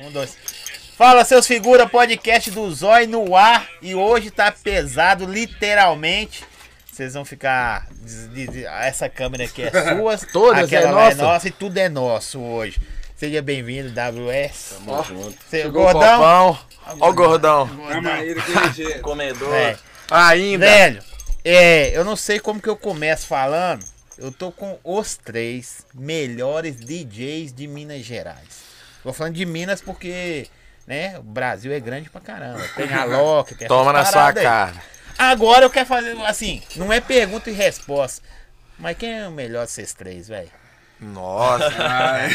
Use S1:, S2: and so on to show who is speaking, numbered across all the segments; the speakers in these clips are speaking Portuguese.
S1: Um, dois. Fala, seus figura, podcast do Zói no ar. E hoje tá pesado, literalmente. Vocês vão ficar. des- des- des- Essa câmera aqui é sua.
S2: Todas
S1: aquela
S2: é
S1: lá
S2: nossa.
S1: é nossa e tudo é nosso hoje. Seja bem-vindo, WS.
S3: Tamo junto.
S1: Seu
S2: Chegou o
S1: é gordão.
S2: copão. Ó o gordão.
S3: Tamo aí daquele jeito.
S4: Comedor.
S1: É.
S2: Ainda.
S1: Velho, é, eu não sei como que eu começo falando. Eu tô com os três melhores DJs de Minas Gerais. Tô falando de Minas porque, né, o Brasil é grande pra caramba. Tem a Loki, tem
S2: Toma na
S1: essas
S2: sua
S1: paradas aí.
S2: cara.
S1: Agora eu quero fazer, assim, não é pergunta e resposta. Mas quem é o melhor de vocês três, velho?
S2: Nossa.
S3: Ai,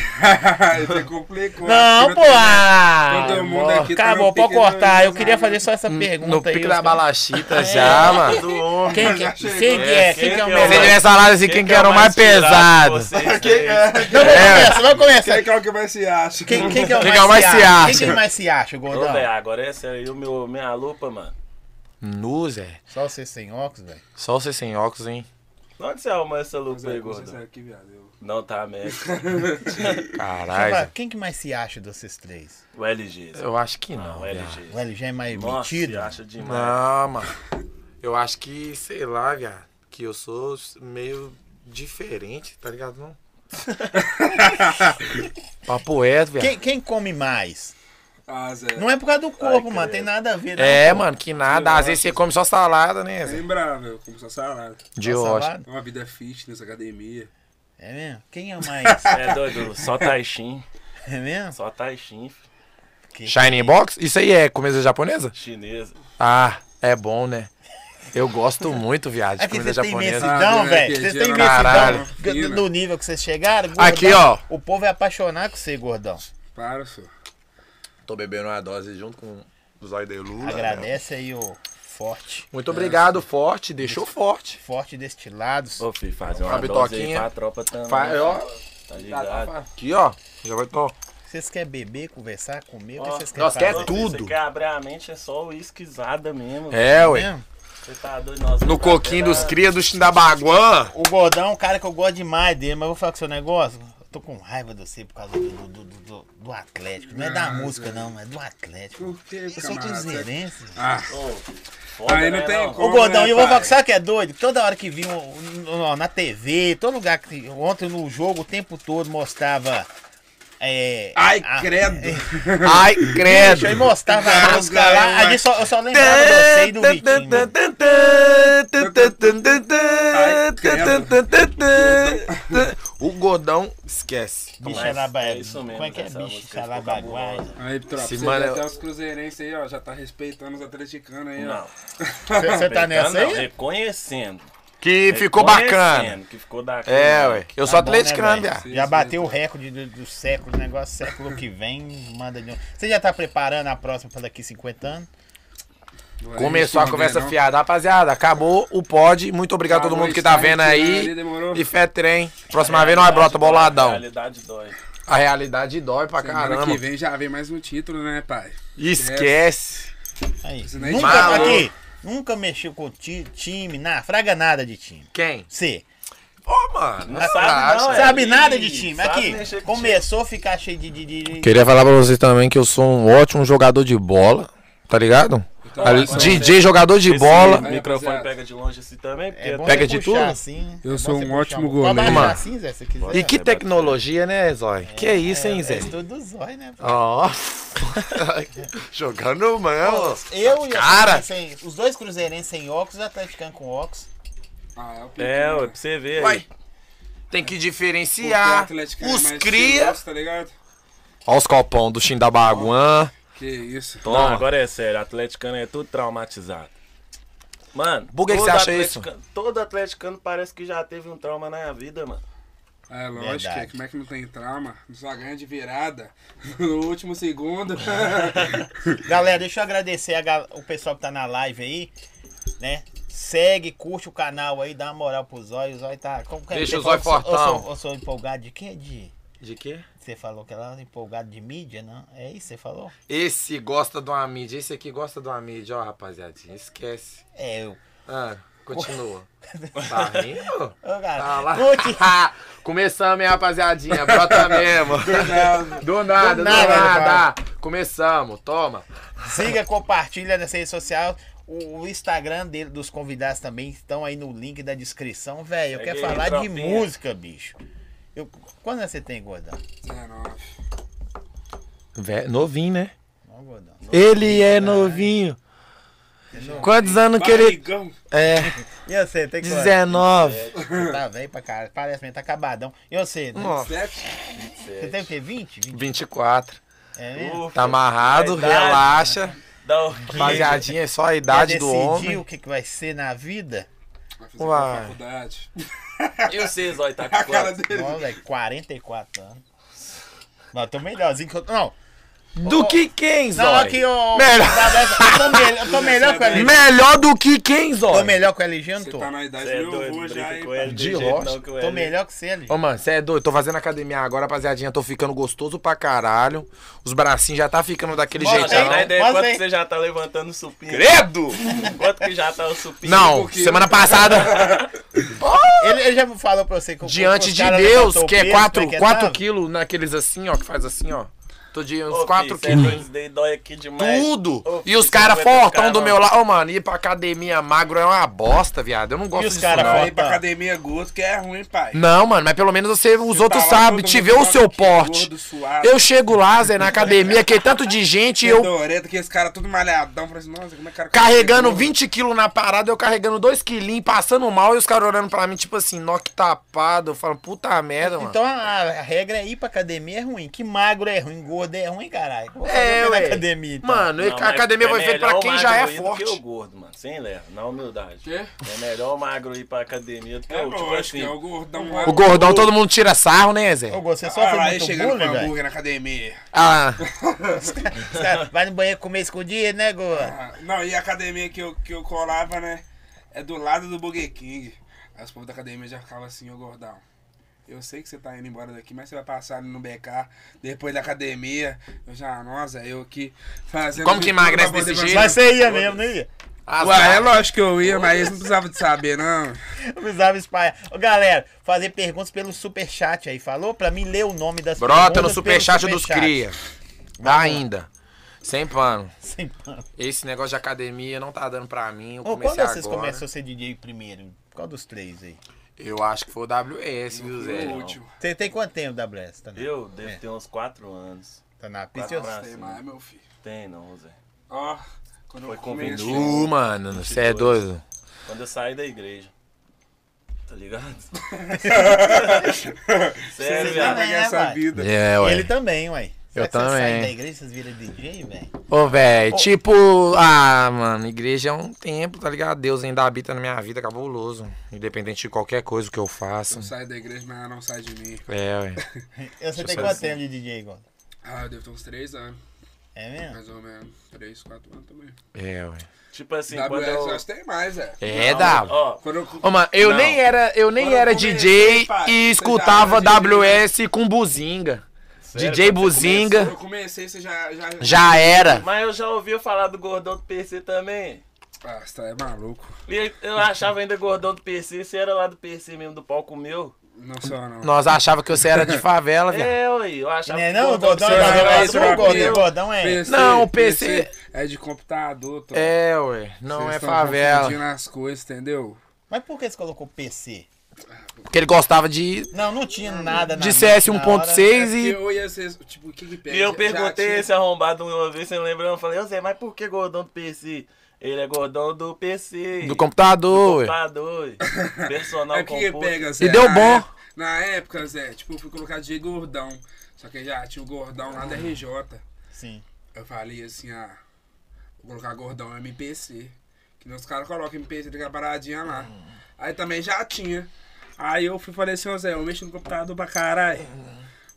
S3: você complicou.
S1: Não, pô! ah,
S3: é- Todo mundo
S2: ó,
S3: aqui tá
S1: Acabou,
S3: no
S1: pode
S3: pique do-
S1: cortar. Eu queria fazer só essa pergunta
S2: Hum, No
S1: aí.
S2: pique
S1: os caras-
S2: da balachita
S1: É.
S2: já, mano.
S4: Do homem.
S1: Quem que,
S3: Já
S1: quem
S3: chegou.
S1: que é?
S4: É,
S1: Quem
S4: quem
S1: que é o
S4: que é o
S2: Se
S1: melhor?
S2: tivesse falado assim, quem que era o mais pesado?
S4: Quem é?
S1: Não, vamos
S2: É.
S1: começar, vamos começar.
S3: Quem que é o que mais se acha?
S1: Quem, quem que é o
S2: Quem
S1: mais,
S2: que é o mais
S1: se
S2: se
S1: acha?
S2: acha?
S1: Quem que mais se acha,
S4: Ô,
S1: gordão?
S4: velho, agora essa aí, o meu, minha lupa, mano.
S2: Nu, Zé.
S1: Só você sem óculos, velho.
S2: Só você sem óculos, hein?
S4: Onde você arrumou essa lupa aí,
S3: Você
S4: gordo?
S3: sabe que viado, é eu-
S4: Não tá, mesmo.
S2: Caralho.
S1: Fala,
S2: Zé.
S1: Quem que mais se acha desses três?
S4: O LG. Zé.
S2: Eu acho que não,
S4: o
S2: viado.
S4: LG.
S1: O LG é mais
S4: Nossa,
S1: metido?
S4: acha demais.
S2: Não, mano. Eu acho que, sei lá, viado. Que eu sou meio diferente, tá ligado? Não. Papo é, viado.
S1: Quem, quem come mais?
S3: Ah, Zé.
S1: Não é por causa do corpo,
S4: Ai,
S1: mano.
S4: credo.
S1: Tem nada a ver. não.
S2: É, mano, que nada. Às vezes você come só salada, né, Zé?
S3: Lembrar, meu, é como só salada.
S2: De
S1: Nossa,
S2: hoje.
S1: lá-
S3: Uma vida fitness, academia.
S1: Tá É mesmo? Quem é mais?
S4: É doido, só Taishin.
S1: é mesmo?
S4: Só Taishin, fi.
S2: Shining Box? Isso aí é comida japonesa?
S4: chinesa.
S2: Ah, é bom, né? Eu gosto muito, viado, de
S1: Aqui
S2: comida
S1: vocês têm
S2: japonesa.
S1: imensidão,
S3: Ah, né,
S1: velho.
S3: que
S1: Vocês
S3: é
S1: têm
S3: geral.
S1: imensidão.
S2: Caralho.
S1: G- No nível que vocês chegaram. gordão,
S2: Aqui, ó.
S1: O povo é apaixonado com você, gordão.
S3: Para, senhor.
S2: Ah, Tô bebendo uma dose junto com o Zóio de Lula. né?
S1: Agradece aí o forte.
S2: Muito obrigado, forte. Deixou forte.
S1: Forte destilados.
S4: Ô, filho, fazer uma
S2: Fábio
S4: dose aí
S2: Toquinha.
S4: pra tropa também.
S2: Fa- ó,
S4: Tá ligado?
S2: aqui, ó. Já vai tomar.
S1: Vocês querem beber, conversar, comer? O que
S4: Ó,
S1: vocês querem
S2: nós quer
S1: fazer?
S2: tudo.
S4: Você quer abrir a mente, é só o esquisada mesmo.
S2: É, ué.
S1: Mesmo?
S4: Você tá doido, nossa.
S2: No
S4: tá
S2: coquinho
S4: até
S2: dos
S4: na-
S2: cria do Xindabaguan.
S1: O Gordão é um cara que eu gosto demais dele, mas eu vou falar com o seu negócio. Eu tô com raiva de você por causa do, do, do, do- do Atlético. Não é da
S3: Ah,
S1: música, não, mas é do Atlético.
S3: Por que,
S1: Eu sou
S3: camarada?
S1: cruzeirense.
S3: Ah,
S4: Ô, foda,
S3: Aí não
S4: né,
S3: tem
S1: Ô,
S3: como.
S1: Gordão,
S3: né,
S1: e eu vou falar
S3: pai?
S1: com sabe o que é doido? Toda hora que vi um- um- um- na TV, todo lugar que. Ontem no jogo, o tempo todo mostrava. É,
S3: Ai,
S1: a-
S3: credo.
S2: Ai, credo.
S1: Bicho, Aí mostrava a
S3: Caralho,
S1: música lá.
S3: mano.
S1: Aí só, eu só lembrava de você e do Vitinho. mano.
S2: O gordão esquece.
S1: Bicharaba-
S4: é isso mesmo,
S1: Como é que é
S4: essa
S1: bicho?
S4: música ficou
S1: Xalabaguai.
S4: cabulosa.
S3: Aí, tropa,
S2: Esse
S3: você
S2: mano
S3: vê
S2: é-
S3: até os cruzeirenses aí, ó. Já tá respeitando os atleticanos aí, ó.
S4: Não.
S1: Você tá nessa
S4: Não, é
S1: aí?
S4: Reconhecendo. É
S2: Que ficou bacana.
S4: Reconhecendo Que ficou da
S2: É, ué. Eu sou
S1: Tá bom, né,
S2: atleticano,
S1: velho?
S2: viado.
S1: Já bateu o recorde do, do século, o negócio século que vem, manda de um. Você já tá preparando a próxima pra daqui 50 anos?
S3: Não é isso,
S2: Começou a
S3: não
S2: conversa
S3: é, não.
S2: fiada, rapaziada. Acabou o pod. Muito obrigado a todo mundo que tá vendo aí. E fé trem. Próxima vez nós brota
S4: A
S2: boladão.
S4: realidade dói.
S2: A realidade dói pra
S3: Semana
S2: caramba.
S3: que vem já vem mais um título, né, pai?
S2: Esquece.
S1: Aí.
S3: Isso nem
S1: Nunca,
S2: fala.
S1: aqui, nunca mexeu com ti- time, na fraga nada de time.
S2: Quem?
S1: Você
S2: Ô, mano.
S4: Não
S2: é
S4: sabe
S2: praxe.
S4: não, é.
S1: sabe
S4: Ih,
S1: nada de time.
S4: sabe
S1: Aqui,
S4: mexer com
S1: começou a ficar cheio de. de, de- de-
S2: Queria falar pra vocês também que eu sou um ótimo jogador de bola, tá ligado? Ali-
S3: agora
S2: DJ jogador de
S4: Esse
S2: bola.
S4: microfone
S3: rapaziada.
S4: pega de longe assim também, porque
S1: é bom
S2: Pega
S1: você
S2: de
S1: puxar
S2: tudo?
S1: assim, né?
S3: Eu
S1: É bom
S3: só
S1: você
S3: um
S1: puxar
S3: ótimo
S1: um pouco. Pode
S3: goleiro.
S1: baixar
S2: Mano.
S1: assim, Zé, se quiser.
S2: E que tecnologia, né, Zói? Que é isso, hein, Zé?
S1: É tudo zóio, né? pô?
S2: Ó. Jogando mão.
S1: Eu e o
S2: Cara.
S1: sem, os dois cruzeirenses sem óculos, o atleticano com óculos.
S3: Ah, é o pique,
S4: É,
S3: né?
S4: ué, pra você ver
S2: Uai,
S4: aí.
S2: tem que
S3: Porque o
S2: diferenciar
S3: Atlético é
S2: os
S3: mais
S2: cria.
S3: estiloso, Tá ligado?
S2: Ó os copão do Xindabaguan.
S3: Que isso.
S4: Não,
S2: Toma.
S4: agora é sério, atleticano é tudo traumatizado. Mano,
S2: Por que que
S4: todo
S2: você acha
S4: atleticano- Todo atleticano parece que já teve um trauma na vida, mano.
S3: É lógico,
S1: Verdade.
S3: é, como é que não tem trauma? Só ganha de virada no último segundo.
S1: Galera, deixa eu agradecer a gal- o pessoal que tá na live aí, né? Segue, curte o canal aí, dá uma moral pro Zóio. O Zóio tá. Como que é?
S2: Deixa
S1: Você
S2: o Zóio
S1: falou que eu sou- Eu
S2: fortão.
S1: sou, eu sou empolgado de quê? De.
S2: De quê?
S1: Você falou que ela é empolgado de mídia, não? É isso que você falou?
S2: Esse gosta de uma mídia, esse aqui gosta de uma mídia, ó, rapaziadinha. Esquece.
S1: É eu.
S2: Ah, continua. Tá rindo?
S1: Ô,
S2: Ah,
S1: cara,
S2: lá.
S1: curte.
S2: Começamos, hein, rapaziadinha? Brota mesmo.
S3: Não,
S2: Do nada, do
S1: nada,
S2: nada. Começamos, toma.
S1: Siga, compartilha nas redes sociais. O, o Instagram dele, dos convidados também estão aí no link da descrição, velho. Eu
S4: Peguei
S1: quero falar de
S4: tropinha.
S1: música, bicho. Eu, quando é você tem, gordão?
S3: 19.
S2: novinho, né?
S1: Não, gordão.
S2: Ele é novinho. Quantos anos que ele.
S3: Barrigão.
S2: É,
S1: E você, tem que
S2: 19.
S1: Você tá velho pra caralho. Parece mesmo, tá acabadão. E você, né?
S2: Nossa.
S3: Sete.
S1: Você tem o quê? 20? 20?
S2: 24.
S1: É mesmo?
S4: Ufa,
S2: Tá amarrado,
S4: a idade,
S2: relaxa.
S4: Dá um- o quê?
S2: Rapaziadinha, é só a
S1: Já
S2: idade do
S1: decidiu
S2: homem.
S1: o que, que vai ser na vida?
S3: Vai fazer
S2: Uai.
S3: pra faculdade.
S4: E vocês, olha, tá
S3: A
S4: com
S3: cara
S4: quanto?
S3: dele.
S1: Não, velho, 44 anos. Mas tô melhorzinho que eu. Não,
S2: Do que quem, Zói?
S1: não, aqui, ô.
S2: Melhor.
S1: tá
S2: é
S1: Eu tô, melhor- eu tô melhor que o LG.
S2: Melhor do que quem,
S1: Tô
S2: Zói?
S1: melhor que o LG, eu não
S3: Você
S1: tô.
S3: tá na idade
S4: Você é
S3: do meu
S4: doido,
S3: avô já,
S4: brinca
S3: hein?
S4: com ele.
S2: De
S4: De rocha.
S2: rocha.
S1: Tô melhor que você, LG.
S2: Ô, mano, cê é doido. Tô fazendo academia agora, rapaziadinha. Tô ficando gostoso pra caralho. Os bracinhos já tá ficando daquele
S1: Bora,
S4: Já
S2: jeitão.
S4: dá ideia
S1: Mas,
S4: quanto
S1: hein?
S4: que você já tá levantando o supino.
S2: Credo!
S4: Quanto que já tá o supino?
S2: Não,
S3: pouquinho.
S2: semana passada,
S1: ele, ele já falou pra você que o
S2: diante
S1: os
S2: de
S1: cara
S2: Deus,
S1: levantou o
S2: que é
S1: peso, tá- como
S2: 4
S1: que tava?
S2: quilos naqueles assim, ó, que faz assim, ó. Tô de uns
S4: Ô,
S2: 4
S4: filho, cê é
S2: quilos.
S4: doido, daí dói aqui demais.
S2: Tudo!
S4: Ô,
S2: E
S4: filho,
S2: os
S4: cê
S2: caras
S4: não aguenta
S2: fortão
S4: ficar,
S2: do
S4: não.
S2: meu lado. Ô, mano, ir pra academia magro é uma bosta, viado. Eu não gosto
S1: os
S2: disso,
S1: cara
S2: não.
S1: fortão?
S3: Vai pra academia gordo que é ruim, pai.
S2: Não, mano, mas pelo menos você, os
S3: Você
S2: outros
S3: tá lá,
S2: sabem,
S3: todo
S2: te
S3: mundo
S2: vê o
S3: fala
S2: seu
S3: que é
S2: porte.
S3: gordo, suado.
S2: Eu chego lá, Zé, na academia, que é tanto de gente,
S3: Que
S2: eu
S3: Doreta, que esse cara é tudo malhadão. Falei assim, nossa, como é que cara...
S2: carregando 20 quilos na parada, eu carregando 2 quilinhos, passando mal, e os caras olhando pra mim, tipo assim, nó que tapado. Eu falo, puta merda, mano.
S1: Então a, a regra é ir pra academia é ruim. Que magro é ruim, gordo é ruim, caralho. Vou fazer o
S2: é,
S1: quê
S2: ué.
S1: na academia, então?
S2: Mano,
S4: Não,
S2: a
S4: mas
S2: academia
S4: é
S2: foi feita pra
S4: melhor
S2: quem
S4: o
S2: já é
S4: magro ir do
S2: forte.
S4: Que o gordo, mano. Sem leva, na humildade.
S3: Quê?
S4: É melhor o magro ir pra academia do que
S3: É
S4: o tipo
S3: lógico,
S4: assim.
S3: é o gordão.
S2: O gordão todo mundo tira sarro, né, Zé?
S1: Ô, Gordo, você
S3: Só ah,
S1: sofre
S3: lá, ele
S1: muito
S3: chegando com
S1: bullying, velho.
S3: hambúrguer na academia.
S2: Ah,
S1: Os cara Vai no banheiro comer escondido, né, gordo?
S3: Ah, Não, e a academia que eu, que eu colava, né? É do lado do Burger King. Aí os povos da academia já ficavam assim, ô gordão. Eu sei que você tá indo embora daqui, mas você vai passar ali no BK depois da academia. Eu já, nossa, eu aqui fazendo.
S2: Como que
S3: de tudo pra
S2: emagrece
S3: poder
S2: desse
S3: passar-
S2: jeito?
S1: Mas você ia mesmo, não ia?
S2: azar.
S3: Ué, é lógico que eu ia, mas eles não precisavam de saber, não.
S1: Eu precisava espalhar. Ô, galera, fazer perguntas pelo superchat aí, falou? Pra mim ler o nome das
S2: Brota no
S1: perguntas pelo
S2: superchat dos
S1: superchat.
S2: cria. Dá ainda. Sem pano.
S1: Sem pano.
S2: Esse negócio de academia não tá dando pra mim. Eu
S1: Ô,
S2: comecei
S1: quando vocês
S2: agora.
S1: começam a ser DJ primeiro? Qual dos três aí?
S2: Eu acho que foi o WS, viu, Zé?
S3: O último.
S1: Você tem quanto tempo da Bless? Tá na,
S4: Eu devo
S2: É.
S4: ter uns 4 anos.
S1: tá na pista?
S4: Quatro
S1: Eu,
S4: anos.
S3: Sei mais, meu filho.
S4: Tem não, Zé.
S3: Ó, quando
S4: Foi
S3: eu comecei.
S4: convenido.
S2: Nu, mano, você é doido.
S4: Quando eu saí da igreja. Tá ligado? Sério,
S3: Vocês
S1: já-
S4: viado.
S3: sabem essa
S1: vai.
S3: vida.
S2: É,
S1: ele
S2: ué.
S1: também, ué. Será
S2: Eu
S1: que vocês saem
S2: também.
S1: da igreja, vocês viram DJ, velho?
S2: Ô, velho, tipo, ah, mano, igreja é um templo, tá ligado? Deus ainda habita na minha vida, cabuloso. Independente de qualquer coisa que eu faça.
S3: Eu saio da igreja, mas ela não sai de mim.
S2: É, ué.
S1: Eu Você
S2: eu
S1: tem
S2: só
S1: quanto
S2: dizer.
S1: tempo de DJ, Gordo?
S3: Ah, eu devo ter uns três anos.
S1: É mesmo?
S3: Mais ou menos. Três, quatro anos também.
S2: É, ué.
S4: Tipo assim, quando
S3: WS,
S4: eu.
S3: eu acho que tem mais, é.
S2: É, dá.
S4: Ó,
S3: Quando eu-
S2: Ô, mano, eu
S4: Não.
S2: nem era, eu nem
S3: Quando eu
S2: era
S3: comecei,
S2: DJ
S3: pai, você
S2: e
S3: já
S2: escutava
S3: era DJ.
S2: WS com buzinga.
S4: Sério,
S2: DJ
S4: quando você
S2: buzinga.
S3: Quando eu comecei, você já. Já.
S2: Já era.
S4: mas eu já ouvi falar do gordão do PC também.
S3: Ah, você tá é maluco.
S4: E eu achava ainda gordão do PC, você era lá do PC mesmo, do palco meu.
S3: Não sou, não.
S2: Nós achava que você era de favela, velho.
S4: É, oi, eu achava
S1: Não é
S4: que
S1: não, o
S4: gordão do
S1: Gordão é
S4: PC era lá
S1: mais
S4: do
S1: um,
S4: palco
S1: Gordão.
S4: meu.
S1: Gordão é.
S2: Não, o PC
S3: É de computador, tô.
S2: É, ué. Não
S3: Vocês
S2: é
S3: tão
S2: favela.
S3: confundindo as coisas, entendeu?
S1: Mas por que você colocou PC?
S2: Porque ele gostava de,
S1: Não, não tinha nada na
S2: de CS
S1: na hora.
S2: 1.6
S3: É
S2: e.
S3: porque eu ia ser, tipo, o que que pega?
S4: E eu
S3: Já
S4: perguntei
S3: tinha-
S4: esse arrombado uma vez, você lembrando, eu falei, ô Zé, mas por que gordão do PC? Ele é gordão do PC.
S2: Do computador, ué.
S4: computador. ué. Personal
S3: É o que que
S4: computer.
S3: pega, Zé?
S2: E deu
S3: Na
S2: bom.
S3: época- Na época, Zé, tipo, eu fui colocar de gordão. Só que já tinha o gordão lá da RJ.
S1: Sim.
S3: Eu falei assim, ah, vou colocar gordão MPC. Que nem os caras colocam MPC daquela paradinha lá. Aí também já tinha. Aí eu fui e falei assim, ô Zé, eu mexo no computador pra caralho.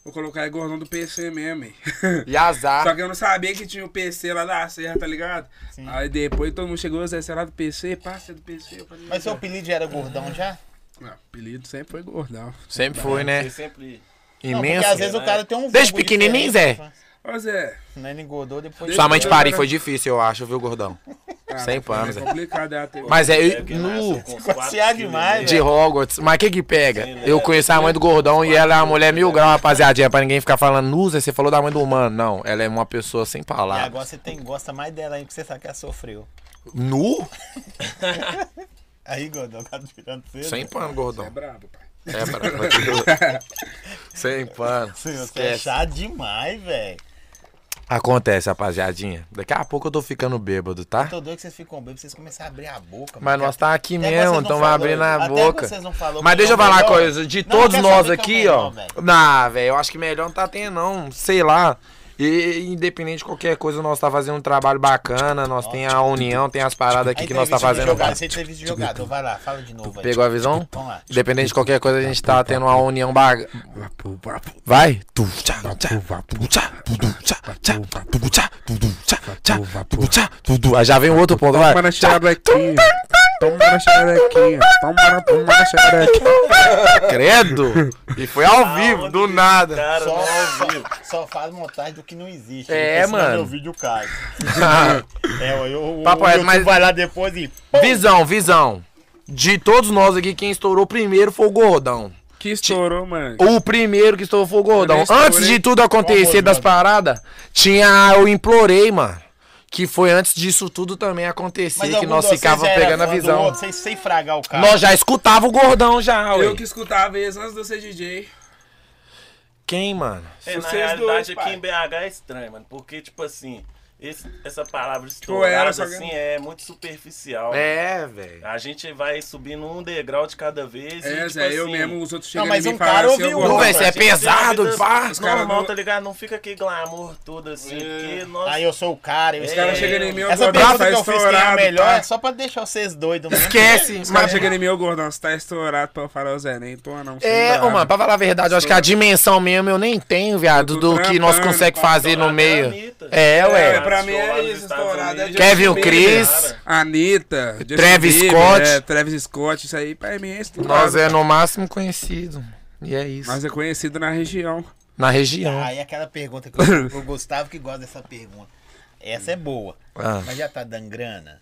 S3: Vou colocar aí gordão do PC mesmo, hein?
S2: E azar.
S3: Só que eu não sabia que tinha o PC lá da Serra, tá ligado?
S1: Sim.
S3: Aí depois todo mundo chegou, Zé, você é lá do PC? Passa do PC. Eu falei,
S1: Mas seu apelido já era Gordão já?
S3: Não, o apelido sempre foi gordão.
S2: Sempre foi,
S4: Eu
S2: né?
S4: sempre.
S1: Não, porque às vezes
S2: Imenso.
S1: o cara tem um
S2: Desde
S1: vulgo
S2: pequenininho,
S1: diferente,
S2: Zé.
S1: né?
S3: Ô Zé,
S1: Não, ele engordou depois...
S2: Sua mãe de Paris foi difícil, eu acho, viu, gordão? Sem panos,
S3: É
S2: é.
S3: complicado, é até.
S2: Mas é,
S4: É,
S2: eu,
S4: porque
S2: no,
S4: nasce com
S1: Passear
S4: quatro quilos,
S1: é demais,
S4: né?
S2: de Hogwarts. Mas o que que pega?
S4: Sim,
S2: Eu
S4: né?
S2: conheço a mãe do Gordão e ela é uma mulher mil grau, rapaziadinha. Pra ninguém ficar falando, Nusa, você falou da mãe do humano. Não, ela é uma pessoa sem
S1: E
S2: palavras.
S1: agora você tem, gosta mais dela ainda, porque você sabe que ela sofreu.
S2: Nu?
S1: Aí, Godão, tá tirando cedo.
S2: Sem pano,
S3: É
S2: Gordão.
S3: brabo, pai.
S2: É, brabo. Sem pano.
S1: Sim, Você é
S2: Esquece.
S1: chato demais, velho.
S2: Acontece, rapaziadinha. Daqui a pouco eu tô ficando bêbado, tá?
S1: Tô doido que vocês ficam bêbados, vocês começam a abrir a boca.
S2: Mas
S1: mano.
S2: nós tá aqui
S1: Até
S2: mesmo,
S1: vocês não
S2: então vai
S1: falou,
S2: abrir na
S1: até
S2: boca.
S1: vocês não falou
S2: Mas
S1: quem é
S2: deixa eu
S1: o
S2: falar uma
S1: melhor.
S2: coisa, de
S1: Não,
S2: todos
S1: quer
S2: nós
S1: saber quem
S2: aqui,
S1: é o
S2: ó.
S1: melhor, velho.
S2: Ah, velho, eu acho que melhor não tá tendo, não. Sei lá. E, independente de qualquer coisa, nós tá fazendo um trabalho bacana, nós tem a união, tem as paradas aqui
S1: Aí
S2: que nós tá
S1: entrevista de
S2: fazendo.
S1: Jogador, você entrevista de jogador, vai lá, fala de novo aí.
S2: Pegou a visão?
S1: Vamos lá.
S2: Independente de qualquer coisa, a gente tá tendo uma união baga.
S3: Vapo, vapo.
S2: Vai! Aí já vem o outro ponto, vai.
S3: Toma na xerequinha. Toma na xerequinha. Toma na, toma na xerequinha.
S2: Credo! E foi ao vivo, do nada.
S4: Cara,
S1: Só,
S4: não.
S1: só, só faz montagem do que não existe.
S2: É,
S1: porque senão
S2: mano.
S1: Meu vídeo cai. É, ó, eu, o-
S2: Papo
S1: o
S2: reto,
S1: YouTube
S2: mas-
S1: vai lá depois e...
S2: Visão, visão. De todos nós aqui, quem estourou primeiro foi o Gordão.
S3: Que estourou, mano.
S2: O primeiro que estourou foi o Gordão.
S3: Eu nem
S2: Antes
S3: estourei.
S2: de tudo acontecer
S1: Qual
S2: das
S1: Gordão?
S2: paradas, tinha. Eu implorei, mano. Que foi antes disso tudo também acontecer, que
S1: algum
S2: nós
S1: de vocês
S2: ficava
S1: já era
S2: pegando a
S1: fã do
S2: visão.
S1: outro, Sem, sem fragar o cara.
S2: Nós já escutava o Gordão já, ué.
S3: Eu que escutava eles antes de eu ser DJ.
S2: Quem, mano?
S4: É, na
S3: Vocês dois,
S4: realidade, aqui
S3: pai.
S4: em BH é estranho, mano. Porque, tipo assim, esse- essa palavra
S3: era
S4: estourada,
S3: Tipo, só que-
S4: assim, é muito superficial.
S2: É, velho.
S4: A gente vai subindo um degrau de cada vez.
S3: É,
S4: e, tipo
S3: Zé, eu
S4: assim,
S3: mesmo, os outros
S1: Não,
S3: chegam
S1: mas
S3: em mim
S1: um
S3: e
S1: cara
S3: falam assim,
S1: ouviu
S3: eu
S1: um,
S2: Não,
S3: gosto.
S2: velho, você é
S4: Tipo, tem uma
S2: pesado,
S4: vida
S2: pá.
S3: Os cara
S4: Normal,
S3: não- É.
S4: tá ligado? Não fica aquele glamour todo assim, porque nós.
S1: Aí eu sou o cara, eu
S4: Os
S3: Os
S1: estou-
S3: caras chegam em mim, eu
S1: Essa
S3: gordão,
S1: pergunta
S3: tá
S1: que eu fiz quem é a
S3: estourado,
S1: melhor
S3: tá?
S1: é só pra deixar vocês doidos mesmo.
S2: Esquece.
S3: Os
S2: Mas...
S3: caras chegam em mim, ô gordão, você tá estourado pra eu falar, ô Zé, nem tô não. você
S2: É,
S3: brabo.
S2: ô, mano, pra falar a verdade, eu acho que a dimensão mesmo eu nem tenho, viado,
S3: Eu tô
S2: do que nós
S3: trampando
S2: conseguimos
S3: pra
S2: fazer no
S4: estourar
S2: meio.
S4: a Anitta.
S2: É,
S3: É,
S2: ué. tá
S3: pra mim é
S4: Estourado nos
S3: isso,
S4: Estados
S3: estourado. É
S4: Unidos.
S2: Kevin
S3: Justin Bieber,
S2: Chris.
S3: Anitta, Justin
S2: Travis
S3: Bieber,
S2: Scott.
S3: é, Travis Scott, isso aí pra mim é estourado.
S2: Nós é no máximo conhecido. E é isso.
S3: Nós é conhecido na região.
S2: Na região.
S1: Aí aquela pergunta que eu, o Gustavo que gosta dessa pergunta. Essa é boa.
S2: Ah.
S1: Mas já tá dando grana?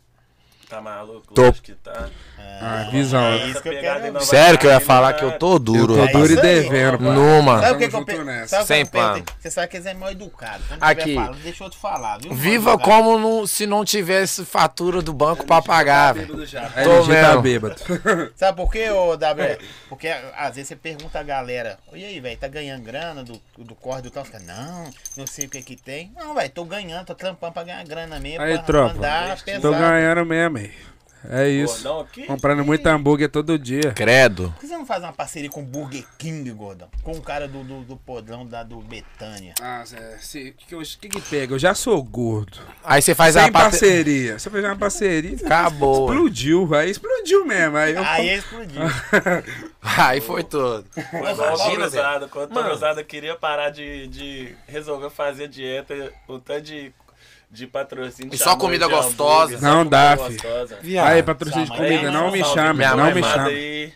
S4: Tá maluco?
S2: Tô.
S4: Acho que tá.
S3: Ah, visão.
S1: É
S4: Essa
S1: isso que eu
S4: pegada
S1: quero.
S4: não vai
S2: um Sério que eu ia
S4: cair,
S2: falar
S4: não
S2: que eu
S4: vai-
S2: tô duro,
S3: eu tô
S2: rapaz.
S3: duro e
S1: Isso aí,
S3: devendo, pai.
S2: Nu, mano.
S1: Sabe o que, que eu
S3: Tamo junto
S1: penso?
S3: nessa.
S1: Sabe o que eu
S2: Ah. Sem
S1: penso?
S2: pano.
S1: Você sabe que eles é mal educado. Quando
S2: Aqui.
S1: tiver falando, deixa o outro falar, viu? Mal
S2: Viva
S1: educado.
S2: como não- se não tivesse fatura do banco pra pagar, velho.
S3: Bêbado já.
S2: Tô
S3: LG tá
S2: mesmo.
S3: bêbado.
S1: Sabe por quê,
S2: É.
S1: ô W? Porque às vezes você pergunta a galera, e aí, velho, tá ganhando grana do, do corre do tal? Fica, não, não sei o que que tem. Não, velho, tô ganhando, tô trampando pra ganhar grana mesmo.
S3: Aí,
S1: É pra
S3: tropa.
S1: Mandar, pesado.
S3: Tô ganhando mesmo, hein. É isso.
S4: Gordão aqui?
S3: Comprando muito hambúrguer todo dia.
S2: Credo.
S1: Por que você não faz uma parceria com o Burger King, gordão? Com o cara do, do, do podrão da do Betânia.
S3: Ah, Zé, se- o que, que, eu- o que que pega? Eu já sou gordo.
S2: Aí você faz a
S3: Sem
S2: parte.
S3: parceria. Se eu fizer uma parceria,
S2: Acabou. ué.
S3: explodiu. Aí explodiu mesmo. Aí eu
S1: Aí é explodiu.
S2: Aí foi tudo.
S4: Foi igual o
S2: Imagina,
S4: Torusada. Quando o
S2: Mano.
S4: Torusada queria parar de, de. resolver fazer dieta, o tanto de, de patrocínio.
S2: E só
S4: chamou
S2: comida
S4: de hambúrguer,
S2: gostosa.
S4: só
S3: Não
S4: comida
S3: dá, fi.
S4: gostosa.
S3: Aí,
S2: Viado.
S3: patrocínio de
S1: Sua mãe
S3: comida,
S1: é
S3: não
S1: uma
S3: me
S4: Salve,
S3: chame,
S4: minha
S3: não
S4: mãe
S3: me
S4: amada
S3: chame.
S4: aí,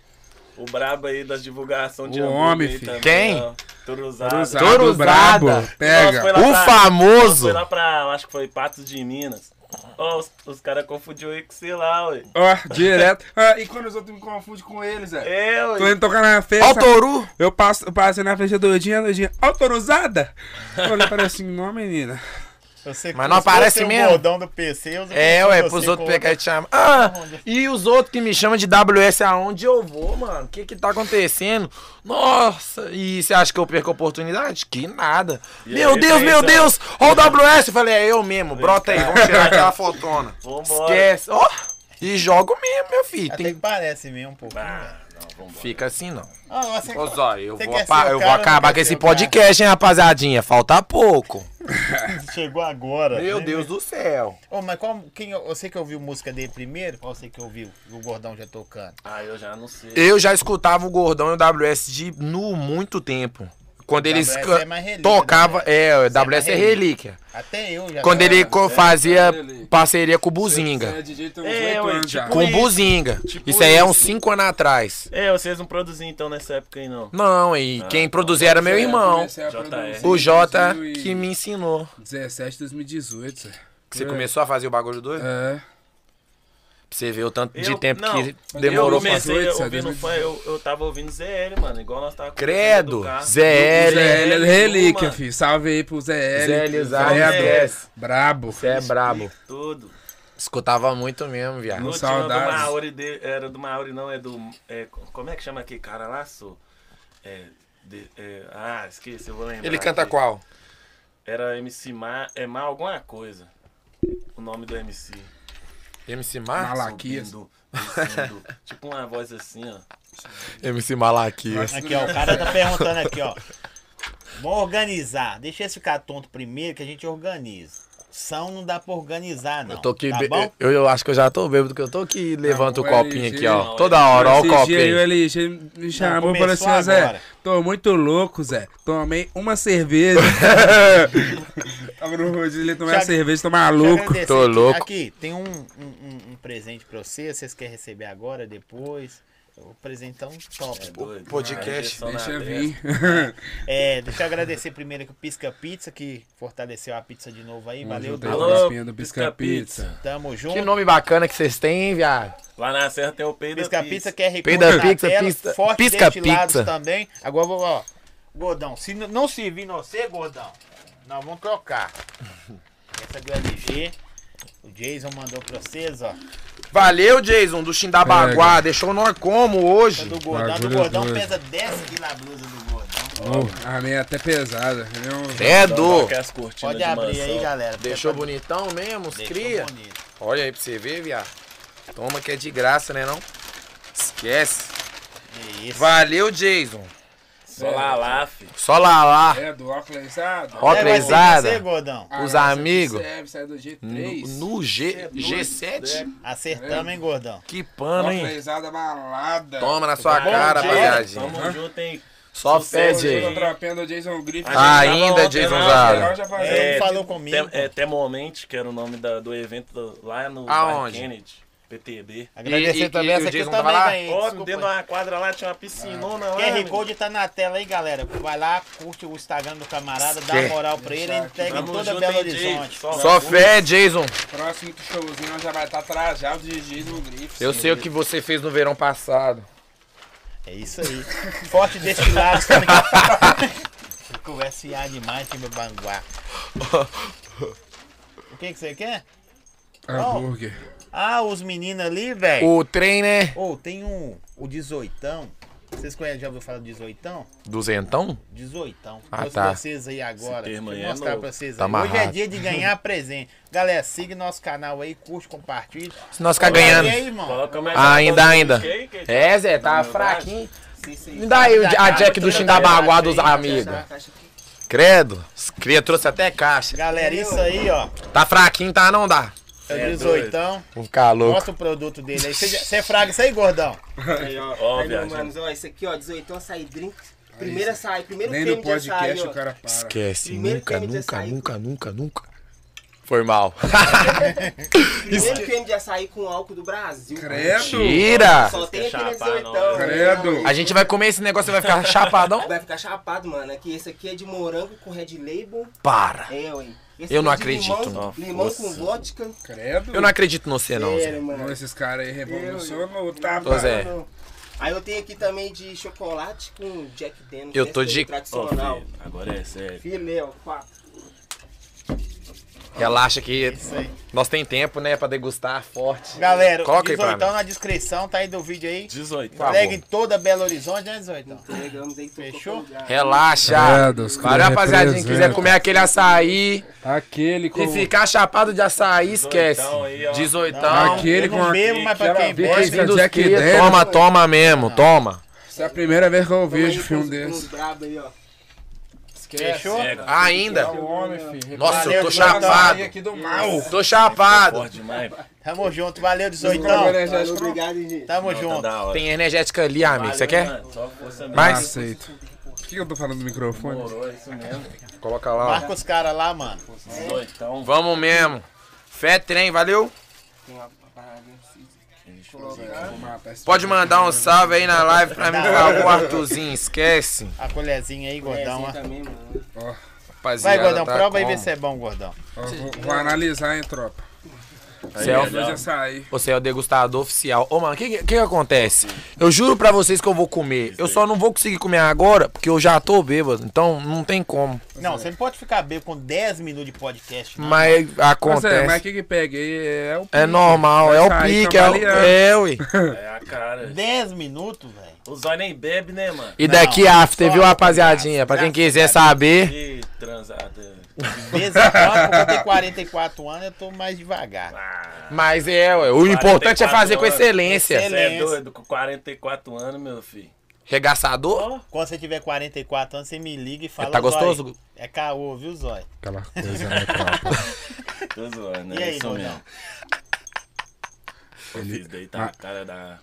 S4: O brabo aí das divulgação de
S3: O
S4: hambúrguer
S3: homem,
S4: aí
S3: fi.
S4: também,
S2: Quem?
S4: ó. Torusada.
S3: Torusado,
S2: Torusado.
S3: brabo.
S4: Nossa, foi
S3: Pega.
S4: lá
S2: O
S4: pra-
S2: famoso.
S4: Foi lá pra, acho que foi Patos de Minas. Ó, os, os caras confundiu aí com sei lá, ué.
S3: Ó, direto. Ah, e quando os outros me confundem com eles, Zé?
S4: É, ué.
S3: Tô indo tocar na festa.
S2: Ó o Toru.
S3: Eu passo, eu passei na frente da doidinha, a doidinha, autorizada? Eu olhei para assim, não, menina.
S1: Você-
S2: Mas não
S1: se
S2: aparece
S1: você é o
S2: mesmo?
S1: gordão do PC, eu
S2: É,
S1: eu sei
S2: ué, pros
S1: com
S2: outros
S1: outra-
S2: pegar e te chamar. Ah, e os outros que me chamam de WS aonde eu vou, mano? O que que tá acontecendo? Nossa, e você acha que eu perco a oportunidade? Que nada. meu
S4: aí,
S2: Deus, meu
S4: pensa.
S2: Deus! Ó o WS! Eu falei, é eu mesmo, brota aí, vamos tirar aquela fotona.
S4: Vambora.
S2: Esquece. Ó, e jogo mesmo, meu filho.
S1: Até
S2: Tem-
S1: que parece mesmo um pouco.
S4: Ah, não, vambora.
S2: Fica assim não.
S1: Ah, você-
S2: Ô, Zóio, eu
S1: você
S2: vou,
S1: quer
S2: apa-
S1: ser é o cara né?
S2: eu vou
S1: ou não
S2: acabar
S1: quer
S2: com
S1: ser
S2: esse
S1: o cara?
S2: podcast, hein, rapaziadinha? Falta pouco.
S1: Chegou agora.
S2: Meu
S1: né?
S2: Deus do céu.
S1: Ô, mas qual, quem, eu sei que ouviu música dele primeiro? Qual você que ouviu? O gordão já tocando.
S4: Ah, eu já não sei.
S2: Eu já escutava o Gordão e o WS de no muito tempo. Quando eles
S1: WS
S2: ca-
S1: é mais relíquia,
S2: tocava,
S1: né?
S2: é, o WS é
S1: mais
S2: relíquia.
S1: Até eu já.
S2: Quando ele co- fazia
S3: relíquia.
S2: parceria com o
S3: Você é
S2: Buzinga.
S3: DJ, tem uns
S4: É,
S3: oito
S4: ué,
S3: anos já.
S4: tipo-
S2: Com o
S4: isso.
S2: Buzinga.
S3: Tipo
S2: Isso aí é uns
S3: isso.
S2: 5 anos atrás.
S4: É, vocês não produziam então nessa época aí, não.
S2: Não, e quem produzia era meu irmão.
S3: Comecei a
S4: JR.
S3: produzir
S2: O Jota
S3: em
S2: que me ensinou.
S3: 2017, 2018, Zé.
S2: Você começou a fazer o bagulho doido?
S3: É.
S2: Pra você ver o tanto de
S4: Eu-
S2: tempo
S4: não,
S2: que demorou
S4: eu
S2: pra
S4: comecei
S3: 18,
S4: ouvindo fã, eu, eu tava ouvindo ZL, mano, igual nós tava conversando
S2: Credo,
S4: do carro.
S2: ZL.
S4: Zé
S3: Zé
S4: L
S3: L
S4: é
S3: é
S4: do
S3: relíquia,
S4: mano.
S3: filho. Salve aí pro Zé L.
S2: Zé L, Zé
S3: Credo.
S2: L, S.
S3: Brabo.
S2: Você é brabo. É um
S4: Tudo.
S2: Escutava muito mesmo,
S4: No
S2: viado.
S3: Nossa.
S4: último do
S3: saudades.
S4: Maori, de- era do Maori, não, é do. é, como é que chama aquele cara lá, sou? É, de- é, ah, esqueci, eu vou lembrar.
S2: Ele canta
S4: aqui.
S2: qual?
S4: Era MC Ma, é Ma alguma coisa. O nome do MC.
S2: MC Mar?
S3: Mala- Malaquias.
S4: Subindo, descendo. tipo uma voz assim, ó.
S2: MC Malaquias.
S1: Aqui, ó, o cara tá perguntando aqui, ó. Vamos organizar. Deixa esse ficar tonto primeiro que a gente organiza. São não dá pra organizar, não.
S2: Eu tô aqui.
S1: tá
S2: be-
S1: bom?
S2: eu, eu acho que eu já tô bêbado, porque eu tô aqui levanto o
S3: o
S2: copinho
S3: LG,
S2: aqui, ó.
S4: não,
S2: Toda hora, ó o
S3: Esse dia aí,
S2: copinho.
S3: o LG me chamou e falou assim,
S1: começou
S3: ó, Zé,
S1: agora.
S3: tô muito louco, Zé. Tomei uma cerveja. Tava no rodízio, ele tomei uma
S1: Já-
S3: cerveja,
S1: Deixa
S3: tô
S1: eu
S3: maluco.
S1: agradecer
S2: tô
S1: aqui.
S2: louco.
S1: Aqui, tem um, um, um- um presente pra vocês. Vocês querem receber agora, depois? O presentão top.
S4: É Doido.
S2: podcast,
S4: Uma
S3: Deixa
S4: injeção na
S3: eu
S4: testa.
S3: vir.
S1: É, deixa eu agradecer primeiro aqui o Pisca Pizza, que fortaleceu a pizza de novo aí. Valeu,
S2: Tá
S3: junto
S1: Dudu.
S3: aí, galera.
S4: Alô,
S3: Crispinha do
S4: Pisca
S3: Pisca
S4: Pizza.
S1: Tamo junto.
S2: Que nome bacana que vocês têm, hein, viado?
S4: Lá na Serra tem o Peida
S1: Pisca Pizza, QR Code
S2: Pida
S1: na
S2: pizza,
S1: tela,
S2: pizza,
S1: forte
S2: pisca
S1: destilados
S2: pizza.
S1: também. Agora vou, ó, Gordão, se n- não servir não ser, Gordão, nós vamos trocar. Essa é do LG, o Jason mandou pra vocês, ó.
S2: Valeu, Jason, do Xindabaguá. Deixou nós como
S1: Essa é
S2: hoje.
S1: do Gordão, do
S3: Bagulho
S1: Gordão
S3: doido.
S1: pesa 10 quilos a blusa do Gordão.
S3: Oh, a minha é até pesada. entendeu?
S2: Credo.
S4: As cortinas
S1: Pode
S4: de
S1: abrir aí,
S4: mansão.
S1: galera. porque
S2: Deixou
S1: tá-
S2: bonitão mesmo, os
S1: deixou
S2: cria.
S1: bonito.
S2: Olha aí pra você ver, viado. Toma que é de graça, né não? Esquece.
S1: Que É isso.
S2: Valeu, Jason.
S4: Só lá, lá, fi.
S2: Só lá lá.
S3: É do óculos, sabe?
S2: Ó,
S1: Vai ser
S2: trenzada.
S1: você, Gordão.
S3: Ah,
S2: Os
S3: essa aqui
S2: amigos.
S3: Serve, sai do G3.
S2: No, no
S1: é
S2: G, G7?
S1: Acertamos,
S2: É.
S1: hein, Gordão.
S2: Que pano, hein?
S3: Óculesada malada.
S2: Toma na sua
S1: Bom
S2: cara,
S1: dia.
S2: rapaziadinha.
S4: Tamo junto, hein?
S2: Só
S4: Sucesso,
S2: fede aí.
S4: hein?
S3: Contrapendo o Jason Griffin.
S2: Ah,
S4: A gente tava
S2: ainda,
S4: ontem
S2: Jason
S4: lá,
S2: Zara.
S4: cara.
S3: Melhor já fazer
S1: Você
S4: É,
S1: não falou comigo.
S4: Tem- é, Temomente, que era o nome da- do evento do- lá no
S2: Aonde?
S4: bairro Kennedy, PTB.
S1: Agradecer
S2: e-
S1: também,
S2: e o
S1: essa aqui eu
S2: Jason
S1: também
S2: tava lá?
S1: ganhei.
S4: Ó,
S1: desculpa
S4: dentro de
S1: aí.
S4: uma quadra lá tinha uma piscinona lá.
S1: QR
S4: menino.
S1: Code tá na tela aí, galera. Vai lá, curte o Instagram do camarada, dá
S2: Esquece.
S1: uma moral pra ele, ele entrega em
S4: Tamo
S1: toda
S4: junto,
S1: Belo
S4: hein, um. Jay?
S1: Horizonte.
S4: Tá
S2: Só fé, Jason.
S3: Próximo showzinho nós já vai estar trajado de Jason Griffin.
S2: Eu sei o que você fez no verão passado.
S1: É isso aí. Forte destilado. também. Conversa fiar demais, time Banguá. O que que você quer?
S3: Hambúrguer.
S1: Ah, os meninos ali, velho.
S2: O trem, né?
S1: Ô, tem um, o 18. Vocês conhecem, já ouviu falar do 18?
S2: Duzentão?
S1: 18.
S2: Ah,
S1: Trouxe
S2: tá.
S1: vocês aí agora.
S4: Esse
S1: Deixa eu
S4: termo aí é
S1: mostrar
S4: novo.
S1: pra vocês
S2: Tá
S1: aí. Hoje é
S2: amarrado.
S1: dia de ganhar presente. Galera, siga nosso canal aí, curte, compartilha.
S2: Se nós ficar
S1: E aí,
S2: ganhando.
S1: irmão?
S4: Coloca mais
S2: Ah,
S4: uma
S2: ainda,
S4: coisa
S2: ainda.
S4: que aí, que aí.
S2: É, Zé, tá
S4: Não,
S2: fraquinho.
S1: Sim, sim.
S2: Me dá aí o- a
S1: Tá,
S2: Jack
S1: vou
S2: do
S1: te
S2: Xindabaguá
S1: dar
S2: dos
S1: aí,
S2: amigos. Credo. Os cria trouxe até caixa.
S1: Galera, isso aí, ó.
S2: Tá fraquinho, tá? Não dá.
S1: É
S4: É
S1: o 18.
S2: Vou ficar louco.
S1: Mostra o produto dele aí. Você fraga isso é aí, gordão?
S5: Aí, ó.
S4: Ó,
S5: aí, meu
S4: viagem.
S5: mano, ó, esse aqui, ó, 18 açaí drink. Primeira açaí, primeiro
S3: Nem
S5: creme
S3: no
S5: de açaí,
S3: podcast
S5: ó.
S3: o cara para.
S2: Esquece.
S5: Primeiro
S2: Nunca,
S5: creme de
S2: nunca,
S5: açaí.
S2: nunca, nunca, nunca. Foi mal.
S5: Primeiro creme de açaí com álcool do Brasil.
S3: Credo.
S2: Tira!
S5: Só tem aqui
S4: Quer
S5: na
S4: chapar,
S5: 18.
S4: não,
S5: ó.
S3: Credo.
S2: A gente vai comer esse negócio e vai ficar chapadão?
S5: Vai ficar chapado, mano. Aqui, esse aqui é de morango com red label.
S2: Para!
S5: É, ué. Esse
S2: Eu
S5: aqui
S2: não
S5: é de
S2: acredito,
S5: Limão,
S4: não.
S5: limão com
S4: Nossa.
S5: vodka.
S3: Credo.
S2: Eu não acredito no você, não, Zé.
S5: Sério, mano.
S3: Não, esses caras aí revolucionam o
S2: Ô,
S3: tapa.
S2: Zé.
S5: Não. Aí eu tenho aqui também de chocolate com Jack Daniels.
S2: Eu tô
S5: esse
S2: de-
S4: Ó,
S5: Tradicional.
S4: filho, agora é sério.
S5: Filé, ó, quatro.
S2: Relaxa que
S1: Isso aí.
S2: nós tem tempo, né, pra degustar forte.
S1: Galera, o
S2: Coloca aí pra
S1: 18 na descrição, tá aí do vídeo aí.
S4: 18.
S2: Tá.
S1: Entrega em toda Belo Horizonte, né,
S2: Então,
S1: 18?
S5: Pegamos aí. tocou
S1: Fechou?
S5: pro lugar.
S2: Relaxa.
S3: Credo, os
S2: Valeu,
S3: caras
S2: rapaziadinha.
S3: representam.
S2: Quiser comer aquele açaí
S3: Aquele com...
S2: e ficar chapado de açaí, esquece.
S4: Dezoitão aí, ó.
S2: Dezoitão.
S3: Aqui. Aquele
S1: eu não
S3: com
S1: bebo, mas pra
S3: aquela
S1: quem
S3: bica
S1: bebe,
S3: aí,
S2: Esse dos
S3: Jack
S2: cria,
S3: Daniels.
S2: Toma, toma mesmo, toma.
S3: Essa é a primeira vez que eu
S5: Toma aí
S3: vejo um filme
S5: com os- com os
S3: desse.
S5: brabo aí, ó.
S1: fechou?
S3: É
S2: Ainda.
S3: o homem, filho.
S2: Nossa, eu
S1: Valeu,
S2: tô
S1: Gordão.
S2: chapado.
S3: Aqui tá do mal.
S2: Tô
S1: Ah,
S2: chapado.
S4: Forte demais.
S1: Tamo junto, valeu, 18.
S3: Agora já está-
S5: Valeu, obrigado, hein, gente.
S1: Tamo
S4: Tá
S1: junto.
S4: da hora.
S2: Tem energética ali, amigo. Você
S4: Valeu,
S2: quer?
S4: mano. Só força mesmo.
S2: Mas-
S3: Aceito. Por que que eu tô falando no microfone?
S4: Demorou, é isso mesmo.
S2: Coloca lá, ó.
S1: Marca os caras lá, mano.
S4: 18.
S2: Vamos mesmo. Fé trem, valeu?
S5: Tem uma parada assim.
S3: Vou matar esse
S2: Pode mandar um salve aí na live pra mim, por favor, Arthurzinho. Esquece.
S1: A colherzinha aí, gordão.
S5: É,
S1: ó.
S5: assim também, mano.
S2: Rapaziada,
S1: Vai, gordão,
S2: tá
S1: prova aí
S2: como?
S1: ver se é bom, gordão.
S3: Ó, vou, vou analisar, hein, tropa.
S2: Você é o-
S3: Depois já saí.
S2: Você é o degustador oficial. Ô, mano, o que, que, que acontece? Eu juro pra vocês que eu vou comer. Eu só não vou conseguir comer agora, porque eu já tô bêbado. Então não tem como.
S1: Não, você não pode ficar bêbado com 10 minutos de podcast. não.
S2: Mas
S3: Mas, é, mas o
S2: acontece.
S3: que que pega aí é o
S2: É normal, é o pique, é o. É, ui.
S4: É a cara.
S1: 10 minutos, velho.
S4: O Zóio nem bebe, né, mano?
S2: E daqui
S1: Não,
S2: after,
S1: só
S2: viu,
S1: no
S2: rapaziadinha? Pra quem
S1: pedaço,
S2: quiser
S1: graças a
S2: saber.
S4: Que transada.
S1: Vezes quatro, porque eu tenho 44 anos, eu tô mais devagar.
S4: Ah,
S2: Mas é, ué, o importante é fazer com
S4: 44
S2: excelência.
S1: Excelência.
S4: Você é doido, com 44 anos, meu filho.
S2: Regaçador?
S1: Quando você tiver 44 anos, você me liga e fala.
S2: Tá
S1: "Ô, Zói,
S2: gostoso?"
S1: É caô, viu, Zói?
S2: Aquela coisa, né?
S4: Tô zoando,
S1: E
S4: é
S1: aí,
S4: isso
S1: Daniel?
S4: mesmo. Eu fiz deitar a cara da.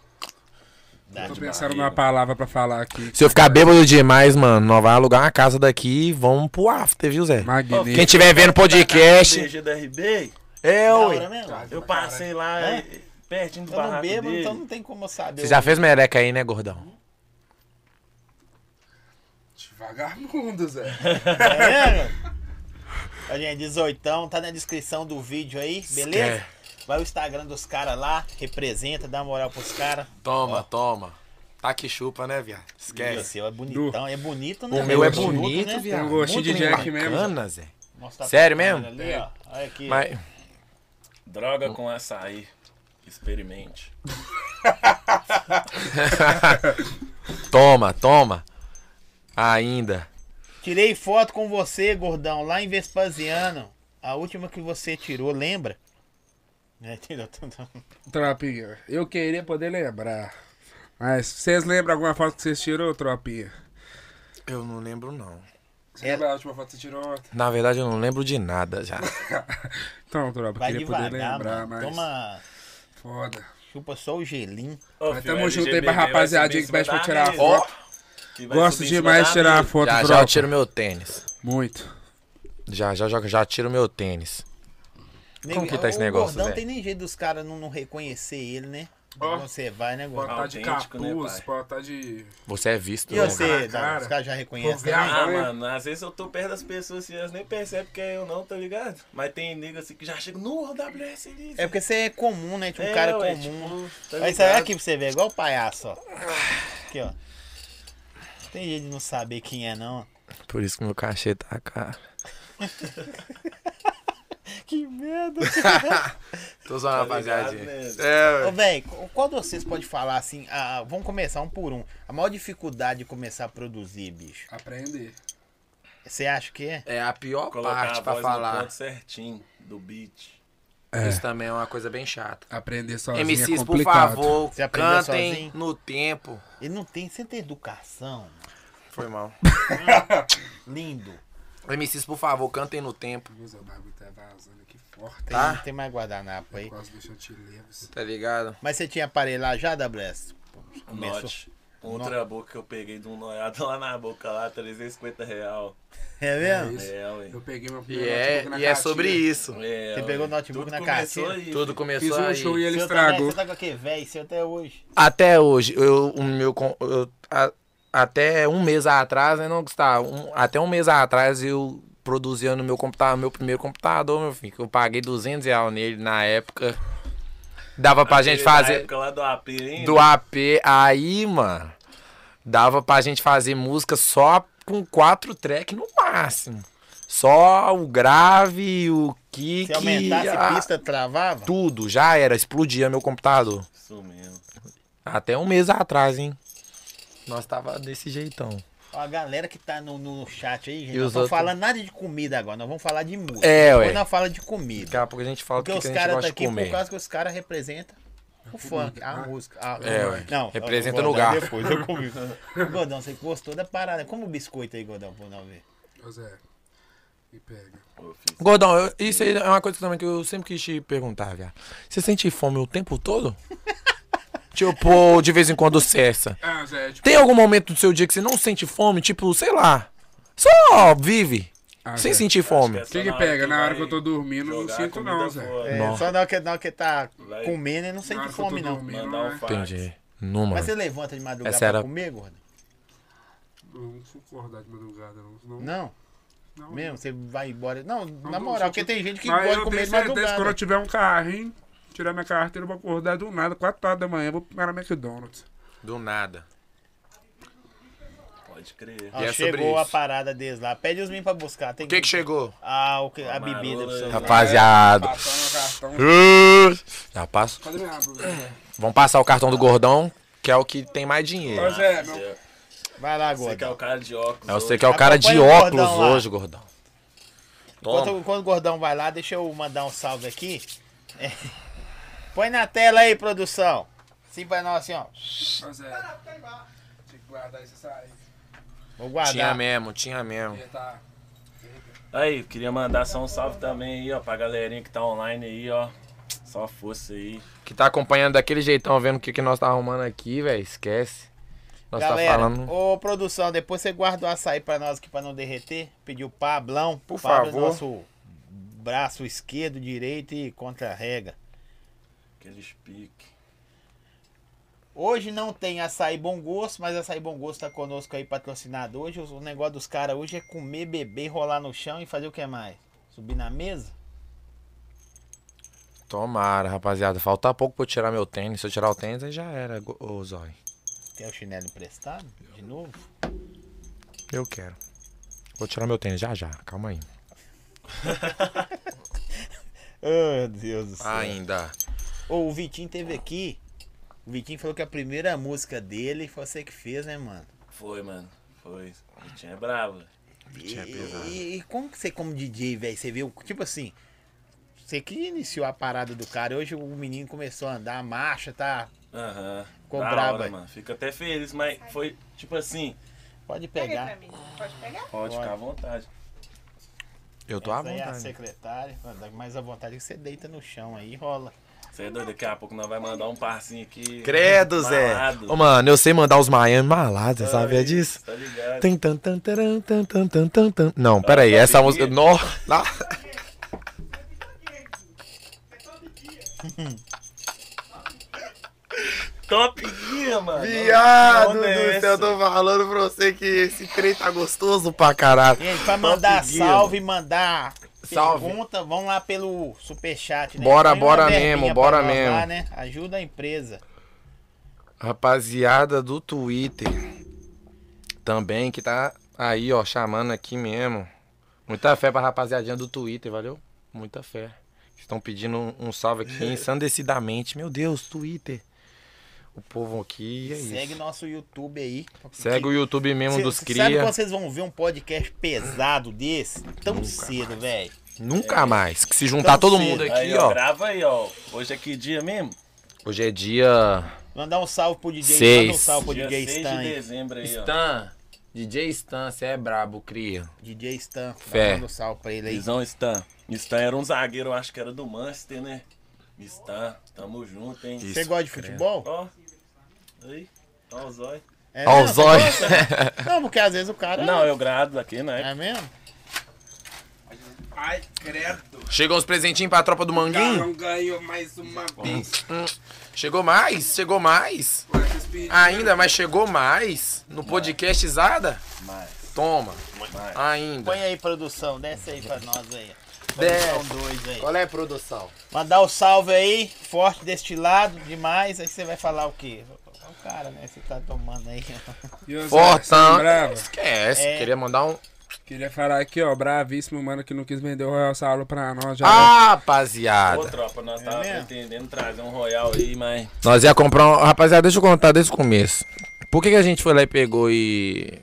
S1: Dá
S4: de
S3: Tô pensando
S4: barriga.
S3: numa palavra pra falar aqui.
S2: Se eu ficar bêbado demais, mano, nós vamos alugar uma casa daqui e vamos pro after, viu, Zé? Quem
S3: Magnífico.
S2: tiver vendo podcast.
S4: BG da RB,
S2: É,
S1: Da
S2: ué.
S1: hora mesmo.
S4: eu passei lá
S1: Hã?
S4: eh, pertinho do
S1: Eu não
S4: barraco
S1: bebo,
S4: Tá dele.
S1: então não tem como eu saber.
S2: Você já fez mereca aí, né, gordão?
S3: Vagabundo, Zé.
S1: Tá vendo? A gente é 18, tá na descrição do vídeo aí, beleza? Vai o Instagram dos caras lá, representa, dá moral pros caras.
S2: Toma, toma. Tá que chupa, né, viado?
S1: E O seu é bonitão, é bonito, né?
S2: O meu é
S1: Muito
S2: bonito,
S1: né?
S2: viado.
S3: Tem um gostinho de
S2: Muito
S3: Jack mesmo.
S2: bacana, Zé.
S1: Mostrar pra
S2: Sério
S1: câmera
S2: mesmo?
S1: Ali, ó. Olha aqui.
S2: Mas,
S4: Droga com açaí. Experimente.
S2: toma, toma. Ainda.
S1: Tirei foto com você, gordão, lá em Vespasiano. A última que você tirou, lembra? É, tirou tudo.
S3: Tropinha, eu queria poder lembrar. Mas vocês lembram alguma foto que vocês tirou, Tropinha?
S2: Eu não lembro, não.
S3: Você lembra a última foto que você tirou?
S2: Na verdade, eu não lembro de nada já.
S3: Então, Tropa,
S1: Vai
S3: queria poder
S1: devagar,
S3: lembrar,
S1: mano.
S3: mas.
S1: Toma,
S3: Foda.
S1: chupa só o gelinho.
S4: Ô,
S3: Mas
S4: filho,
S3: tamo
S4: o
S3: junto aí
S4: LGBT
S3: pra
S4: vai
S3: rapaziadinha
S4: subir em
S3: que vai
S4: cima da
S3: tirar a
S4: mesa.
S3: foto.
S4: Que vai
S3: Gosto
S4: subir em cima
S3: demais de
S4: da
S3: tirar a
S4: mesa.
S3: foto,
S2: Já, já eu
S3: Tropa.
S2: tiro meu tênis.
S3: Muito.
S2: Já, já, já, já tiro meu tênis. Como que tá esse
S1: o
S2: negócio,
S1: Gordão
S2: Zé?
S1: tem nem jeito dos caras não, não reconhecer ele, né?
S3: Ó.
S1: Quando Você vai, né,
S3: Pode
S1: Gordão?
S3: estar tá de
S4: Autêntico, né,
S3: capuz,
S4: pai?
S3: pode estar de.
S2: Você é visto.
S1: E
S2: né?
S1: você,
S3: Cara,
S1: Dal? Os caras já reconhecem.
S3: Pô,
S1: também?
S3: viado.
S4: Ah,
S3: Olha.
S4: mano, às vezes eu tô perto das pessoas e elas nem percebem que é eu não, tá ligado? Mas tem nego assim que já chega no WS ali.
S1: É porque você é comum, né? Tipo, um cara
S4: ué,
S1: comum.
S4: tipo, tá
S1: Aí você olha
S4: ligado?
S1: aqui pra você ver, é igual o palhaço, ó. Aqui, ó. Tem jeito de não saber quem é, não.
S2: Por isso que meu cachê tá caro.
S1: Que merda.
S2: Tô só
S4: Tá ligado, né?
S2: É,
S1: Ô, velho, qual de vocês pode falar assim? ah, vamos começar um por um. A maior dificuldade de começar a produzir, bicho.
S3: Aprender.
S1: Você acha que é?
S2: É a pior
S4: Colocar
S2: parte
S4: a
S2: pra
S4: voz no
S2: falar.
S4: ponto certinho do beat.
S2: Isso também é uma coisa bem chata.
S3: Aprender sozinho é
S2: MCs, por
S3: complicado.
S2: favor,
S1: Você aprendeu
S2: cantem
S1: sozinho?
S2: no tempo.
S1: Ele não tem, você tem educação.
S2: Foi mal.
S1: Lindo.
S2: MCs, por favor, cantem no tempo.
S3: Meu Deus, o bagulho tá vazando aqui forte.
S1: Tem,
S2: Tá.
S1: tem mais guardanapo aí.
S3: Quase deixou te leves.
S2: Tá ligado?
S1: Mas você tinha aparelho lá já, WS?
S4: Um
S1: Começou.
S4: Note. Outra boca que eu peguei de um noiado lá na boca lá, 350 real.
S1: É mesmo?
S3: Isso.
S4: É, ué.
S3: Eu peguei meu
S2: E
S3: primeiro
S2: é,
S3: notebook tipo, na
S2: e é sobre
S3: caixinha.
S2: isso.
S4: É,
S1: Você
S4: ué.
S1: pegou o notebook
S4: Tudo
S1: na
S4: começou
S1: caixinha?
S4: aí,
S2: Tudo
S4: filho.
S2: começou
S3: Fiz um
S2: aí.
S3: show e ele
S1: Seu
S3: estragou.
S1: Tá, você tá com aquele velho seu até hoje.
S2: Até hoje, eu, o meu. con- eu- a- até um mês atrás, né, não, Gustavo? Um- até um mês atrás eu produzia no meu computador, meu primeiro computador, meu filho. que Eu paguei 200 reais nele na época. Dava pra gente
S4: Na
S2: fazer.
S4: época lá do AP ainda.
S2: Do AP. Aí, mano. Dava pra gente fazer música só com quatro tracks no máximo. Só o grave, o kick.
S1: Se aumentasse
S2: a-
S1: pista, travava?
S2: Tudo, já era, explodia meu computador.
S4: Isso mesmo.
S2: Até um mês atrás, hein? Nós tava desse jeitão.
S1: Ó, a galera que tá no, no chat aí, gente,
S2: E
S1: não
S2: os
S1: estamos
S2: outros?
S1: falando nada de comida agora, nós vamos falar de música.
S2: É,
S1: Depois
S2: ué.
S1: nós fala de
S2: Daqui
S1: comida.
S2: a pouco a gente fala do
S1: Porque
S2: que, que
S1: os
S2: a gente
S1: caras tá
S2: gosta de
S1: aqui por
S2: comer.
S1: causa que os caras representam o funk, a música. a-
S2: É,
S1: o-
S2: ué.
S1: Não,
S2: Representa
S1: eu vou
S2: no
S1: dar
S2: garfo.
S1: Depois eu comi. Godão, você gostou da parada. Como o biscoito aí, Godão, por não ver.
S3: Ô, Zé. Me pega.
S4: Pô, fiz
S2: Gordão, eu- isso aí é uma coisa também que eu sempre quis te perguntar, viado. Você sente fome o tempo todo? tipo, de vez em quando cessa.
S3: Ah, Zé, tipo.
S2: Tem algum momento do seu dia que você não sente fome? Tipo, sei lá. Só vive.
S3: Ah,
S2: sem
S3: Zé.
S2: sentir fome.
S4: é
S3: O
S4: só
S3: que que
S4: na
S3: pega? Na hora que
S4: vai
S3: eu tô dormindo, eu não
S4: jogar a
S3: sinto
S4: comida
S3: não, Zé.
S4: fora.
S1: É,
S2: Não.
S1: só na hora que, na hora que tá
S4: Vai.
S1: comendo, ele não sente
S3: Na hora que eu tô
S1: fome, não.
S3: dormindo,
S4: Mandar um
S3: né?
S4: fax.
S2: Entendi. Não,
S1: Mas você
S2: mano.
S1: levanta de madrugada
S2: Essa
S1: pra
S2: era-
S1: comer, Gordão?
S3: Eu não vou acordar de madrugada, não. senão-
S1: Não,
S3: não,
S1: mesmo, você vai embora. Não, na
S3: não,
S1: moral,
S3: só
S1: porque
S3: que-
S1: tem gente que
S3: Mas
S1: gosta de
S3: eu
S1: comer
S3: tenho
S1: de
S3: certeza que quando
S1: madrugada.
S3: eu tiver um carrinho, tirar minha carteira, vou acordar do nada, 4 horas da manhã, vou para McDonald's.
S2: Do nada.
S4: Pode crer.
S3: Ah,
S2: E
S1: Ó,
S2: é sobre
S1: chegou a
S2: isso.
S1: parada deles lá. Pede os meninos pra buscar. Tem
S2: O que que chegou? Ah,
S1: Ah, o que-
S3: Tá
S1: a
S4: Amarula
S1: bebida pra
S3: né?
S1: vocês.
S4: aí.
S1: lá.
S2: Rapaziada.
S3: Passando o cartão.
S2: Uh, Já passo.
S3: Cadê minha blusa?
S2: Vamos passar o cartão do gordão, que é o que tem mais dinheiro.
S3: Pois é, meu.
S1: Vai lá,
S4: Você que é
S1: Gordão.
S4: o cara de óculos.
S2: É você
S4: hoje.
S2: que é o cara de
S1: Acompanha o
S2: óculos
S1: gordão lá.
S2: hoje, gordão. Toma.
S1: Enquanto, enquanto o Gordão vai lá, deixa eu mandar um salve aqui. É. Põe na tela aí, produção. Sim, pra nós assim, ó.
S3: Pois é. Tinha que guardar esse sair.
S1: Vou guardar.
S2: Tinha mesmo, tinha mesmo.
S3: Ele tá.
S4: Aí, queria mandar só um salve também aí, ó, pra galerinha que tá online aí, ó. Só força aí.
S2: Que tá acompanhando daquele jeitão, vendo o que, que nós tá arrumando aqui, velho. Esquece. Nós
S1: Galera,
S2: tá falando.
S1: ô produção, depois você guarda o açaí pra nós aqui pra não derreter. Pediu o Pablão.
S2: Por
S1: Pablo é
S2: favor.
S1: nosso braço esquerdo, direito e contra-rega.
S4: Aqueles piques.
S1: Hoje não tem açaí bom gosto, mas açaí bom gosto tá conosco aí patrocinado hoje. O negócio dos caras hoje é comer, beber, rolar no chão e fazer o que mais? Subir na mesa?
S2: Tomara, rapaziada. Falta pouco pra eu tirar meu tênis. Se eu tirar o tênis, aí já era, go- ô Zói.
S1: Quer o chinelo emprestado? De novo?
S2: Eu quero. Vou tirar meu tênis já já, calma aí.
S1: Meu Deus do céu.
S2: Ainda.
S1: Ô, o Vitinho teve aqui. O Vitinho falou que a primeira música dele foi você que fez, né, mano?
S4: Foi, mano. Foi. O Vitinho é bravo.
S1: E,
S2: é pesado.
S1: e- e como que você, como DJ, velho, você viu, tipo assim, você que iniciou a parada do cara, hoje o menino começou a andar, marcha, tá?
S4: Aham.
S1: Ficou
S4: Da
S1: brabo, hein?
S4: mano. Fico até feliz, mas foi tipo assim.
S1: Pode
S6: Pega aí pra
S1: pegar.
S6: mim. Pode pegar?
S4: Pode
S1: Bora.
S4: ficar à vontade.
S2: Eu tô à
S1: Essa aí é a
S2: vontade.
S1: secretária, mano, dá mais à vontade que você deita no chão aí e rola.
S4: Você é doido, daqui a pouco nós vai mandar um parzinho aqui.
S2: Credo, Zé.
S4: Malado.
S2: Ô, mano, eu sei mandar os Miami malados, você sabia disso?
S4: Tá ligado?
S2: Tem tan tan taran, tan tan tan tan tan. Não, peraí, essa música. Nó. lá.
S4: Top Gear, mano.
S2: Viado
S4: Não, não é
S2: do
S4: essa.
S2: céu, eu tô falando pra você que esse trem tá gostoso pra caralho.
S1: Gente, pra mandar
S4: Guia,
S1: salve, mandar
S2: Salve.
S1: pergunta, vamos lá pelo superchat, né?
S2: Bora,
S1: Põe uma
S2: bora
S1: verbinha
S2: mesmo,
S1: pra
S2: bora
S1: nós
S2: mesmo.
S1: lá, né? Ajuda a empresa.
S2: Rapaziada do Twitter também que tá aí, ó, chamando aqui mesmo. Muita fé pra rapaziadinha do Twitter, valeu? Muita fé. Estão pedindo um, um salve aqui ensandecidamente. Meu Deus, Twitter. O povo aqui é isso.
S1: Segue nosso YouTube aí.
S2: Segue o YouTube mesmo
S1: Cê-
S2: dos
S1: cê Sabe
S2: cria.
S1: quando vocês vão ver um podcast pesado desse? Tão cedo, velho.
S2: Nunca mais. Que se juntar todo
S1: Cansei.
S2: mundo aqui,
S4: Aí, ó,
S2: ó.
S4: Grava aí, ó. Hoje é que dia mesmo?
S2: Hoje é dia.
S1: Mandar um salve pro DJ.
S2: Seis.
S1: Manda um salve pro
S4: Dia
S1: DJ
S4: 6
S1: Stan.
S4: de
S1: aí.
S4: dezembro aí, ó.
S2: Stan. DJ Stan, você é brabo, cria.
S1: DJ Stan.
S2: Fé.
S1: Manda um salve pra ele aí.
S4: Visão Stan. Stan era um zagueiro, eu acho que era do Manchester, né? Stan, tamo junto, hein?
S2: Isso.
S1: Você gosta de futebol?
S4: Ó. Aí. tá Ó o zóio.
S1: É
S2: Ó, o
S1: mesmo? Você
S2: zóio.
S1: gosta? Não, porque às vezes o cara.
S4: Não, eu grado aqui, né?
S1: É mesmo?
S3: Ai, credo.
S2: Chegou uns presentinhos pra tropa do Manguinho? Hum,
S3: Carlão ganhou mais uma vez.
S2: Chegou mais, chegou mais.
S3: Olha que espírito.
S2: Ainda, mas chegou mais. No podcast Zada?
S4: Mas,
S2: Toma.
S4: mas.
S2: Ainda.
S1: Põe aí, produção. Desce aí pra nós aí.
S2: Desce.
S1: Produção dois aí.
S2: é a produção?
S1: Mandar o salve aí. Forte deste lado demais. Aí você vai falar o quê? O cara, né? Você tá tomando aí.
S3: E o Zé,
S2: Fortão.
S3: assim, bravo.
S2: Esquece.
S1: É.
S2: Queria mandar um.
S3: Queria falar aqui, ó, bravíssimo, mano, que não quis vender o Royal Salo pra nós. Já
S2: Ah,
S4: Ô,
S2: rapaziada.
S4: tropa, nós tava
S1: mesmo?
S4: pretendendo trazer um Royal aí, mas.
S2: Nós ia comprar um. Rapaziada, deixa eu contar desde o começo. Por que, que a gente foi lá e pegou e.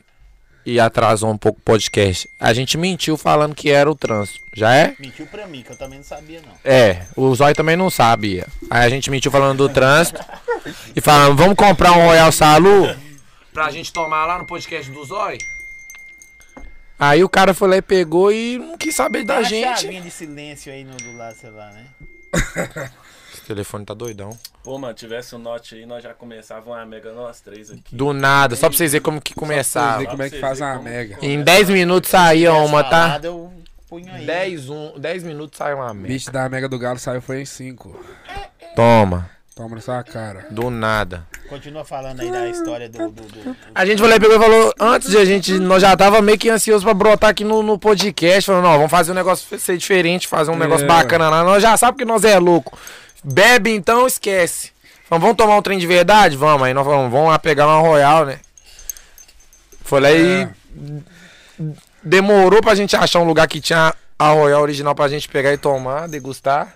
S2: E atrasou um pouco o podcast? A gente mentiu falando que era o trânsito. Já é?
S1: Mentiu pra mim, que eu também não sabia, não.
S2: É, o Zói também não sabia. Aí a gente mentiu falando do trânsito. e falando, vamos comprar um Royal Salu. Pra gente tomar lá no podcast do Zói. Aí o cara foi lá e pegou e não quis saber da
S1: Tem uma
S2: gente.
S1: chavinha de silêncio aí no do lado, sei lá, né?
S2: Esse telefone tá doidão.
S4: Pô, mano, tivesse o Note aí, nós já começava uma mega nós três aqui.
S2: Do nada, só pra vocês verem como que
S3: Vocês
S2: começava.
S3: veem como é que faz uma mega.
S2: Em 10 minutos saía uma, tá?
S1: Falado, Eu punho aí.
S2: 10 um, 10 minutos saiu uma merda.
S3: Bicho da Mega do Galo saiu foi em 5.
S2: Toma,
S3: Toma na sua cara.
S2: do nada.
S1: Continua falando aí da história do. do, do- do-
S2: A gente foi lá e pegou e falou, antes de a gente, nós já tava meio que ansioso pra brotar aqui no, no podcast, falando, não, vamos fazer um negócio ser diferente, fazer um negócio
S3: É.
S2: bacana lá, nós já sabe que nós é louco. Bebe então, esquece. Falei, vamos tomar um trem de verdade? Vamos. Aí nós falamos, vamos lá pegar uma Royal, né? Foi lá e. Demorou pra gente achar um lugar que tinha a Royal original pra gente pegar e tomar, degustar.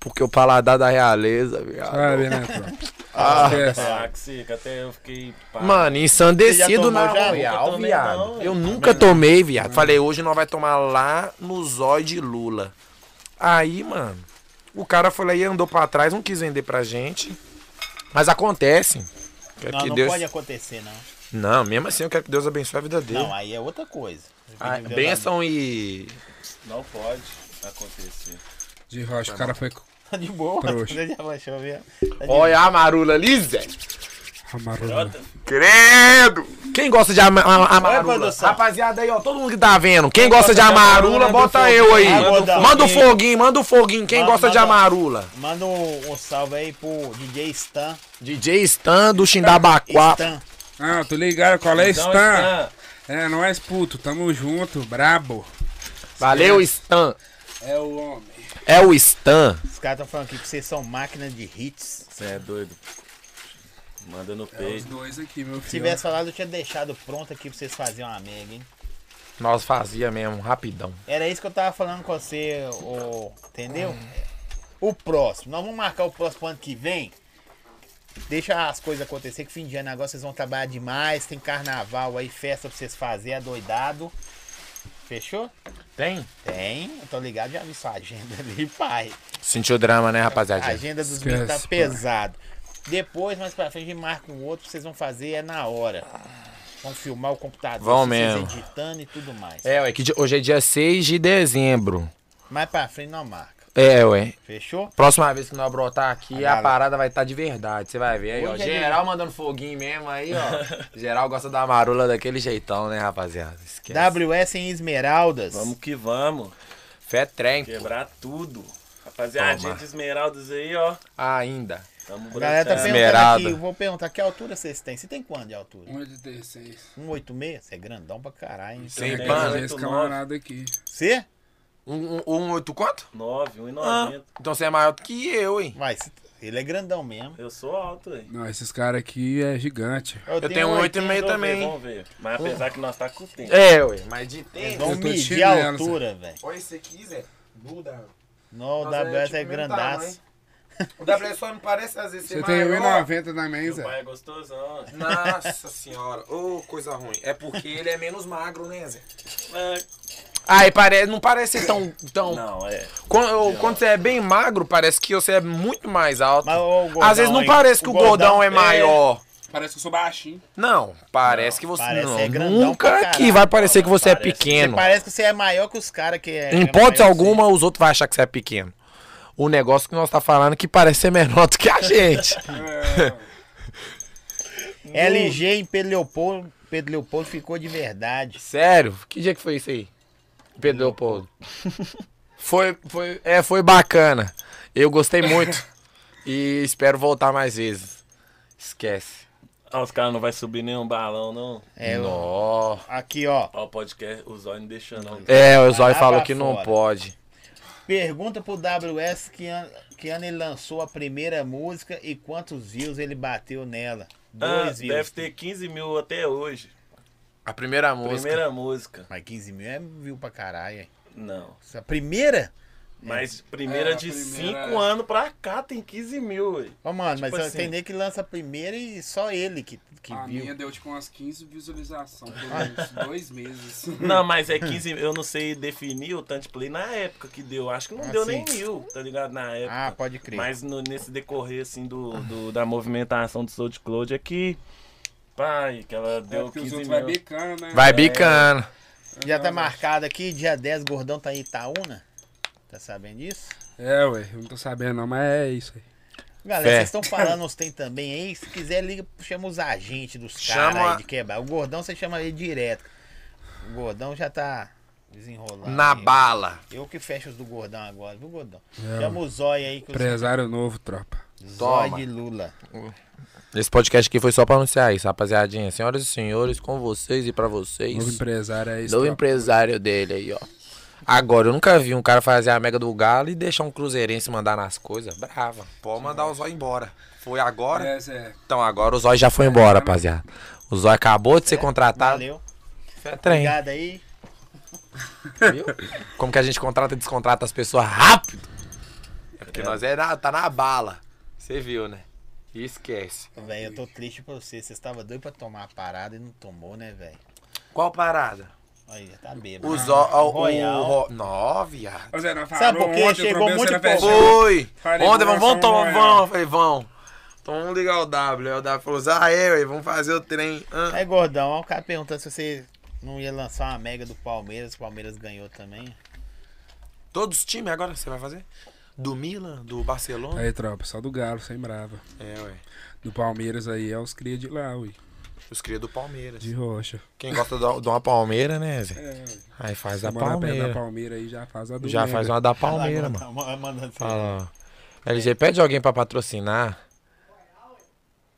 S2: Porque o paladar da realeza, viado.
S3: Sabe, né, pô?
S2: Ah.
S3: Esquece.
S4: Ah, que seca, até eu fiquei. pá.
S2: Mano,
S1: Você já tomou
S2: ensandecido na
S1: já?
S4: Nunca
S2: Royal,
S4: tomei
S2: viado.
S4: não,
S2: eu
S1: é.
S4: velho.
S2: nunca tomei, viado. Falei, hoje nós vai tomar lá no Zóio de Lula. Aí, mano, o cara foi lá e andou pra trás, não quis vender pra gente. Mas acontece. Quero
S1: Não,
S2: que
S1: não
S2: Deus...
S1: pode acontecer, não.
S2: Não, mesmo assim eu quero que Deus abençoe a vida dele.
S1: Não, aí é outra coisa.
S2: Ah,
S1: Deus
S2: Benção e.
S4: Não pode acontecer.
S3: De rocha, o cara foi
S1: Tá de boa,
S3: Trouxa.
S1: você já baixou mesmo. Tá de
S2: Olha a marula ali, Zé.
S3: amarrado.
S2: Credo! Quem gosta de ama- a- amarula?
S1: produção.
S2: Rapaziada aí, ó, todo mundo que tá vendo. Quem gosta de amarula,
S4: amarula,
S2: bota
S4: manda o
S2: eu aí.
S4: foguinho,
S1: manda o
S2: Manda o
S1: foguinho.
S2: foguinho, manda o foguinho. Quem
S1: Manda-
S2: gosta de
S1: manda.
S2: amarula?
S1: Manda um, um salve aí pro DJ Stan.
S2: DJ Stan do Xindabaquá.
S1: Stan.
S3: Não, tô ligado, qual é
S4: Então,
S3: Stan? É, nós, puto, tamo junto, brabo.
S2: Valeu, Stan.
S3: É o homem.
S2: É o Stan.
S1: Os caras estão falando aqui que vocês são máquina de hits.
S4: Você é doido. Manda no
S3: É os
S4: peito.
S3: dois aqui, meu
S1: Se
S3: filho.
S1: tivesse falado, eu tinha deixado pronto aqui pra vocês fazerem uma mega, hein?
S2: Nós fazia mesmo, rapidão.
S1: Era isso que eu tava falando com você, ô, entendeu? O próximo. Nós vamos marcar o próximo ano que vem. Deixa as coisas acontecer, que fim de ano agora vocês vão trabalhar demais. Tem carnaval aí, festa pra vocês fazer, adoidado. Fechou?
S2: Tem?
S1: Tem, eu tô ligado, já vi sua agenda ali, pai.
S2: Sentiu drama, né,
S1: A
S2: rapaziada?
S1: agenda dos meninos tá
S3: Esquece, pai.
S1: pesado. Depois, mais pra frente, a gente marca um outro, vocês vão fazer é na hora. Vão filmar o computador,
S2: Vão
S1: vocês
S2: mesmo.
S1: editando e tudo mais.
S2: É, ué, que di- hoje é dia 6 de dezembro.
S1: Mais pra frente não marca.
S2: É, ué.
S1: Fechou?
S2: Próxima vez que nós brotar aqui,
S1: A
S2: a,
S1: galera-
S2: parada vai estar de verdade. Você vai ver aí, ó.
S1: Hoje é
S2: Geral mandando foguinho mesmo aí, ó. Geral gosta da marula daquele jeitão, né, rapaziada? Esquece.
S1: WS em Esmeraldas.
S4: Vamos que vamos.
S2: Fé trem.
S4: Quebrar tudo. Rapaziada,
S2: Toma.
S4: gente esmeraldas aí, ó.
S2: Ainda.
S4: Tamo
S1: A galera tá
S4: branchando.
S1: perguntando
S2: Esmeralda.
S1: aqui, vou perguntar, que altura vocês têm? Você tem quanto de altura?
S3: é 1,86.
S1: 186? Você é grandão pra caralho, hein?
S2: Sem
S4: Tem
S2: pano.
S4: oito,
S3: Esse
S4: nove.
S3: É, camarada aqui.
S1: Você?
S2: Um, um, um oito quanto?
S4: 9,
S2: Ah,
S4: 1,90.
S2: então você é maior do que eu, hein?
S1: Vai, cê- ele é grandão mesmo.
S4: Eu sou alto, hein.
S3: Não, esses caras aqui é gigante.
S1: Eu,
S2: tenho um oito
S1: 80.
S2: e meio
S4: Vamos ver,
S2: também.
S4: Vamos ver. Mas apesar que nós tá com tempo.
S2: É, ué, mas de
S1: Eles
S2: tempo.
S1: vão
S3: Eu tô de
S1: medir
S3: chinelo,
S1: a altura, velho.
S2: Olha esse aqui, Zé. Buda.
S1: Não, o
S2: Nossa,
S1: WS é,
S2: tipo, mesmo
S1: grandaço.
S2: tamanho. O WS só me parece às vezes
S3: Você
S2: ser
S3: tem
S2: maior.
S3: 1,90 na
S4: Meu
S3: mesa.
S4: pai é gostosão. né?
S2: Nossa senhora, ô coisa ruim. É porque ele é menos magro, né, Zé?
S4: É.
S2: Aí parece, não parece tão. tão...
S4: Não, é.
S2: Quando, eu- quando você é bem magro, parece que você é muito mais alto.
S1: Mas, ô, o gordão
S2: Às vezes não
S1: aí,
S2: parece que o gordão, é
S1: é-
S2: maior.
S3: Parece que eu sou baixinho.
S2: Não, parece que você.
S1: parece
S2: não,
S1: é grandão
S2: nunca
S1: pra caralho.
S2: que vai parecer que você é
S4: Parece.
S1: Você
S2: pequeno.
S1: parece que você é maior que os caras que é.
S2: Em
S1: é
S2: hipótese
S1: maior que
S2: alguma, os outros vão achar que você é pequeno. O negócio que nós tá falando é que parece ser menor do que a gente.
S1: você. LG em Pedro Leopoldo, Pedro Leopoldo ficou de verdade.
S2: Sério? Que dia que foi isso aí? Pedro Leopoldo. foi, foi, é, foi bacana. Eu gostei muito. e espero voltar mais vezes. Esquece.
S4: Ah, os caras não vai subir nenhum balão, não.
S1: É, ó,
S2: Nó.
S1: aqui, ó.
S4: Ó, o podcast, o Zóio não deixa, não.
S2: É, o Zóio
S1: lá
S2: falou
S1: pra
S2: que não
S1: fora.
S2: pode.
S1: Pergunta pro WS que ano, que ano ele lançou a primeira música e quantos views ele bateu nela.
S4: Ah,
S1: Dois views.
S4: deve ter 15 mil até hoje.
S2: A primeira música.
S4: Primeira música.
S1: Mas 15 mil é view pra caralho. hein?
S4: Não.
S1: Essa primeira?
S4: Mas primeira
S3: É, a
S4: de
S3: primeira-
S4: 5 anos pra cá tem 15 mil, ué.
S1: Ó, mano, mas
S4: Tipo
S1: eu
S4: assim.
S1: tem nem que lança a primeira e só ele que, que
S3: A
S1: viu.
S3: minha deu tipo umas 15 visualizações por uns dois meses.
S4: Não, mas é 15 Eu não sei definir o tanto de play na época que deu. Acho que não
S1: Ah,
S4: deu
S1: sim.
S4: nem mil, tá ligado? Na época.
S1: Ah, pode crer.
S4: Mas no- nesse decorrer, assim, do, do- da movimentação do SoundCloud é que. Pai, que ela
S3: É
S4: deu
S3: porque
S4: 15
S3: os outros
S4: mil.
S3: vai bicando, né?
S2: Vai bicando.
S1: Já tá marcado aqui, dia 10, Gordão tá em Itaúna. Tá sabendo disso?
S3: É, ué, eu não tô sabendo não, mas é isso aí.
S1: Galera,
S2: Fé.
S1: vocês estão falando, uns tem também aí. Se quiser, liga, chama os agentes dos
S2: Chama-
S1: caras aí de quebrar. O gordão você chama ele direto. O gordão já tá desenrolando.
S2: Na
S1: aí.
S2: bala.
S1: Eu que fecho os do gordão agora, viu, gordão?
S2: É.
S1: Chama o zóio aí, que os...
S3: Empresário novo, tropa.
S1: zóio
S2: Toma.
S1: de Lula.
S2: Esse podcast aqui foi só pra anunciar isso, rapaziadinha. Senhoras e senhores, com vocês e pra vocês.
S3: Novo empresário é isso.
S2: Novo
S3: tropa.
S2: empresário dele aí, ó. Agora, eu nunca vi um cara fazer a mega do galo e deixar um cruzeirense mandar nas coisas. Brava. Pode mandar o zóio embora. Foi agora?
S3: É, Zé.
S2: Então agora o zóio já foi embora, rapaziada. O zóio acabou de ser contratado.
S1: É. Valeu.
S2: Fé trem,
S1: Obrigado aí.
S2: viu? Como que a gente contrata e descontrata as pessoas rápido? É porque nós é na- tá na bala. Você viu, né? E esquece.
S1: Velho, eu tô triste pra você. Você estava doido pra tomar a parada e não tomou, né, velho?
S2: Qual parada?
S1: Aí, tá bêbado.
S2: O zóio. O,
S1: Royal.
S2: o, ro- ah. Nó, viado.
S3: Ô, Zé, nós
S1: Sabe
S3: falou
S1: por quê?
S3: ontem, eu
S1: Chegou
S3: trombei
S1: muito
S3: você na
S1: pouco.
S3: festa.
S2: Foi!
S3: Falei,
S2: Ontem, vamos, vamos tomar,
S3: vamos tomar um
S2: vamos,
S3: Royal.
S2: falei, vamos. Então vamos ligar o W. Aí o W falou assim, ah, é, ué, vamos fazer o trem. Ah.
S1: É gordão, ó, o cara perguntando se você não ia lançar uma mega do Palmeiras. O Palmeiras ganhou também.
S2: Todos os times agora você vai fazer? Do Milan, do Barcelona?
S3: Aí, tropa, só do Galo, sem brava.
S2: É, ué.
S3: Do Palmeiras aí é os cria de lá, ui.
S2: Os cria do Palmeiras.
S3: De rocha.
S2: Quem gosta da- de uma Palmeira, né, velho?
S3: É, ué.
S2: Aí faz
S3: Se
S2: a
S3: morar perto da
S2: Palmeira.
S3: Palmeira aí já faz a do
S2: Já
S3: Mega.
S2: faz uma da Palmeira, mano.
S1: Tá mandando assim.
S2: Fala. ó. LG, pede alguém pra patrocinar.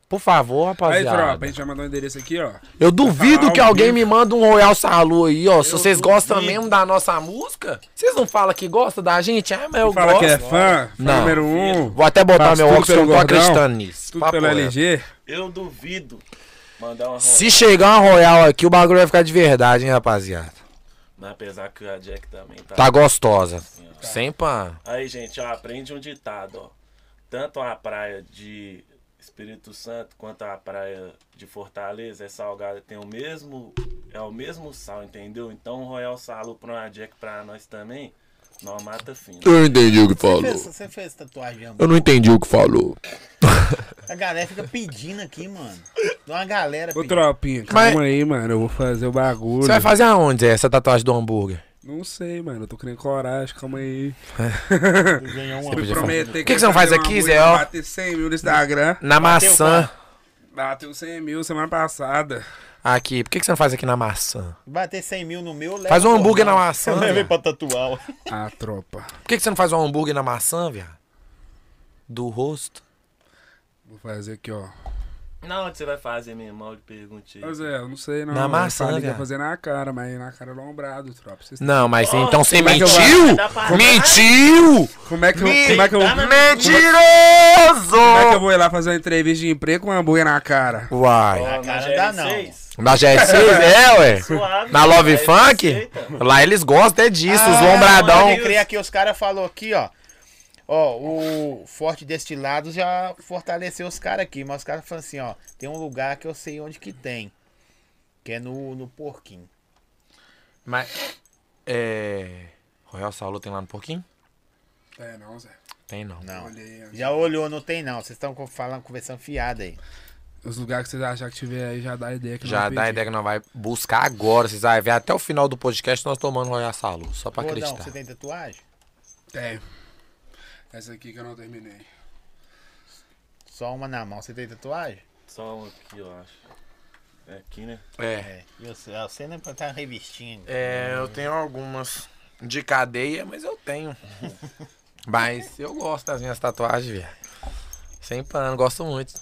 S2: Por favor,
S3: Aí, tropa, a
S2: rapaziada.
S3: gente vai mandar o endereço aqui, ó.
S2: Eu duvido
S3: Falar
S2: que
S3: ao
S2: alguém
S3: vivo.
S2: me manda um Royal Salu aí, ó. Se vocês gostam
S1: duvido.
S2: mesmo da nossa música, vocês não falam que gosta da gente? Ah, mas eu
S3: Fala
S2: gosto.
S3: que é fã, fã
S2: Não.
S3: número um.
S2: Vou até botar
S3: Faz
S2: meu
S3: tudo
S2: óculos que eu
S3: pelo
S2: não tô
S3: Gordão,
S2: acreditando nisso.
S3: Tudo
S2: Papo
S3: pela
S2: reto.
S3: LG.
S4: Eu duvido mandar uma roda.
S2: Se chegar uma Royal aqui, o bagulho vai ficar de verdade, hein, rapaziada.
S4: Mas apesar que a Jack também tá.
S2: Tá gostosa. Sem pan.
S4: Aí, gente, ó, aprende um ditado, ó. Tanto a praia de Espírito Santo quanto a praia de Fortaleza é salgada, tem o mesmo. É o mesmo sal, entendeu? Então o Royal Salo pra uma Jack pra nós também, nós mata fina.
S6: Eu não entendi o que falou.
S1: Você fez, você fez tatuagem de hambúrguer?
S6: Eu não entendi o que falou.
S1: A galera fica pedindo aqui, mano. Tem uma galera
S3: Ô,
S1: pedindo.
S3: tropinha, calma aí, mano. Eu vou fazer o bagulho.
S2: Você vai fazer aonde Zé, essa tatuagem do hambúrguer?
S3: Não sei, mano. Eu tô querendo coragem, calma aí.
S1: Ganhou uma.
S2: podia
S3: Prometer
S2: que você não
S3: eu
S2: faz
S3: vou fazer
S2: aqui,
S3: uma
S2: Zé,
S3: música,
S2: ó?
S3: Bater 100 mil no Instagram.
S2: Na maçã.
S3: Bateu 100 mil semana passada.
S2: Aqui. Por que que você não faz aqui na maçã?
S1: Bater 100 mil no meu, leva
S2: Faz um
S1: pro
S2: hambúrguer na
S1: jornal.
S2: maçã,
S1: Eu levei
S2: velho.
S1: pra tatuar. ó.
S3: A Ah, tropa.
S2: Por que que você não faz um hambúrguer na maçã, viado? Do rosto.
S3: Vou fazer aqui, ó.
S4: Na onde você vai fazer, meu irmão? Eu lhe perguntei.
S3: Ô, Zé, é, eu não sei, não.
S2: Na
S3: Eu
S2: maçã,
S3: falei que ia
S2: viado.
S3: fazer na né, cara, mas na cara lombrado, tropa. Vocês-
S2: Não, mas então você
S3: como é que eu vou-
S2: mentiu?
S4: Dá pra-
S2: Mentiu!
S3: Como é que eu, como é que eu, como é que eu
S2: Mentiroso!
S3: vou ir lá fazer uma entrevista de emprego com uma boia na cara?
S2: Uai.
S4: Ó,
S1: cara,
S4: GR6,
S1: dá não.
S2: Na GS6, é, ué.
S4: Suave,
S2: Na
S3: é,
S2: Love
S4: aí
S2: Funk?
S4: aceita.
S3: então.
S2: Lá eles gostam é disso, os
S1: Ah,
S2: lombradão.
S1: Pode crer aqui, os caras falaram aqui, ó. Ó, o Forte Destilado já fortaleceu os caras aqui, mas os caras falam assim, ó, tem um lugar que eu sei onde que tem. Que é no, no porquinho.
S2: Mas. É. Royal Saulo tem lá no porquinho?
S3: É, não, Zé.
S2: Tem não.
S1: Não.
S3: Olhei antes.
S1: Já olhou, não tem não. Vocês estão falando, conversando fiada aí.
S3: Os lugares que vocês acharem que tiver aí já dá ideia que
S2: Já
S3: não
S2: dá a ideia que nós vai buscar agora. Vocês vão ver até o final do podcast nós tomando Royal Saulo. Só pra
S1: Gordão,
S2: acreditar.
S1: você tem tatuagem?
S3: Tem. É. Essa aqui que eu não terminei.
S1: Só uma na mão. Você tem tatuagem?
S4: Só um aqui, eu acho. É aqui, né?
S2: É.
S1: É. E você, ah, você não é pra estar revistinha. né?
S2: É, eu tenho algumas de cadeia, mas eu tenho. mas eu gosto das minhas tatuagens, velho. Sem pano, gosto muito.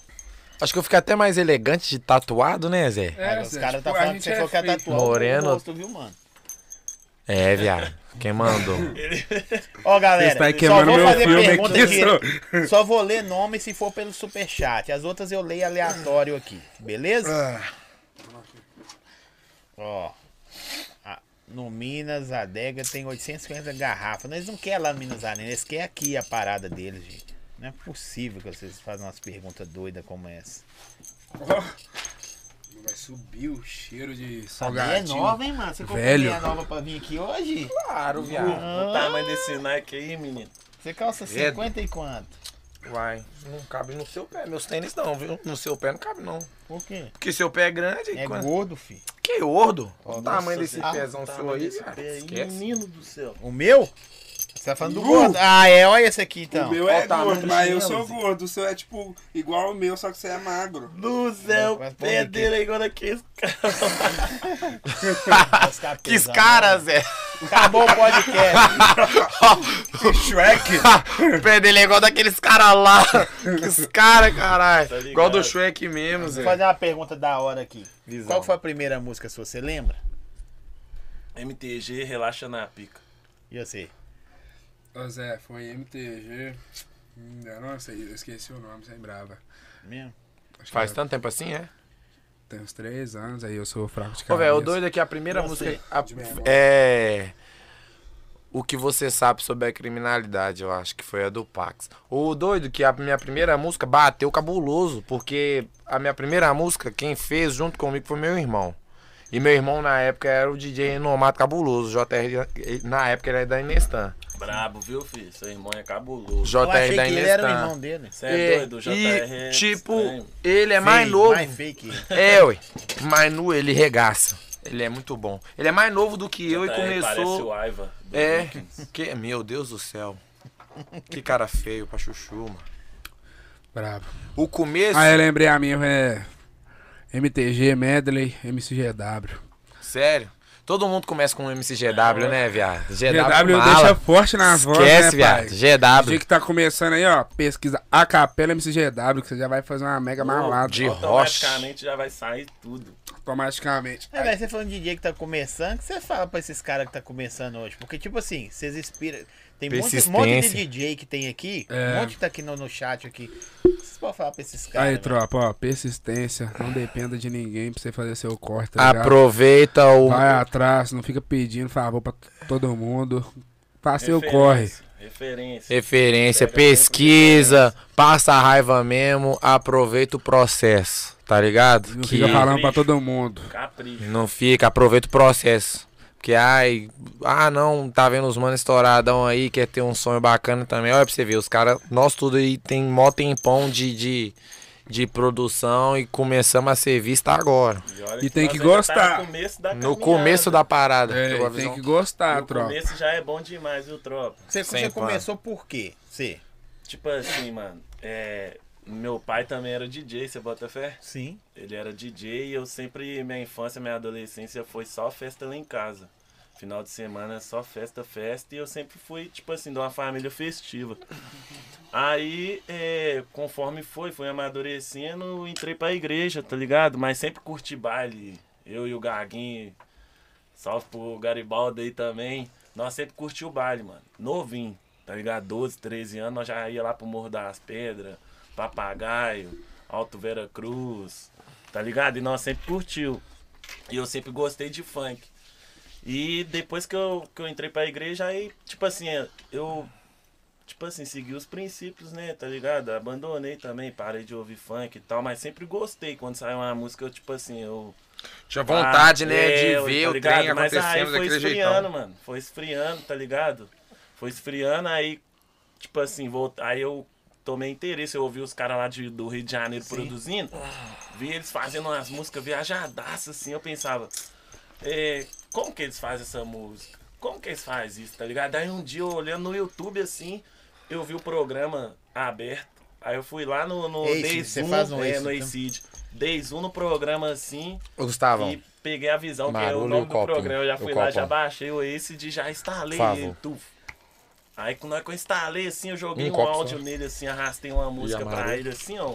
S2: Acho que eu fico até mais elegante de tatuado, né, Zé?
S3: É,
S1: Aí os
S3: tipo,
S1: caras tá falando que você falou que é
S3: tatuagem.
S1: tatuagem.
S2: Moreno.
S1: Rosto, viu, mano?
S2: É, viado. Quem mandou?
S1: Ó,
S3: Vocês
S1: galera,
S3: tá
S1: só
S3: queimando
S1: vou
S3: meu
S1: fazer
S3: filme
S1: pergunta
S3: aqui,
S1: aqui.
S3: senhor.
S1: Só vou ler nome se for pelo superchat. As outras eu leio aleatório aqui, beleza?
S3: Ah,
S1: Ó. a- No Minas Adega tem 850 garrafas. Eles não querem lá no Minas Arena, eles querem aqui a parada deles, gente. Não é possível que vocês façam umas perguntas doidas como essa.
S3: não vai subir o cheiro de
S1: É
S3: salgadinho.
S1: nova, hein, mano? Você comprou
S3: Velho.
S1: meia nova pra vir aqui hoje?
S2: Claro, viado.
S4: O tamanho desse Nike aí, menino.
S1: Você
S3: É.
S1: calça
S2: Credo.
S1: 50 e quanto?
S2: Vai. Não cabe no seu pé. Meus tênis não, viu? No seu pé não cabe, não.
S1: Por quê?
S2: Porque seu pé é grande.
S1: É
S2: quando-
S1: gordo, filho.
S2: Que gordo. o
S4: Nossa,
S2: tamanho desse
S4: Zé.
S2: pezão
S4: O
S2: seu
S4: tamanho
S2: Então, aí,
S4: desse
S2: cara.
S4: pé aí, é
S2: Esquece.
S4: Menino do céu.
S1: O meu? Você tá
S2: Uh!
S1: falando do gordo? Ah, é, olha esse aqui então.
S3: O meu é
S2: Ó, tá,
S3: gordo,
S2: mas
S3: mas eu
S2: chinelo,
S3: sou
S2: Zé.
S3: gordo. O seu é tipo igual o meu, só que você é magro.
S4: Do céu,
S1: Mas- mas põe
S4: pé
S1: aqui.
S4: dele é igual daqueles caras.
S1: As
S2: Que
S1: capesas,
S2: cara, Zé.
S1: né? Acabou o podcast.
S3: Shrek?
S2: o pé dele é igual daqueles caras lá. Que caras, caralho.
S4: Tá ligado.
S2: igual do Shrek mesmo,
S1: Vou
S2: Zé.
S1: fazer uma pergunta da hora aqui.
S2: Visão.
S1: Qual que foi a primeira música, se você lembra?
S4: MTG, relaxa na pica.
S1: E você?
S3: Ô Zé, foi MTG. Hum, Eu não sei, eu esqueci o nome, sem brava.
S1: Mesmo?
S3: Acho que
S2: Faz
S3: eu-
S2: tanto tempo assim, é?
S3: Tem uns três anos, aí eu sou fraco de
S2: Ô,
S3: cabeça.
S2: velho, o doido é que a primeira
S1: Não
S2: música.
S1: sei.
S2: a-
S3: De memória.
S2: é. O que você sabe sobre a criminalidade, eu acho que foi a do Pax. O doido que a minha primeira música bateu cabuloso, porque a minha primeira música, quem fez junto comigo foi meu irmão. E meu irmão na época era o DJ renomado cabuloso, JR, ele- na época ele era da Inestan.
S4: Brabo, viu, filho? Seu irmão é cabuloso.
S1: Eu
S2: JR
S1: achei
S2: da
S1: que ele era o
S2: Inestan.
S1: irmão dele.
S4: Você é, doido, o JR
S2: e,
S4: é
S2: tipo,
S4: estranho.
S2: ele é mais
S1: Feio,
S2: novo.
S1: Mais fake.
S2: É, ué. Mas nu ele regaça. Ele é muito bom. Ele é mais novo do que eu e
S4: JR Parece
S2: começou.
S4: o Aiva. do
S2: É.
S4: Vikings.
S2: Que, meu Deus do céu. Que cara feio pra chuchu, mano.
S3: Bravo.
S2: O começo.
S3: Aí Ah, eu lembrei a minha, é. MTG, Medley, MCGW.
S2: Sério. Todo mundo começa com um MCGW,
S4: É.
S2: né, viado? GW,
S3: GW deixa
S2: mala.
S3: forte nas vozes,
S2: Esquece,
S3: né, pai?
S2: viado. GW.
S3: Você que tá começando aí, ó, pesquisa a capela MCGW, que você já vai fazer uma mega malada.
S2: de- rocha.
S4: Automaticamente já vai sair tudo.
S3: Automaticamente.
S1: É, velho, você falando de DJ que tá começando, o que você fala pra esses caras que tá começando hoje? Porque, tipo assim, vocês inspiram. Tem muito, um monte de
S2: Persistência.
S1: DJ que tem aqui,
S3: É.
S1: um monte que tá aqui no, no chat aqui. Vocês podem falar pra esses né? caras.
S3: Aí,
S1: velho?
S3: tropa, ó, persistência. Não dependa de ninguém pra você fazer seu corte, tá ligado?
S2: Aproveita o.
S3: Vai atrás, não fica pedindo favor pra todo mundo. Faça seu
S4: Referência,
S3: corre.
S4: Referência.
S2: Referência,
S4: Pega tempo de
S2: pesquisa, passa a raiva mesmo, aproveita o processo, tá ligado?
S3: Não
S2: Que-
S3: fica falando pra
S4: Capricho.
S3: todo mundo.
S4: Capricho.
S2: Não fica, aproveita o processo. Porque, ai, ah não, tá vendo os mano estouradão aí, quer ter um sonho bacana também. Olha pra você ver, os caras, nós tudo aí tem mó tempão de, de, de produção e começamos a ser vista agora.
S4: olha
S3: E tem
S4: nós
S3: que
S4: ainda tá
S3: gostar.
S4: no começo da
S2: No
S4: caminhada.
S2: começo da parada.
S3: É,
S2: pegou a
S3: tem
S2: visão?
S3: que gostar,
S4: No
S3: tropa.
S4: começo já é bom demais, viu, tropa?
S1: Você, você
S2: Sem
S1: começou por quê? Você?
S4: Tipo assim, mano, é, meu pai também era DJ, você bota fé?
S1: Sim.
S4: Ele era DJ e eu sempre, minha infância, minha adolescência foi só festa lá em casa. Final de semana só festa, festa. E eu sempre fui, tipo assim, de uma família festiva. Aí, é, conforme foi, fui amadurecendo, entrei pra igreja, tá ligado? Mas sempre curti baile. Eu e o Gaguinho, salve pro Garibaldo aí também. Nós sempre curti o baile, mano. Novinho, tá ligado? 12, 13 anos, nós já ia lá pro Morro das Pedras, Papagaio, Alto Vera Cruz, tá ligado? E nós sempre curtiu. E eu sempre gostei de funk. E depois que eu, que eu entrei pra igreja, aí, tipo assim, eu tipo assim, segui os princípios, né, tá ligado? Abandonei também, parei de ouvir funk e tal, mas sempre gostei quando saiu uma música, eu tipo assim, eu
S2: Tinha vontade,
S4: ah,
S2: né,
S4: é,
S2: de ver
S4: tá
S2: o
S4: ligado?
S2: trem
S4: Mas aí
S2: acontecendo
S4: foi
S2: daquele
S4: esfriando,
S2: jeitão.
S4: mano. Foi esfriando, tá ligado? Foi esfriando, aí, tipo assim, volta... aí eu tomei interesse. Eu ouvi os caras lá de, do Rio de Janeiro produzindo. Vi eles fazendo umas músicas viajadaças, assim. Eu pensava, é, como que eles fazem essa música? Como que eles fazem isso, tá ligado? Aí um dia, eu olhando no YouTube, assim, eu vi o programa aberto. Aí eu fui lá no, no
S1: Ace,
S4: Days
S1: você
S4: 1,
S1: faz um
S4: é,
S1: Ace,
S4: no
S1: então.
S4: Acid. Days 1 no programa, assim,
S2: Gustavão.
S4: e peguei a visão, que é
S2: Marulho
S4: o
S2: e
S4: nome
S2: o
S4: do
S2: copinho.
S4: programa. Eu já
S2: O
S4: fui lá, já
S2: copão.
S4: baixei o Ace e já instalei
S2: Favor.
S4: ele. Tuf. Aí quando eu instalei assim, eu joguei
S2: Um
S4: um,
S2: copo só.
S4: áudio nele assim, arrastei uma música pra
S2: amarelo.
S4: ele assim, ó.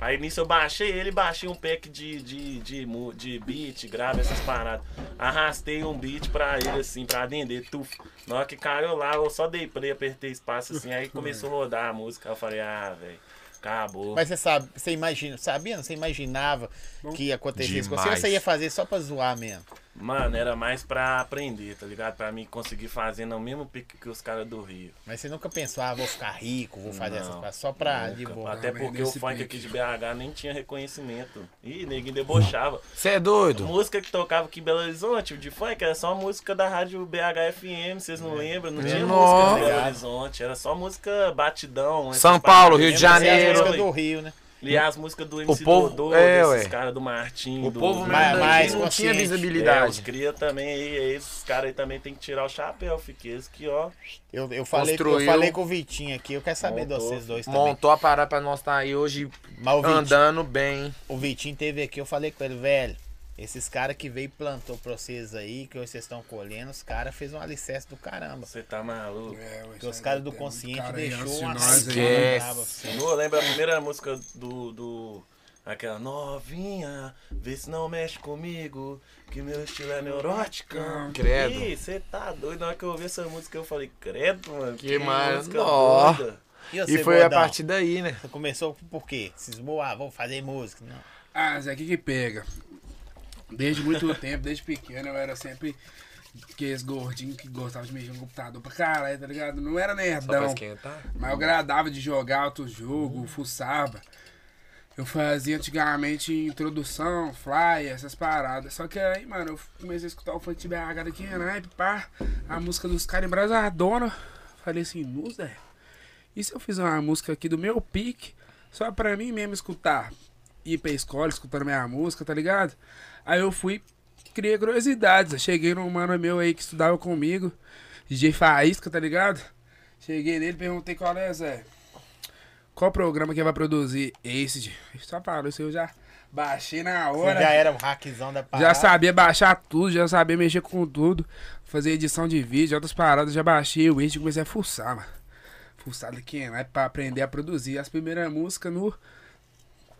S4: Aí nisso eu baixei ele, baixei um pack de, de, de, mu- de beat, grave, essas paradas. Arrastei um beat pra ele assim, pra vender, tuf. Na hora que caiu lá, eu só dei play, apertei espaço assim, aí começou a rodar a música. Eu falei, ah, velho, acabou.
S1: Mas você sabe, você imagina, sabia? não? Você imaginava que ia acontecer isso com você? Ou
S2: Demais.
S1: você ia fazer só pra zoar mesmo?
S4: Mano, era mais pra aprender, tá ligado? Pra mim conseguir fazer no mesmo pique que os caras do Rio.
S1: Mas você nunca pensou, ah, vou ficar rico, vou fazer
S4: Não,
S1: essas coisas só pra de boa.
S4: Até
S3: mas
S4: porque o
S3: nesse
S4: funk
S3: pique.
S4: aqui de BH nem tinha reconhecimento. Ih, neguinho debochava.
S2: Você é doido?
S4: Música que tocava aqui em Belo Horizonte, de funk, era só música da rádio BHFM, vocês não lembram? Não tinha
S2: É. Nossa.
S4: música de Belo Horizonte, era só música batidão. essas
S2: São Paulo,
S4: paradas.
S2: Rio de
S1: Você é a
S2: Janeiro.
S1: música do Rio, né?
S4: E as músicas do MC
S2: povo-
S4: Dodô,
S2: é,
S4: desses
S2: ué.
S4: caras do Martim,
S2: O
S4: do...
S2: povo
S4: do-
S1: Mas-
S2: mesmo
S1: mais
S2: não tinha
S1: consciente.
S4: É, os
S2: visibilidade.
S4: cria também, e esses caras aí também tem que tirar o chapéu, fiquei eles que, ó...
S1: Eu, eu, falei, com- eu
S2: Construiu.
S1: falei com o Vitinho aqui, eu quero saber de
S4: Montou.
S1: vocês dois também.
S2: Montou a parada pra nós estar aí hoje
S1: Mas o Vitinho,
S2: andando bem.
S1: o Vitinho teve aqui, eu falei com ele, velho, esses caras que veio e plantou pra vocês aí, que hoje vocês estão colhendo, os caras fez um alicerce do caramba.
S4: Você tá maluco?
S3: É, ué,
S1: Porque os
S3: isso aí
S1: caras do
S3: tem muito
S1: consciente
S3: cara aí
S1: deixou assim.
S3: antes de
S1: uma
S3: nós aí.
S1: sacada brava pra
S2: Esquece.
S1: você.
S4: Eu lembro a primeira música do, do Aquela novinha, vê se não mexe comigo, que meu estilo é neurótico.
S2: Credo.
S4: Ih, você tá doido. Na hora que eu ouvi essa música, eu falei, credo, mano.
S2: Que mano,
S4: música
S2: nó.
S4: doida.
S2: E
S1: você,
S2: foi a
S1: gordão?
S2: partir daí, né?
S1: Você começou por quê? Cismou, ah, vou fazer música. Não.
S3: Ah, Zé, o que que pega? Desde muito tempo, desde pequeno, eu era sempre aqueles gordinho que gostava de mexer no computador pra caralho, tá ligado? Não era
S2: Só pra
S3: nerdão,
S2: esquentar.
S3: mas eu gradava de jogar outro jogo, fuçava. Eu fazia antigamente introdução, fly, essas paradas. Só que aí, mano, eu comecei a escutar o funk BH daqui, né? Pá, a música dos caras embrasadona. Falei assim, nu, Zé, e se eu fizer uma música aqui do meu pique, só pra mim mesmo escutar? Ir pra escola escutando minha música, tá ligado? Aí eu fui, criei curiosidades. Eu cheguei num mano meu aí que estudava comigo, DJ Faísca, tá ligado? Cheguei nele, perguntei qual é, Zé. Qual programa que vai produzir? Esse, de- só falou isso, aí, eu já baixei na
S1: Você
S2: né?
S3: hora.
S1: já era o hackzão da parada.
S3: Já sabia baixar tudo, já sabia mexer com tudo, fazer edição de vídeo, outras paradas, já baixei o Insta e comecei a fuçar, mano. Fuçar daqui, né? Pra aprender a produzir as primeiras músicas no.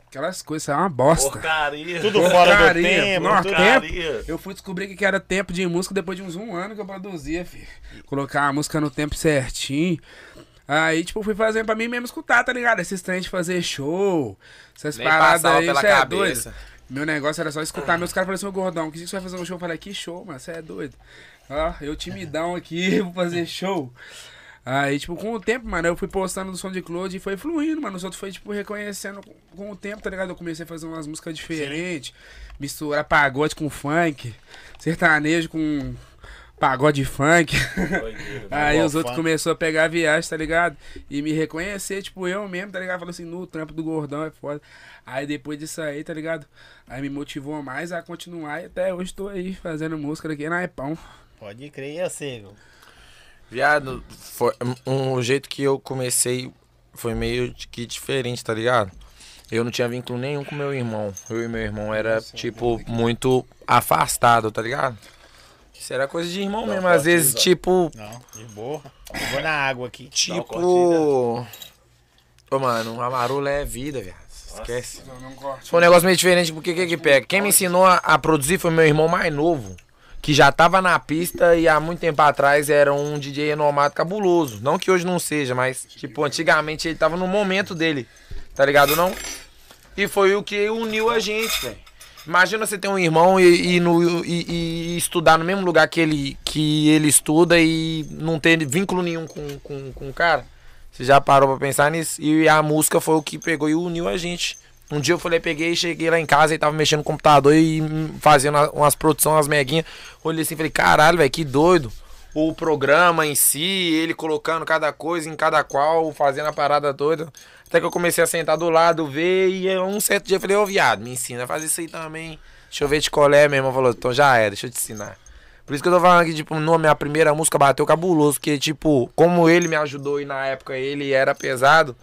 S3: Aquelas coisas, isso é uma bosta.
S4: Porcaria.
S1: Tudo fora do
S3: Porcaria,
S1: tempo.
S3: nossa.
S1: tudo-
S4: Porcaria.
S3: Eu fui descobrir que que era tempo de música depois de uns um ano que eu produzia, filho. Colocar a música no tempo certinho. Aí, tipo, fui fazendo pra mim mesmo escutar, tá ligado? Esses trens de fazer show, essas
S2: Nem
S3: paradas
S2: passava
S3: aí,
S2: pela
S3: cê é
S2: cabeça.
S3: doido. Meu negócio era só escutar. Meus caras falaram assim, ô gordão, que dia que você vai fazer um show? Eu falei, que show, mano, você é doido. Ó, eu timidão aqui, vou fazer show. Aí, tipo, com o tempo, mano, eu fui postando no som de Cloud e foi fluindo, mano. Os outros foi, tipo, reconhecendo com- com o tempo, tá ligado? Eu comecei a fazer umas músicas diferentes, misturar pagode com funk, sertanejo com pagode funk.
S4: Doideira.
S3: Aí
S1: né? Igual
S3: os outros
S1: funk.
S3: começaram a pegar a viagem, tá ligado? E me reconhecer, tipo, eu mesmo, tá ligado? Falou assim, no trampo do gordão é foda. Aí depois disso aí, tá ligado? Aí me motivou mais a continuar e até hoje tô aí fazendo música daqui na Epão.
S1: Pode crer, eu sei, viu?
S2: Viado, foi um um jeito que eu comecei foi meio de que diferente, tá ligado? Eu não tinha vínculo nenhum com meu irmão. Eu e meu irmão era, tipo, muito afastado, tá ligado? Isso era coisa de irmão mesmo. Às vezes, tipo,
S1: Não, de boa. Eu vou na água aqui.
S2: tipo. Ô, mano, amarula é vida, viado. Esquece.
S3: Não corte.
S2: Foi um negócio meio diferente, porque o que que pega? Quem me ensinou a, a produzir foi meu irmão mais novo, que já tava na pista e há muito tempo atrás era um DJ renomado cabuloso. Não que hoje não seja, mas, tipo, antigamente ele tava no momento dele, tá ligado não? E foi o que uniu a gente, velho. Imagina você ter um irmão e, e no- e- e estudar no mesmo lugar que ele, que ele estuda e não ter vínculo nenhum com, com, com o cara. Você já parou pra pensar nisso? E a música foi o que pegou e uniu a gente. Um dia eu falei, peguei, cheguei lá em casa e tava mexendo no computador e hum, fazendo a- umas produções, umas meguinhas. Olhei assim e falei, caralho, velho, que doido. O programa em si, ele colocando cada coisa em cada qual, fazendo a parada toda. Até que eu comecei a sentar do lado, ver, e aí, um certo dia eu falei, ô viado, me ensina a fazer isso aí também. Deixa eu ver de colé, meu irmão falou, então já era, deixa eu te ensinar. Por isso que eu tô falando que, tipo, no, minha primeira música bateu cabuloso, porque, tipo, como ele me ajudou e na época ele era pesado,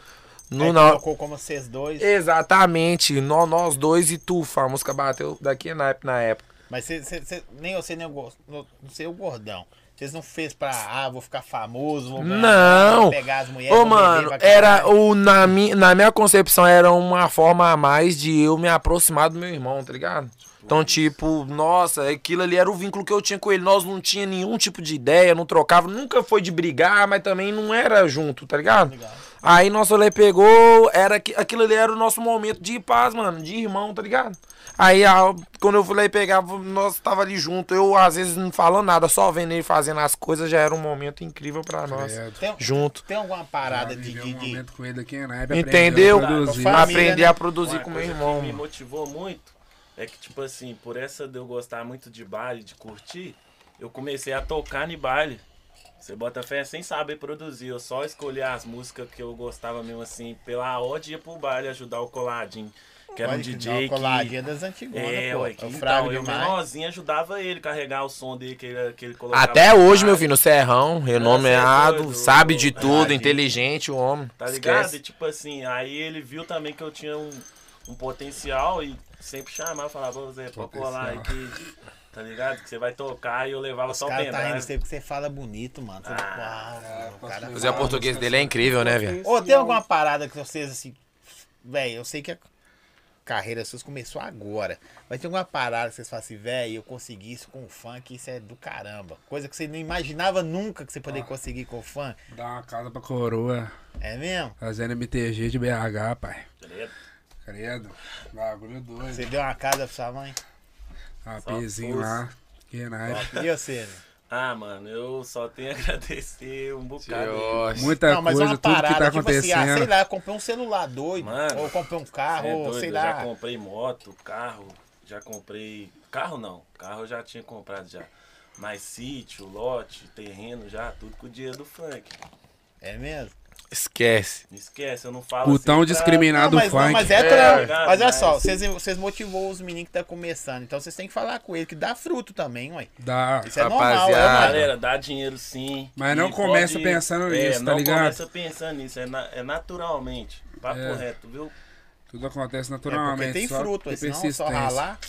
S1: Aí
S2: no, na,
S1: Colocou como vocês dois.
S2: Exatamente, nó- nós dois e tufa. A música bateu daqui na época. Na época.
S1: Mas cê, cê- cê- nem você, nem o, go- no- não sei o gordão. Vocês não fez pra, ah, vou ficar famoso, vou ganhar-
S2: Não!
S1: vou é pegar as mulheres.
S2: Ô,
S1: vou
S2: mano,
S1: beber pra
S2: era
S1: caralho. né?
S2: o, na, mi, na minha concepção era uma forma a mais de eu me aproximar do meu irmão, tá ligado? Então, tipo, nossa, aquilo ali era o vínculo que eu tinha com ele. Nós não tinha nenhum tipo de ideia, não trocava, nunca foi de brigar, mas também não era junto, tá ligado? Aí nosso Lê pegou, era que- aquilo ali era o nosso momento de paz, mano, de irmão, tá ligado? Aí a- quando eu fui lá e pegava, nós tava ali junto, eu às vezes não falando nada, só vendo ele fazendo as coisas já era um momento incrível pra nós.
S1: Tem, um,
S2: Junto.
S1: tem alguma parada de,
S3: Viveu
S1: de-
S3: um
S1: de-
S3: momento com ele aqui na Epão. é
S2: Entendeu?
S3: Produzir.
S1: Pra família,
S2: Aprender
S1: né?
S2: a produzir
S4: Uma
S2: com meu
S4: coisa
S2: irmão.
S4: que me
S2: mano.
S4: motivou muito é que, tipo assim, por essa de eu gostar muito de baile, de curtir, eu comecei a tocar em baile. Você bota fé sem saber produzir. Eu só escolhia as músicas que eu gostava mesmo assim, pela ódio ia pro baile ajudar o Coladinho, que era um
S1: Olha que dá
S4: DJ
S1: uma
S4: que...
S1: coladinha das antigonas,
S4: É,
S1: pô.
S4: ué, que
S1: o
S4: então,
S1: Frago
S4: eu
S1: demais.
S4: menorzinho ajudava ele carregar o som dele que ele, que ele colocava.
S2: Até
S4: no
S2: hoje, meu
S4: baile.
S2: filho, o Serrão, renomeado,
S4: né? é doido,
S2: sabe de
S4: o-
S2: tudo,
S4: Ah,
S2: inteligente o homem.
S4: Tá ligado?
S2: Esquece.
S4: E tipo assim, aí ele viu também que eu tinha um, um potencial e sempre chamava, falava, ô Zé, pode colar aí que. Tá ligado? Que você vai tocar e eu levava
S1: O
S4: só Ah, o
S1: cara tá rindo
S4: pendrive.
S1: de você porque você fala bonito, mano. Você- Uau, o cara
S2: Mas é,
S1: fala-
S2: o português dele é incrível, né, velho?
S1: Ô, tem alguma parada que vocês, assim... Véi, eu sei que é carreira sua começou agora. Mas tem alguma parada que vocês falam assim, velho, eu consegui isso com o funk, isso é do caramba. Coisa que você não imaginava nunca que você
S3: Ah.
S1: poderia conseguir com o funk.
S3: Dar uma casa pra coroa,
S1: É mesmo?
S3: fazendo MTG de BH, pai.
S4: Credo.
S3: Credo, bagulho doido.
S1: Você deu uma casa pra sua mãe?
S3: Rapizinho lá, que naipe.
S1: E você? Né?
S4: Ah, mano, eu só tenho a agradecer um bocado.
S2: Nossa.
S3: Muita
S1: não, mas é
S3: coisa,
S1: uma
S3: tudo que tá
S1: parada, tipo assim, ah, sei
S3: acontecendo.
S1: lá, eu comprei um celular doido,
S4: Mano,
S1: ou comprei um
S4: Cê
S1: carro,
S4: é
S1: ou
S4: doido,
S1: sei
S4: eu
S1: lá.
S4: já comprei moto, carro, já comprei. Carro não, carro eu já tinha comprado já. Mas sítio, lote, terreno já, tudo com o dinheiro do funk.
S1: É mesmo?
S2: Esquece.
S4: Não esquece, eu não falo
S3: Putão
S4: assim pra-
S1: Não,
S3: discriminado
S1: mas, não,
S3: funk.
S1: mas é
S2: É,
S1: trampo.
S4: cara,
S1: mas olha só,
S4: mas-
S1: vocês, vocês motivou os meninos que tá começando, então vocês têm que falar com ele que dá fruto também, ué.
S3: Dá.
S1: Isso é normal,
S2: Rapaziada.
S1: é, mano.
S4: Galera, dá dinheiro sim.
S3: Mas não
S4: E É,
S3: começa pensando nisso, tá
S4: não
S3: ligado?
S4: Não começa pensando nisso, é, na- é naturalmente. Papo
S3: É.
S4: reto, viu?
S2: Ah,
S3: Tudo acontece
S1: É porque
S3: naturalmente.
S1: tem
S3: só
S1: fruto,
S3: ter
S1: aí, senão é só
S3: persistência.
S1: ralar.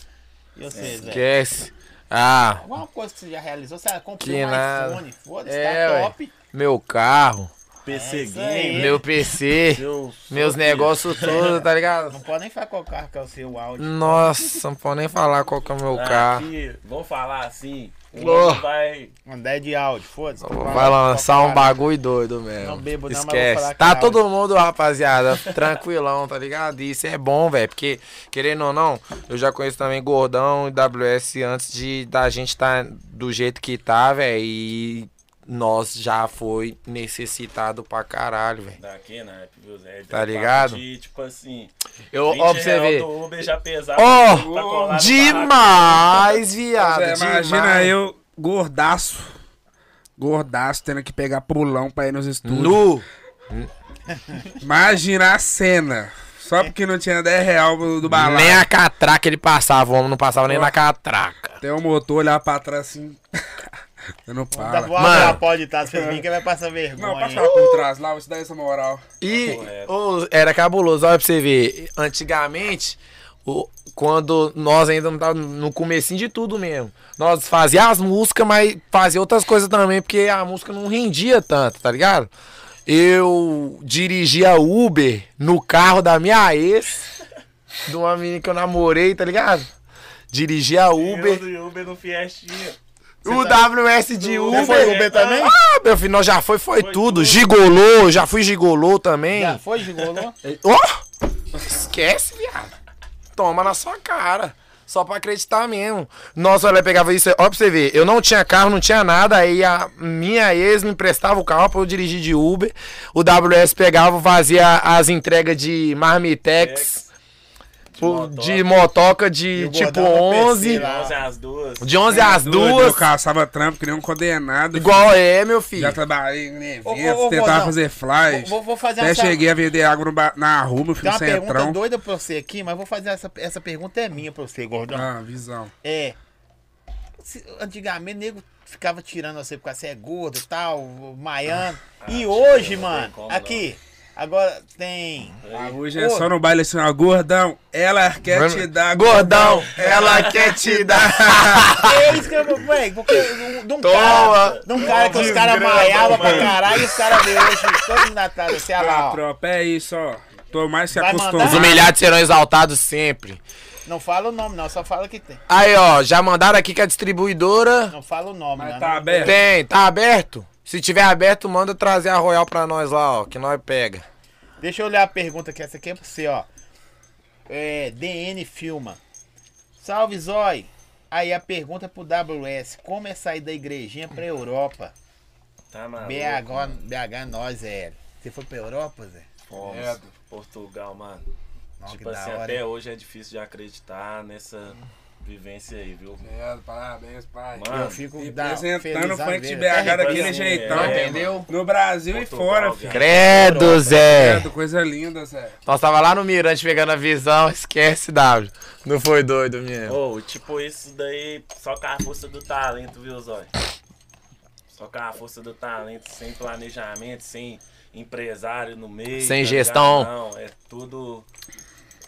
S1: E
S2: É.
S1: vocês,
S4: É.
S1: velho?
S2: Esquece. Ah,
S1: Alguma coisa que você já realizou, você comprou
S2: Que
S1: um
S2: nada.
S1: iPhone, foda-se,
S2: É,
S1: tá
S2: ué.
S1: top.
S2: meu carro,
S4: PC
S1: É isso aí.
S4: Game,
S2: meu PC,
S4: meu-
S2: meus
S4: meu-
S2: negócios tudo, tá ligado?
S1: Não pode nem falar qual carro que é o seu áudio.
S2: Nossa, não pode nem falar qual que é o
S4: Ah,
S2: meu carro.
S4: Aqui, vamos falar assim. O
S2: Oh.
S4: homem vai.
S1: Mandar de áudio, foda-se.
S2: Vai lançar um bagulho doido mesmo.
S1: Não bebo, não, mas vou
S2: Esquece.
S1: falar que
S2: Tá
S1: tá
S2: todo mundo, rapaziada, tranquilão, tá ligado? E Isso é bom, velho. Porque, querendo ou não, eu já conheço também Gordão e WS antes de da gente tá do jeito que tá, velho. E nós já foi necessitado pra caralho, velho.
S4: Daqui, né? Viu, Zé?
S2: Tá ligado?
S4: De, tipo assim.
S2: Eu
S4: 20
S2: observei.
S4: real do Uber já pesava.
S1: Tá
S2: Oh,
S4: pra colar no
S2: demais, viado.
S3: Zé, é, imagina
S2: demais.
S3: eu, gordaço. Gordaço, tendo que pegar pulão pra ir nos estúdios.
S2: Nu.
S3: Imagina a cena. Só porque não tinha 10 real do, do balão.
S2: Nem a catraca ele passava, o homem não passava nem na catraca.
S3: Tem um motor olhar pra trás assim. Eu não
S1: Dá pra
S3: para.
S2: Mano.
S1: falar pode estar, vocês vêm que vai passar vergonha.
S3: Não,
S1: hein?
S3: passa lá por trás lá, vou te dar essa moral.
S2: E
S4: Correto.
S2: ô, era cabuloso, olha pra você ver. Antigamente, o- quando nós ainda não tava no comecinho de tudo mesmo, nós fazia as músicas, mas fazia outras coisas também, porque a música não rendia tanto, tá ligado? Eu dirigia Uber no carro da minha ex, de uma menina que eu namorei, tá ligado? Dirigia
S4: Uber.
S2: Uber.
S4: do Uber no Fiestinha.
S2: O WS de
S4: tá Você
S2: Uber.
S4: foi Uber também?
S2: Ah, meu filho, nós já foi, foi, tudo.
S4: Foi tudo.
S2: Gigolô, já fui gigolô também.
S1: Já foi, gigolô?
S2: Ó! Esquece, viado. Toma na sua cara. Só pra acreditar mesmo. Nossa, ela pegava isso. Ó, pra você ver. Eu não tinha carro, não tinha nada. Aí a minha ex me emprestava o carro pra eu dirigir de Uber. O WS pegava, fazia as entregas de Marmitex,
S4: De
S2: pô,
S4: motoca.
S2: de motoca
S1: E
S2: de
S1: o
S2: tipo
S1: gordão no PC
S2: 11.
S1: lá.
S4: 11 às duas.
S2: De 11 às
S3: Eu
S2: 2.
S3: caçava trampo, que nem um condenado.
S2: Igual é, meu filho.
S3: Já tá trabalhei em
S1: Ô,
S3: eventos,
S1: ô, ô,
S3: tentava
S1: Gordão,
S3: fazer flyers.
S1: vou- vou fazer
S3: Até
S1: essa-
S3: cheguei a vender água no ba- na rua, meu
S1: Tem
S3: filho,
S1: uma pergunta
S3: centrão.
S1: doida pra você aqui, mas vou fazer essa, essa pergunta é minha pra você, gordão.
S3: Ah, visão.
S1: É. se- Antigamente, nego ficava tirando você porque você é gordo e tal, maiano. e hoje,
S4: Ah, não tem
S1: mano,
S4: como,
S1: aqui, agora tem.
S3: Ah, hoje é
S1: Ô.
S3: só no baile assim, ó, gordão, ela quer
S2: Mano,
S3: te dar.
S2: Gordão, ela quer te dar.
S1: É isso que eu véi, porque de um
S2: Toma.
S1: cara, de um cara que os caras
S2: Desgrama,
S1: maiavam pra
S2: mano.
S1: caralho e os caras veio hoje todo mundo atrás de você, olha
S3: Ah,
S1: lá, ó.
S3: tropa, é isso, ó. Tô mais que
S1: Vai
S2: Os
S1: mandar?
S3: acostumado.
S2: humilhados serão exaltados sempre.
S1: Não fala o nome, não, só fala que tem.
S2: Aí, ó, já mandaram aqui que a distribuidora
S1: Não fala o nome, né?
S3: Mas
S1: não.
S3: tá
S1: não.
S3: aberto.
S2: tem, tá aberto? Se tiver aberto, manda trazer a Royal pra nós lá, ó, que nós pega.
S1: Deixa eu olhar a pergunta que essa aqui é pra você, ó. É, DN Filma. Salve, Zói. Aí a pergunta pro WS. Como é sair da igrejinha pra Europa?
S4: Tá maluco.
S1: BH, BH nós, é. Você foi pra Europa, Zé?
S4: Fomos.
S3: Credo.
S4: Portugal, mano.
S1: Não,
S4: tipo
S1: que
S4: assim,
S1: da hora.
S4: até
S1: hein?
S4: hoje é difícil de acreditar nessa vivência aí, viu?
S3: É, parabéns, pai.
S4: Mano,
S1: Eu fico da,
S3: Ah, Representando o
S1: felizão
S3: funk
S1: mesmo.
S3: de né?
S1: Até
S3: BH daquele
S4: assim,
S3: jeitão.
S4: é,
S2: entendeu?
S3: No Brasil e
S4: Portugal,
S3: fora,
S4: viado.
S3: filho.
S2: Credo, Zé.
S3: Credo, Coisa linda, Zé.
S2: Nós tava lá no Mirante pegando a visão, esquece, W. Não foi doido mesmo.
S4: Ô, tipo, isso daí só com a força do talento, viu, Zóio? Só com a força do talento, sem planejamento, sem empresário no meio.
S2: Sem
S4: tá
S2: gestão.
S4: ligado? Não, é tudo.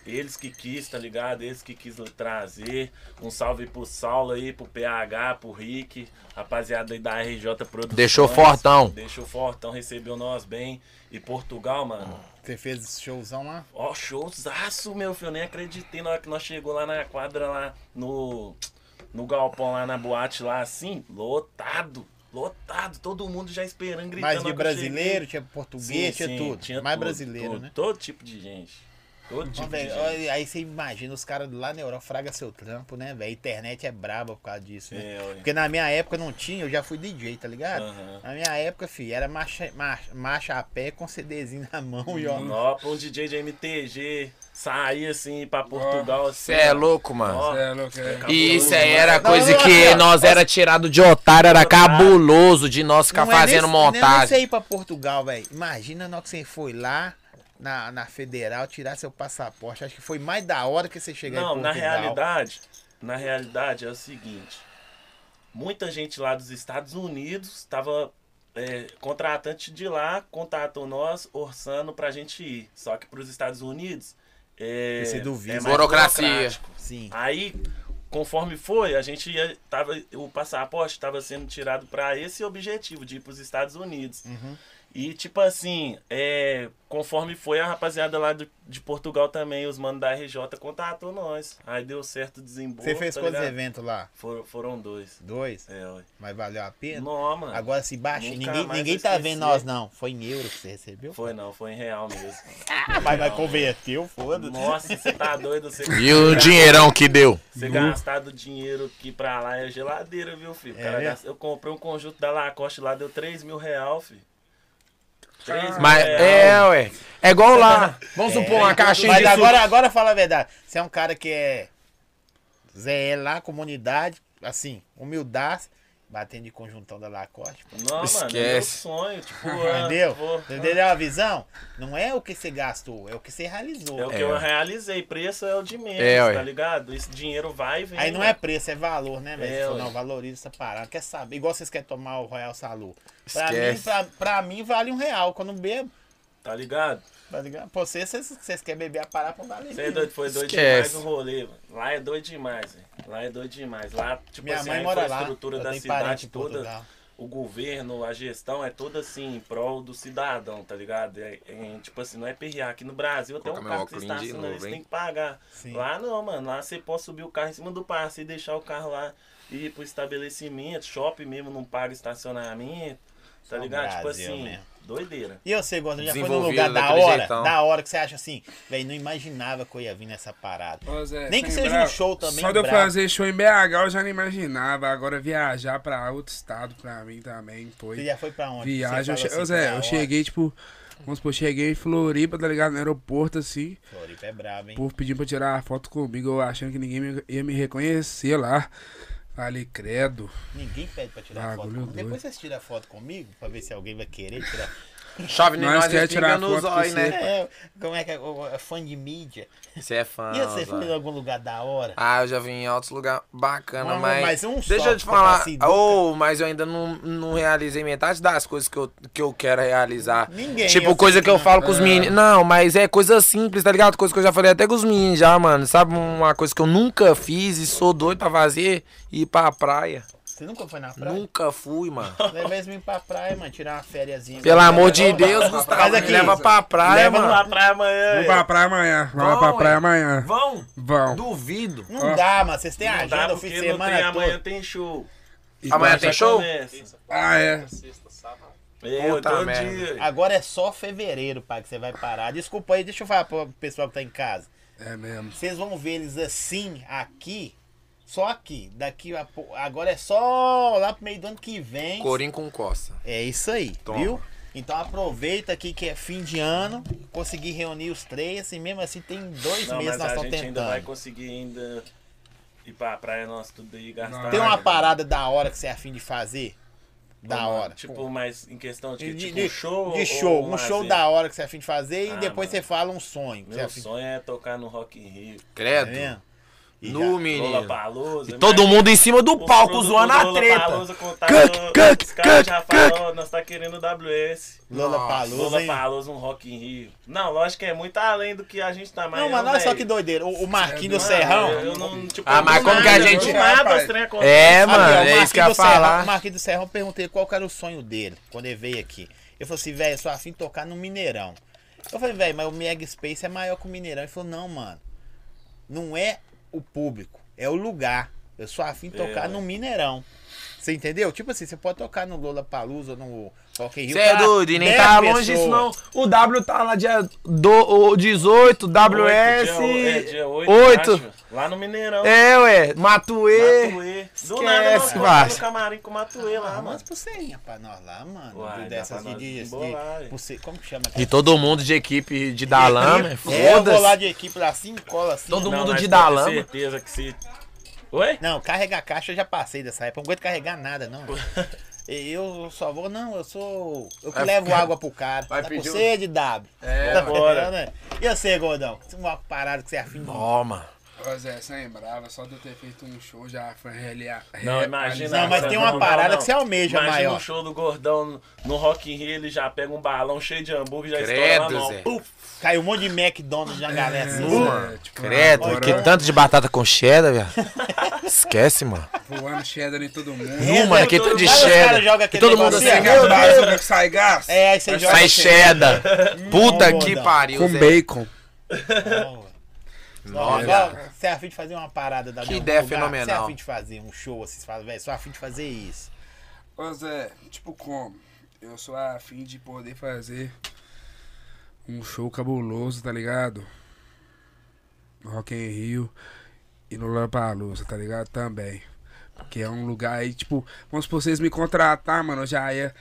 S4: Eles que quis, tá ligado? Eles que quis trazer. Um salve pro Saulo aí, pro PH, pro Rick, rapaziada aí da RJ Produções.
S2: Deixou fortão.
S4: Deixou fortão, recebeu nós bem. E Portugal, mano.
S1: Você fez esse showzão lá?
S4: Ó, showzaço, meu filho. Eu nem acreditei na hora que nós chegou lá na quadra, lá no, no galpão, lá na boate, lá assim, lotado. Lotado, todo mundo já esperando, gritando.
S1: Mais de
S4: na hora que eu
S1: brasileiro,
S4: cheguei.
S1: tinha português, tinha tudo. Mais brasileiro,
S4: tudo,
S1: né?
S4: Todo tipo de gente. Todo
S1: Ó,
S4: tipo de
S1: velho,
S4: gente.
S1: ó, aí você imagina os caras lá na Europa fraga seu trampo, né, velho? A internet é braba por causa disso, né?
S4: É, olha.
S1: Porque na minha época não tinha, eu já fui DJ, tá ligado?
S4: Aham.
S1: Na minha época, fi, era marcha, marcha, marcha a pé com CDzinho na mão e ó.
S4: Nó, pra um DJ de MTG sair assim pra Portugal. assim,
S2: Você
S4: Você
S2: é louco, mano.
S3: É, louco, é.
S2: E isso aí
S4: demais.
S2: era
S1: Não,
S2: coisa
S1: não,
S2: que
S1: não, não.
S2: nós era tirado de otário, era cabuloso de nós ficar
S1: é Não é nem-
S2: fazendo
S1: não é nem Você
S2: montagem.
S1: ir pra Portugal, velho. Imagina na hora que você foi lá na, na Federal tirar seu passaporte. Acho que foi mais da hora que você chegar
S4: Não,
S1: em
S4: na
S1: Portugal.
S4: realidade, na realidade é o seguinte. Muita gente lá dos Estados Unidos estava contratante de lá, contatou nós, orçando pra gente ir. Só que pros Estados Unidos é,
S1: Esse do visa.
S4: mais
S2: Burocracia.
S4: burocrático.
S1: Sim.
S4: Aí, conforme foi, a gente ia, tava, o passaporte estava sendo tirado para esse objetivo, de ir para os Estados Unidos.
S1: Uhum.
S4: E, tipo assim, é, conforme foi, a rapaziada lá do- de Portugal também, os manos da RJ, contatou nós. Aí deu certo desembolso.
S1: Você fez
S4: tá
S1: quantos
S4: ligado?
S1: eventos lá?
S4: Foram, foram dois.
S1: Dois?
S4: É, ué.
S1: Mas valeu a pena?
S4: Não, mano.
S1: Agora se baixa,
S4: Nunca
S1: ninguém,
S4: mais
S1: ninguém
S4: eu
S1: tá
S4: esqueci.
S1: vendo nós não. Foi em euro que você recebeu?
S4: Foi não, foi em real mesmo.
S1: Ah, mas vai converteu, foda-se.
S4: Nossa, você tá doido, você.
S2: E o dinheirão que deu.
S4: Você gastado dinheiro aqui pra lá é geladeira, viu, filho? O
S1: É
S4: cara
S1: mesmo?
S4: gasta- Eu comprei um conjunto da Lacoste lá, deu 3 mil real, filho. 3 mil
S2: Mas é, ué. É igual lá. Vamos supor uma caixinha
S1: É, Mas
S2: de suco.
S1: agora, agora fala a verdade. Você é um cara que é Zé é lá, comunidade, assim, humildade, batendo de conjuntão da Lacoste. pô.
S4: Não, mano, é meu
S2: Esquece.
S4: sonho. Tipo,
S1: Entendeu?
S4: eu vou-
S1: Entendeu a visão? Não é o que você gastou, é o que você realizou.
S4: É o que
S2: É.
S4: eu realizei. Preço é o de menos,
S2: É, ué.
S4: tá ligado? Esse dinheiro vai e vem.
S1: Aí não é preço, é valor, né, velho?
S4: É,
S1: Você falou,
S4: ué.
S1: não, valoriza essa parada. Quer saber? Igual vocês querem tomar o Royal Salu. Pra mim,
S2: Esquece.
S1: pra, pra mim vale um real quando eu bebo.
S4: Tá ligado?
S1: Tá ligado? Pra vocês, vocês, vocês querem beber a parada pra valer.
S4: Você é doido, foi doido
S2: Esquece.
S4: demais o rolê, mano. Lá é doido demais, velho. Lá é doido demais. Lá, tipo
S1: Minha
S4: assim,
S1: mãe
S4: a
S1: mora lá.
S4: infraestrutura
S1: Eu
S4: da
S1: tenho parente
S4: cidade
S1: em
S4: toda.
S1: Portugal.
S4: o governo, a gestão é toda assim, em prol do cidadão, tá ligado? É, é, tipo assim, não é perrear. Aqui no Brasil, até
S2: Colocar
S4: um
S2: meu
S4: carro que você
S2: óculos
S4: está
S2: de
S4: assinando,
S2: novo,
S4: eles
S2: hein?
S4: têm que pagar.
S1: Sim.
S4: Lá não, mano. Lá você pode subir o carro em cima do passe e deixar o carro lá e ir pro estabelecimento. Shopping mesmo não paga estacionamento,
S1: Só
S4: tá ligado? Tipo
S1: Brasil
S4: assim,
S1: mesmo.
S4: doideira.
S1: E você, Gordon, já foi num
S2: Desenvolvido
S1: lugar da
S2: daquele
S1: hora,
S2: jeitão.
S1: da hora que você acha assim, velho, não imaginava que eu ia vir nessa parada.
S3: Ô, Zé,
S1: Nem que
S3: é, sem
S1: seja um
S3: bravo.
S1: show também,
S3: Só de eu
S1: bravo.
S3: fazer show em BH eu já não imaginava. Agora viajar pra outro estado pra mim também
S1: Você
S3: foi.
S1: já foi pra onde?
S3: Viagem. Eu
S1: Você
S3: che...
S1: falou
S3: Ô,
S1: assim,
S3: Zé,
S1: da
S3: eu
S1: hora.
S3: cheguei, tipo. Vamos supor, cheguei em Floripa, tá ligado? No aeroporto assim.
S1: Floripa é brabo,
S3: O
S1: hein?
S3: povo pedindo pra tirar uma foto comigo, eu achando que ninguém me- ia me reconhecer lá. Falei, credo.
S1: Ninguém pede pra tirar foto
S3: Bagulho
S1: comigo.
S3: doido.
S1: Depois vocês tiram foto comigo, pra ver se alguém vai querer tirar.
S2: Chove nem
S3: Nós
S2: nós,
S3: quer
S2: nós
S3: tirar
S2: pingando os
S3: foto
S2: olhos,
S3: com
S2: né?
S1: É, como é que é? O- é Fã de mídia.
S2: Você é fã.
S1: e você foi em
S2: Zóio.
S1: algum lugar da hora?
S2: Ah, eu já vim em outros lugares bacana,
S1: Mas-
S2: mas.
S1: mas um só,
S2: Deixa eu te
S1: você
S2: falar.
S1: passa em duca.
S2: Ou, mas eu ainda não, não realizei metade das coisas que eu, que eu quero realizar.
S1: Ninguém, eu
S2: Tipo,
S1: sei
S2: coisa
S1: que
S2: que eu
S1: não.
S2: falo com os meninos. Não, mas é coisa simples, tá ligado? Coisa que eu já falei até com os meninos já, mano. Sabe uma coisa que eu nunca fiz e sou doido pra fazer? Ir pra praia.
S1: Você nunca foi na praia?
S2: Nunca fui, mano.
S1: Leva eles mim pra praia, mano, tirar uma fériazinha.
S2: Pelo amor de
S1: Leva-
S2: Deus,
S1: Faz
S2: Gustavo.
S1: aqui.
S2: me leva pra praia,
S1: Leva
S2: mano.
S4: Vamos lá pra amanhã.
S3: Vamos
S4: é.
S3: pra praia amanhã. Vamos
S2: Vão,
S3: pra praia
S2: hein?
S3: amanhã.
S4: Vão?
S3: Vamos.
S2: Duvido.
S1: Não dá, mano. Vocês têm
S4: Não dá
S1: agenda o fim
S4: porque
S1: de
S4: não tem,
S1: semana
S4: amanhã
S1: toda.
S4: tem show.
S2: Amanhã tem
S4: Já
S2: show?
S4: começa.
S3: Ah, é.
S4: É,
S2: Puta
S4: todo
S2: merda.
S4: dia.
S1: Agora é só fevereiro, pai, que você vai parar. Desculpa aí, deixa eu falar pro pessoal que tá em casa.
S3: É mesmo.
S1: Vocês vão ver eles assim, aqui, só aqui. Daqui a pou- Agora é só lá pro meio do ano que vem.
S2: Corim com Costa.
S1: É isso aí,
S2: Toma.
S1: viu? Então aproveita aqui que é fim de ano, conseguir reunir os três, e mesmo assim tem dois
S4: Não,
S1: meses
S4: mas
S1: nós
S4: a
S1: estamos
S4: gente ainda vai
S1: tentando.
S4: conseguir ainda ir pra praia nossa, tudo aí, gastar.
S1: Tem uma
S4: né?
S1: parada da hora que você é afim de fazer? Da
S4: Uma-
S1: hora.
S4: Tipo, mas em questão
S1: De,
S4: de, que,
S1: de-
S4: tipo,
S1: de-
S4: um show.
S1: de
S4: ou
S1: show, um
S4: lazer?
S1: show da hora que você é afim de fazer e
S4: Ah,
S1: depois você
S4: mano.
S1: fala um sonho. que você é
S4: Meu
S1: afim-
S4: sonho é tocar no Rock in Rio.
S1: Tá
S2: Credo.
S1: vendo?
S4: E
S2: Nu, menino.
S4: Lollapalooza,
S2: E todo
S4: mas-
S2: mundo em cima do
S4: os
S2: palco
S4: produtos
S2: zoando
S4: né? do
S2: a
S4: Lollapalooza
S2: treta.
S4: contaram-
S2: Cuck, cuck,
S4: os caras já
S2: cuck, cuck.
S4: falaram, "Ó, nós tá querendo o WS.
S1: Lola Palusa.
S4: Lola Palusa, um Rock in Rio. Não, lógico que é muito além do que a gente tá mais.
S1: Não, mas olha só que doideira.
S4: É
S1: O, o Marquinhos do Serrão.
S4: Eu não, tipo,
S2: Ah, mas
S4: do
S2: como que a
S4: nada,
S2: gente-
S4: do nada os trem acontece.
S1: Aqui,
S2: É,
S1: ó,
S2: mano, é
S1: Marquinhos
S2: isso que eu ia
S1: do Serrão-
S2: falar.
S1: o Marquinhos do Serrão, eu perguntei qual que era o sonho dele quando ele veio aqui. Eu falei assim, velho, eu sou afim de tocar no Mineirão. Eu falei, velho, mas o Mega Space é maior que o Mineirão. Ele falou, não, mano. Não é o público, é o lugar. Eu sou afim de
S4: É,
S1: tocar
S4: ué.
S1: no Mineirão. Você entendeu? Tipo assim, você pode tocar no Lola Palusa ou no Rock in Rio.
S2: Você é
S1: pra
S2: doido, e nem
S1: 10
S2: tá longe disso não.
S1: pessoas.
S2: O W tá lá dia do, o 18, WS.
S4: Dia, é, dia 8,
S2: oito.
S4: acho. Lá no Mineirão.
S2: É, ué, Matuê. Esquece,
S4: Matuê. Do nada, nós colocamos
S2: Vasco.
S4: no camarim com o Matuê lá,
S1: Ah,
S4: mano.
S1: mas por cem pra nós lá, mano.
S4: Uai,
S1: do,
S4: dá
S1: dessas
S4: pra
S1: de,
S4: nós
S1: de, de,
S4: embolar, ué.
S1: por cem- Como que chama?
S2: E todo mundo de equipe de Dalama,
S1: É, eu vou lá
S2: foda-se.
S1: de equipe lá assim, cola assim.
S2: Todo
S1: ó.
S2: mundo
S4: nós
S2: de
S4: pode ter
S2: Dalama.
S4: certeza que se... Oi?
S1: Não, carregar caixa eu já passei dessa época. Eu Não aguento carregar nada, não. E Eu só vou, não, eu sou. Eu que levo água pro cara.
S2: vai
S1: Tá com
S2: pedir um-
S1: sede, W.
S2: É,
S1: tá
S4: bora.
S1: entendendo, né? E você, gordão? Uma parada que você é afim de.
S2: Ó, mano.
S3: Ô Zé, você lembrava, é, só de eu ter feito um show já foi relia-
S4: Não,
S3: re-
S4: imagina.
S1: Não, mas
S4: É, Não,
S1: tem uma
S4: não,
S1: parada
S4: não.
S1: que você almeja
S4: Imagina
S1: maior.
S4: um show do Gordão no Rock in Rio, ele já pega um balão cheio de hambúrguer, já estoura lá
S2: Credo,
S4: no...
S2: Zé.
S4: Puf!
S1: Caiu um monte de McDonald's na galera assim.
S3: Zé,
S1: Uh,
S3: tipo,
S2: Credo,
S3: agora
S1: é.
S2: que tanto de batata com cheddar, velho. Esquece, mano.
S3: Voando cheddar em todo mundo.
S2: Não, mano, que tanto de
S1: Sabe os caras jogam
S2: cheddar. Que
S1: aquele
S2: todo mundo
S1: negocinho?
S2: sem
S3: Sem
S1: Meu
S3: gás,
S1: Deus.
S3: sabe que sai gás?
S1: É, aí você joga.
S2: Sai
S1: assim,
S2: cheddar. Puta
S1: Não,
S2: que
S1: não.
S2: pariu,
S3: Com
S2: Zé.
S3: bacon.
S1: ó.
S2: Nossa.
S1: Igual, Você é afim de fazer uma parada da
S2: Que
S1: um
S2: ideia
S1: lugar, Você é
S2: fenomenal.
S1: afim de fazer um show assim, você fala, velho, sou afim de fazer isso.
S3: Ô Zé, tipo como? Eu sou afim de poder fazer um show cabuloso, tá ligado? No Rock in Rio e no Lollapalooza, tá ligado? Também. Porque é um lugar aí, tipo, vamos supor, vocês me contratar, mano, eu já ia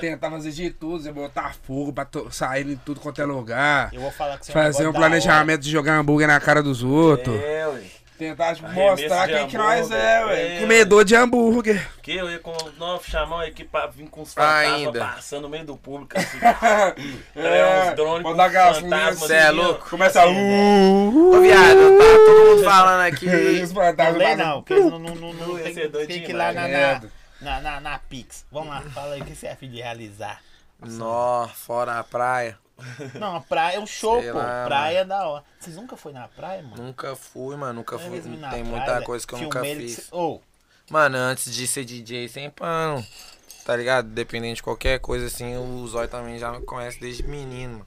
S3: tentar fazer de tudo, ia botar fogo pra to- sair em tudo quanto é lugar.
S1: Eu vou falar com você. é
S3: Fazer um
S1: negócio da hora.
S3: planejamento de jogar hambúrguer na cara dos outros.
S4: É, ué.
S3: Tentar tipo,
S4: Arremesso
S3: mostrar
S4: de
S3: quem que nós é,
S4: hambúrguer.
S3: velho.
S4: É.
S3: Comedor de hambúrguer.
S4: Que eu ia com nove chamar uma equipe pra vir com os fantasmas
S2: Ainda.
S4: passando no meio do público. Assim, é, uns drones
S3: mandar gasolina,
S2: cê é louco.
S3: assim, Começa a. uh,
S2: Ô, viado, tá todo mundo falando aqui.
S3: Os
S1: Não
S3: fantasmas
S1: lê
S3: fazem- um
S1: não, porque não, não, não, não
S4: Ia
S1: tem,
S4: ser doido
S2: né?
S1: tem que ir lá
S4: demais.
S1: na, na,
S3: Credo.
S1: na, na, na Pix. Vamos lá, fala aí o que você é afim de realizar.
S2: Nó, fora a praia.
S1: Não, a praia é um show,
S2: Sei
S1: pô.
S2: lá,
S1: praia é da hora. Vocês nunca foram na praia, mano?
S2: Nunca fui, mano. Nunca
S1: Não é
S2: fui.
S1: mesmo ir na
S2: Tem
S1: praia,
S2: muita
S1: né?
S2: coisa que eu
S1: Filme
S2: nunca
S1: ele que
S2: fiz.
S1: cê- Ô,
S2: Mano, antes de ser DJ sem pano, tá ligado? Dependente de qualquer coisa, assim, o Zóio também já me conhece desde menino, mano.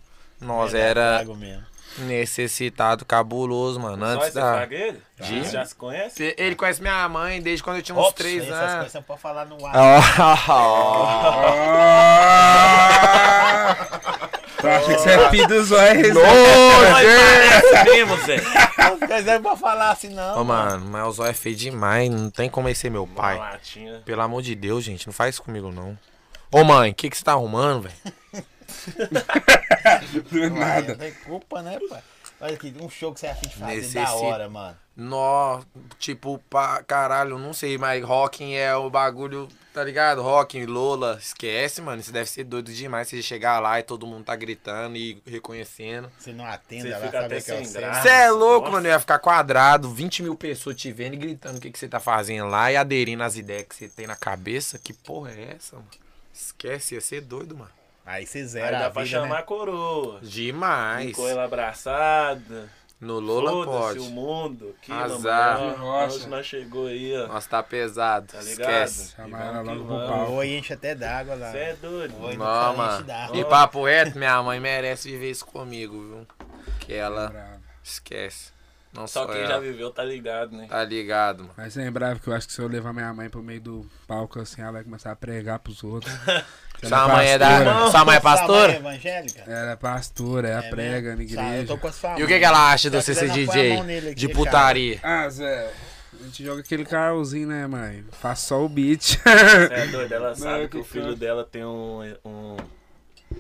S2: Nós
S1: é
S2: era
S1: trago mesmo.
S2: necessitado, cabuloso, mano.
S4: Antes
S2: Antes
S4: você
S2: da.
S4: paga ele?
S2: De-
S4: Já se conhece?
S2: Ele conhece minha mãe desde quando eu tinha uns
S1: Ops,
S2: três
S1: essas coisas
S2: anos.
S1: você não pode falar no ar.
S2: Ó,
S3: Ah! Eu acho que você é filho do Zóia.
S4: Primo, Zé.
S1: Essas coisas não pode falar assim, não.
S2: Ô, mano, mas o Zóio é feio demais. Não tem como ele ser meu
S4: Uma
S2: pai.
S4: latinha.
S2: Pelo amor de Deus, gente, não faz isso comigo, não. Ô, mãe, o que, que você tá arrumando, velho?
S3: Não é
S1: Ué,
S3: nada.
S1: Não tem culpa, né, pai? Olha aqui, um show que você é afim de fazer
S2: Necessi-
S1: da hora, mano.
S2: Nó, tipo, pra caralho, não sei, mas Rocking é o bagulho, tá ligado? Rocking, Lola, esquece, mano. Isso deve ser doido demais você chegar lá e todo mundo tá gritando e reconhecendo.
S1: Você não atende
S4: Você
S1: lá,
S4: fica
S1: sabe
S4: até
S1: que é
S4: sem
S1: você.
S4: graça. Ah,
S2: Você é
S4: nossa.
S2: louco, mano. Eu ia ficar quadrado, 20 mil pessoas te vendo e gritando o que, que você tá fazendo lá e aderindo às ideias que você tem na cabeça. Que porra é essa, mano? Esquece, ia ser doido, mano.
S1: Aí você
S4: Aí
S1: zera a
S4: dá pra
S1: vida,
S4: chamar
S1: né?
S4: a coroa.
S2: Demais.
S4: Com ela abraçada.
S2: No Lola
S4: Foda-se o
S2: pode.
S4: mundo. Que
S2: Azar.
S4: Hoje nós chegou aí, ó.
S2: Nossa, tá pesado.
S4: Tá ligado?
S2: Esquece.
S3: Chama
S4: E vamos
S3: ela
S4: que
S3: logo pro
S4: vamos.
S3: pau.
S1: Oi, enche até d'água lá.
S4: Você é doido.
S1: Oi, não
S2: Não,
S1: fala, enche
S2: mano.
S1: d'água.
S2: E papo reto, minha mãe merece viver isso comigo, viu? Que ela
S3: Bravo.
S2: esquece. Não só,
S4: Só quem
S2: ela.
S4: já viveu tá ligado, né?
S2: Tá ligado, mano.
S3: Mas lembrava que eu acho que se eu levar minha mãe pro meio do palco assim, ela vai começar a pregar pros outros.
S2: Sua mãe é
S3: pastora.
S2: da. Sua mãe é
S1: Sua mãe é
S2: pastora?
S1: evangélica?
S3: Ela é pastora, ela
S1: É
S3: prega na
S1: mesmo? Sabe, eu
S3: igreja.
S1: tô com a sua
S2: E o
S1: mãe.
S2: que, que ela acha de
S1: Se
S2: você ser
S1: ela quiser, não põe a
S2: DJ?
S1: mão nele aqui,
S2: De
S1: cara.
S2: putaria.
S3: Ah, Zé, a gente joga aquele carrozinho, né, mãe? Faz só o beat.
S4: Você é doido. Ela sabe
S3: eu
S4: que o
S3: tô
S4: filho
S3: ficando.
S4: dela tem um, um-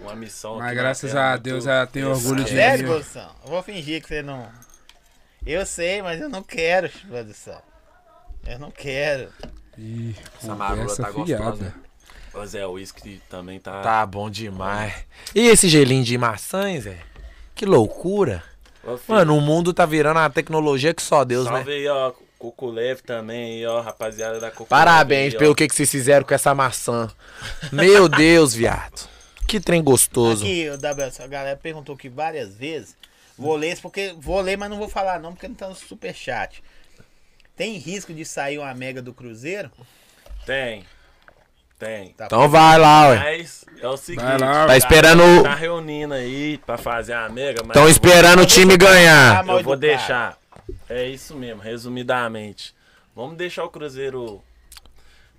S4: uma missão.
S3: Mas
S4: aqui na
S3: graças
S4: Terra
S3: a
S4: muito-
S3: Deus ela tem orgulho de
S1: Sério,
S3: mim.
S1: produção? Eu vou fingir que você não. Eu sei, mas eu não quero, produção. Eu não quero.
S3: Ih,
S2: Essa marula tá
S3: conversa
S2: gostosa.
S3: fiada.
S4: Ô, Zé, o uísque também tá.
S2: Tá bom demais. E esse gelinho de maçãs, Zé? Que loucura.
S4: Ô, filho,
S2: Mano, o mundo tá virando uma tecnologia que só Deus,
S4: salve
S2: né?
S4: aí, ó. Coco Leve também, aí, ó, rapaziada da Coco
S2: Parabéns
S4: Leve aí, ó.
S2: pelo que, que vocês fizeram com essa maçã. Meu Deus, viado. Que trem gostoso.
S1: Aqui, o WS, a galera perguntou aqui várias vezes. Vou ler, isso porque vou ler, mas não vou falar não, porque não tá no superchat. Tem risco de sair uma mega do Cruzeiro?
S4: Tem. Tem.
S2: Então vai lá, ué.
S4: Mas é o seguinte.
S3: Vai lá,
S2: Tá esperando.
S4: Tá reunindo aí pra fazer a mega, mas.
S2: Estão
S4: eu vou-
S2: esperando o time
S1: Ah,
S2: ganhar.
S1: mal
S4: Eu vou
S1: educado.
S4: deixar. É isso mesmo, resumidamente. Vamos deixar o Cruzeiro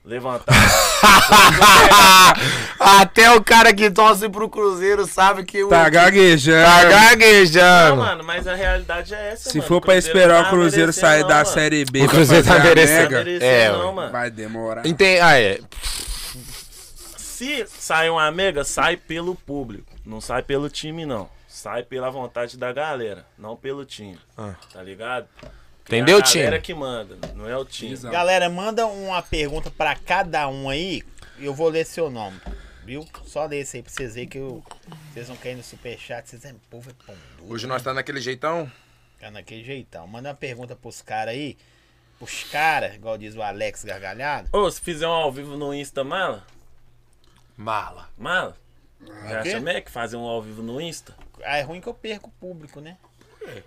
S4: levantar.
S2: Até o cara que torce pro Cruzeiro sabe que o.
S3: Tá gaguejando.
S2: Tá
S4: Não,
S2: gaguejando.
S4: Ah, mano, mas a realidade é essa,
S3: Se
S4: mano.
S3: for
S4: O
S3: pra
S4: Cruzeiro
S3: esperar
S4: não
S3: o
S4: tá
S3: Cruzeiro
S4: merecendo,
S3: sair
S4: não,
S3: da
S4: mano.
S3: Série B,
S2: O
S3: pra
S2: Cruzeiro
S3: fazer
S2: tá
S3: a
S2: merecendo.
S3: mega,
S4: Merecendo,
S2: É,
S4: não,
S2: ué.
S4: mano.
S3: vai demorar.
S2: Enten- Ah, é.
S4: Se sai uma mega, sai pelo público. Não sai pelo time, não. Sai pela vontade da galera, não pelo time. Tá ligado? Porque
S2: Ah. Entendeu,
S4: é a galera
S2: time?
S4: que manda, não é o time.
S3: Exato.
S1: Galera, manda uma pergunta pra cada um aí. Eu vou ler seu nome, viu? Só ler esse aí pra vocês verem que eu- vocês não querem no superchat. Vocês é povo, é pão duro.
S2: Hoje nós tá naquele jeitão.
S1: Tá naquele jeitão. Manda uma pergunta pros caras aí. Pros caras, igual diz o Alex Gargalhado.
S4: Ô, se fizer um ao vivo no Insta, mala,
S2: Mala.
S4: mala. Já
S1: quê?
S4: acha meio que fazer um ao vivo no Insta?
S1: Ah, é ruim que eu perco o público, né?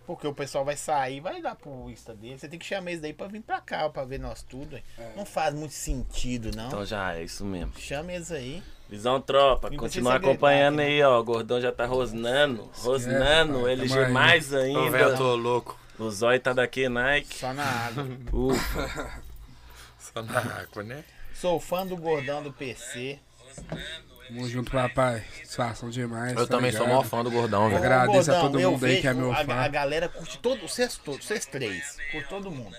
S1: Porque o pessoal vai sair e vai dar pro Insta dele. Você tem que chamar eles daí pra vir pra cá, pra ver nós tudo. hein? Não faz muito sentido, não.
S4: Então já é isso mesmo.
S1: Chama eles aí.
S4: Visão tropa,
S1: Não
S4: continua
S1: precisa
S4: acompanhando
S1: gritar,
S4: aí, ó. O gordão já tá rosnando, rosnando,
S3: pai,
S4: LG
S3: tamo aí.
S4: mais ainda.
S2: louco.
S4: O zóio tá daqui, Nike.
S1: Só na água.
S4: Ufa.
S2: Só na água, né?
S1: Sou fã do gordão do PC.
S3: Tamo junto, papai. Satisfação demais.
S2: Eu
S3: tá
S2: também sou
S3: ligado?
S2: maior fã do gordão,
S1: Ô,
S2: velho.
S3: Agradeço a
S1: Gordão,
S3: todo
S1: eu
S3: mundo aí
S1: vejo
S3: que é meu
S1: a,
S3: fã.
S1: A galera curte todo, vocês todos, vocês três, por todo mundo.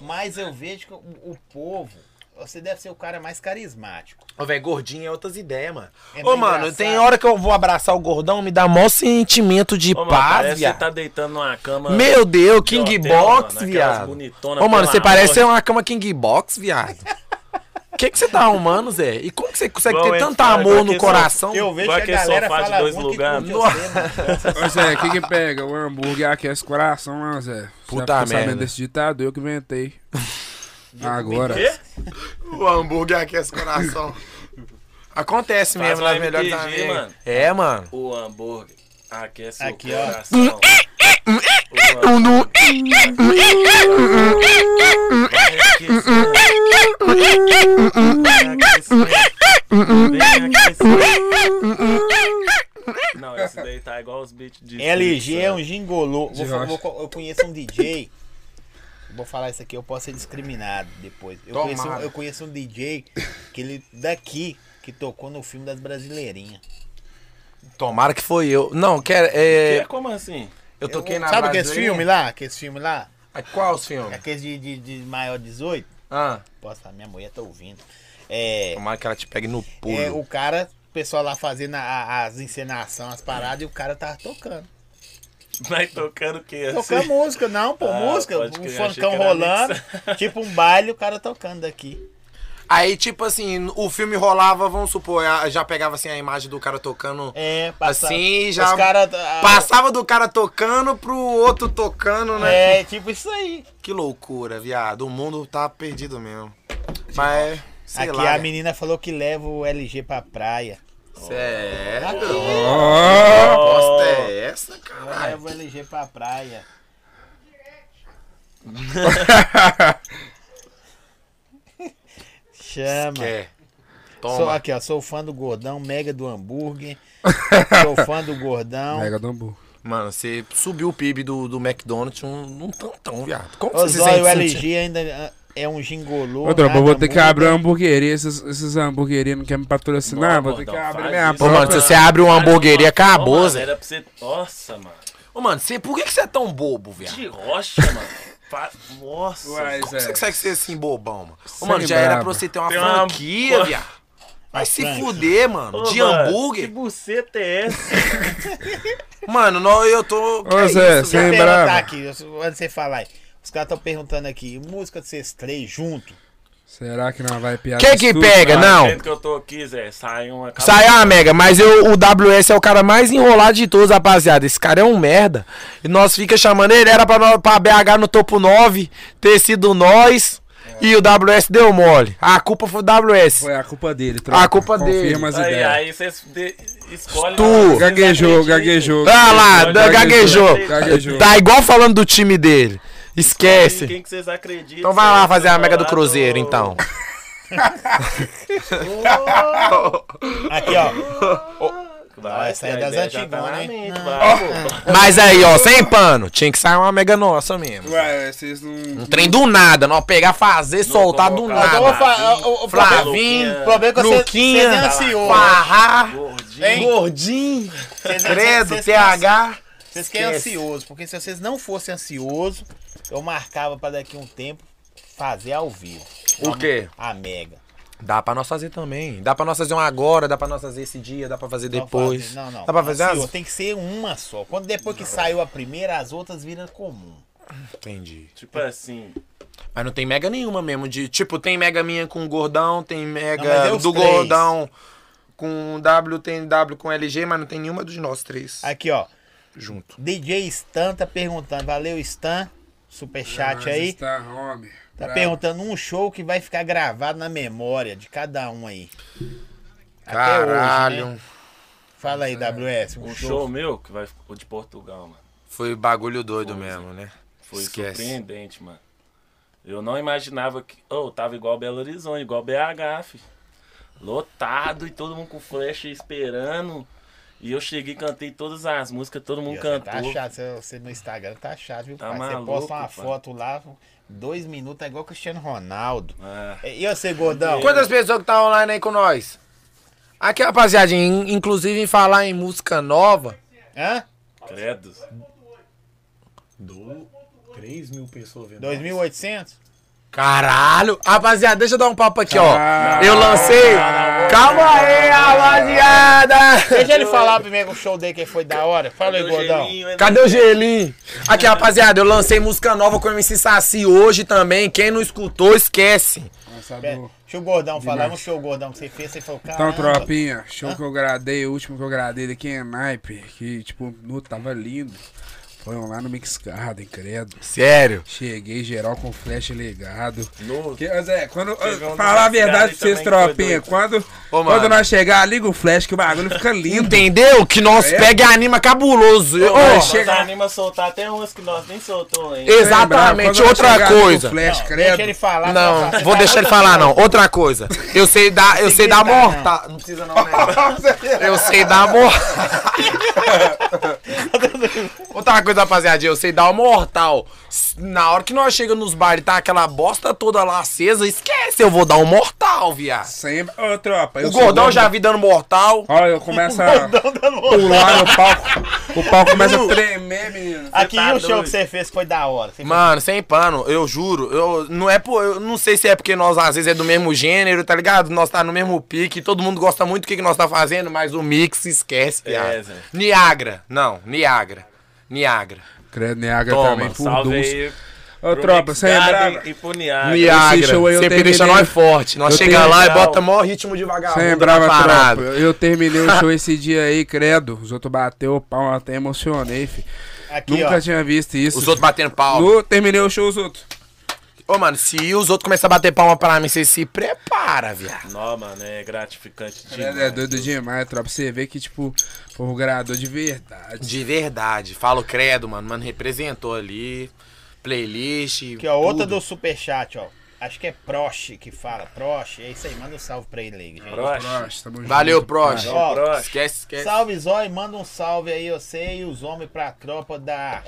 S1: Mas eu vejo que o, o povo, você deve ser o cara mais carismático.
S2: Ô, velho, gordinho é outras ideias, mano.
S1: É
S2: Ô,
S1: meio
S2: mano,
S1: engraçado.
S2: tem hora que eu vou abraçar o gordão, me dá maior sentimento de
S4: Ô, mano,
S2: paz,
S4: parece que
S2: viado.
S4: você tá deitando numa cama.
S2: Meu Deus,
S4: de
S2: King
S4: hotel,
S2: Box,
S4: mano, aquelas
S2: viado.
S4: bonitona,
S2: Ô, mano,
S4: pelo
S2: você
S4: amor
S2: parece
S4: de-
S2: ser uma cama King Box, viado. O que que você tá arrumando, Zé? E como que você consegue
S4: Igual
S2: ter
S4: esse
S2: tanto
S4: cara,
S2: amor
S4: igual
S2: no
S4: aquele
S2: coração?
S1: Eu vejo
S4: Igual
S1: que
S4: aquele
S1: a galera
S4: sofá de
S1: fala
S4: dois
S1: muito que
S4: lugares.
S1: curte você, mano.
S3: Ô Zé, o que que pega? O hambúrguer aquece o coração, né, Zé?
S2: Puta
S3: Já ficou
S2: merda.
S3: sabendo desse ditado, eu que inventei. Agora.
S4: Quê?
S2: O hambúrguer aquece o coração. Acontece
S4: Faz
S2: mesmo
S4: um
S2: nas melhores
S4: MTG,
S2: amigas.
S4: mano.
S2: É, mano.
S4: O hambúrguer aquece
S1: Aqui,
S4: o
S1: ó.
S4: coração. O
S2: Um do-
S4: Não, esse daí tá igual os beats de. né?
S1: LG é um
S3: né?
S4: Simpsons.
S1: gingolô. Vou
S3: De
S1: fa- vou
S3: rocha.
S1: co- eu conheço um DJ. Vou falar isso aqui, eu posso ser discriminado depois. Eu
S2: Tomara.
S1: conheço, eu conheço um DJ que ele daqui, que tocou no filme das brasileirinhas.
S2: Tomara que foi eu. Não, quero.
S4: Que é
S2: É...
S4: como assim?
S2: Eu toquei na
S4: é
S1: Sabe aqueles
S2: Brasileira.
S1: filmes
S4: né?
S1: lá? Aqueles filmes lá? É
S2: Ah, Qual os filmes?
S1: Aqueles de, de, de maior 18?
S2: Ah,
S1: Posso falar, minha mulher tá ouvindo. É,
S2: tomara que ela te pegue no pulo.
S1: é, o cara, o pessoal lá fazendo a- as encenações, as paradas, e o cara tava tocando.
S4: Vai tocando o que assim?
S1: Tocar música, não, pô,
S4: Ah,
S1: música,
S4: pode
S1: um
S4: crer, achei
S1: funkão
S4: que era
S1: rolando,
S4: mix.
S1: tipo um baile, o cara tocando daqui.
S2: Aí, tipo assim, o filme rolava, vamos supor, a- já pegava assim a imagem do cara tocando.
S1: É, passa,
S2: Assim, já
S1: Os cara, ah,
S2: Passava do cara tocando pro outro
S4: um
S2: tocando, né?
S1: É, tipo isso aí.
S2: Que loucura, viado. O mundo tá perdido mesmo. Mas, sei
S1: aqui é
S2: lá. né?
S4: né?
S1: a menina falou que leva o LG pra praia.
S4: Ah,
S2: Sério?
S3: Ó,
S2: Que bosta é essa,
S1: Eu
S2: caralho?
S1: levo o LG pra praia. Chama.
S2: Quer.
S1: Sou,
S2: Toma.
S1: aqui, ó, sou fã do gordão, mega do hambúrguer. sou fã do gordão.
S3: Mega do hambúrguer.
S2: Mano, você subiu o PIB do, do McDonald's um, um tantão, viado. Como
S1: O
S2: você se sente?
S1: Zóio
S2: sentindo?
S1: LG ainda ah, é um gingolô.
S3: Ô, tropa, eu vou
S1: nada
S3: ter que
S1: muda.
S3: abrir uma hamburgueria. Esses, esses hamburguerias não querem me patrocinar,
S4: Bom,
S3: vou ter que
S4: gordão,
S3: abrir
S4: então faz
S3: minha
S4: isso.
S2: Ô, mano, se você abre uma hamburgueria,
S4: Ô,
S2: acabou,
S4: mano,
S2: Zé.
S4: Era pra você. Nossa, mano.
S2: Ô, mano, você, por que que você é tão bobo, viado?
S4: De rocha, mano. Fa- Nossa.
S3: Uai,
S2: Como você
S3: Zé.
S2: consegue ser assim, bobão, mano? Ô,
S3: Sangue
S2: mano, já era
S3: é. brabo.
S2: pra você ter uma
S4: Tem uma-
S2: franquia, viado. Vai se
S1: franquia.
S2: fuder, mano.
S4: Ô,
S2: De
S4: mano, Que
S2: hambúrguer.
S4: buceta é essa?
S2: Mano, não, eu tô. que
S3: Ô,
S2: é
S3: Zé,
S2: isso,
S1: Deixa eu
S2: viado?
S3: Sem
S1: perguntar
S3: brava.
S1: aqui, eu- antes de você falar aí. Os caras estão perguntando aqui, música de vocês três junto,
S3: Será que não vai piar?
S2: Quem
S3: isso
S2: que
S3: tudo?
S2: pega? Não.
S4: Tá que eu tô aqui, Zé, sai uma...
S2: Saiu a ah, mega, mas eu, o WS é o cara mais enrolado de todos, rapaziada. Esse cara é um merda. E nós fica chamando ele, era pra, nó- pra BH no topo 9, ter sido nós. E o WS deu mole. A culpa foi do WS.
S3: Foi a culpa dele.
S2: A culpa dele.
S3: Confirma as
S4: Aí,
S3: ideias.
S4: aí vocês de- escolhem...
S2: Tu.
S4: vocês
S3: Gaguejou,
S4: acreditam.
S3: gaguejou.
S2: Ah lá, da-
S3: Gaguejou,
S2: gaguejou.
S3: gaguejou.
S2: Tá igual falando do time dele.
S4: Escolhem
S2: Esquece.
S4: Quem que é vocês acreditam.
S2: Então vai lá fazer a mega do
S4: Colorado.
S2: Cruzeiro, então.
S1: Aqui, ó.
S4: Vai,
S1: Essa aí é das
S4: ideia já tá
S1: antigonas,
S4: na
S1: hein?
S4: mente, vai, pô.
S2: Mas aí, ó, sem pano. Tinha que sair uma mega nossa mesmo.
S7: Ué, vocês não.
S2: Um trem do nada, não pegar, fazer, soltar do
S4: colocar.
S1: Então eu vou
S2: nada.
S1: fa- o- o- o problema-
S2: Flavinho,
S1: o problema é que você- você
S2: Luquinha,
S1: é ansioso.
S2: Parra,
S1: Hein?
S2: Gordinho,
S1: Vocês-
S2: Credo,
S1: vocês-
S2: TH.
S1: Vocês querem
S2: Esquece.
S1: ansioso, porque se vocês não fossem ansioso, eu marcava pra daqui um tempo fazer ao vivo.
S2: O quê?
S1: A mega.
S2: Dá pra nós fazer também. Dá pra nós fazer um agora, dá pra nós fazer esse dia, dá pra fazer
S1: Não
S2: depois.
S1: fazer- Não, não.
S2: Dá pra fazer
S1: Ansioso,
S2: as...
S1: Tem que ser uma só. Quando depois que saiu a primeira, as outras viram comum.
S2: Entendi.
S4: Tipo assim,
S2: Mas não tem mega nenhuma mesmo. De, tipo, tem mega minha com o gordão, tem
S1: Não, mas
S2: mega
S1: é os
S2: do
S1: três.
S2: gordão com W, tem W com LG, mas não tem nenhuma dos nós três
S1: Aqui, ó.
S2: junto.
S1: DJ Stan tá perguntando. Valeu, Stan. Superchat
S3: Mas
S1: aí.
S3: Está home.
S1: Tá
S3: Bravo.
S1: perguntando um show que vai ficar gravado na memória de cada um aí. Até hoje,
S2: Caralho.
S1: né? Fala aí, WS. Um,
S4: um
S1: show.
S4: show meu que vai o de Portugal, mano.
S2: Foi bagulho doido mesmo, né?
S4: Foi
S2: Esquece.
S4: surpreendente, mano. Eu não imaginava que. Ô, tava igual Belo Horizonte, igual BH, fi. Lotado e todo mundo com flecha esperando. E eu cheguei, cantei todas as músicas, todo mundo
S1: Você Tá
S4: cantou.
S1: chato, você, você no Instagram tá chato, viu,
S4: um Tá
S1: pai? você
S4: maluco,
S1: posta uma
S4: pai.
S1: foto lá, dois minutos, é igual Cristiano Ronaldo.
S4: Ah,
S1: E e você, gordão?
S2: Quantas pessoas que tá online aí com nós? Aqui, rapaziadinha, in- inclusive em falar em música nova.
S1: Hã?
S4: credo.
S8: 3 mil pessoas vendo.
S1: 2.800?
S2: Caralho! Rapaziada, deixa eu dar um papo aqui, ó. Eu lancei. Calma aí, rapaziada!
S1: Deixa ele falar primeiro que o show dele que foi da hora. Fala aí,
S4: Meu
S1: gordão.
S4: gelinho, hein?
S2: Cadê o gelinho? Aqui, rapaziada, eu lancei música nova com o MC Saci hoje também. Quem não escutou, esquece.
S1: Pera,
S3: Lançador.
S1: Deixa o gordão falar um show, gordão, que você fez, você falou, cara.
S2: Ah.
S3: Então, tropinha, show que eu gradei, o último que eu gradei daqui em Naipe, que, tipo, no, tava lindo. Foram lá no Mix Garden, credo.
S2: Sério?
S3: Cheguei geral com flash ligado.
S4: No-
S3: Que, ô, Zé, é, quando. ô,
S4: Teve um
S3: falar a
S4: desse cara
S3: verdade pra vocês,
S4: também que foi
S3: tropinha.
S4: doido.
S3: Quando,
S2: Ô, mano.
S3: quando nós chegar, liga o flash que o bagulho fica lindo.
S2: Entendeu? Que nós
S3: É.
S2: pega e anima cabuloso. Ô,
S3: mas
S4: Nós
S3: chega-
S4: anima a soltar até umas que nós nem soltou ainda.
S2: exatamente,
S3: Quando nós chegar,
S2: outra
S3: liga o
S2: coisa.
S3: Flash,
S1: Não,
S3: credo.
S1: Deixa ele falar.
S2: Não,
S1: você
S2: vou
S1: fala
S2: deixar ele
S1: outra
S2: falar
S1: coisa.
S2: não. Outra coisa. Eu sei dar, eu sei dar
S1: gritar, não.
S2: mortal. Não. precisa não, né? Eu sei dar mortal. Outra coisa, rapaziada, eu sei dar o mortal. S- Na hora que nós chegamos nos bares, tá aquela bosta toda lá acesa, esquece, eu vou dar um mortal, viado.
S3: Sempre. Ô, tropa. eu
S2: O
S3: sou
S2: gordão
S3: doido.
S2: já vi dando mortal.
S3: Ó, eu começo a pular no Ah, palco. O palco começa a tremer, menino.
S1: Aqui,
S4: Você
S1: e
S4: tá
S1: o show
S4: doido.
S1: que você fez que foi da hora. Você
S2: Mano, sem pano, eu juro. Eu não é por, eu não sei se é porque nós às vezes é do mesmo gênero, tá ligado? Nós tá no mesmo pique, todo mundo gosta muito do que, que nós tá fazendo, mas o mix esquece, viado.
S4: É, Zé.
S2: Niagara, não, Niagara. Niagara.
S3: Credo, Niagra
S2: Toma,
S3: também, por
S4: Salve
S3: duns.
S4: aí.
S3: Ô,
S4: pro
S3: tropa,
S4: Mix
S3: você é
S4: Garden
S3: brava.
S4: E pro Niagara.
S3: Ah, Esse show
S2: Niagara,
S3: aí eu
S2: sempre
S3: terminei-
S2: deixa nós forte. Nós
S3: eu
S2: chega lá e
S4: terminei-
S2: bota maior ritmo de vagabundo
S3: Você
S2: na
S3: lembrava, tropa?
S2: parada.
S3: Eu terminei o show esse dia aí, credo. Os outros bateu o pau, até emocionei, fi.
S1: Aqui,
S3: Nunca
S1: ó.
S3: tinha visto isso.
S2: Os outros batendo palma.
S3: No, terminei o show, os outros.
S2: Ô, mano, se os outros começarem a bater palma pra mim, você se prepara, viado.
S4: Não, mano, é gratificante demais.
S3: Credo, é doido demais, tropa. Você vê que, tipo, o gradou de verdade.
S2: De verdade. Falo credo, mano. Mano, representou ali. Playlist.
S4: é
S1: Aqui, ó, outra
S2: tudo.
S1: do superchat, ó. Acho que é Proche que fala. Proche, é isso aí. Manda um salve pra ele aí, gente.
S4: Proxa.
S3: Prost, tamo junto.
S2: Valeu, Proche.
S1: Ó,
S4: Proxa.
S2: Esquece, esquece.
S1: Salve, Zói. Manda um salve aí, você e os homens pra tropa da.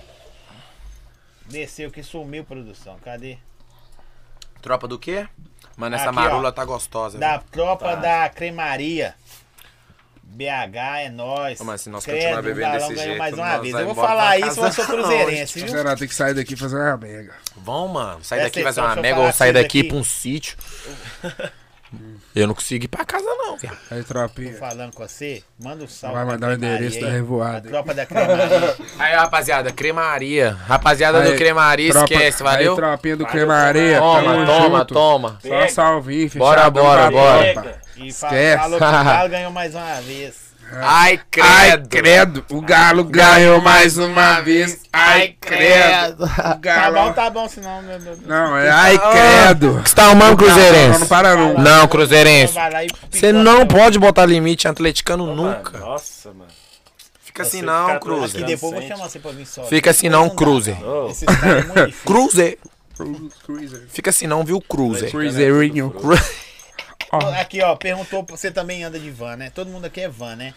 S1: Desceu que sumiu, produção. Cadê?
S2: Tropa do quê? Mano, essa
S1: Aqui,
S2: marula
S1: ó.
S2: tá gostosa.
S1: Da tropa da cremaria. BH é nóis.
S2: Ô, mas se nós
S1: Credo,
S2: continuar
S1: o
S2: bebendo
S1: Galão
S2: desse
S1: ganhou
S2: jeito,
S1: mais uma
S2: nós
S1: vez.
S2: vai
S1: Eu vou
S2: embora
S1: falar
S2: pra
S1: isso, mas sou
S2: casa
S1: cruzeirense, viu?
S3: Será que tem que sair daqui e fazer uma mega?
S2: Vão, mano. Sai
S1: Presta
S2: daqui, um vai fazer
S1: atenção,
S2: uma
S1: deixa eu
S2: mega
S1: falar
S2: ou sai
S1: com vocês
S2: daqui
S1: aqui.
S2: pra um sítio. Eu não consigo ir pra casa, não, viado.
S3: Aí, tropinha.
S1: Falando com você, manda um salve.
S3: Vai
S1: pra
S3: mandar o
S1: cremaria
S3: endereço
S1: aí,
S3: da revoada.
S1: A tropa da cremaria.
S2: Aí, rapaziada, cremaria. Rapaziada do
S3: Aí,
S2: cremaria,
S3: tropa-
S2: esquece, valeu?
S3: Aí, tropinha do Cremaria.
S2: toma,
S3: Tamo
S2: toma,
S3: junto.
S2: toma.
S3: Só salvinho,
S2: Bora,
S3: fechadão
S2: bora,
S3: da
S2: bora.
S3: tropa.
S1: E fa-
S3: Esquece.
S1: falou que o Galo ganhou mais uma vez.
S2: Ai, credo.
S3: Ai, credo, o Galo ganhou mais uma vez. Ai, credo, o
S1: Tá bom,
S3: Galo.
S1: tá bom, senão. meu- meu-
S3: Não, é ai, credo.
S2: Que está humano,
S3: Não, não
S2: tá Cruzeirense?
S3: para não.
S2: Não, Cruzeirense.
S1: Vai lá e
S2: Você
S1: picota
S2: não
S1: meu-
S2: pode botar limite em atleticano nunca.
S4: Mano, nossa, mano.
S2: Fica
S4: Você
S2: assim
S4: fica
S2: não,
S4: todo
S1: Que
S2: Cruze.
S4: aqui
S1: depois eu vou
S4: Sente.
S1: chamar você pra vir só.
S2: Fica assim não,
S1: dá,
S2: Cruze.
S4: Ô,
S1: Esses caras é muito difícil.
S2: Cruze.
S3: Cruiser.
S2: Fica assim não, viu, Cruze.
S3: É Cruiserinho.
S1: Aqui, ó, perguntou, você também anda de van, né? Todo mundo aqui é van, né?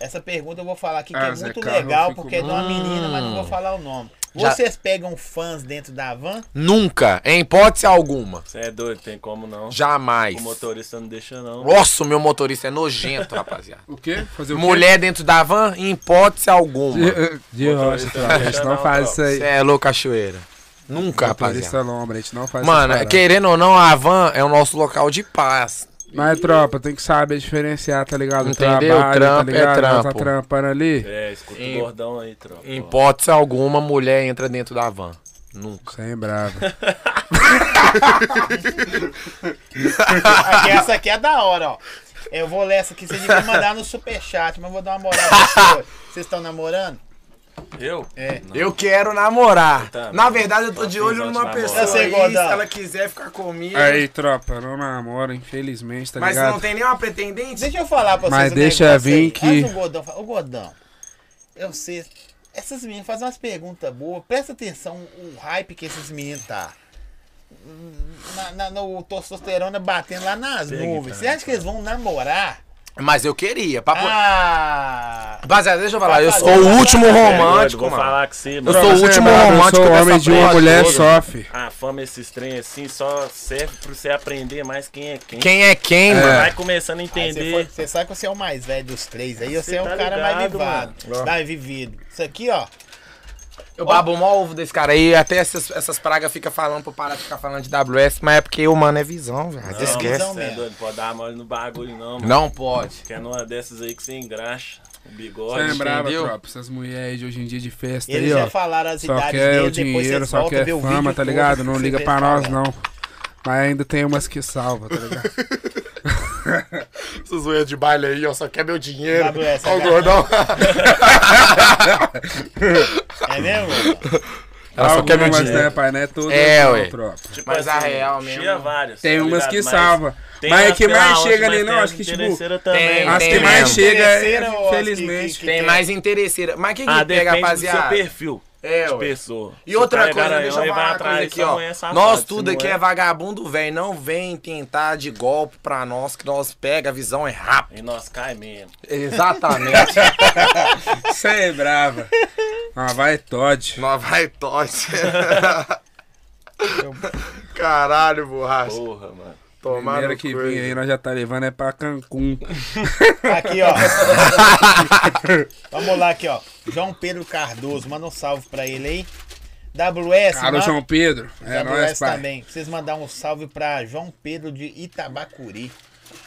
S1: Essa pergunta eu vou falar aqui que
S3: Ah,
S1: é
S3: Zé
S1: muito
S3: Carlos,
S1: legal,
S3: eu fico- Hum.
S1: porque é de uma menina, mas não vou falar o nome.
S2: Já-
S1: Vocês pegam fãs dentro da van?
S2: Nunca, em hipótese alguma.
S4: Você é doido, tem como não.
S2: Jamais.
S4: O motorista não deixa, não.
S2: Nossa, o meu motorista é nojento, rapaziada.
S3: O quê? Fazer o quê?
S2: Mulher dentro da van, em hipótese alguma.
S3: De- De rocha, tropa. A gente não faz isso
S2: Você
S3: aí.
S2: é louco, cachoeira. Nunca, rapaziada.
S3: Motorista lombra, a gente não faz
S2: é. Mano,
S3: essa parada.
S2: querendo ou não, a van é o nosso local de paz.
S3: Mas, tropa, tem que saber diferenciar, tá ligado?
S2: Entendeu?
S3: Trabalho,
S2: Trampo é
S3: Nós Tá
S2: trampo.
S3: trampando ali.
S4: É, escuta
S2: Em-
S4: o gordão aí, tropa.
S2: Em hipótese alguma, mulher entra dentro da van. Nunca.
S3: Sem bravo.
S1: Aqui, essa aqui é da hora, ó. Eu vou ler essa aqui, vocês deviam mandar no superchat, mas eu vou dar uma moral pra vocês. Vocês estão namorando?
S4: Eu?
S1: É.
S2: Eu quero namorar.
S4: Tá,
S2: Na
S4: mano.
S2: verdade, eu tô de
S4: Tá
S2: olho
S4: afimzão de
S2: numa
S4: namorar.
S2: pessoa.
S1: Eu sei, é.
S2: aí, se
S1: gordão.
S2: ela quiser ficar comigo.
S3: Aí, tropa, não namora, infelizmente, tá
S2: mas
S3: ligado?
S2: não tem nenhuma pretendente.
S1: Deixa eu falar pra vocês.
S3: Mas
S1: um
S3: deixa
S1: negócio
S3: vir
S1: aí.
S3: que-
S1: Antes do Gordão, fa- ô Gordão, eu sei. Essas meninas fazem umas perguntas boas. Presta atenção o hype que esses meninos tá. Na, na, no testosterona batendo lá nas nuvens. Você acha que eles vão namorar?
S2: Mas eu queria. Papo...
S1: Ah!
S2: Rapaziada, deixa eu falar. Eu
S1: Papai,
S2: sou o
S1: papai,
S2: último
S1: papai,
S4: É doido,
S2: romântico,
S4: vou
S2: mano.
S4: falar que você,
S2: Eu
S4: mano.
S2: sou o último
S3: Sem bravo,
S2: romântico
S3: Eu sou um
S2: dessa
S3: homem de uma
S2: porra
S3: mulher
S2: toda.
S3: só, fi.
S4: A fama, esses trem assim, só serve pra você aprender mais quem é quem.
S2: Quem é quem, mano?
S4: Vai começando a
S1: Aí você,
S4: entender.
S1: foi- você sabe que você é o mais velho dos três aí, você,
S4: Você
S1: é o
S4: tá
S1: cara mais
S4: ligado,
S1: vivado, mais vivido. Isso aqui, ó,
S2: Eu babo mó ovo desse cara aí. Até essas, essas pragas fica falando pra eu parar de ficar falando de WS. Mas é porque o mano é visão, velho.
S4: Não,
S2: Esquece.
S1: visão
S4: Você é
S1: mesmo.
S4: doido, pode dar mole no bagulho, não, mano.
S2: Não pode.
S4: Que é numa dessas aí que você engraxa o bigode.
S3: Sem bravo,
S2: entendeu?
S3: tropa. Essas mulheres aí de hoje em dia de festa
S1: eles
S3: aí,
S1: já
S3: ó.
S1: falaram as
S3: Só
S1: idades
S3: quer
S1: dele,
S3: o
S1: depois
S3: dinheiro,
S1: vocês
S3: só
S1: voltam
S3: quer
S1: ver o vídeo
S3: fama, tá
S1: todo
S3: ligado?
S1: que
S3: Não
S1: você
S3: liga
S1: vê
S3: pra nós,
S1: falando.
S3: não. Mas ainda tem umas que salva, tá ligado?
S2: Essas zoeiras de baile aí, ó. Só quer meu dinheiro.
S1: WS,
S2: Ó, o
S1: agarra.
S2: gordão.
S1: É mesmo? Gordão?
S2: Ela só quer meu
S3: Algumas,
S2: dinheiro.
S3: né, pai? Não é todas,
S2: É,
S3: não,
S2: ué.
S3: tropa.
S4: Tipo
S2: Mas a real
S4: Tinha
S2: mesmo-
S4: várias.
S3: Tem
S4: tá
S3: umas
S4: ligado?
S3: que
S4: Mas
S3: salva.
S4: tem
S3: Mas
S4: umas
S3: que
S4: pela
S3: mais
S4: onde,
S3: chega
S4: mas
S3: ali,
S4: tem
S3: não,
S4: as
S3: acho que, tipo,
S4: interesseira também, Ah,
S2: tem-
S4: mano.
S3: As que
S2: tem
S3: mais
S2: mesmo.
S3: chega, é,
S1: Interesseira ou as que-
S3: infelizmente.
S1: que-
S2: Tem mais interesseira. Mas quem que
S4: Ah,
S2: pega,
S4: depende do seu
S2: rapaziada?
S4: perfil.
S2: É,
S4: de
S2: ué.
S4: pessoa.
S2: E
S4: Se o
S2: outra
S4: cara é
S2: coisa,
S4: garanhão,
S2: deixa eu
S4: ele
S2: falar
S4: vai
S2: uma coisa
S4: atrás,
S2: aqui,
S4: só
S2: ó.
S4: não é safado,
S2: Nós
S4: se
S2: tudo
S4: não
S2: aqui é vagabundo, velho. Não vem tentar de golpe pra nós, que nós pega, a visão é rápida.
S4: E nós cai mesmo.
S2: Exatamente.
S3: Você é brava. Ah, vai, Todd.
S2: nós vai tosse. Caralho, borracha.
S4: Porra, mano.
S2: Tomara
S3: Primeiro que vem aí, nós já tá levando é pra Cancún.
S1: é? Aqui, ó. Vamos lá aqui, ó. João Pedro Cardoso, manda um salve pra ele aí. WS,
S3: Alô,
S1: mano.
S3: João Pedro. É
S1: WS
S3: nóis, pai.
S1: também. Vocês mandar um salve pra João Pedro de Itabacuri.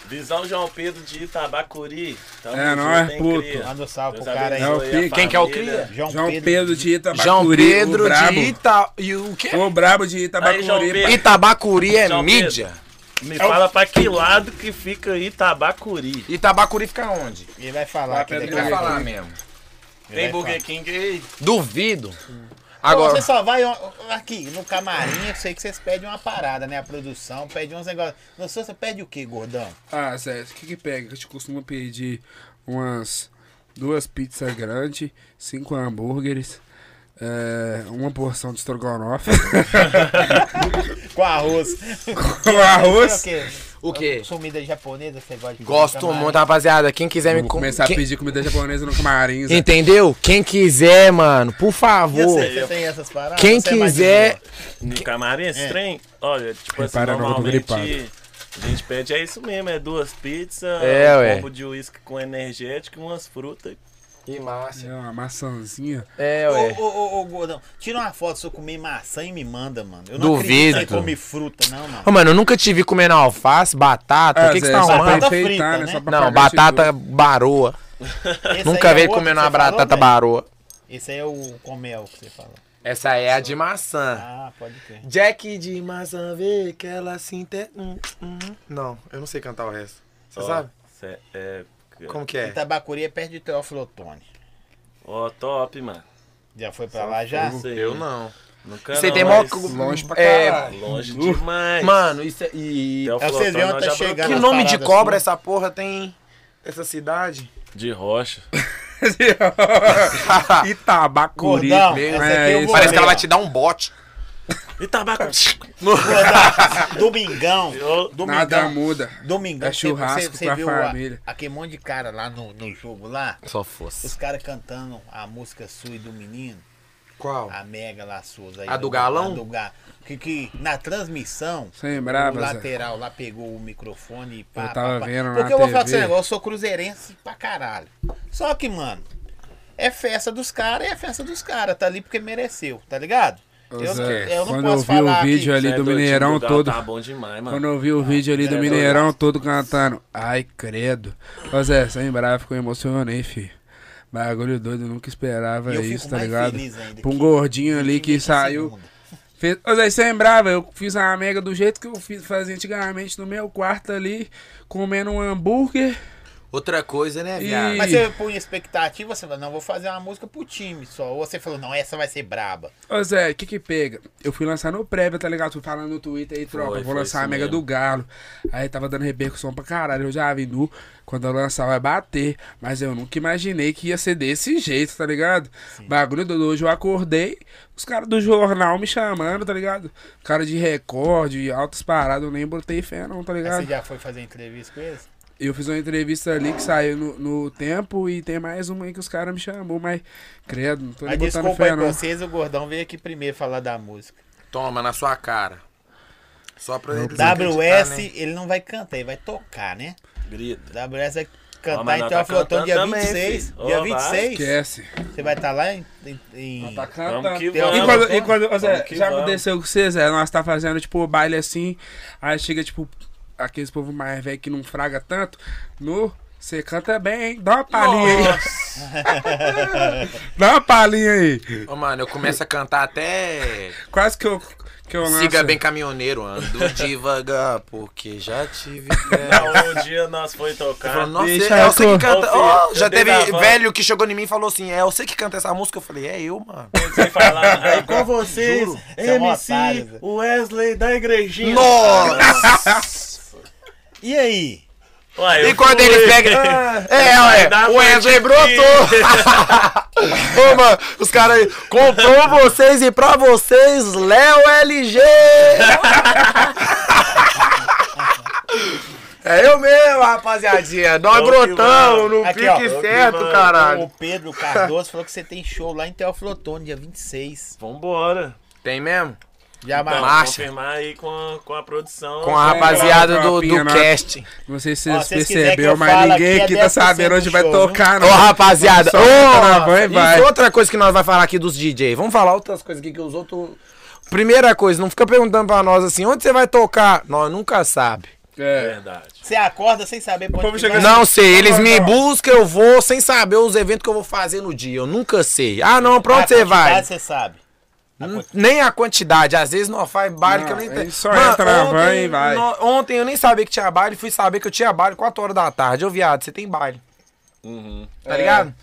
S4: Visão João Pedro de Itabacuri. Tamo
S3: É
S4: junto,
S3: nóis,
S4: hein,
S3: puto.
S4: cria.
S1: Manda um salve
S4: Deus
S1: pro cara aí.
S4: abençoe
S3: É o
S4: a
S3: Pi-
S2: Quem que é o
S4: família.
S2: cria?
S3: João Pedro de Itabacuri.
S2: João
S3: o
S2: Pedro
S3: brabo.
S2: de Ita... E o quê?
S3: O brabo de
S4: Aí, João
S3: Itabacuri.
S4: Pedro.
S3: pai.
S2: Itabacuri é
S4: João Pedro.
S2: mídia.
S4: Me
S2: É
S4: fala pra que lado que fica Itabacuri.
S2: Itabacuri fica onde?
S1: Ele vai falar aqui
S3: Pedro
S1: daqui
S2: Ele
S1: a
S2: vai
S1: pouco.
S2: falar mesmo.
S1: Ele vai falar.
S4: King aí?
S2: Duvido.
S1: Agora...
S2: Agora...
S1: Você só vai ó, aqui no camarim, eu sei que vocês pedem uma parada, né? A produção pede uns negócios. Não sei, você pede o quê, gordão?
S3: Ah, Zé, o que que pega? A gente costuma pedir umas duas pizzas grandes, cinco hambúrgueres, é, uma porção de estrogonofe
S1: Com arroz.
S3: com um arroz.
S1: Você é
S2: O quê?
S1: Comida japonesa, é você gosta de comer
S2: Gosto
S1: camarim?
S2: muito, rapaziada. Quem quiser me...
S3: Vou
S2: com-
S3: começar
S2: quem-
S3: a pedir comida japonesa no camarim, Zé.
S2: Entendeu? Quem quiser, mano, por
S1: Eu
S2: favor.
S1: sei, você tem essas paradas?
S2: Quem
S1: Você é mais de
S2: quiser.
S4: No camarim,
S1: É.
S4: esse trem? Olha, tipo assim,
S3: Repara, não, eu tô
S4: normalmente
S3: gripado.
S4: a gente pede, é isso mesmo, é duas pizzas,
S2: É,
S4: um
S2: ué.
S4: combo de uísque com energético e umas frutas.
S2: Que massa.
S3: É uma maçãzinha.
S2: É,
S1: boa.
S2: ué.
S1: Ô, ô, ô, ô, Gordão, tira uma foto se eu comer maçã e me manda, mano. Eu
S2: Duvido.
S1: acredito em comer fruta, não, mano.
S2: Ô, mano, eu nunca te vi comendo alface, batata. o que, que você tá
S1: só
S2: arrumando?
S1: batata frita,
S3: enfeitar,
S1: né?
S3: Só É, pra
S2: Não,
S3: pagar esse
S2: batata baroa.
S1: Esse
S2: Nunca
S1: aí é
S2: veio
S1: outro
S2: comendo
S1: que
S2: uma
S1: você falou,
S2: batata
S1: velho?
S2: baroa.
S1: Esse aí é o comel que você falou.
S2: Essa aí é a de maçã.
S1: Ah, pode crer.
S2: Jack de maçã vê que ela se inte... Hum, hum. Não, eu não sei cantar o resto. Você
S4: Ó,
S2: sabe?
S4: cê- é,
S2: Como que é?
S1: Itabacuri é perto de Teófilo Otoni.
S4: Ó, top, mano.
S1: Já foi pra lá já?
S4: Isso aí.
S2: Eu não.
S4: Nunca
S2: Você
S4: não,
S2: tem mó...
S4: mas
S3: Longe pra
S2: É,
S3: caralho.
S4: Longe demais.
S2: Mano, isso é... E...
S4: Até o
S1: É, vocês
S4: Flotão,
S1: viram,
S4: nós
S1: tá
S4: já
S1: chegando.
S2: Que
S1: nas
S2: nome de
S1: paradas
S2: cobra
S1: assim.
S2: essa porra tem? Essa cidade?
S4: brotou. De rocha.
S3: Itabacuri.
S1: Gordão,
S3: meu,
S1: essa aqui
S3: é
S1: eu
S3: isso.
S1: vou-
S2: Parece que
S1: ver,
S2: ela vai
S1: ó.
S2: te dar um bote.
S4: E tabaco.
S1: Gordão, Domingão.
S4: Eu- tá?
S1: Domingão.
S3: Nada muda.
S1: Domingão,
S3: É churrasco com a
S1: viu a-
S3: família.
S1: aquele monte de cara lá no, no jogo lá,
S2: Só fosse.
S1: os caras cantando a música sua e do menino,
S2: Qual?
S1: a Mega lá suas aí.
S2: A do galão?
S1: A do ga, que, que na transmissão,
S3: Sem brava,
S1: o
S3: Zé.
S1: lateral lá pegou o microfone e pá,
S3: Eu tava
S1: pá, pá.
S3: vendo na
S1: Porque eu vou falar com
S3: TV.
S1: esse negócio, eu sou cruzeirense pra caralho. Só que, mano, é festa dos caras, é festa dos caras, tá ali porque mereceu, tá ligado?
S3: Ô,
S1: Eu, não-
S3: Zé,
S1: eu não
S3: quando eu
S1: posso
S3: vi o
S1: falar que-
S3: vídeo ali
S4: Cê é
S3: do
S4: doido,
S3: Mineirão
S4: o Galo
S3: todo.
S4: Tá bom demais, mano.
S3: Quando eu vi o vídeo ali do
S4: é
S3: Mineirão todo cantando. Ai, credo. Ô Zé, sem bravo, ficou emocionei, filho. Bagulho doido, eu nunca esperava
S1: E eu
S3: isso,
S1: fico
S3: tá
S1: mais
S3: ligado?
S1: feliz ainda
S3: Pra um
S1: que-
S3: gordinho ali que
S1: Ninguém
S3: saiu.
S1: segunda.
S3: Fez... Ô Zé, sem bravo, eu fiz a mega do jeito que eu fiz, fazia antigamente no meu quarto ali, comendo um hambúrguer.
S2: Outra coisa, né,
S3: E-
S2: viado?
S1: Mas você põe expectativa, você fala, não, vou fazer uma música pro time só. Ou você falou, não, essa vai ser braba.
S3: Ô Zé, o que que pega? Eu fui lançar no prévio, tá ligado? Fui falando no Twitter aí, tropa,
S4: Foi,
S3: vou
S4: foi
S3: lançar
S4: isso
S3: a Mega
S4: mesmo.
S3: do Galo. Aí tava dando repercussão pra caralho, eu já vi nu, quando eu lançar vai bater. Mas eu nunca imaginei que ia ser desse jeito, tá ligado? Bagulho do hoje eu acordei, os caras do jornal me chamando, tá ligado? Cara de recorde, altas paradas, eu nem botei fé não, tá
S1: Aí
S3: ligado?
S1: você já foi fazer entrevista com eles?
S3: Eu fiz uma entrevista ali que saiu no, no tempo e tem mais uma aí que os caras me chamou, mas credo, não tô nem
S1: Mas
S3: botando
S1: desculpa aí
S3: fé
S1: pra
S3: não.
S1: vocês, o gordão veio aqui primeiro falar da música.
S2: Toma na sua cara. Só pra eles
S1: WS,
S4: né?
S2: acreditarem.
S1: ele não vai cantar, ele vai tocar, né?
S4: Grita.
S1: WS vai
S4: Ó,
S1: cantar então
S4: mas
S1: em
S4: nós tá
S1: Teoflotão dia
S4: cantando também,
S1: 26.
S4: filho. Ó,
S1: dia
S4: vai.
S1: 26,
S3: Esquece.
S1: você vai estar lá em... em- em-
S3: é. Tá
S4: Vamos
S3: cantando.
S4: que
S1: Tem
S4: vamos.
S3: E
S1: Ah,
S3: quando,
S1: vamos.
S3: e quando ô, Zé,
S4: Vamos que
S3: já
S4: vamos.
S3: aconteceu com vocês, Zé, nós tá fazendo, tipo, o baile assim, aí chega, tipo, aqueles povo mais velho que não fraga tanto, no, você canta bem, hein? Dá uma palhinha aí. Dá uma palhinha aí.
S2: né? Ô, mano, eu começo a cantar até.
S3: Quase que eu, que eu lanço.
S2: Siga bem caminhoneiro, ando devagar, porque já tive. Não,
S4: Não, um dia nós foi tocar.
S2: Nossa,
S3: Deixa
S2: é
S3: eu
S2: você que
S3: cor-
S2: canta.
S4: Ô, filho,
S2: Ô, já
S4: eu dei
S2: teve
S4: na van.
S2: velho que chegou em mim e falou assim: É você que canta essa música? Eu falei: É eu, mano.
S4: Sem falar, aí com vocês,
S2: Juro.
S1: é um
S4: MC
S1: otário, Zé.
S4: Wesley da igrejinha.
S2: Nossa!
S1: E aí?
S4: Uai, eu
S2: E quando
S4: fui.
S2: ele pega. Ah, É,
S4: Vai
S2: ué,
S4: dar
S2: o Wesley
S4: pra ti.
S2: brotou! Ô, mano, os caras aí, comprou vocês e pra vocês, Léo LG! É eu mesmo, rapaziadadinha. Nós
S4: Bom que
S2: brotamos
S4: vamos.
S2: no
S1: Aqui, ó,
S2: pique
S1: bom que
S2: certo,
S4: vamos.
S1: O
S2: caralho.
S1: Pedro Cardoso falou que você tem show lá em Teoflotone dia 26.
S4: Vambora.
S2: Tem mesmo?
S1: Já
S4: Então,
S1: marcou.
S2: marcha.
S4: confirmar aí com a, com a produção.
S2: Com a rapaziada do, do
S3: Tropinha, né?
S2: cast.
S3: Não sei se
S1: Ó,
S3: vocês
S1: se vocês quiserem que
S3: perceberam,
S1: eu
S3: mas
S1: falo
S3: ninguém
S1: aqui
S3: aqui
S1: é
S3: tá
S1: 10%
S3: sabendo onde
S1: do
S3: vai
S1: show,
S3: tocar,
S2: Ô,
S3: Ah, não.
S2: rapaziada,
S3: Só tá na van e
S2: ô,
S3: vai.
S2: isso é outra coisa que nós vai falar aqui dos DJ. Vamos falar outras coisas aqui que os outros... Primeira coisa, não fica perguntando pra nós assim, onde você vai tocar? Nós nunca sabe.
S3: É.
S4: Verdade.
S1: Você acorda sem saber pra
S3: povo
S1: onde que
S3: chega
S4: assim,
S1: vai.
S2: Não sei,
S3: É.
S2: eles me buscam, eu vou sem saber os eventos que eu vou fazer no dia. Eu nunca sei. Ah, não, pra onde
S1: A
S2: você
S1: quantidade
S2: vai?
S1: Você sabe. A
S2: N-
S1: quantidade.
S2: Nem a quantidade, às vezes nós faz baile que eu nem
S3: tá Não,
S2: tenho.
S3: ele só entra na van e vai.
S2: ontem eu nem sabia que tinha baile, fui saber que eu tinha baile 4 horas da tarde. Ô, viado, você tem baile.
S4: Uhum.
S2: Tá ligado?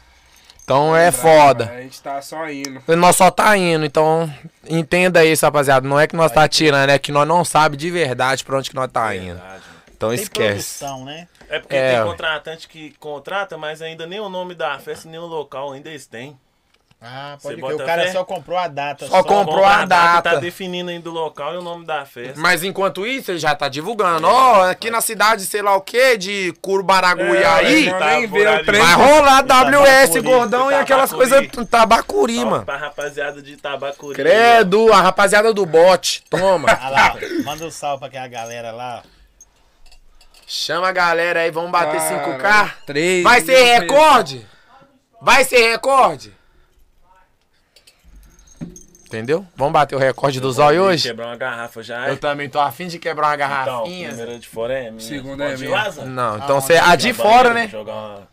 S2: Então é foda.
S9: A gente tá só indo.
S2: Nós só tá indo, então entenda isso, rapaziada. Não é que nós tá tirando, é que nós não sabe de verdade pra onde que nós tá indo.
S4: Verdade, mano.
S2: Então
S1: Tem
S2: esquece.
S1: produção, né?
S4: É porque
S2: É,
S4: tem
S2: ué.
S4: contratante que contrata, mas ainda nem o nome da festa, nem o local ainda eles têm.
S1: Ah,
S4: Você
S1: pode crer.
S4: bota
S1: O cara
S4: fé?
S1: só comprou a data.
S2: Só com- Comprou a
S4: Compra que
S2: data.
S4: Tá definindo ainda o local e o nome da festa.
S2: Mas enquanto isso, ele já tá divulgando. Ó, aqui na cidade, sei lá o que, de Curbaraguiaí,
S3: É,
S4: Tá
S3: nem
S4: por
S3: vê o
S4: ali.
S3: trem.
S2: vai rolar
S1: Tabacuri,
S2: WS, gordão e aquelas
S4: Tabacuri.
S2: coisas t- tabacuri,
S4: Salve
S2: mano.
S4: pra rapaziada de Tabacuri.
S2: Credo, a rapaziada do bote, toma.
S1: Ah lá, manda um salve pra aquela galera lá.
S2: Chama a galera aí, vamos bater 5K.
S3: Três.
S2: Vai ser recorde? Vai ser recorde? Entendeu? Vamos bater o recorde do zóio hoje?
S4: Quebrar uma garrafa já.
S2: Eu também tô afim de quebrar uma
S4: Então,
S2: garrafinha.
S4: primeira de fora é minha.
S10: Segunda é
S4: Pode ir Tá
S10: minha.
S4: lá, Zé?
S2: Não, então você é a de
S4: Na
S2: fora,
S4: banheira,
S2: né?
S4: Jogar uma...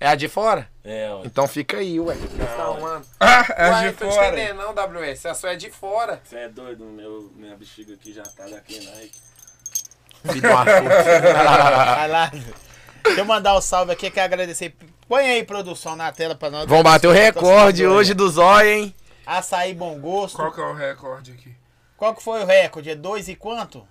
S2: É a de fora?
S4: É, ó.
S2: Então fica aí, ué. Vocês tá arrumando.
S10: Ah, é
S2: Uai,
S10: de fora.
S2: não, WS. A sua é de fora.
S4: Você é doido, meu, minha bexiga aqui já tá daqui, né?
S2: Filho de uma puta.
S1: Vai lá. Deixa eu mandar o salve aqui, quero agradecer. Põe aí, produção, na tela pra nós. é
S2: Vão bater o recorde hoje do zóio, hein?
S1: Açaí Bom Gosto.
S10: Qual que é o recorde aqui?
S1: Qual que foi o recorde? É dois e quanto?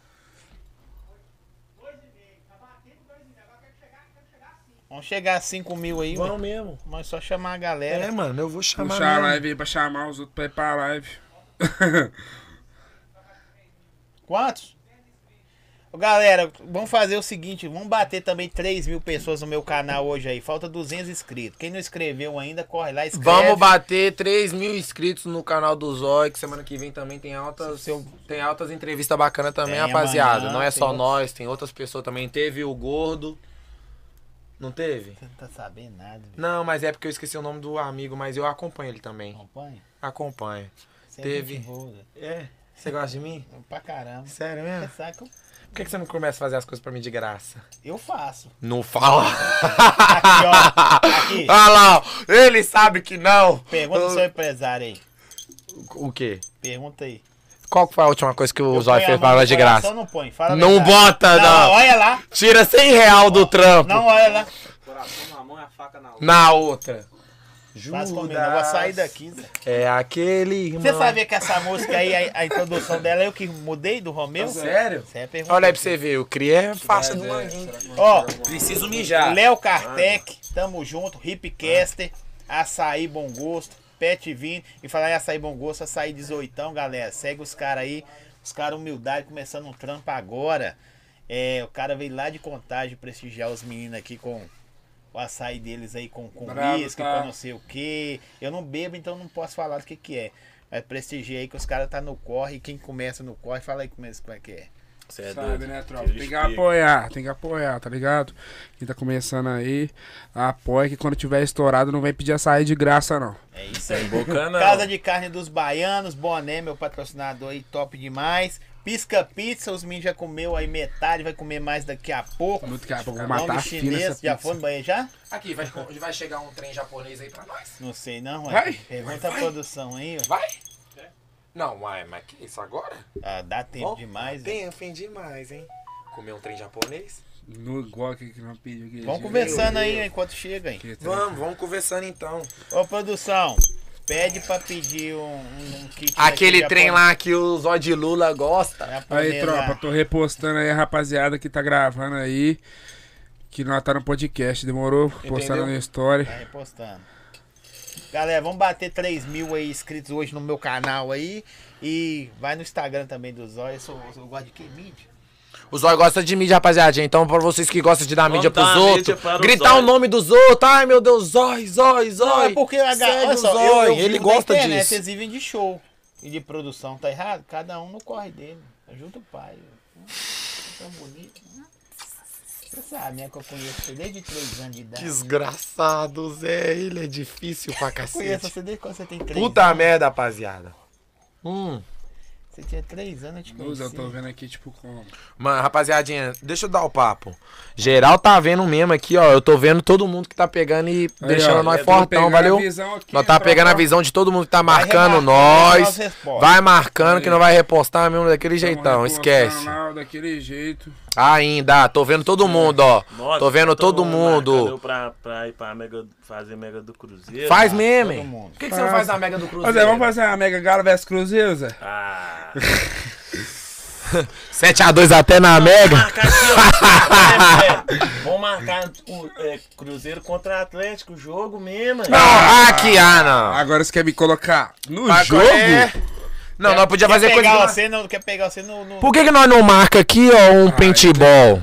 S1: Vamos chegar a 5 mil aí, ué.
S2: mesmo.
S1: mas só chamar a
S2: É,
S1: galera.
S2: mano, eu vou chamar.
S10: Puxar a
S2: mesmo.
S10: live aí pra chamar os outros pra ir pra live.
S1: Quantos? Ô, Galera, vamos fazer o seguinte, vamos bater também 3 mil pessoas no meu canal hoje aí. Falta 200 inscritos. Quem não escreveu ainda, corre lá e escreve.
S2: Vamos bater 3 mil inscritos no canal do Zóio, que semana que vem também tem altas, tem altas entrevistas bacanas também,
S1: Tem
S2: rapaziada.
S1: amanhã,
S2: não é
S1: tem
S2: só
S1: outras-
S2: nós, tem outras pessoas também. Teve o Gordo. Não teve?
S1: Você não tá sabendo nada, velho.
S2: Não, mas é porque eu esqueci o nome do amigo, mas eu acompanho ele também.
S1: Acompanha?
S2: Acompanho.
S1: Você
S2: Teve.
S1: É gente boa, velho.
S2: É? Você gosta de mim?
S1: um pra caramba.
S2: Sério
S1: Você
S2: mesmo?
S1: sabe que eu,
S2: Por que que você não começa a fazer as coisas pra mim de graça?
S1: eu faço.
S2: Não fala!
S1: Aqui, ó. Aqui.
S2: Olha lá, ó. ele sabe que não!
S1: Pergunta pro
S2: Eu-
S1: seu empresário aí.
S2: O quê?
S1: Pergunta aí.
S2: Qual que foi a última coisa que o
S1: Eu
S2: Zóio
S1: ponho
S2: fez
S1: a mão
S2: pra
S1: no
S2: nós de
S1: coração,
S2: graça?
S1: Não põe, fala a
S2: Não
S1: verdade.
S2: bota, não.
S1: Olha lá,
S2: Tira 100 real do trampo
S1: não olha lá.
S5: Coração na mão e a faca na outra.
S2: na outra.
S1: Faz comigo, eu vou sair daqui. Zé.
S2: É aquele irmão.
S1: Você sabia que essa música aí, a, a introdução dela, é eu que mudei do Romeu?
S2: Sério?
S1: Você é pergunta.
S2: Olha aí pra você ver, o Cri é fácil do
S1: Ó,
S2: Preciso mijar.
S1: Léo Kartek, tamo junto, Hipcaster, Açaí Bom Gosto, Pet Vini. E falar em Açaí Bom Gosto, Açaí 18, galera. Segue os caras aí, os caras humildade, começando um trampo agora. É, o cara veio lá de contagem prestigiar os meninos aqui com o açaí deles aí com, com
S10: Bravo,
S1: whisky,
S10: tá.
S1: com não sei o que. Eu não bebo, então não posso falar do que que é. Mas prestigiei aí que os caras tá no corre e quem começa no corre, fala aí como é, como é que é.
S4: Você é
S3: Sabe,
S4: doido.
S3: né, tropa?
S4: Eles
S10: Tem que
S4: pegam.
S10: apoiar, tem que apoiar, tá ligado? Quem tá começando aí, apoia que quando tiver estourado não vem pedir açaí de graça, não.
S1: É isso aí.
S4: Bocana.
S1: Casa de Carne dos Baianos, Boné, meu patrocinador aí, top demais. Pisca Pizza, os meninos já comeu aí metade, vai comer mais daqui a pouco.
S10: Muito que a pouco, vou
S1: Nome
S10: matar a fina
S1: chinês,
S10: essa
S1: já
S10: pizza.
S1: foi no banheiro já?
S2: Aqui, vai, vai chegar um trem japonês aí pra nós?
S1: Não sei não, ué.
S10: Vai,
S1: Pergunta a produção aí, ué.
S2: Vai? Não, uai, mas que isso agora?
S1: Ah, dá tempo
S2: Ó,
S1: demais, ué.
S2: Tem, fim demais, hein? Comer um trem japonês?
S10: No igual aqui que não pediu. aquele
S1: Vamos
S10: dia.
S1: conversando aí ó, enquanto chega, hein.
S10: Aquele trem.
S2: Vamos, vamos conversando então.
S1: Ô, produção, pede pra pedir um, um, um kit.
S2: Aquele
S1: daquele
S2: trem
S1: japonês-
S2: lá que o Zó de Lula gosta.
S1: japonês
S10: Aí,
S1: lá.
S10: tropa, tô repostando aí a rapaziada que tá gravando aí. Que nós tá no podcast, demorou? Postaram na
S1: Tá
S10: história.
S1: repostando. Galera, vamos bater 3 mil aí inscritos hoje no meu canal aí. E vai no Instagram também do Zóia. Eu, sou- eu gosto de que mídia?
S2: O Zóio gosta de mídia, rapaziada. Então, pra vocês que gostam de dar
S4: Vamos
S2: mídia
S4: dar
S2: pros
S4: a mídia
S2: outros,
S4: para o
S2: gritar
S4: Zóio.
S2: o nome dos outros. Ai, meu Deus, Zói, Zói,
S1: Não,
S2: Zói.
S1: é porque a
S2: Segue
S1: galera.
S2: o Zói, ele gosta disso.
S1: Vocês vivem de show e de produção, tá errado? Cada um no corre dele. Ajuda o pai. né? Tão bonito. né? Você sabe, né? Que eu conheço você desde 3 anos de idade.
S2: Desgraçado, Zé. Ele é difícil pra
S1: Conheço
S2: cacete.
S1: você desde quando você tem 3
S2: Puta merda, rapaziada. né? Hum.
S1: Você tinha 3 anos, eu
S2: É,
S1: te
S10: Luz,
S1: conheci.
S10: eu tô vendo aqui, tipo, como.
S2: Mano, rapaziadinha, deixa eu dar o papo. Geral tá vendo mesmo aqui, ó. Eu tô vendo todo mundo que tá pegando e
S10: Aí,
S2: deixando
S10: ó,
S2: nós
S10: eu tô
S2: fortão,
S10: pegando
S2: valeu?
S10: a visão aqui,
S2: nós tá
S10: tropa.
S2: pegando a visão de todo mundo que tá marcando
S1: remarcando,
S2: nós.
S1: nós resposta.
S2: Vai marcando que não vai repostar mesmo daquele
S10: Tamo
S2: jeitão,
S10: repostando
S2: esquece.
S10: lá, daquele jeito.
S2: Ainda, tô vendo todo mundo, ó.
S4: Nossa, tá
S2: tô vendo todo
S4: marcando eu
S2: mundo.
S4: Pra, pra ir pra mega, fazer Mega do Cruzeiro.
S2: Faz
S4: mano.
S2: meme.
S1: todo mundo.
S2: Por que, que você não faz a Mega do
S10: Ô,
S2: Cruzeiro?
S10: Zé, é, vamos fazer uma Mega Galo versus Cruzeiro, Zé?
S4: Ah.
S2: 7x2 até na
S4: Vamos
S2: Mega.
S4: marcar aqui, ó. É, é. Vamos marcar o, é, Cruzeiro contra Atlético, jogo mesmo. hein?
S2: Ah, aqui, ah, não.
S10: Agora você quer me colocar no
S2: Mas
S10: jogo?
S2: qual é? Não, nós podíamos fazer
S1: quer
S2: coisa.
S1: pegar
S2: que nós-
S1: você no, Quer pegar você no. no-
S2: Por que, que nós não marca aqui, ó, um pentebol?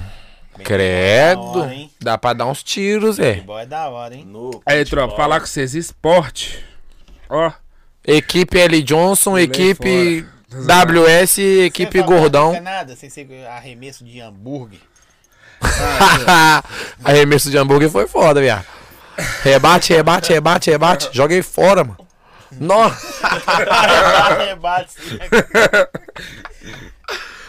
S2: Credo.
S1: hora, hein?
S2: Dá pra dar uns tiros, é.
S1: Boy, é da hora, hein?
S4: No
S10: Aí,
S4: futebol.
S10: tropa, falar com vocês, esporte. Ó,
S2: Equipe L. Johnson, equipe WS, equipe
S1: Você fala,
S2: Gordão.
S1: Não é nada, sem ser arremesso de hambúrguer.
S2: Arremesso de hambúrguer foi foda, viado. Rebate, rebate, rebate, rebate. Joguei fora, mano. Nossa!
S1: Rebate. sim.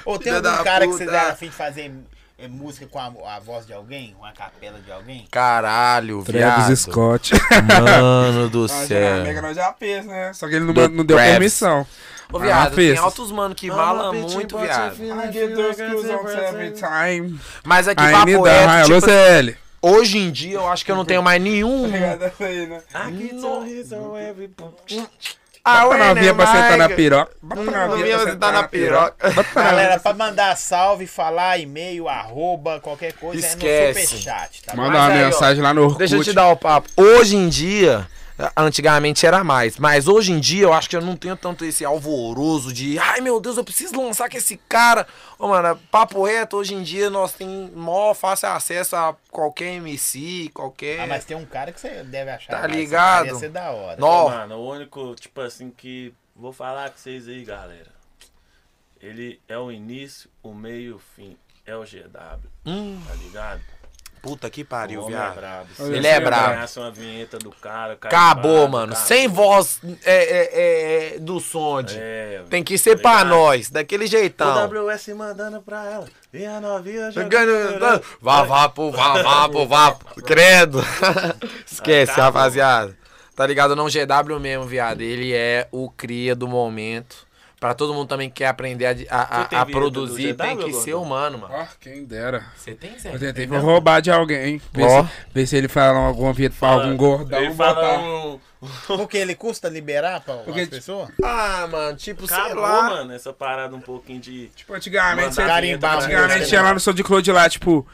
S1: Ô, tem
S2: Filha
S1: algum
S2: da
S1: cara que
S2: puta.
S1: vocês eram afim de fazer é, música com a, a voz de alguém? Uma capela de alguém?
S2: Caralho, viado. é
S10: Travis Scott.
S2: Mano do
S3: Nós
S10: é.
S3: já,
S2: céu.
S3: mega nós já fez, né?
S10: Só que ele não,
S2: Do
S10: não deu
S2: Travis.
S10: permissão.
S2: Ô, viado,
S10: Ah,
S2: tem
S10: festas.
S2: altos mano que mala muito, viado.
S3: I get those clues on every time.
S10: Time.
S2: Mas aqui,
S10: Aí me
S2: papo
S10: dá. Ai,
S2: reto,
S10: Alô,
S2: tipo,
S10: CL.
S2: hoje em dia eu acho que eu não tenho mais nenhum.
S3: Obrigado aí, né?
S4: Aqui sorriso on every
S2: Ah,
S10: Bota novinha pra sentar na piroca. Bota
S2: Novinha pra sentar na piroca.
S1: Galera, pra mandar salve, falar, e-mail, arroba, qualquer coisa, é no
S2: Esquece.
S1: superchat, tá bom?
S10: Manda uma
S2: Mas aí, ó,
S10: mensagem lá no Orkut.
S2: Deixa eu te dar o papo. Hoje em dia, antigamente era mais, mas hoje em dia eu acho que eu não tenho tanto esse alvoroso de, ai meu Deus, eu preciso lançar com esse cara. Ô, mano, é papo reto, hoje em dia nós tem maior fácil acesso a qualquer MC, qualquer.
S1: Ah, mas tem um cara que você deve achar.
S2: Tá
S1: mais, esse
S2: ligado?
S1: cara Ia ser da hora.
S2: Nó.
S4: Mano, o único, tipo assim, que vou falar com vocês aí, galera. Ele é o início, o meio e o fim. É o GW,
S2: Hum,
S4: tá ligado?
S2: puta que
S4: O
S2: pariu,
S4: homem é
S2: viado.
S4: brabo.
S10: Ele
S4: Se
S10: é
S4: eu
S2: brabo.
S4: ganhasse uma vinheta do cara, o cara
S2: Acabou,
S4: parado,
S2: mano.
S4: acabou.
S2: Sem voz é, é, é, do sonde.
S4: É,
S2: Tem que ser pra
S4: Obrigado.
S2: nós, daquele jeitão.
S4: O WS mandando pra ela. E a novinha
S2: Ganhando-
S4: jogando.
S2: Vá, vá, pô, vá, vá, pô, vá. pô. Credo. Esquece,
S4: Acabou.
S2: rapaziada. Tá ligado? Não, GW mesmo, viado. Ele é o cria do momento. Pra todo mundo também que quer aprender a, de- a- a-
S4: Tu tem
S2: a
S4: vinheta do
S2: produzir, tem
S4: GW,
S2: que ser
S4: Gordon?
S2: humano, mano.
S10: Ah, quem dera.
S2: Você tem, Zé?
S10: Eu tentei
S2: Tem, não?
S10: roubar de alguém. Ver,
S2: Ó.
S10: se, ver se ele fala alguma vida pra
S3: um
S10: algum gordão.
S4: Ele
S10: botar.
S4: fala um...
S1: Porque ele custa liberar pra as pessoas?
S2: Ah, mano, tipo, sei
S4: Acabou,
S2: lá.
S4: mano, essa parada um pouquinho de...
S10: Tipo, antigamente, você,
S4: Mandar
S1: carimbar,
S4: vinheta,
S10: antigamente
S4: mas-
S10: tinha lá no seu de Claude lá, tipo,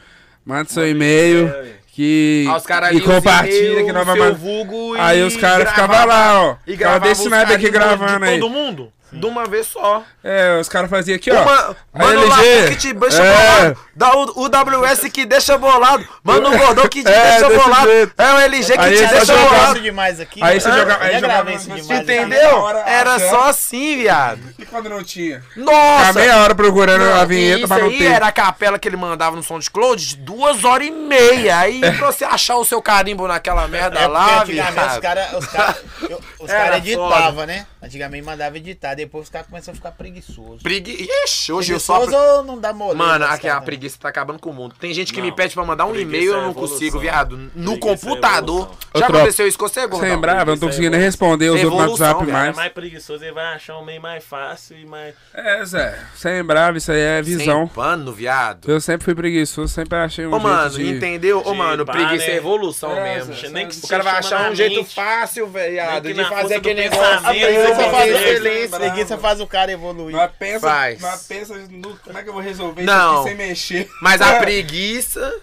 S10: manda seu e-mail
S4: É,
S10: que,
S2: Aí Ah, os caras
S10: e
S2: ali, os
S10: compartilha
S2: e-mail,
S10: que nós vamos
S2: seu
S10: mandar.
S2: vulgo e
S10: Aí os caras ficavam
S2: gravava-
S10: lá, ó.
S2: E
S10: Ficava
S2: gravava
S10: desse
S2: os
S10: nada aqui
S2: carinhos de-
S10: é gravando
S2: de
S10: aí.
S2: todo mundo. De uma vez só.
S10: É, os caras faziam aqui, ó.
S2: Uma, manda
S10: LG.
S2: o Lapu que te deixa
S10: É.
S2: bolado. Dá o, o WS que deixa bolado. Manda o Gordão que te
S10: É,
S2: deixa
S10: desse
S2: bolado.
S10: jeito.
S2: É o LG que
S10: Aí um
S2: te
S10: só
S2: deixa
S10: jogava-
S2: bolado.
S1: demais aqui.
S10: Aí
S1: mano.
S10: você joga- aí
S1: Eu já
S10: jogava-
S1: gravei isso demais. né?
S3: Você
S1: aqui.
S2: Entendeu?
S3: hora,
S2: Era
S3: achando-
S2: só assim, viado.
S3: E quando não tinha?
S10: Ficar
S2: Nossa.
S10: meia hora procurando a vinheta
S2: isso
S10: pra não
S2: aí
S10: ter.
S2: era a capela que ele mandava no som de Cloud de duas horas e meia. Aí pra você achar o seu carimbo naquela merda
S1: É porque
S2: Tá lá,
S1: antigamente os
S2: viado.
S1: caras os cara, eu- os
S2: Era
S1: cara editavam, né? Antigamente mandava editar, depois os caras começaram a ficar preguiçosos.
S2: Pregui... Ixi, hoje eu só...
S1: Preguiçoso ou não dá moleza?
S2: Mano,
S1: pros
S2: aqui
S1: caras,
S2: a
S1: né?
S2: preguiça tá acabando com o mundo. Tem gente que
S4: Não,
S2: me pede pra mandar um
S4: preguiça
S2: e-mail, eu
S4: é
S2: não
S4: evolução.
S2: consigo, viado. No
S4: Preguiça é
S2: computador.
S4: evolução.
S10: Ô,
S2: Já
S10: tropa,
S2: aconteceu isso com você, Gordão?
S10: Sem brava, eu não tô
S4: Isso aí,
S10: conseguindo
S4: mano.
S10: responder os
S2: Isso é
S10: outros no
S2: evolução,
S10: WhatsApp
S2: cara,
S4: Cara, é
S10: mais.
S4: mais preguiçoso, ele vai achar um meio mais fácil e mais...
S10: É, Zé. Sem brava, isso aí é visão.
S2: Sem pano, viado.
S10: Eu sempre fui preguiçoso, sempre achei um
S2: Ô, mano,
S10: jeito de...
S2: entendeu? Ô,
S4: de
S2: mano,
S4: pá,
S2: preguiça
S4: né?
S2: é evolução
S3: É,
S2: mesmo.
S3: Zé.
S4: Nem que
S2: O cara vai achar um jeito fácil,
S4: Nem
S2: viado,
S4: que
S2: de
S4: na
S2: fazer
S4: força do
S2: aquele
S4: pensamento,
S2: negócio.
S1: A preguiça,
S4: Eu
S1: faz,
S4: vou
S1: a
S3: lembrar,
S1: preguiça
S3: mano.
S1: faz o cara evoluir.
S4: é
S3: Nós pensa,
S2: Faz.
S3: nós pensa no, como é que eu vou resolver
S2: Não.
S3: isso aqui sem mexer.
S2: Mas a
S3: É.
S2: preguiça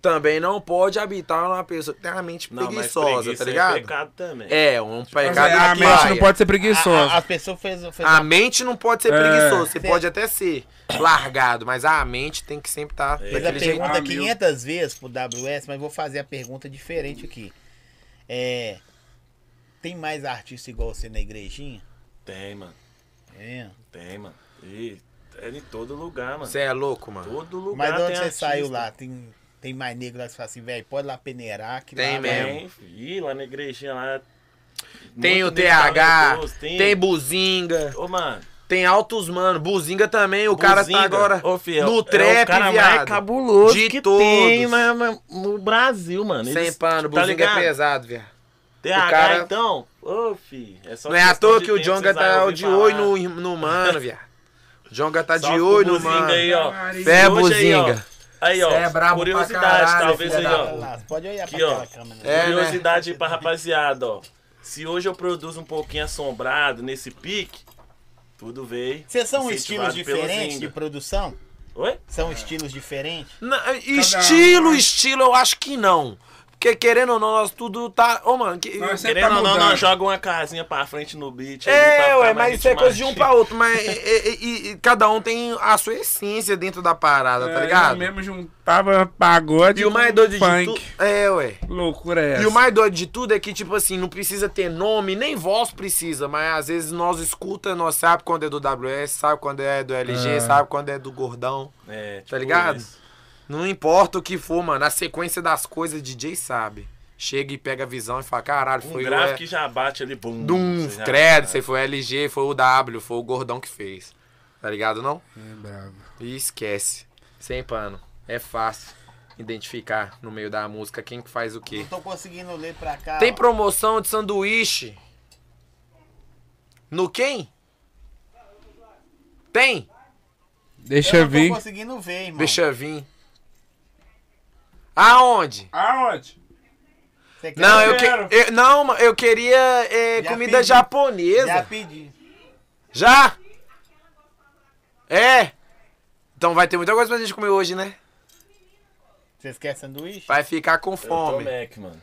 S2: também não pode habitar uma pessoa que tem uma mente
S4: Não, mas
S2: preguiçosa,
S4: preguiça
S2: tá
S4: É
S2: ligado?
S4: pecado Tipo, também.
S2: É, um
S10: Mas
S2: pecado
S10: é, a
S2: aqui,
S10: mente não
S2: vai.
S10: pode ser preguiçosa.
S1: A- a- As pessoas fez, fez
S2: A mente não pode ser
S10: É.
S2: preguiçosa. Você pode até ser largado, mas a mente tem que sempre estar
S4: Fez
S1: Fez a
S2: daquele jeito.
S1: pergunta
S3: Ah, meu.
S1: 500 vezes pro WS, mas vou fazer a pergunta diferente aqui. É, tem mais artista igual você na igrejinha?
S4: Tem, mano.
S1: É.
S4: Tem, mano. E é em todo lugar, mano.
S2: Você é louco, mano.
S4: Todo lugar
S1: Mas de
S4: tem
S1: onde você
S4: artista.
S1: saiu lá? Tem, tem mais negro lá que fala assim, velho, pode lá peneirar. Que
S2: Tem
S1: lá vai-
S2: mesmo.
S4: Tem, filho, lá na igrejinha lá...
S2: Tem o
S4: muito nego
S2: TH,
S4: talentoso,
S2: tem... Buzinga,
S4: Ô, mano...
S2: tem altos mano. Buzinga também, o cara tá
S4: Buzinga.
S2: agora
S4: Ô, fi, é o-
S2: no
S4: é
S2: trap,
S4: o cara mais
S2: viado.
S4: cabuloso
S2: De
S4: que
S2: todos.
S4: tem mas- mas no Brasil, mano.
S2: Sem
S4: Eles-
S2: pano,
S4: tá
S2: Buzinga é
S4: ligado?
S2: pesado, viado.
S4: TH,
S2: O cara-
S4: então. Ô, fi. É só
S2: Não é à
S4: questão
S2: toa
S4: de
S2: que o
S4: tempo,
S2: Jonga
S4: vocês vai
S2: tá
S4: ouvir
S2: de olho
S4: falar.
S2: no, no mano, viado. O Jonga tá de
S4: Salve
S2: olho
S4: pro
S2: no
S4: Buzinga
S2: mano.
S4: Aí, ó.
S2: Fé,
S4: Hoje aí, ó.
S2: Buzinga.
S4: Aí, ó.
S2: Cê é brabo pra
S4: curiosidade,
S2: caralho,
S4: talvez aí,
S2: filho da
S1: Olha
S4: ó.
S1: lá, pode olhar
S4: Aqui,
S1: pra
S4: ó.
S1: aquela câmera.
S2: É, né?
S4: Curiosidade pra rapaziada, ó. Se hoje eu produzo um pouquinho assombrado nesse pique, tudo veio.
S1: Vocês são
S4: incentivado
S1: estilos
S4: É.
S1: diferentes
S4: pelo
S1: de
S4: Zinga.
S1: produção?
S4: Oi?
S1: São estilos diferentes?
S2: Na- estilo,
S3: um, né?
S2: estilo, eu acho que não. Porque querendo ou não, nós tudo tá. Ô, mano, que.
S3: Nós sempre
S4: Querendo
S3: tá
S4: ou não,
S3: mudando.
S4: nós joga uma casinha pra frente no beat. ali pra
S2: É,
S4: ficar
S2: ué,
S4: mais
S2: mas isso é coisa de um
S4: ritmático.
S2: pra outro, mas é- é- e, e cada um tem a sua essência dentro da parada, tá
S10: É, Eu
S2: ligado?
S10: mesmo juntava pagode
S2: E o
S3: tipo
S2: mais doido de
S10: funk.
S2: tudo. É, ué.
S10: Loucura é essa.
S2: E o mais doido de tudo é que, tipo assim, não precisa ter nome, nem voz precisa, mas às vezes nós escuta, nós sabe quando é do WS, sabe quando é do LG,
S10: É.
S2: sabe quando é do Gordão.
S4: É, tipo
S2: Tá ligado?
S4: isso.
S2: Não importa o que for, mano, a sequência das coisas, DJ sabe. chega e pega a visão e fala, caralho,
S4: Um
S2: foi o
S4: gráfico que já bate ali, bum.
S2: Dum,
S4: você já-
S2: crédito, você foi o LG, foi o W, foi o gordão que fez. Tá ligado não?
S10: É brabo.
S2: E esquece. Sem pano. É fácil identificar no meio da música quem que faz o quê.
S1: Não tô conseguindo ler pra cá.
S2: Tem
S1: ó.
S2: promoção de sanduíche. No quem? Tem?
S10: Deixa
S1: eu não
S10: vir.
S1: tô conseguindo ver, irmão.
S2: Deixa vir. Aonde?
S3: Aonde?
S1: Você quer
S2: Não,
S1: ver?
S2: eu, que,
S3: quero.
S2: eu- não, ma- eu queria é,
S1: Já
S2: comida
S1: pedi. Já
S2: japonesa.
S1: pedi.
S2: Já? É? Então vai ter muita coisa pra gente comer hoje, né?
S1: Vocês querem sanduíche?
S2: Vai ficar com
S4: Eu tô
S2: fome.
S4: Mac, mano.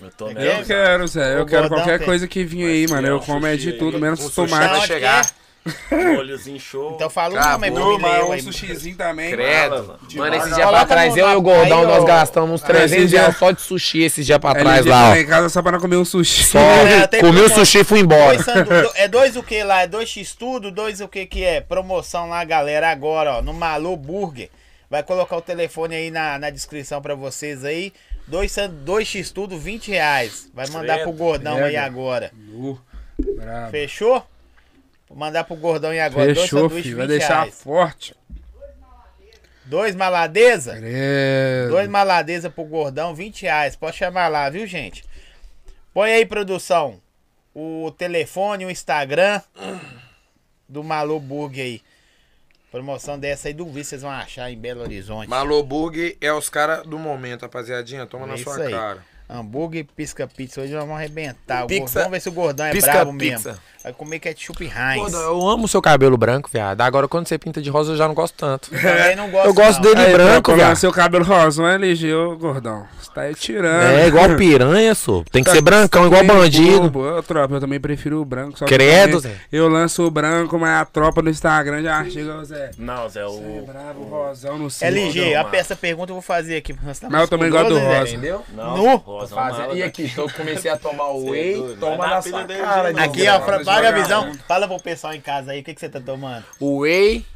S4: Eu tô Mac.
S1: Eu
S10: Eu quero, Zé. Eu quero
S1: gordão
S10: qualquer
S1: tem-
S10: coisa que vinha aí,
S4: Mas
S10: mano.
S4: tem
S10: Eu
S4: um
S10: como é
S4: sushi
S10: de
S4: aí.
S10: tudo, menos
S2: Um sushi
S1: Não,
S10: tomate.
S2: vai
S1: onde
S2: chegar.
S1: que
S4: Um olhozinho show.
S1: Então fala o
S2: Acabou. é
S1: nome,
S3: Não,
S1: me
S3: mas
S1: leu
S3: um
S1: aí, mano.
S3: sushizinho também.
S2: Credo.
S4: Mala, mano.
S2: Mano, esses
S1: Coloca
S2: dias pra
S1: no-
S2: trás, eu e o
S1: aí,
S2: gordão, nós
S1: ó.
S2: gastamos uns 300
S10: esses dias-
S2: reais
S1: é
S2: só de sushi esses dias pra
S10: Ele
S2: trás
S10: veio pra
S2: lá, ó.
S10: em casa só pra não comer um sushi.
S2: Só
S1: É, tem
S2: comi o
S1: promoção.
S2: sushi e fui
S1: Dois
S2: embora.
S1: sandu- do- É dois o que lá? É dois X tudo? Dois o que que é? Promoção lá, galera, agora, ó. No Malu Burger. Vai colocar o telefone aí na, na descrição pra vocês aí. Dois, san- dois X tudo, 20 reais. Vai mandar pro
S4: Credo.
S1: gordão aí
S10: Credo.
S1: agora.
S10: Nu, brabo.
S1: Fechou? Vou mandar pro gordão aí agora.
S10: Fechou,
S1: dois sanduíches,
S10: filho. Vai
S1: 20
S10: deixar
S1: reais.
S10: forte.
S1: Dois maladeza? Dois
S10: Credo.
S1: maladeza pro gordão, 20 reais. Pode chamar lá, viu, gente? Põe aí, produção, o telefone, o Instagram do Malu Burger aí. Promoção dessa aí, duvido, vocês vão achar em Belo Horizonte.
S2: Maloburg é os caras do momento, rapaziadinha. Toma
S1: É isso aí. Hambúrguer e pisca pizza. Hoje nós vamos arrebentar. O
S2: Pizza-
S1: gordão- Vamos ver se o gordão é
S2: pisca
S1: brabo
S2: pizza.
S1: mesmo. Vai comer ketchup Heinz.
S2: Gordão, eu amo o seu cabelo branco, viado. Agora, quando você pinta de rosa, eu já não gosto tanto.
S1: Também não gosto,
S2: Eu gosto
S1: não.
S2: dele
S10: Aí,
S2: branco,
S10: pra colocar
S2: viado.
S10: seu cabelo rosa, não é LG, ô gordão. Você tá aí tirando.
S2: É igual piranha, sou. Tem
S3: Tá
S2: que ser brancão, igual
S10: Tem
S2: bandido.
S10: bobo. Ô, tropa, eu também prefiro o branco. Só que
S2: Credo,
S10: também
S2: Zé.
S10: Eu lanço o branco, mas a tropa no Instagram já chega, ô Zé.
S4: Não, Zé,
S10: Você é
S4: o.
S10: brabo, rosão no cinto.
S1: LG,
S4: Não,
S1: a
S4: mano.
S1: peça pergunta eu vou fazer aqui. Mas tá
S10: Mas eu também gosto do rosa.
S2: Entendeu?
S4: Não,
S1: Nu?
S4: Rosa, é
S2: Fazer-
S4: mala,
S2: E aqui, então eu comecei a tomar o
S4: Cê é
S2: whey,
S4: doido.
S2: toma
S4: Vai na
S2: na
S4: pilha
S2: sua
S4: dele,
S2: cara.
S4: gente.
S2: irmão.
S1: Aqui, ó,
S3: Não,
S1: Fra-
S3: não,
S1: vaga a
S3: não.
S1: visão. Fala pro pessoal em casa aí, o que, que você tá tomando?
S2: O whey,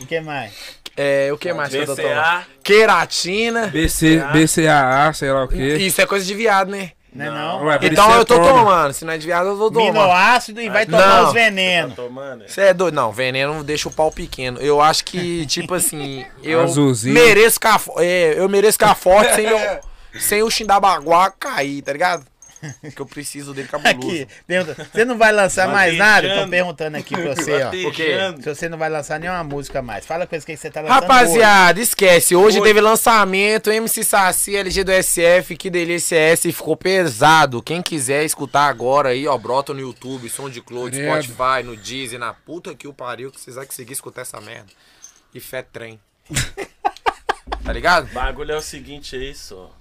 S1: O que mais?
S2: é, o que mais que eu tô tomando?
S4: BCA.
S2: Queratina.
S10: BC, BCAA, sei lá o quê.
S2: Isso é coisa de viado, né?
S1: Não é não?
S10: Ué, por isso
S2: Então
S10: você
S2: eu tô
S10: toma.
S2: tomando. Se não é de viado, eu vou tomar.
S1: Minoácido e vai tomar
S2: Não.
S1: os venenos.
S4: Tomando.
S2: Você é doido? Não, veneno deixa o pau pequeno. Eu acho que, tipo assim, eu
S10: Azulzinho.
S2: mereço ficar fo- é, eu mereço ficar forte sem, meu- sem o Xindabaguá cair, tá ligado? Que eu preciso dele cabuloso.
S1: Aqui, pergunta, você não vai lançar
S4: Tá
S1: mais nada? Tô
S4: deixando.
S1: perguntando aqui pra você, ó.
S4: Latejando.
S1: Se você não vai lançar nenhuma música mais. Fala com eles que você tá lançando.
S2: Rapaziada, esquece. Hoje teve lançamento, MC Saci, LG do SF, que delícia é essa? E ficou pesado. Quem quiser escutar agora aí, ó, brota no YouTube, som de Cloud,
S10: Credo.
S2: Spotify, no Deezer, na puta que o pariu, que vocês vão conseguir escutar essa merda. E fé trem. tá ligado?
S4: O bagulho é o seguinte, é isso, ó.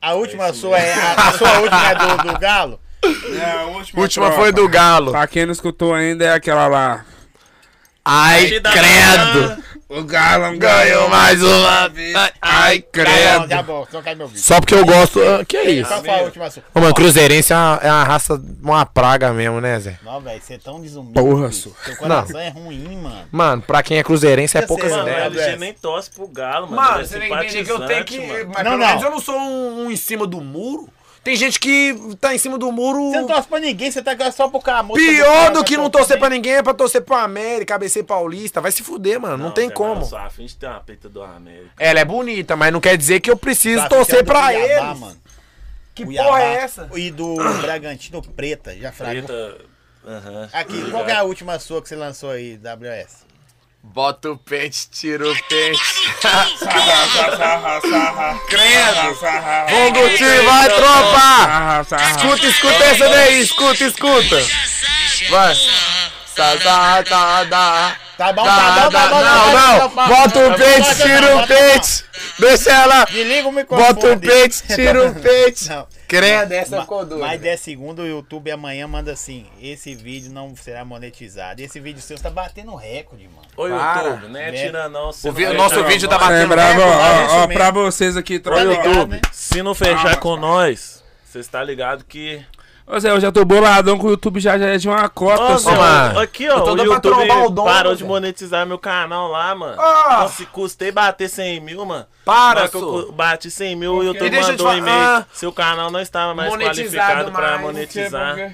S1: A última
S4: É isso
S1: sua é. A, a sua última é do, do Galo?
S3: É, a última.
S2: Última foi do Galo.
S10: Pra quem não escutou ainda, é aquela lá.
S2: Ai,
S4: Te dá-
S2: credo.
S10: O Galo
S2: Ganhou mais uma vez. Ai,
S1: Tá bom, tá bom,
S2: credo.
S1: senão cai meu vídeo.
S2: Só porque eu gosto. ah, Que é isso?
S1: Qual foi a última sua?
S2: Ô, mano, Cruzeirense é uma, é uma raça, uma praga mesmo, né, Zé?
S1: Não, velho, você é tão desumilde.
S10: Porra,
S1: filho.
S10: sua.
S1: Seu coração é ruim, mano.
S2: Mano, pra quem é cruzeirense é
S1: Eu
S2: poucas
S1: sei,
S4: Mano, o
S2: ideias.
S1: Abraço.
S4: LG nem tosse pro galo, mano.
S2: Mano,
S4: Ele
S2: você
S4: é
S2: tem que entender que eu tenho que.
S4: simpatizante, mano.
S2: Mas
S1: Não,
S2: pelo
S1: não.
S2: menos eu não sou um, um em cima do muro. Tem gente que tá em cima do muro.
S1: Você não torce pra ninguém, você tá só pro cara. a música
S2: Pior
S1: cara,
S2: do
S1: tá
S2: que não
S1: tocando.
S2: torcer pra ninguém é pra torcer pro América, ABC Paulista. Vai se fuder, mano. Não, tem
S4: Zé,
S2: como.
S4: Mano, sua frente tem uma peita do América.
S2: Ela é bonita, mas não quer dizer que eu preciso
S1: Tá, você é
S2: torcer
S1: do
S2: pra
S1: Cuiabá,
S2: eles.
S1: mano.
S2: Que
S1: Cuiabá
S2: porra é essa?
S1: E do Bragantino Preta, já fragou.
S4: Preta. Aham.
S1: Aqui, qual que é a última sua que você lançou aí, WS?
S2: Bota o pente, tira o pente.
S3: Sarra, sarra, sarra. Sarra,
S2: Credo!
S3: sarra.
S2: Vamos, time, vai, tropa!
S10: Ah, tá.
S2: Escuta, escuta essa daí, escuta, escuta. Vai. Tá, tá, tá, tá.
S1: Tá bom, tá bom,
S2: Tá, tá,
S1: tá bom.
S2: não, não. Bota o pente, tira o pente. Deixa ela.
S1: Desliga o microfone.
S2: Bota o pente, tira um o pente.
S1: Não.
S2: Credo, essa ficou
S1: Ma- Mais
S2: doida.
S1: 10 segundos, o YouTube amanhã manda assim: esse vídeo não será monetizado. Esse vídeo seu tá batendo recorde, mano.
S4: Ô,
S2: Para,
S4: YouTube, né?
S1: né?
S4: Tira não. se
S2: O
S4: não
S2: vi-
S4: fechar
S2: nosso
S4: com
S2: vídeo tá
S4: nós-
S2: batendo
S10: bravo,
S1: é
S10: ó,
S1: isso
S10: ó,
S1: mesmo.
S10: pra vocês aqui,
S1: Tá
S10: tropa.
S1: ligado, né?
S4: Se não fechar com nós, vocês tá ligado que
S10: Ô Zé, eu já tô boladão com o YouTube já, já é de uma cota,
S4: Ô,
S10: só.
S4: Zé,
S2: mano.
S4: aqui, ó,
S2: Eu tô
S4: o
S2: dando pra
S4: YouTube
S2: trombar o dono,
S4: parou de
S2: velho.
S4: monetizar meu canal lá, mano.
S2: Ah!
S4: Nossa, custei bater 100 mil, mano.
S2: Para,
S4: Mas que eu
S2: só.
S4: cu- bati 100 mil e o
S2: E
S4: YouTube
S2: deixa eu te
S4: mandou um e-mail.
S2: falar, ah,
S4: Seu canal não estava mais
S2: monetizado
S4: qualificado pra
S2: mais,
S4: monetizar.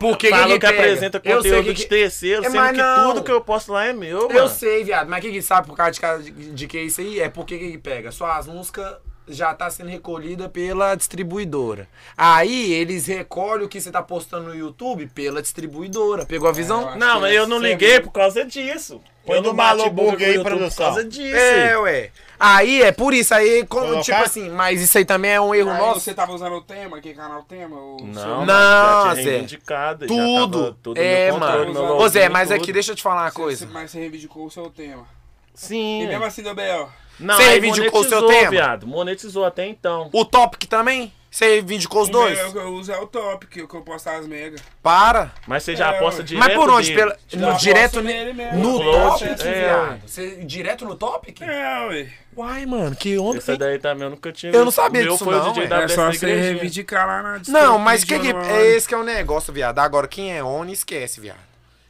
S2: Porque que
S4: Falou
S2: que
S4: que apresenta
S2: Eu sei
S4: conteúdo
S2: que
S4: de
S2: que-
S4: terceiro,
S2: É,
S4: sendo
S2: mas
S4: que
S2: não.
S4: tudo que eu posto lá é meu,
S2: Eu
S4: mano.
S2: sei, viado, mas que que sabe por causa de, ca- de, de que isso aí? É porque que que pega? Suas músicas já tá sendo recolhida pela distribuidora. Aí eles recolhem o que você tá postando no YouTube pela distribuidora. Pegou
S3: É,
S2: a visão?
S4: Não, mas eu não liguei por causa disso.
S1: Põe
S4: eu
S1: no
S4: não bati
S1: Malu
S4: boca
S1: Burger
S4: com o
S1: aí,
S4: YouTube
S1: produção.
S4: Por causa disso.
S2: É, ué. Aí é por isso aí, como,
S1: Colocar?
S2: tipo assim, mas isso aí também é um erro
S3: Aí
S2: nosso.
S3: você tá- tava usando o tema, que canal tema? O
S2: Não,
S4: Não, não já tinha
S2: Zé.
S4: reivindicado, já
S2: Tudo.
S4: tava tudo
S2: é,
S4: no controle,
S2: mano.
S4: meu
S2: Ô Zé,
S4: login,
S2: mas
S4: tudo.
S2: aqui deixa eu te falar uma
S3: Você- você-
S2: coisa.
S3: Mas você reivindicou o seu tema.
S4: Sim.
S3: E mesmo assim deu B.O.
S4: Não,
S2: Você
S4: aí
S2: reivindicou o seu
S4: monetizou,
S2: tema?
S4: viado. Monetizou até então.
S2: O Topic também? Você reivindicou os
S3: O
S2: dois?
S3: meu que eu uso é o top, que eu que eu posto as mega.
S2: Para.
S4: Mas você já
S3: É,
S4: aposta
S3: ué.
S4: direto.
S2: Mas por onde?
S4: de-
S2: Pela,
S3: Eu
S2: no,
S3: aposto
S2: direto ne-
S3: nele mesmo.
S2: no
S4: Upload,
S2: Topic,
S4: é,
S2: viado? Você, direto no Topic?
S3: É, ué.
S2: Uai, mano, que onda.
S1: é
S4: Essa
S2: hein?
S4: daí também eu nunca tinha
S2: Eu não
S4: visto.
S2: sabia
S4: O meu
S2: disso
S4: foi o
S2: não,
S4: DJ
S2: ué.
S4: da
S10: É
S4: Best
S10: só
S4: da
S10: você
S4: Igrejinha.
S10: reivindicar lá na
S2: Não,
S10: distopia
S2: mas
S10: de
S2: que, que
S10: Januário.
S2: é esse que é o negócio, viado. Agora, quem é ONI, esquece, viado.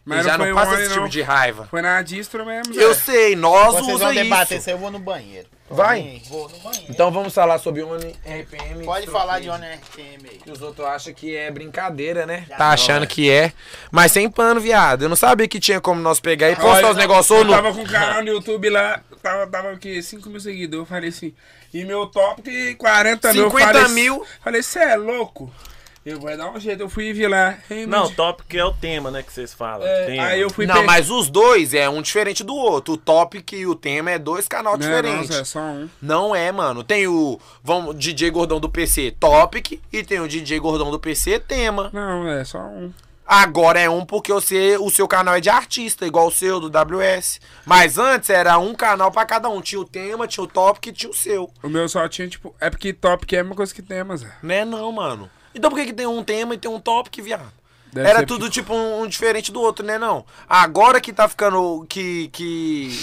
S10: Mas
S2: Ele já
S10: não
S2: não,
S10: foi
S2: passa
S10: ONI,
S2: esse
S10: não.
S2: tipo de raiva.
S10: Foi na distro mesmo, Zé.
S2: Eu sei, nós
S1: É. Vocês
S2: usa
S1: vão debater
S2: isso.
S1: isso aí, eu vou no banheiro.
S2: Vai.
S1: Vim, Vou no banheiro.
S2: Então vamos falar sobre ONI RPM.
S1: Pode
S2: isso
S1: falar
S2: aqui,
S1: de ONRTM aí.
S2: Que os outros acham que é brincadeira, né? Tá achando que é. Mas sem pano, viado. Eu não sabia que tinha como nós pegar e postar os negócios
S3: Eu
S2: no.
S3: tava com um canal no YouTube lá, tava, tava o quê? 5 mil seguidores. Eu falei assim, e meu top que 40 mil. eu
S2: 50
S3: falei, assim,
S2: mil.
S3: Falei, você é louco? Eu vou dar um jeito, eu fui vir lá. hein,
S4: Não,
S3: Mindy?
S4: top que é o tema, né, que vocês falam.
S3: É,
S4: tema.
S3: aí eu fui
S2: tá, um." Não,
S3: pe-
S2: mas os dois é um diferente do outro. O tópico e o tema é dois canais
S10: Não, não,
S2: diferentes.
S10: Zé, só um.
S2: Não é, mano. Tem o vamos, DJ Gordão do PC Topic e tem o DJ Gordão do PC Tema.
S10: Não, é só um.
S2: Agora é um porque você, o seu canal é de artista, igual o seu, do WS. Mas antes era um canal pra cada um. Tinha o tema, tinha o Topic e tinha o seu.
S10: O meu só tinha, tipo. É porque top que é a mesma coisa que tema, Zé.
S2: Não é não, mano. Então por que, que tem um tema e tem um Topic, viado?
S10: Deve
S2: era
S10: ser
S2: tudo tipo um, um diferente do outro, né não? Agora que tá ficando que que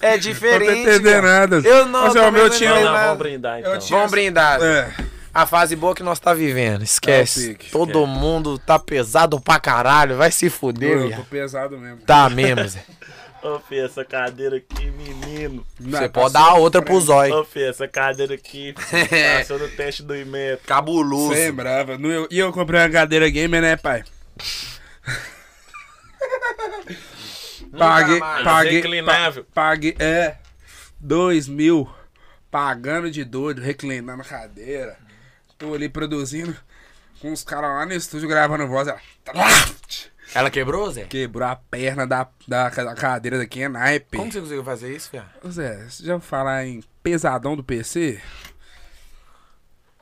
S2: é
S10: Não tô
S2: diferente.
S10: entendendo
S2: viado.
S10: nada. Zé.
S2: Eu não,
S10: Ô, Zé, o
S2: também
S10: meu
S2: não
S10: tinha.
S4: Não, não,
S2: nada.
S4: vamos brindar então.
S3: tinha-
S2: Tá. Vamos brindar.
S10: É.
S2: A fase boa que nós tá vivendo. Esquece.
S10: É o pique.
S2: Todo mundo tá pesado pra caralho. Vai se fuder,
S10: Eu tô
S2: viado.
S10: pesado mesmo.
S2: Tá mesmo, Zé.
S4: Ô, Fê, essa cadeira aqui, menino.
S10: tá
S2: Você pode dar outra pro zóio.
S4: Ô, Fê, essa cadeira aqui.
S2: É.
S4: Passou no teste do Imetro.
S2: Cabuloso.
S10: Você lembrava. No- eu- E eu comprei uma cadeira gamer, né, pai? paguei,
S2: mais.
S10: paguei,
S4: Reclinável.
S10: pa- paguei, é, dois mil, pagando de doido, reclinando a cadeira, tô ali produzindo, com os caras lá no estúdio gravando voz, ela,
S2: Ela quebrou, Zé?
S10: quebrou a perna da, da, da cadeira da Ken Naipe.
S2: Como você conseguiu fazer isso, viado?
S10: Ô, Zé, você já ouviu falar em pesadão do PC?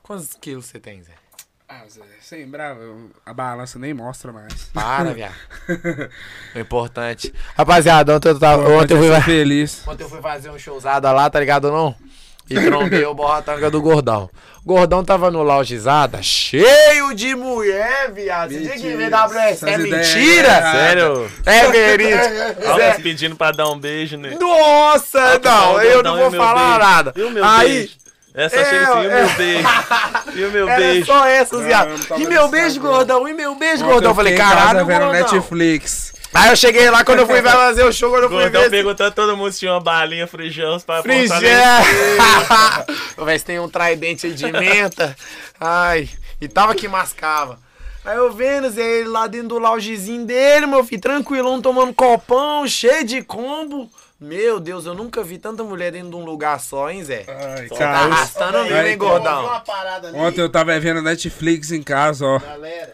S2: Quantos quilos você tem, Zé?
S3: Ah, Zé.
S10: Você lembrava, eu- a balança nem mostra mais.
S2: Para, viado. O É importante. Rapaziada, ontem eu, tava, ontem, eu
S10: Mas
S2: fui,
S10: ser feliz.
S2: ontem eu fui fazer um showzada lá, tá ligado não? E trombei o borratanga do Gordão. O Gordão tava no loungezada, cheio de mulher, viado. Você tinha que ver
S10: Mentira.
S2: WS. É
S10: Essas ideias
S2: mentira?
S10: erradas.
S4: Sério?
S2: É verídico.
S4: Alves
S2: Zé.
S4: pedindo pra dar um beijo, né?
S2: Nossa, não,
S4: Gordão,
S2: eu
S4: um e
S2: não
S4: meu
S2: vou falar
S4: beijo?
S2: nada.
S4: E o meu
S2: Aí,
S4: beijo? Essa
S2: É,
S4: chega assim, e o meu
S2: é.
S4: beijo? E o meu
S2: era
S4: beijo?
S2: só essas, viado.
S3: eu não tava
S2: E meu
S3: nesse
S2: beijo,
S3: sabor.
S2: Gordão, e meu beijo,
S10: Ontem
S2: Gordão. Eu falei,
S10: fiquei em casa
S2: caralho,
S10: vendo
S2: Gordão.
S10: Netflix.
S2: Aí eu cheguei lá, quando eu fui fazer o show, quando eu fui ver...
S4: Gordão
S2: esse-
S4: perguntando todo mundo se tinha uma balinha, feijão
S2: Tá
S4: pra apontar nele.
S2: Frigé! Vai se tem um tridente aí de menta. Ai, e tava que mascava. Aí eu vendo Zé, ele lá dentro do loungezinho dele, meu filho, tranquilão, tomando copão, cheio de combo. Meu Deus, eu nunca vi tanta mulher dentro de um lugar só, hein, Zé?
S3: Ai,
S2: Tá
S10: Cara, eu-
S2: arrastando mesmo,
S10: Aí,
S2: hein,
S1: Eu ouvi
S2: gordão?
S1: uma parada ali,
S10: Ontem eu tava vendo Netflix em casa, ó.
S1: galera.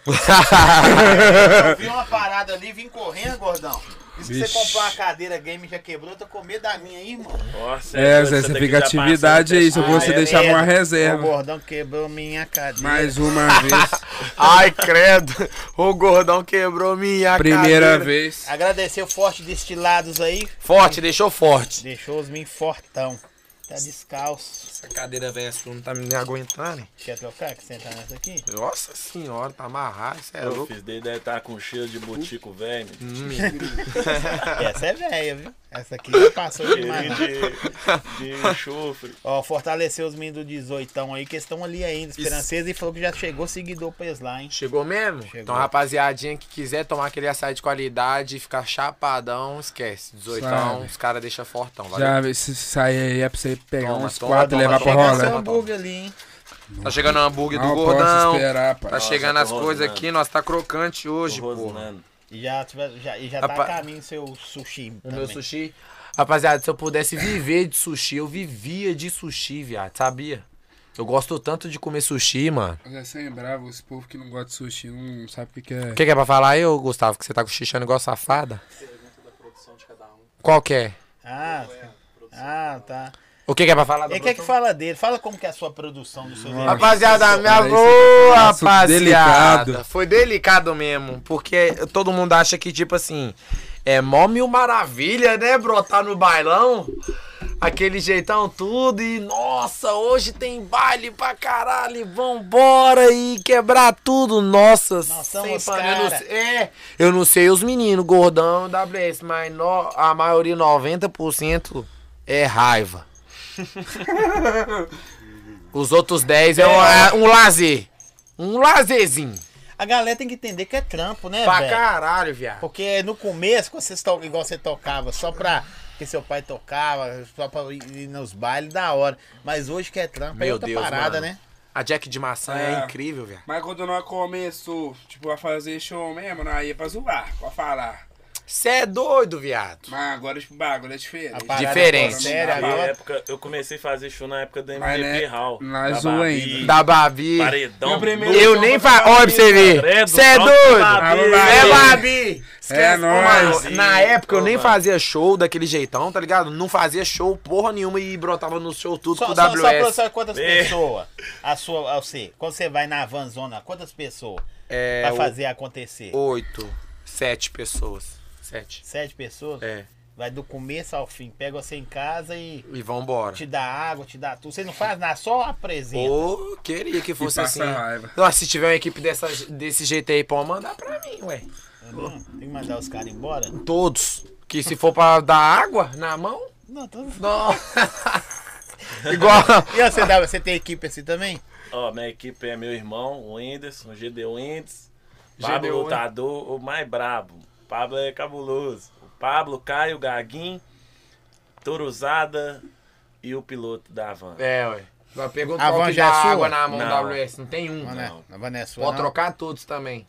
S1: Eu vi uma parada ali, vim correndo, gordão. Diz que você
S10: Vixe.
S1: comprou uma cadeira game e já quebrou, eu tô com medo da minha aí, irmão.
S4: Nossa,
S10: É,
S4: essa
S10: Zé, você
S4: daqui
S10: fica
S4: já passou
S10: atividade
S4: no
S10: aí,
S4: teste
S10: se
S4: do
S10: você
S1: é
S10: deixar
S1: mesmo?
S10: uma
S1: O
S10: reserva.
S1: gordão quebrou minha cadeira.
S10: Mais uma vez,
S2: Ai, credo, o gordão quebrou minha
S10: primeira
S2: cadeira.
S10: vez.
S1: Agradecer o Forte Destilados aí,
S2: Forte, deixou forte.
S1: deixou os mim fortão. Tá descalço.
S2: Essa cadeira velha sua não tá me aguentando, hein?
S1: Quer trocar? Quer sentar nessa aqui?
S2: Nossa senhora, tá amarrado, isso é Hum.
S4: Ô,
S2: louco.
S4: tá filho, dele deve estar com cheiro de botico velho.
S1: Essa é velha, viu? Essa aqui já passou demais.
S4: Cheirinho
S1: né?
S4: de, de enxofre.
S1: Ó, fortaleceu os meninos do 18 aí, que estão ali ainda, esperancês, e falou que já chegou seguidor pra eles lá, hein?
S2: Chegou mesmo?
S1: Chegou.
S2: Então, rapaziadinha que quiser tomar aquele açaí de qualidade e ficar chapadão, esquece. 18
S10: Sabe.
S2: os caras deixam fortão. Valeu.
S10: Já se sair aí é pra você pegar
S2: Toma,
S10: uns
S2: toma,
S10: quatro e
S2: toma,
S10: levar
S2: toma,
S10: pra
S1: Chega
S2: toma,
S1: seu
S2: toma.
S10: rolar. né?
S1: hambúrguer ali, hein?
S2: Tá chegando o hambúrguer do
S10: Não Ah, posso
S2: gordão.
S10: esperar, pai.
S2: Tá chegando as
S4: tô
S2: coisas
S4: rosnando.
S2: aqui, nós tá crocante hoje, pô.
S4: Rosnando.
S1: E já, tiver, já, e já tá a
S2: Rapaz.
S1: caminho seu sushi.
S2: O
S1: Também.
S2: meu sushi. Rapaziada, se eu pudesse viver de sushi, eu vivia de sushi, viado, sabia? Eu gosto tanto de comer sushi, mano.
S10: Mas é sem bravo, esse povo que não gosta de sushi não sabe o que, que é.
S2: O que, que é pra falar aí, ô Gustavo? Que você tá cochichando igual safada?
S1: um.
S2: Qual que é?
S1: Ah, ah, tá.
S2: O que, que é pra falar
S1: E quem é que fala dele? Fala como que é a sua produção do seu vídeo.
S2: Rapaziada, minha
S10: Peraí, isso
S2: avô,
S10: aqui é um assunto
S2: rapaziada.
S10: delicado.
S2: Foi delicado mesmo, porque todo mundo acha que, tipo assim, é mó mil maravilha, né, brotar no bailão. Aquele jeitão tudo e, nossa, hoje tem baile pra caralho, e vambora e quebrar tudo, nossa.
S1: Nós somos
S2: sem pano, eu não
S1: cara.
S2: sei- É, eu não sei os meninos, gordão, WS, mas no- a maioria, 90%, é raiva. Os outros 10 é um, é um lazer. Um lazerzinho.
S1: A galera tem que entender que é trampo, né,
S2: pra
S1: velho?
S2: caralho, viado.
S1: Porque é no começo, quando vocês to... igual você tocava, só pra. Que seu pai tocava, só pra ir ir nos bailes, da hora. Mas hoje que é trampo, é
S2: Meu
S1: outra
S2: Deus,
S1: parada,
S2: mano.
S1: né?
S2: A Jack de maçã é,
S3: É.
S2: incrível, viado.
S3: Mas quando nós começou, tipo, a fazer show mesmo, nós ia pra zoar, pra falar.
S2: Cê é doido, viado.
S3: Mas agora, tipo, o bagulho é diferente.
S1: A parada é
S2: Diferente.
S1: ficou Séria,
S4: Na
S1: agora.
S4: época, eu comecei a fazer show na época do
S3: Mas,
S4: MVP
S3: né,
S4: Hall.
S10: nós
S4: da
S10: zoa
S4: Babi,
S10: ainda.
S2: Da Babi.
S4: Paredão.
S3: Meu primeiro-
S2: Eu nem falo. Olha pra você ver.
S4: Credo,
S2: Cê é
S4: solta a
S10: Alô,
S2: doido.
S4: Babi.
S10: Babi.
S2: É Babi.
S10: É nóis.
S2: Mano, na época eu nem
S4: Ô,
S2: fazia show daquele jeitão, tá ligado? Não fazia show porra nenhuma e brotava no show tudo
S1: Só,
S2: com o
S1: só, só pra
S2: WS.
S1: saber quantas
S4: É.
S1: pessoas a sua, a você, quando você vai na vanzona, quantas pessoas
S2: É,
S1: pra
S2: o-
S1: fazer acontecer?
S2: Oito, sete pessoas. Sete.
S1: Sete pessoas?
S2: É.
S1: Vai do começo ao fim, pega você em casa e
S2: E vambora.
S1: te dá água, te dá tudo. Você não faz nada, só apresenta.
S2: Ô, queria que fosse assim.
S10: passa raiva.
S2: Nossa, se tiver uma equipe dessa, desse jeito aí, pode mandar pra mim, ué.
S1: entendeu? né? Tem que mandar os caras embora?
S2: Todos. Que se for pra dar água na mão,
S1: Não, tô...
S2: não. Igual.
S1: E você, dá, você tem equipe assim também?
S4: Ó, minha equipe é meu irmão, o Whindersson, o GD Whindersson,
S2: GD
S4: Pablo Lutador, o mais brabo. O Pablo é cabuloso. O Pablo, Caio, Gaguinho, Toruzada e o piloto da van.
S2: É, ué. Vai perguntar
S1: A
S2: qual
S1: van
S2: que
S1: já é
S2: dá
S1: sua?
S2: água na mão
S4: Não.
S2: WS. Não tem um.
S1: Não, né? Na Vanessa.
S2: Pode
S1: não?
S2: trocar todos também.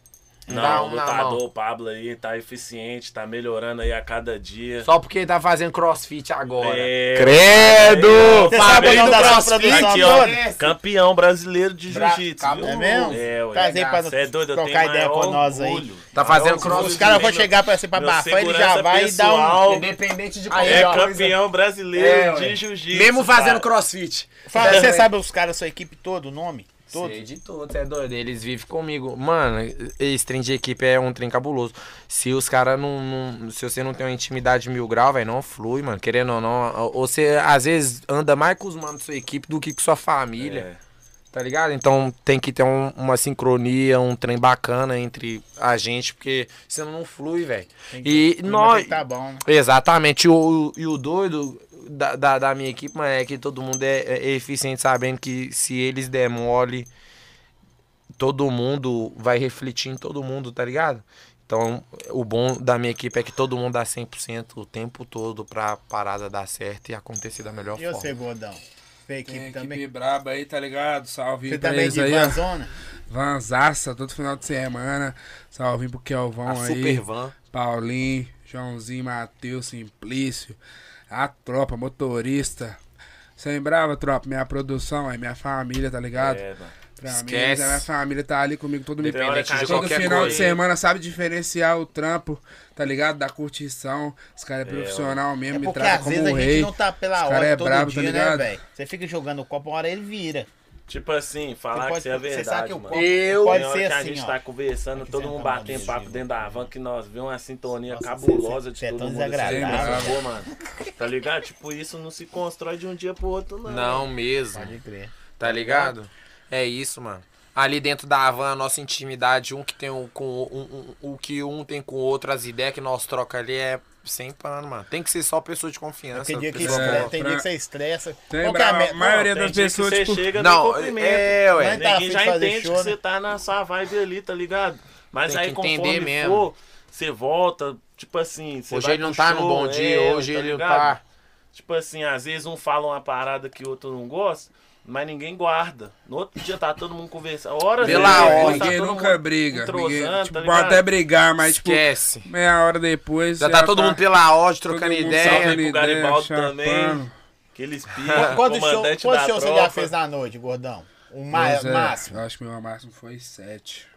S2: Dá
S4: Não,
S2: um
S4: o
S2: na
S4: lutador,
S2: mão.
S4: o Pablo aí, tá eficiente, tá melhorando aí a cada dia.
S2: Só porque ele tá fazendo crossfit agora.
S4: É.
S2: Credo!
S1: Você sabe
S2: Fabinho
S1: o nome
S2: do
S1: da sua
S2: crossfit.
S1: produção
S4: Aqui, ó,
S1: toda?
S4: campeão brasileiro de
S2: Bra-
S4: jiu-jitsu. viu?
S2: cabuloso.
S1: É mesmo?
S4: É, ué.
S1: Traz aí pra
S4: Você é doido, eu
S1: trocar
S4: tenho
S1: ideia
S4: maior
S1: com nós aí.
S4: orgulho.
S2: Tá
S4: Maior
S2: fazendo
S4: orgulho
S2: cross-
S1: Os
S4: de
S1: caras
S4: ver
S1: vão
S4: meu-
S1: chegar pra você pra
S4: meu
S1: bafar, ele já
S4: segurança
S1: vai e dá um.
S4: pessoal
S2: Independente de
S4: É
S2: qualquer coisa.
S4: campeão brasileiro
S2: É, ué.
S4: de jiu-jitsu.
S2: tipo Mesmo fazendo
S4: cara. É.
S2: crossfit.
S1: Fala,
S2: É,
S1: você
S2: ué.
S1: sabe os caras, sua equipe todo, o nome? Todo?
S2: Sei de tudo, você é doido. Eles vivem comigo. Mano, esse trem de equipe é um trem cabuloso. Se os caras não, não- Se você não tem uma intimidade mil grau, velho, não flui, mano. Querendo ou não. Ou você, às vezes, anda mais com os manos da sua equipe do que com sua família.
S4: É.
S2: Tá ligado? Então tem que ter um- uma sincronia, um trem bacana entre a gente, porque senão não flui, velho. E nós.
S1: Tá bom, né?
S2: Exatamente. E o, e o doido da, da, da minha equipe, mano, é que todo mundo é, é eficiente sabendo que se eles demole, todo mundo vai refletir em todo mundo, tá ligado? Então, o bom da minha equipe é que todo mundo dá 100% o tempo todo pra parada dar certo e acontecer da melhor
S1: E você,
S2: forma.
S1: gordão? Tem equipe
S3: Tem
S1: também?
S3: equipe braba aí, tá ligado? Salve.
S1: Você
S3: pra-
S1: também é
S10: eles
S1: de
S10: aí, ó.
S1: vanzona?
S10: Vanzaça, todo final de semana. Salve pro Kelvão
S2: A
S10: aí.
S2: super van.
S10: Paulinho, Joãozinho, Matheus, Simplício, a tropa, motorista. Sem brava, tropa, minha produção, é minha família, tá ligado?
S4: É, mano.
S10: pra
S2: esquece.
S10: mim, a minha família tá ali comigo todo me
S4: Independente
S2: de
S10: Todo
S2: qualquer
S10: final
S2: coisa.
S10: de semana sabe diferenciar o trampo, tá ligado? Da curtição. Os caras é profissional mesmo,
S1: É
S10: me
S1: porque
S10: trata
S1: às vezes
S10: como
S1: a
S10: um
S1: gente
S10: rei.
S1: não tá
S10: Os
S1: pela
S10: cara
S1: hora
S10: é
S1: todo
S10: brabo, tá
S1: dia, né,
S10: ligado?
S1: velho? Você fica jogando o copo, uma hora ele vira.
S4: Tipo assim, falar
S1: Você pode-
S4: que isso é
S1: você
S4: verdade,
S1: sabe que o
S4: mano.
S1: copo
S2: Eu-
S4: Tem
S1: pode
S4: hora
S1: ser
S4: que a
S1: assim,
S4: gente
S1: ó.
S4: tá conversando,
S1: que
S4: todo
S1: sentar
S4: mundo
S1: na
S4: batendo
S1: mesa,
S4: papo dentro da van, que nós vemos uma sintonia
S1: Nossa, você
S4: cabulosa de
S1: é
S4: todo
S1: tão
S4: mundo. assim,
S1: desagradável.
S4: mas, pô, mano, tá ligado? Tipo, isso não se constrói de um dia pro outro, não.
S2: Não mesmo.
S1: Pode crer.
S2: Tá ligado? É isso, mano. ali dentro da van, a nossa intimidade, um que tem um com o- um, um- o que um tem com o outro, as ideias que nós troca ali é sem pano, mano. Tem que ser só pessoa de confiança.
S1: Tem dia que
S2: pessoa
S1: estressa,
S2: boa.
S1: tem dia que você estressa.
S10: Tem,
S1: Qual que é a
S10: bra-
S1: me-
S10: a maioria-
S4: Tem
S10: das
S4: dia que
S10: pessoas,
S4: você
S10: tipo,
S4: chega nem
S2: Não,
S4: cumprimenta.
S2: é, ué.
S1: Mas tá afim
S4: Ninguém
S1: de
S4: já
S1: fazer
S4: entende
S1: show,
S4: que
S1: né?
S4: você tá na sua vibe ali, tá ligado? Mas
S2: Tem
S4: aí
S2: que
S4: conforme
S2: entender mesmo.
S4: for, você volta, tipo assim, você
S2: Hoje
S4: vai
S2: ele não
S4: pro
S2: tá num
S4: show,
S2: bom
S4: é,
S2: dia, hoje
S4: tá
S2: ele não
S4: ligado?
S2: tá.
S4: Tipo assim, às vezes um fala uma parada que o outro não gosta, mas ninguém guarda. No outro dia tá todo mundo conversando. Horas
S2: Pela
S4: depois,
S2: hora.
S4: tá
S10: Ninguém
S4: todo
S10: nunca
S4: mundo
S10: briga.
S4: entrosando,
S10: Ninguém,
S4: tá
S10: tipo, pode
S4: ligado?
S10: até brigar, mas tipo,
S2: Esquece.
S10: meia hora depois. é
S2: Já tá
S3: é
S2: todo mundo pela ódio, trocando
S10: mundo
S2: ideia.
S10: trocando
S4: Pro Garibaldi
S10: ideia, né, chapando.
S4: também. Aquele espírito,
S1: Quantos shows
S4: comandante
S1: quantos
S4: da
S1: shows você
S4: tropa.
S1: já fez na noite, gordão? O ma-
S10: Mas, é,
S1: máximo.
S10: Eu acho que meu máximo foi 7.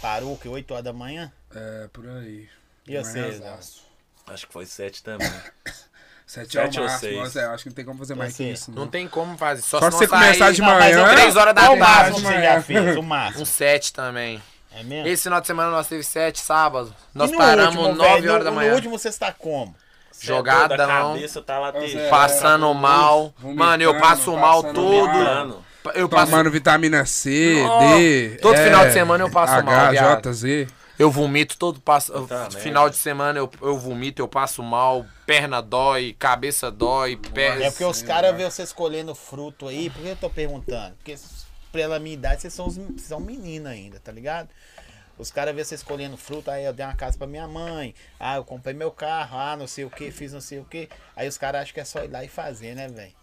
S1: Parou que 8 horas da manhã?
S10: É, por aí. é
S1: E né? você?
S4: Acho que foi sete também.
S10: 7 é o
S4: Sete ou
S10: máximo.
S4: seis?
S10: Nossa, eu acho que não tem como fazer mais que
S1: Você?
S10: isso. né?
S2: Não tem como fazer. Só,
S10: Só
S2: se
S10: se você
S2: nós sair-
S10: começar de
S1: Não, mas eu-
S10: manhã. é um
S2: Três horas da
S1: Qual o
S2: tarde.
S1: máximo que você já
S10: Mas-
S1: fez? O
S2: Um
S1: máximo.
S2: 7 também.
S1: É mesmo?
S2: Esse final de semana nós teve 7 sábado. Nós
S1: E no
S2: paramos
S1: último, velho?
S2: 9
S1: No-
S2: horas da manhã.
S1: No último você está como?
S4: Cê
S2: Jogadão.
S4: é doido, a cabeça tá lá
S10: Zé,
S2: Passando mal.
S10: vomitando,
S2: Mano, eu passo mal
S10: passando
S2: todo.
S10: mal.
S4: Mano,
S3: Tá,
S2: Eu passo
S10: Tomando vitamina C,
S2: Ó,
S10: D.
S2: todo
S10: é,
S2: final de semana eu passo
S10: H,
S2: mal, viado.
S10: J, Z.
S2: Eu vomito todo passo.
S4: Puta
S2: eu-
S4: merda.
S2: final de semana eu, eu vomito, eu passo mal, perna dói, cabeça dói, pé.
S1: É porque os caras
S10: né?
S1: vê você escolhendo fruto aí, por que eu tô perguntando? Porque s- pela minha idade, vocês são, os- vocês são menina ainda, tá ligado? Os caras vê você escolhendo fruto, aí eu dei uma casa pra minha mãe, ah, eu comprei meu carro, ah, não sei o que, fiz não sei o que. Aí os caras acham que é só ir lá e fazer, né, velho?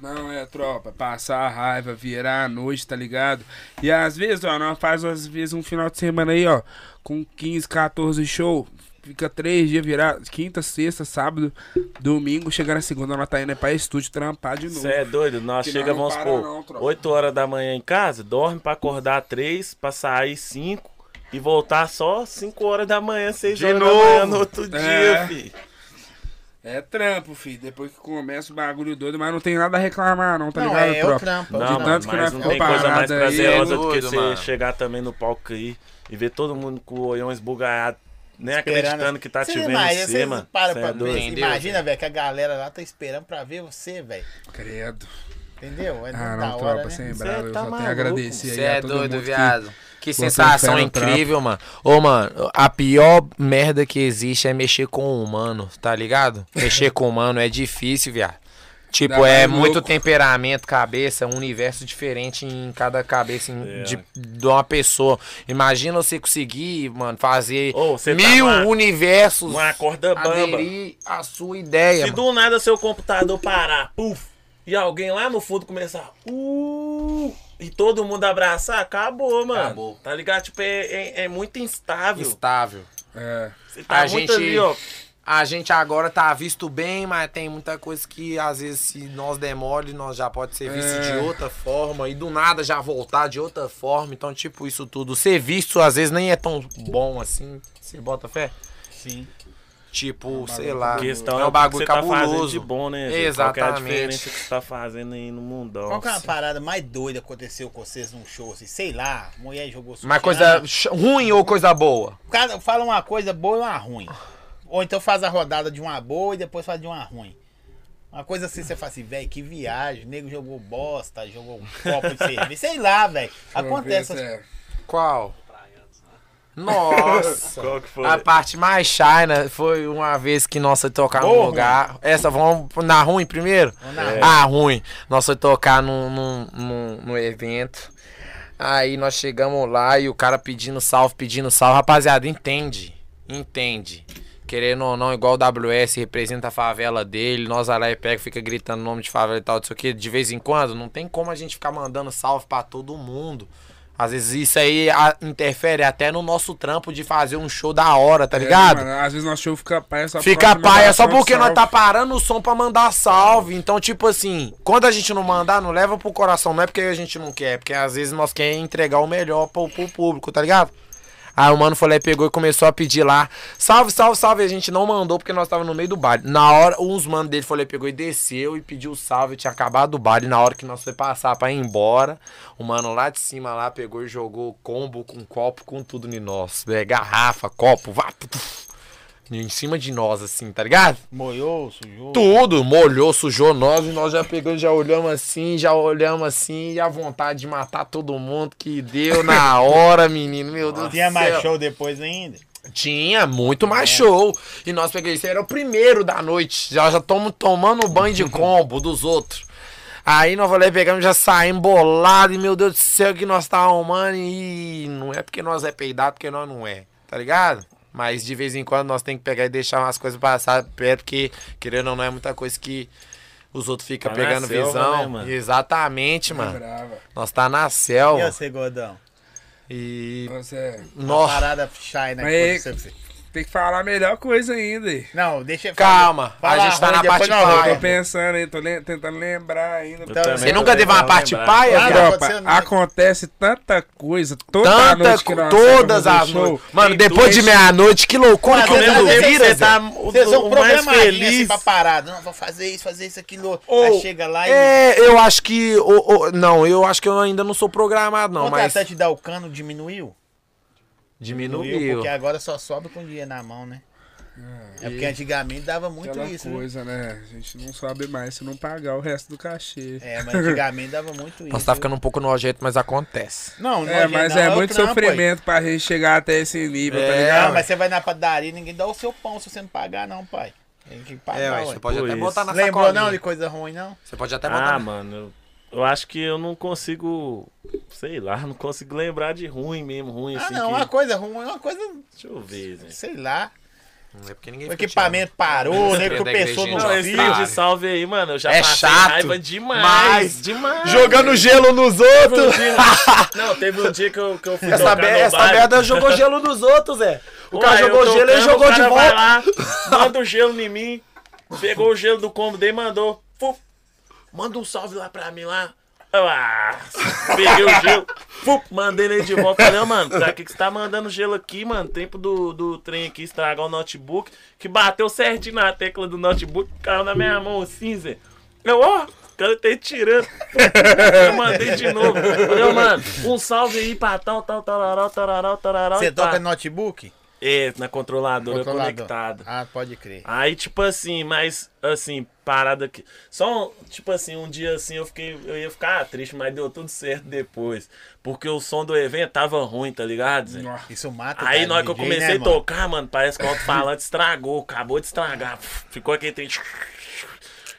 S10: Não, é, tropa, passar a raiva, virar a noite, tá ligado? E às vezes, ó, nós faz às vezes um final de semana aí, ó, com 15, 14 show, fica três dias virado, quinta, sexta, sábado, domingo, chegar na segunda, nós tá indo pra estúdio trampar de novo.
S4: você é doido. Nós
S10: Que
S4: chega,
S10: nós não
S4: vamos
S10: para não,
S4: supor,
S10: tropa.
S4: 8 horas da manhã em casa, dorme pra acordar 3, pra sair 5 e voltar só 5 horas da manhã, 6
S2: De
S4: horas
S2: novo.
S4: da manhã no outro
S10: É.
S4: dia, fi.
S10: É trampo, filho, depois que começa o bagulho doido, mas não tem nada a reclamar não, tá
S1: não,
S10: ligado,
S1: é eu
S10: tropa?
S1: trampo. eu
S4: Não,
S1: trampo.
S4: mano,
S10: tanto que nós
S4: mas não
S10: ficou
S4: tem coisa mais
S10: parado aí,
S4: prazerosa do que
S2: doido,
S4: você
S2: mano.
S4: chegar também no palco aí e ver todo mundo com o olhão esbugalhado, nem
S1: Esperando.
S4: acreditando que tá
S1: Cê
S4: te vendo
S1: imagina,
S4: em
S1: cês
S4: cima.
S1: Para
S4: Cê
S1: pra
S4: é doido.
S1: ver. Imagina, velho, que a galera lá tá esperando pra ver você, velho.
S10: Credo.
S1: Entendeu? É
S10: Ah,
S1: muito
S10: não,
S1: da hora,
S10: tropa,
S1: né?
S10: sem
S4: Cê
S10: bravo, eu
S4: tá
S10: só tenho a
S4: maluco.
S10: agradecer
S2: Você
S10: aí a
S2: é
S10: todo
S2: doido,
S10: mundo que-
S2: viado. Que
S10: botou
S2: sensação
S10: fé no trapo.
S2: incrível, mano. Ô, mano, a pior merda que existe é mexer com o humano, tá ligado? Mexer com o humano é difícil, viado. Tipo,
S10: Ainda
S2: é
S10: mais
S2: muito
S10: louco.
S2: temperamento, cabeça, um universo diferente em cada cabeça
S4: É,
S2: em- de, de uma pessoa. Imagina você conseguir, mano, fazer
S4: Ô, você tá
S2: mil
S4: numa-
S2: universos
S4: Uma corda bamba.
S2: aderir à sua ideia,
S4: Se
S2: mano.
S4: do nada seu computador parar, puf, e alguém lá no fundo começar, uh, e todo mundo abraçar, acabou, mano.
S2: Acabou.
S4: Tá ligado? Tipo, é, é- é muito instável.
S2: Estável.
S10: É.
S4: Você tá
S2: A gente-
S4: muito ali, ó.
S2: A gente agora tá visto bem, mas tem muita coisa que às vezes se nós demole, nós já pode ser visto
S10: É.
S2: de outra forma e do nada já voltar de outra forma. Então, tipo, isso tudo. Ser visto às vezes nem é tão bom assim. Você bota fé?
S1: Sim.
S2: Tipo, sei lá.
S4: A questão
S2: é um bagulho
S4: o que você tá fazendo
S2: cabuloso.
S4: de bom, né? velho? Qual que é a diferença
S2: Exatamente.
S4: que você tá fazendo aí no mundão?
S1: Qual que é uma parada mais doida que aconteceu com vocês num show assim? Sei lá, mulher jogou sutiã.
S2: Uma coisa
S1: É.
S2: ch- ruim ou coisa boa?
S1: Cada- Fala uma coisa boa e uma ruim. Ou então faz a rodada de uma boa e depois faz de uma ruim. Uma coisa assim, você fala assim, velho, que viagem. O nego jogou bosta, jogou um copo de cerveja. Sei lá, velho. Acontece.
S10: Vamos
S1: essas-
S10: ver se é.
S2: Qual? Nossa!
S4: Qual que foi?
S2: A parte mais China foi uma vez que nós foi tocar
S1: Boa,
S2: num lugar. Essa, vamos na ruim primeiro? Ah, ruim. Nós foi tocar num, num, num, num evento. Aí nós chegamos lá e o cara pedindo salve, pedindo salve. Rapaziada, entende. Entende. Querendo ou não, igual o WS representa a favela dele, nós vai lá e pega, fica gritando o nome de favela e tal, disso aqui, de vez em quando, não tem como a gente ficar mandando salve pra todo mundo. Às vezes isso aí a- interfere até no nosso trampo de fazer um show da hora, tá ligado?
S10: É, mano, às vezes nosso show fica paia só
S2: Fica
S10: pra-
S2: paia só porque
S10: salve.
S2: nós tá parando o som pra mandar salve. Então, tipo assim, quando a gente não mandar, não leva pro coração. Não é porque a gente não quer, é porque às vezes nós queremos entregar o melhor pro, pro público, tá ligado? Aí o mano foi lá e pegou e começou a pedir lá. Salve, salve, salve. A gente não mandou porque nós tava no meio do baile. Na hora, uns manos dele foi lá e pegou e desceu e pediu salve. Tinha acabado o baile. Na hora que nós foi passar pra ir embora, o mano lá de cima lá pegou e jogou combo com copo, com tudo em nós. É, garrafa, copo, vá. tu, tu. em cima de nós, assim, tá ligado?
S1: Moiou, sujou.
S2: Tudo, molhou, sujou nós e nós já pegamos, já olhamos assim, já olhamos assim, e a vontade de matar todo mundo que deu na hora, menino, meu Deus do
S1: Tinha
S2: céu.
S1: mais show depois ainda.
S2: Tinha muito
S4: É.
S2: mais show. E nós pegamos isso, era o primeiro da noite. Já já estamos tomando um banho de combo dos outros. Aí nós falei, pegamos, já saímos bolado, e meu Deus do céu, que nós tá arrumando. E não é porque nós é peidado, porque nós não é, tá ligado? Mas de vez em quando nós tem que pegar e deixar umas coisas passar perto, porque querendo ou não é muita coisa que os outros ficam
S4: Tá na
S2: pegando
S4: selva,
S2: visão.
S4: né, mano?
S2: Exatamente, mano.
S11: Brava.
S2: Nós tá na
S1: E
S4: assim,
S2: selva.
S1: você, gordão?
S2: E.
S3: Então,
S11: Você.
S1: Uma
S2: Nossa.
S1: Parada China.
S3: Mas-
S1: que aconteceu pra você.
S3: Tem que falar a melhor coisa ainda.
S1: Não, deixa
S2: Calma,
S1: Fala
S2: a gente tá
S1: ruim,
S2: na
S1: depois
S2: parte
S1: nós
S2: paia.
S3: Tô pensando aí, tô le- tentando lembrar ainda.
S4: Eu
S1: Então,
S4: também
S2: Você
S4: tô
S2: nunca teve uma
S4: tentando
S2: parte
S4: né, lembrar.
S2: paia,
S1: Claro,
S2: viado?
S3: Tropa,
S1: aconteceu, né?
S3: acontece tanta coisa, toda
S2: Tanta,
S3: noite que
S2: co-
S3: nós
S2: todas
S3: fazemos um
S2: as
S3: show.
S2: noites. Mano,
S4: Tem
S2: depois de
S4: dois-
S2: meia-noite, que loucura que o
S1: Mas
S2: mundo
S1: às vezes
S2: vira,
S1: você
S2: Zé.
S4: tá o,
S1: Vocês vão
S4: o mais
S1: programadinho assim
S4: feliz.
S1: pra parada. Não, vou fazer isso, fazer isso, aquilo. Aí
S2: Ou-
S1: chega lá e
S2: É, eu acho que. o- o- não, eu acho que eu ainda não sou programado,
S1: o
S2: não, mas.
S1: contratante dá o cano diminuiu?
S2: Diminuiu.
S1: Porque agora só sobe com dinheiro na mão, né? É porque antigamente dava muito
S3: Aquela
S1: isso. né?
S3: coisa, né? A gente não sobe mais se não pagar o resto do cachê.
S1: É, mas antigamente dava muito isso.
S2: Nós tá ficando um pouco nojento, mas acontece.
S1: Não, não
S3: É, mas
S1: não,
S3: é
S1: o
S3: muito
S1: trampo, aí.
S3: sofrimento pra gente chegar até esse nível, tá
S2: É,
S1: Não,
S3: ligado?
S1: mas você vai na padaria e ninguém dá o seu pão se você não pagar, não, pai. Tem que pagar.
S2: É,
S1: ué.
S2: mas você pode
S4: Por
S2: até
S4: isso.
S2: botar na
S1: Lembrou
S2: sacolinha.
S1: não de coisa ruim, não?
S2: Você pode até botar
S4: Ah,
S2: na...
S4: mano, eu, eu acho que eu não consigo, sei lá, não consigo lembrar de ruim mesmo, ruim
S1: Ah,
S4: assim
S1: não,
S4: que...
S1: uma coisa ruim, uma coisa,
S4: Deixa eu ver, né?
S1: sei lá.
S2: Não é porque ninguém
S1: O
S2: fica
S1: equipamento parou,
S2: Não,
S1: né? Que
S2: da
S1: pensou
S2: igrejinha,
S1: no
S4: Não,
S2: Não,
S4: esse
S1: fio.
S4: vídeo
S2: otário.
S4: de salve aí, mano, eu já
S2: É
S4: passei
S2: chato.
S4: raiva demais,
S2: Mas-
S4: demais.
S2: tirando. Jogando gelo nos outros!
S4: Não, teve um dia que eu, que eu fui
S2: essa
S4: tocar
S2: be-
S4: no
S2: essa
S4: baile.
S2: merda jogou gelo nos outros, é. Zé. O cara
S4: Ué, eu
S2: jogou gelo, ele
S4: tocando,
S2: jogou
S4: o
S2: de
S4: cara
S2: volta.
S4: vai lá, manda o gelo em mim, pegou o gelo do combo dele e mandou. Fu, manda um salve lá pra mim lá. Eu, ah, peguei o gelo, fu, mandei ele de volta. Falei, "Ô, mano, pra que, que você tá mandando gelo aqui, mano? Tempo do, do trem aqui estragar o notebook, que bateu certinho na tecla do notebook, caiu na minha mão assim, Zé. Eu, ó, o cara tá tirando. Eu mandei de novo. Falei, "Ô, mano, um salve aí pra tal, tal, tararau, tararau, tararau. e
S1: Você
S2: Tá.
S4: pá."
S1: toca no notebook?
S4: É, na controladora
S1: Controlador.
S4: conectada.
S1: Ah, pode crer.
S4: Aí, tipo assim, mas, assim, parada que. Só, um- tipo assim, um dia assim eu fiquei. Eu ia ficar ah, triste, mas deu tudo certo depois. Porque o som do evento tava ruim, tá ligado, Zé?
S1: Isso mata
S4: Aí,
S1: cara,
S4: na hora que eu
S1: DJ, né,
S4: comecei a
S1: mano?
S4: tocar, mano, parece que o alto-falante estragou, acabou de estragar. Ficou aquele trem.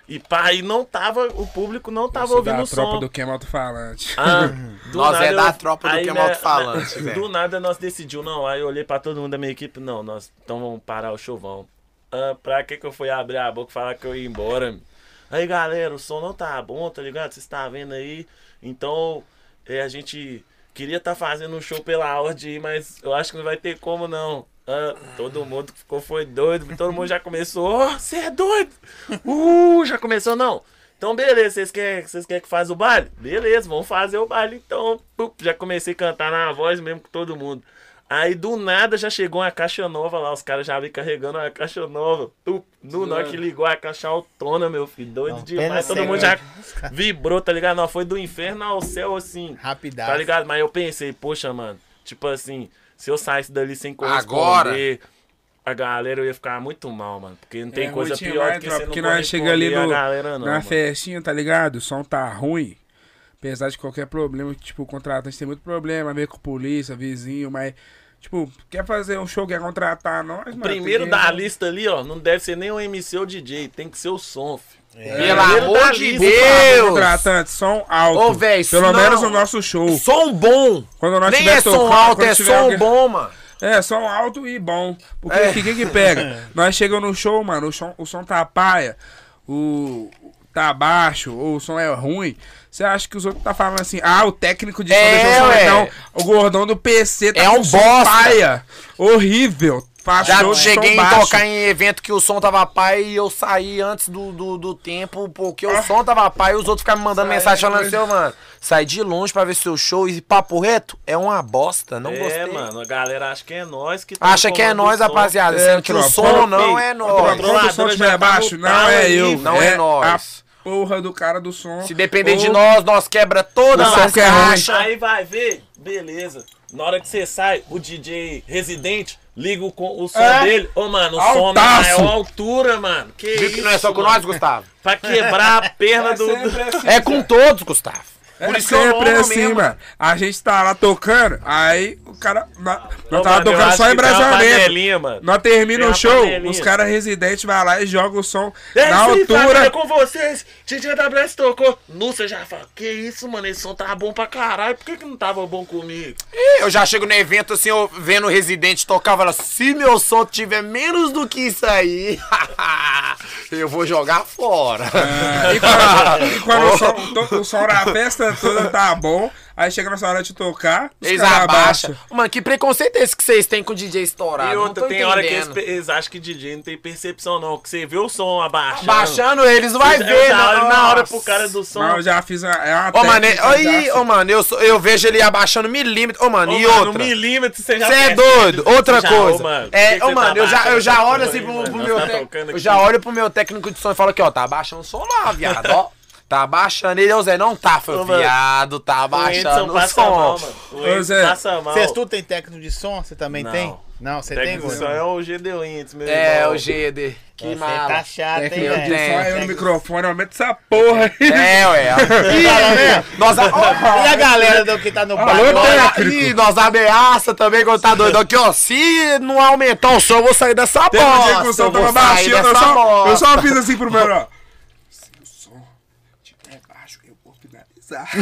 S4: E pá, e não tava. O público não
S2: tá
S4: tava
S3: Sou
S4: ouvindo
S3: da
S4: o
S3: tropa
S4: som.
S3: do queima alto-falante.
S4: Ah, do
S2: Nós é
S4: eu-
S2: da tropa do
S4: aí,
S2: que é
S4: né,
S2: alto-falante,
S4: né,
S2: velho.
S4: Do nada nós decidimos, não. Aí eu olhei pra todo mundo da minha equipe, não, nós então vamos parar o chovão. Ah, pra que que eu fui abrir a boca e falar que eu ia embora? meu? Aí galera, o som não tá bom, tá ligado? Vocês tá vendo aí? Então, é, a gente queria tá fazendo um show pela ordem, mas eu acho que não vai ter como não. Ah, todo mundo ficou foi doido, todo mundo já começou, ó, você é doido! Uh, já começou não. Então, beleza, vocês querem, vocês querem que faça o baile? Beleza, vamos fazer o baile então. Pup, já comecei a cantar na voz mesmo com todo mundo. Aí do nada já chegou uma caixa nova lá, os caras já me carregando uma caixa nova. Tup, no nó que ligou a caixa autona, meu filho, doido
S1: Não, pena
S4: demais. Todo
S1: ser, né?
S4: mundo já vibrou, tá ligado? Não, foi do inferno ao céu assim.
S1: Rapidaço.
S4: Tá ligado? Mas eu pensei, poxa, mano, tipo assim, se eu saísse dali sem
S2: Agora?
S4: corresponder, a galera eu ia ficar muito mal, mano. Porque não tem
S3: É
S4: coisa
S3: ruim
S4: pior
S3: demais,
S4: do que
S3: tropa,
S4: você não
S3: porque nós chega ali
S4: corresponder
S3: no,
S4: a galera, não,
S3: na
S4: mano.
S3: festinha, tá ligado? O som tá ruim. Apesar de qualquer problema, tipo, o contratante tem muito problema, meio com polícia, vizinho, mas, tipo, quer fazer um show, quer contratar nós, mano. tem
S4: Primeiro
S3: que-
S4: da lista ali, ó, não deve ser nem o MC ou DJ, tem que ser o som, filho.
S2: Pelo
S4: Primeiro da
S2: amor de
S4: lista.
S2: Deus!
S3: Contratante, som alto.
S2: Ô, véi,
S3: Pelo
S2: não.
S3: menos o nosso show.
S2: Som bom!
S3: Quando nós
S2: Nem
S3: tiver
S2: é som
S3: tocando,
S2: alto,
S3: quando
S2: é
S3: tiver
S2: som
S3: alguém-
S2: bom, mano.
S3: É, som alto e bom. Porque
S2: É.
S3: o que, que que pega? Nós chegamos no show, mano, o som, o som tá paia, o tá baixo, ou o som é ruim. Você acha que os outros tá falando assim, ah, o técnico de som
S2: É,
S3: deixou o som
S2: ué.
S3: então, o gordão do PC tá
S2: É
S3: com
S2: um
S3: som
S2: bosta.
S3: paia. Horrível. Faz
S2: Já
S3: show de
S2: cheguei em
S3: som baixo.
S2: tocar em evento que o som tava pai e eu saí antes do, do, do tempo, porque o som tava pai e os outros ficavam me mandando mensagem falando assim, ô, mano, sai de longe pra ver seu show e papo reto é uma bosta, não
S4: é,
S2: gostei.
S4: mano, a galera acha que é nós que tá
S2: Acha que é
S4: tomando
S2: nós,
S4: o som.
S2: rapaziada,
S3: É,
S2: sendo que o
S3: tropa.
S2: som não
S4: Ei,
S2: é
S4: tropa,
S2: nós.
S3: Quando o som
S4: Controladora
S3: estiver
S4: já tá
S3: baixo,
S4: no
S3: não é
S4: talo
S3: eu.
S4: aí,
S2: não é nós.
S3: A porra do cara do som.
S2: Se depender de
S3: Ou-
S2: nós, nós quebra todas
S3: Não,
S2: as
S3: que é ruim.
S2: caixas.
S4: Aí vai ver, beleza. Na hora que você sai, o DJ residente liga o, co- o som
S10: É.
S4: dele. Ô, mano, o som na
S10: Altaço.
S4: maior altura, mano. Que
S2: Viu que não é só
S4: isso,
S2: com
S4: mano.
S2: nós, Gustavo?
S4: Pra quebrar a perna
S3: É
S4: do. do-
S3: sempre assim.
S2: É com todos, Gustavo. Por
S10: É
S2: isso que eu
S10: sempre
S2: amo
S10: assim,
S2: mesmo.
S10: mano. A gente tá lá tocando, aí o cara. Nós, nós
S4: Ô,
S10: tava
S4: mano, eu
S10: tocando
S4: acho
S10: só em
S4: que tem uma
S10: Brasil Negro.
S4: panelinha, mano.
S10: Nós termina
S4: Tem
S10: o
S4: uma
S10: show,
S4: panelinha.
S10: os caras residentes vai lá e joga o som
S4: É
S10: na
S4: isso aí, família,
S10: altura.
S4: com vocês. DJ WS tocou. Nu, você já fala, que isso, mano, esse som tava bom pra caralho. Por que, que não tava bom comigo?
S2: Ih, Eu já chego no evento assim, eu vendo o residente tocar, eu falo, se meu som tiver menos do que isso aí, eu vou jogar fora. Então,
S10: E quando, e quando o, som, to- o som da festa toda tá bom, aí chega nessa hora de tocar, os
S2: Eles
S10: caras abaixam.
S2: abaixam. Mano, que preconceito é esse que vocês têm com o DJ estourado?
S4: e outra,
S2: Tá, não tô
S4: tem hora que eles,
S2: entendendo.
S4: pe- eles acham que DJ não tem percepção, não. Que você vê o som abaixando.
S2: Baixando eles, vai
S4: Você
S2: ver,
S4: dá
S2: na
S4: olho na é hora pro
S2: Nossa.
S4: cara do som.
S10: Mas eu já fiz uma. É uma
S2: Ô, mano,
S10: técnica, eu já
S2: aí,
S10: fiz. um
S2: ô, mano, eu, sou- eu vejo ele abaixando milímetro. Ô, mano,
S4: Ô,
S2: e
S4: mano,
S2: outra?
S4: Um milímetro, você já
S2: Você é
S4: percebe.
S2: doido. Outra
S4: Você já,
S2: coisa.
S4: ô, mano, por que
S2: é,
S4: que
S2: ô,
S4: você
S2: mano,
S4: tá
S2: eu já, eu
S4: abaixando
S2: já
S4: essa
S2: olho
S4: porra
S2: assim
S4: aí,
S2: pro,
S4: mano?
S2: pro
S4: Nós
S2: meu
S4: tá
S2: técnico. Eu
S4: tocando aqui.
S2: já olho pro meu técnico de som e falo aqui, ó, tá abaixando o som lá, viado, ó. Tá abaixando ele, ô Zé, não tá, foi
S4: Ô, mano,
S2: viado, tá
S4: O
S2: abaixando
S4: Edson
S2: o
S4: passa mal,
S2: som.
S4: mano. O
S10: Ô, Zé,
S4: Edson passa mal.
S1: Vocês é tudo tem técnico de som? Você também
S4: Não.
S1: tem? Não, você tem,
S4: Técnico de som
S1: Gustavo?
S4: é o Gedeu Índice, meu
S2: É,
S4: irmão.
S2: o GD. Que
S1: Você tá
S2: mala.
S1: chato, hein,
S10: Técnica de
S1: velho?
S10: som, aí
S1: Tem.
S10: no microfone, aumenta essa porra aí.
S2: É, ué.
S4: tá
S1: Fala
S4: né?
S1: mesmo?
S2: Ih, Nós,
S1: E a galera do que tá no
S10: Alô,
S1: palco?
S10: Té-
S2: Nós,
S10: técnico.
S2: ih, nós ameaça também quando tá doido aqui, ó. Se não aumentar o som, eu vou sair dessa
S10: Teve um dia que o
S2: bosta.
S10: som
S2: Eu
S10: tava
S2: vou sair
S10: baixinho,
S4: né?
S10: eu
S2: dessa
S10: só, eu
S2: bosta.
S10: só fiz assim pro meu, ó.
S3: Se o som tiver baixo, eu vou finalizar.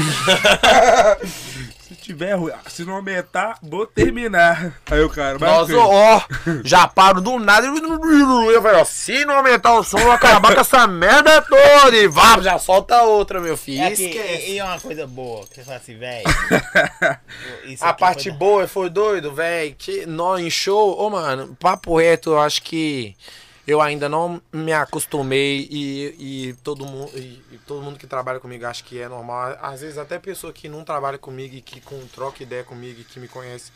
S10: Se tiver ruim, ah, se não aumentar, vou terminar. Aí o cara, mas
S2: Nós, ó, já paro do nada. Eu falei, ó, se não aumentar o som, eu vou acabar com essa merda toda. E vá, já solta outra, meu filho.
S1: É que-
S2: Esquece.
S1: e, e é uma coisa boa, que você fala assim, velho. isso
S2: A
S1: aqui é
S2: parte
S1: foi da-
S2: boa foi doido, velho. Que nó em show. Ô, mano, papo reto, eu acho que eu ainda não me acostumei e, e todo mundo e, e todo mundo que trabalha comigo acha que é normal. Às vezes até pessoa que não trabalha comigo e que com, troca ideia comigo e que me conhece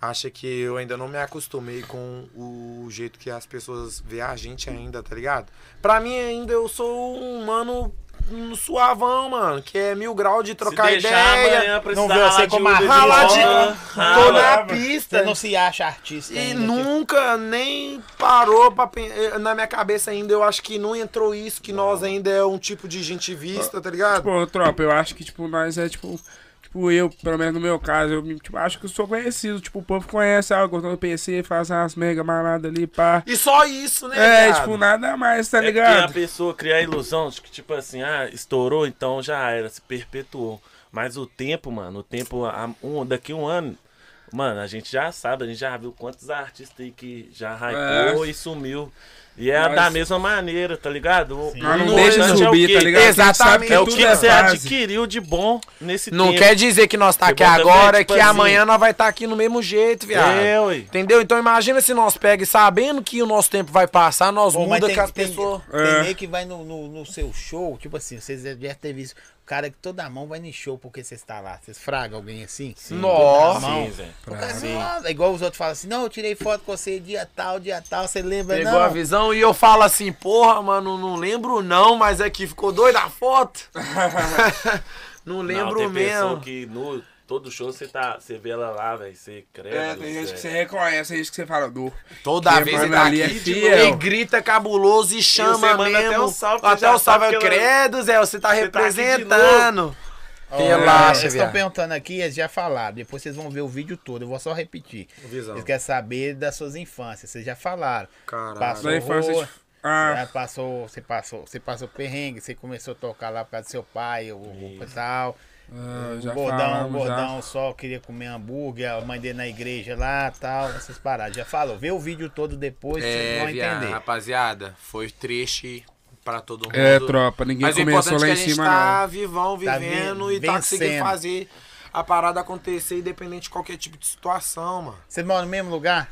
S2: acha que eu ainda não me acostumei com o jeito que as pessoas vê a gente ainda, tá ligado? Pra mim ainda eu sou um mano um suavão, mano, que é mil grau de trocar
S4: Se deixar
S2: ideia.
S4: amanhã, precisar
S1: vê você
S4: ralar de
S1: como
S4: Uber de
S2: Ralar de.
S4: van,
S2: Tô
S4: rala.
S2: na
S1: Você
S2: pista.
S1: não se acha artista
S2: é E
S1: ainda, tipo,
S2: nunca nem parou pra pen- eh, na minha cabeça ainda. Eu acho que não entrou isso, que nós ainda é um tipo de gente vista, tá ligado?
S3: tipo,
S10: Pô, tropa, eu acho que, tipo, nós é, tipo... Tipo, eu, pelo menos no meu caso, eu me- tipo, acho que eu sou conhecido. Tipo, o povo conhece algo, quando eu pensei, faz umas mega maladas ali, pá.
S2: E só isso, né?
S10: É,
S2: viado?
S10: tipo, nada mais, tá
S4: É que a
S10: ligado?
S4: pessoa cria a ilusão de que, tipo assim, ah, estourou, então já era, se perpetuou. Mas o tempo, mano, o tempo, a- um, daqui um ano, mano, a gente já sabe, a gente já viu quantos artistas aí que já
S10: É.
S4: hypou e sumiu. E é
S10: Nós-
S4: da mesma maneira, tá ligado? O-
S10: Mas
S4: o
S10: não deixa
S4: importante é o
S10: subir,
S4: quê?
S10: tá ligado? A gente sabe
S2: Exatamente.
S10: que
S4: É o
S10: tudo
S4: que,
S10: é
S4: você
S10: fase.
S4: adquiriu de bom nesse
S2: Não
S4: tempo.
S2: quer dizer que nós tá
S4: Você
S2: aqui
S4: bota
S2: agora,
S4: frente,
S2: que
S4: panzinho.
S2: amanhã nós vai estar aqui no mesmo jeito, viado.
S4: É, ué.
S2: Entendeu? Então imagina se nós pega e sabendo que o nosso tempo vai passar, nós
S1: Pô, mas
S2: muda
S1: tem-
S2: que as
S1: tem-
S2: pessoas.
S1: Tem
S10: É.
S1: meio que vai no, no, no seu show, tipo assim, vocês devem ter visto. O cara que toda mão vai no show porque você está lá. Vocês fragam alguém assim?
S2: Nossa.
S4: Sim, Zé.
S1: O cara, "Nossa", igual os outros falam assim, não, eu tirei foto com você dia tal, dia tal, você lembra,
S2: Pegou
S1: não?
S2: a visão e eu falo assim, porra, mano, não lembro não, mas é que ficou doida a foto. não
S4: Não,
S2: lembro
S4: tem pessoa
S2: mesmo.
S4: que no todo show você tá, você vê ela lá, velho, você crê.
S3: É, tem gente que você reconhece, tem gente que você fala, do.
S2: Toda
S10: Quem
S2: vez
S10: manda
S2: ele tá
S10: ali
S2: aqui
S10: é
S2: de
S10: fiel.
S2: novo, e grita cabuloso e chama
S4: você manda
S2: mesmo.
S4: até um salve, que
S2: até
S4: já
S2: o salve,
S4: sabe
S2: eu
S4: que ela-
S2: credo, Zé, você tá
S4: tá aqui de
S2: representando.
S1: É, Eles
S2: Relaxa,
S1: estão
S2: viado.
S1: perguntando aqui, eles já falaram. Depois vocês vão ver o vídeo todo. Eu vou só repetir.
S2: Visão.
S1: Eles querem saber das suas infâncias. Vocês já falaram.
S2: Caralho.
S1: Passou
S10: Da infância...
S1: horror,
S10: de- Ah,
S1: já passou, você passou, você passou perrengue, você começou a tocar lá por causa do seu pai, o o tal.
S3: é,
S10: ah,
S3: um
S10: já
S1: o gordão, o
S10: falamos, já.
S1: gordão só queria comer hambúrguer, a mãe dele na igreja lá tal, essas paradas. Já falou, vê o vídeo todo depois, vocês
S2: É,
S1: vão
S2: viado,
S1: entender.
S2: rapaziada, foi triste pra todo mundo.
S10: É, tropa, ninguém
S2: Mas o
S10: começou
S2: importante
S10: lá
S2: é
S10: em
S2: que a gente
S10: cima,
S2: tá vivão,
S1: Tá vi-
S2: vivendo e tá conseguindo
S1: vencendo.
S2: fazer a parada acontecer independente de qualquer tipo de situação, mano.
S1: Você mora no mesmo lugar?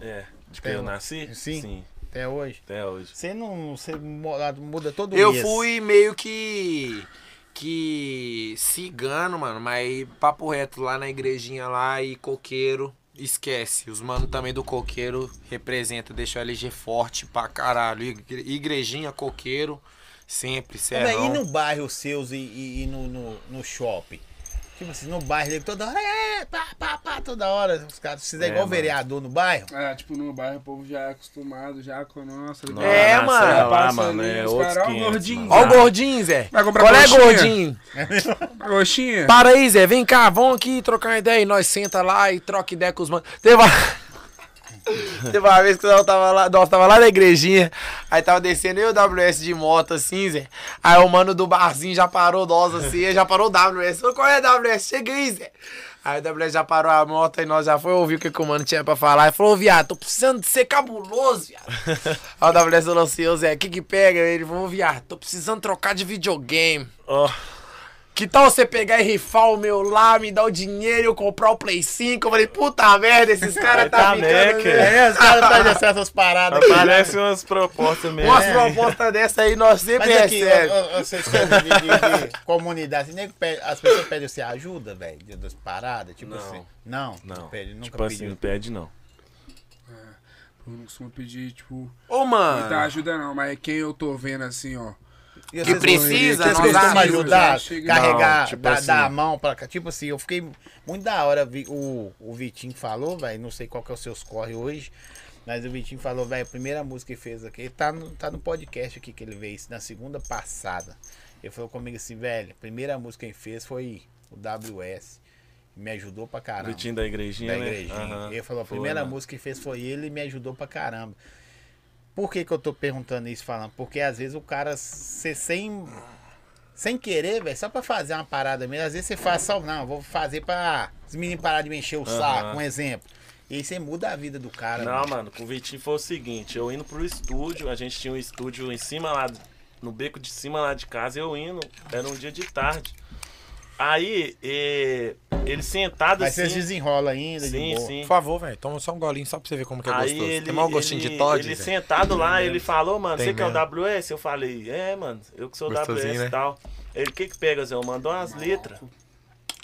S4: É, de que eu nasci?
S1: Sim. Até hoje.
S4: até hoje.
S1: Você não. Você mora- muda todo
S2: Eu
S1: mês.
S2: fui meio que. que. cigano, mano, mas papo reto lá na igrejinha lá e coqueiro. Esquece, os mano também do coqueiro representa, deixa o LG forte pra caralho. Igre- Igrejinha, coqueiro, sempre,
S1: Ô, velho, E
S2: serão.
S1: no bairro seus e, e- e no, no, no shopping? Tipo assim, no bairro, ele toda hora, é, pá, pá, pá, toda hora, os caras, se fizer
S4: É,
S1: igual
S4: mano.
S1: vereador no bairro,
S3: É, tipo, no bairro o povo já é acostumado, já com nossa.
S4: Não,
S2: É,
S4: na
S2: mano.
S4: cela Lá,
S3: Passa
S4: mano,
S3: ali,
S4: é
S3: os
S4: outros
S3: caras, ó,
S4: 500,
S3: gordinho.
S4: mano.
S2: Ó o gordinho, Zé.
S10: Vai comprar
S2: Qual é,
S10: coxinha?
S2: gordinho?
S10: Ah, Roxinha.
S2: Para aí, Zé. Vem cá, vamos aqui trocar uma ideia. E nós senta lá e troca ideia com os manos. Teve uma... Teve uma vez que nós tava, lá, nós tava lá na igrejinha, aí tava descendo eu e o WS de moto assim, Zé. Aí o mano do barzinho já parou nós assim, aí já parou o WS. Falou, qual é WS? Chega aí, Zé. Aí o WS já parou a moto e nós já foi ouvir o que, que o mano tinha pra falar. E falou, ô, viado, tô precisando de ser cabuloso, viado. aí o WS falou assim, ô Zé, o que que pega? Ele falou, ô, viado, tô precisando trocar de videogame.
S4: Ó,
S2: Que tal você pegar e rifar o meu lá, me dar o dinheiro e eu comprar o Play 5? Eu falei, puta merda, esses caras tá
S4: Tá
S2: ficando...
S4: meca.
S2: né?
S1: é, os caras não fazem essas paradas. aqui.
S4: aparece umas propostas mesmo.
S2: Umas propostas dessa aí nós sempre
S1: Mas aqui,
S2: recebemos.
S1: ó, ó, vocês coisas de, de- de comunidade, nego pede- as pessoas pedem você ajuda, velho, de- das paradas, tipo
S4: Não.
S1: assim. Não,
S4: Não,
S1: pede, nunca
S4: tipo assim,
S1: pediu.
S4: não pede não.
S10: Eu não costumo pedir, tipo,
S2: Ô,
S10: muita
S2: mano,
S10: ajuda não, mas quem eu tô vendo assim, ó.
S1: E
S2: que
S1: vocês-
S2: precisa,
S1: Vocês
S2: nós
S1: costumam
S2: ajuda.
S1: ajudar,
S10: Chega-
S1: carregar,
S4: Não, tipo
S1: dar,
S4: assim.
S1: dar a mão pra cá. Tipo assim, eu fiquei muito da hora. vi- O, o Vitinho falou, velho, não sei qual que é os seus corre hoje, mas o Vitinho falou, velho, a primeira música que fez aqui, tá no, tá no podcast aqui que ele veio, na segunda passada. Ele falou comigo assim, velho, a primeira música que ele fez foi o WS. Me ajudou pra caramba.
S4: Vitinho da igrejinha,
S1: Ah, da
S4: né?
S1: igrejinha.
S4: Aham.
S1: Ele falou, a
S4: Foi, né?
S1: primeira
S4: mano.
S1: música que fez foi ele e me ajudou pra caramba. Por que, que eu tô perguntando isso falando? Porque às vezes o cara, você sem. Sem querer, velho, só pra fazer uma parada mesmo. Às vezes você faz só, não, vou fazer pra os meninos parar de me encher o saco, um exemplo. E aí você muda a vida do cara.
S4: Não,
S1: mano.
S4: mano, com o Vitinho foi o seguinte, eu indo pro estúdio, a gente tinha um estúdio em cima lá, no beco de cima lá de casa, eu indo, era um dia de tarde. Aí, eh, ele sentado
S1: Mas
S4: assim...
S1: vocês desenrolam ainda, de
S4: Sim,
S1: boa.
S4: sim.
S2: por favor, velho, toma só um golinho só pra você ver como que é
S4: Aí
S2: gostoso.
S4: ele,
S2: Tem mau gostinho
S4: ele,
S2: de Todd,
S4: Ele
S2: Zé?
S4: sentado lá, ele falou, mano,
S2: Tem
S4: você que é o
S2: mesmo.
S4: WS? Eu falei, é, mano, eu que sou o
S2: Gostosinho,
S4: WS e
S2: né?
S4: tal. Ele, o que que pega, Zé? Eu mandou umas letras.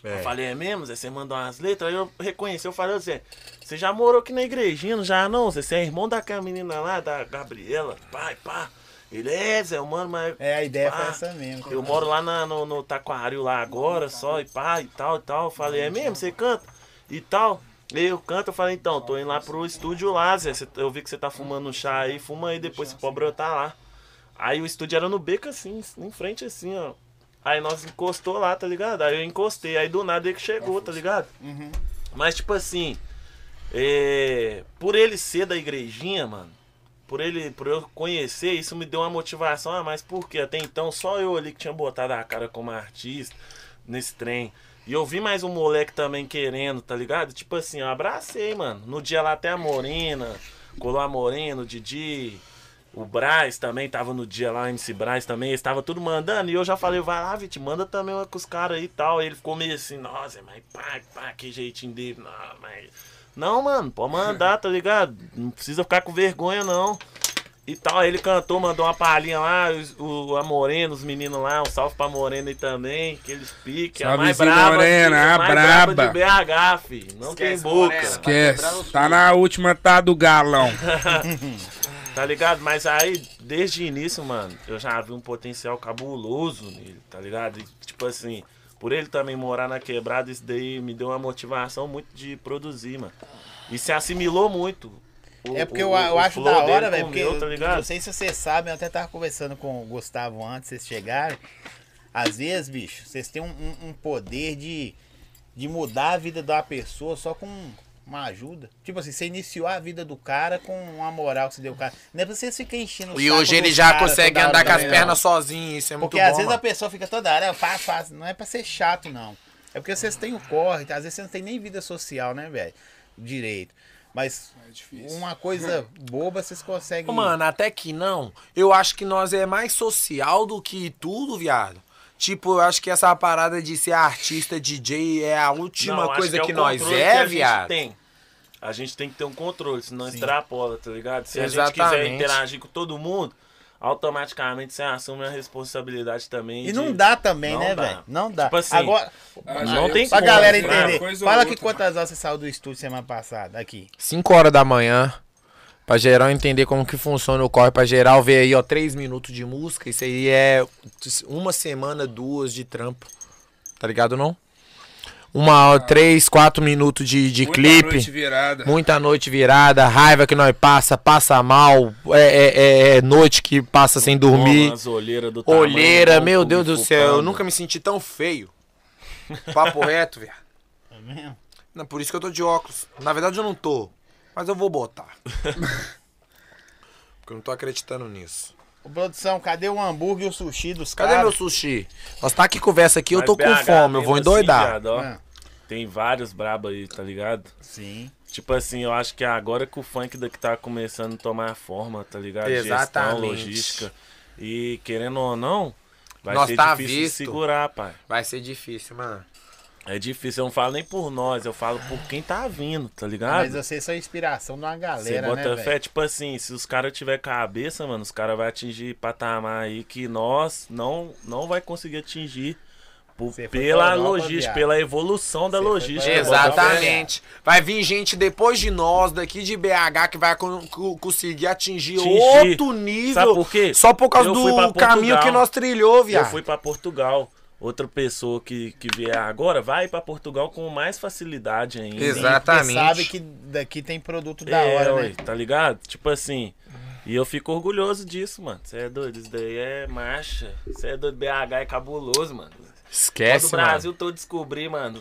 S2: É.
S4: Eu falei, é mesmo, Zé? Você mandou umas letras? Aí eu reconheci, eu falei, ô, Zé, você já morou aqui na igrejinha, não já não, Zé? Você é irmão daquela menina lá, da Gabriela, pai, pá. Ele, é, Zé, mano, mas...
S1: É, a ideia foi
S4: pá,
S1: essa mesmo.
S4: Eu moro lá na- no, no Taquaril lá agora, só, e pá, e tal, e tal. Eu falei, é mesmo, você canta? E tal. E eu canto, eu falei, então, tô indo lá pro estúdio lá, Zé. cê- Eu vi que você tá fumando um chá aí, fuma aí, depois se pode brotar tá lá. Aí o estúdio era no beco assim, em frente assim, ó. Aí nós encostou lá, tá ligado? Aí eu encostei, aí do nada ele que chegou, tá ligado? Mas tipo assim, é, por ele ser da igrejinha, mano, por ele, por eu conhecer, isso me deu uma motivação a mais, porque até então só eu ali que tinha botado a cara como artista nesse trem. E eu vi mais um moleque também querendo, tá ligado? Tipo assim, eu abracei, mano. No dia lá até a Morena, colou a Morena, o Didi, o Braz também tava no dia lá, o MC Braz também, eles tava tudo mandando. E eu já falei, vai lá, Vit, manda também uma com os caras aí e tal. E ele ficou meio assim, nossa, mas pá, pá, que jeitinho dele, não, mas. Não, mano, pode mandar, tá ligado? Não precisa ficar com vergonha, não. E tal, aí ele cantou, mandou uma palhinha lá, os- o, a Morena, os meninos lá, um salve pra Morena aí também, que eles piquem, a mais
S10: Salvezinho,
S4: brava,
S10: Morena,
S4: filho,
S10: a
S4: mais
S10: braba.
S4: braba de BH, filho, não tem
S5: Esquece,
S4: boca.
S5: Morena.
S10: Esquece. Tá na última, tá do galão.
S4: Tá ligado? Mas aí, desde o início, mano, eu já vi um potencial cabuloso nele, tá ligado? E, tipo assim, por ele também morar na quebrada, isso daí me deu uma motivação muito de produzir, mano. E se assimilou muito. O-
S1: É porque eu,
S4: o-
S1: eu
S4: o
S1: acho
S4: flow
S1: da
S4: dele
S1: hora,
S4: com
S1: velho.
S4: o
S1: Porque
S4: meu,
S1: eu-
S4: tá ligado?
S1: não sei se vocês sabem, eu até tava conversando com o Gustavo antes, vocês chegarem. Às vezes, bicho, vocês têm um, um- um poder de, de mudar a vida de uma pessoa só com uma ajuda. Tipo assim, você iniciou a vida do cara com uma moral que você deu o cara. Não é pra você ficar enchendo o
S2: E
S1: saco
S2: hoje ele
S1: dos
S2: já
S1: caras
S2: consegue
S1: toda hora
S2: andar com as
S1: também, não.
S2: pernas sozinho, isso é muito
S1: Porque
S2: bom,
S1: às vezes a
S2: mano.
S1: pessoa fica toda hora, "Eu faço, faço. Não é pra ser chato, não. É porque vocês têm o corre, tá? às vezes você não tem nem vida social, né, velho? Direito. Mas
S3: É difícil.
S1: uma coisa boba vocês conseguem.
S2: Ô, Mano, até que não. Eu acho que nós é mais social do que tudo, viado. Tipo, eu acho que essa parada de ser artista DJ é a
S4: Não,
S2: última
S4: acho
S2: coisa
S4: é o
S2: que, nós
S4: controle
S2: é,
S4: que a gente
S2: viado.
S4: tem. A gente tem que ter um controle, senão extrapola, tá ligado? Se a gente quiser
S2: Exatamente.
S4: interagir com todo mundo, automaticamente você assume a responsabilidade também.
S1: E
S4: de-
S1: não dá também,
S4: Não
S1: né,
S4: dá.
S1: velho? Não dá.
S4: Tipo assim,
S1: Agora,
S3: Ah,
S4: Não
S3: já
S4: tem
S3: eu-
S1: pra
S4: como,
S1: galera
S4: né?
S1: entender,
S3: Coisa ou
S1: fala que
S3: outra,
S1: quantas horas você saiu do estúdio semana passada, aqui.
S2: 5 horas da manhã. Pra geral entender como que funciona o corre. Pra geral ver aí, ó, 3 minutos de música. Isso aí é uma semana, duas de trampo. Tá ligado, não? uma hora, três, quatro minutos de, de
S3: Muita
S2: clipe.
S3: noite virada.
S2: Muita noite virada, raiva que nós passa, passa mal, é, é- é- é noite que passa sem dormir.
S4: As olheiras do tamanho
S2: Olheira,
S4: do cu
S2: meu Deus
S4: me
S2: do céu, eu
S4: focando.
S2: nunca me senti tão feio. Papo reto, velho. Não, por isso que eu tô de óculos. Na verdade eu não tô, mas eu vou botar. Porque eu não tô acreditando nisso.
S1: Ô, produção, cadê o hambúrguer e o sushi dos
S2: Cadê
S1: caras?
S2: meu sushi? Nós tá aqui conversa aqui, eu
S4: Mas
S2: tô com
S4: BH
S2: fome, eu vou
S4: ainda assim,
S2: endoidar.
S4: viado, ó,
S1: Ah.
S4: Tem vários brabo aí, tá ligado?
S1: Sim.
S4: Tipo assim, eu acho que agora que o funk daqui tá começando a tomar forma, tá ligado?
S2: Exatamente.
S4: Gestão, logística. E querendo ou não, vai
S2: Nós
S4: ser
S2: tá
S4: difícil de
S2: visto.
S4: segurar, pai.
S2: Vai ser difícil, mano.
S4: É difícil, eu não falo nem por nós, eu falo por quem tá vindo, tá ligado?
S1: Mas vocês são a inspiração de uma
S4: Você
S1: galera, né,
S4: bota fé,
S1: velho?
S4: tipo assim, se os caras tiver cabeça, mano, os caras vai atingir patamar aí que nós não não vai conseguir atingir por-
S1: Você foi pra
S4: pela
S1: Europa,
S4: logística,
S1: viado.
S4: pela evolução da
S1: Você foi
S4: logística.
S1: pra
S4: bota fé.
S2: Exatamente. Vai vir gente depois de nós, daqui de BH, que vai con- co- conseguir atingir,
S4: Atingir.
S2: outro nível.
S4: Sabe por quê?
S2: Só por causa
S4: Eu fui pra
S2: do
S4: Portugal.
S2: caminho que nós trilhou,
S4: Eu
S2: viado.
S4: fui pra Portugal. Outra pessoa que, que vier agora vai pra Portugal com mais facilidade ainda.
S1: Você sabe que daqui tem produto da
S4: é,
S1: hora,
S4: ué,
S1: né?
S4: tá ligado? Tipo assim. E eu fico orgulhoso disso, mano. Você é doido, isso daí é marcha. Você é doido, BH é cabuloso, mano. Todo o
S2: Esquece,
S4: Brasil todo descobrir, mano.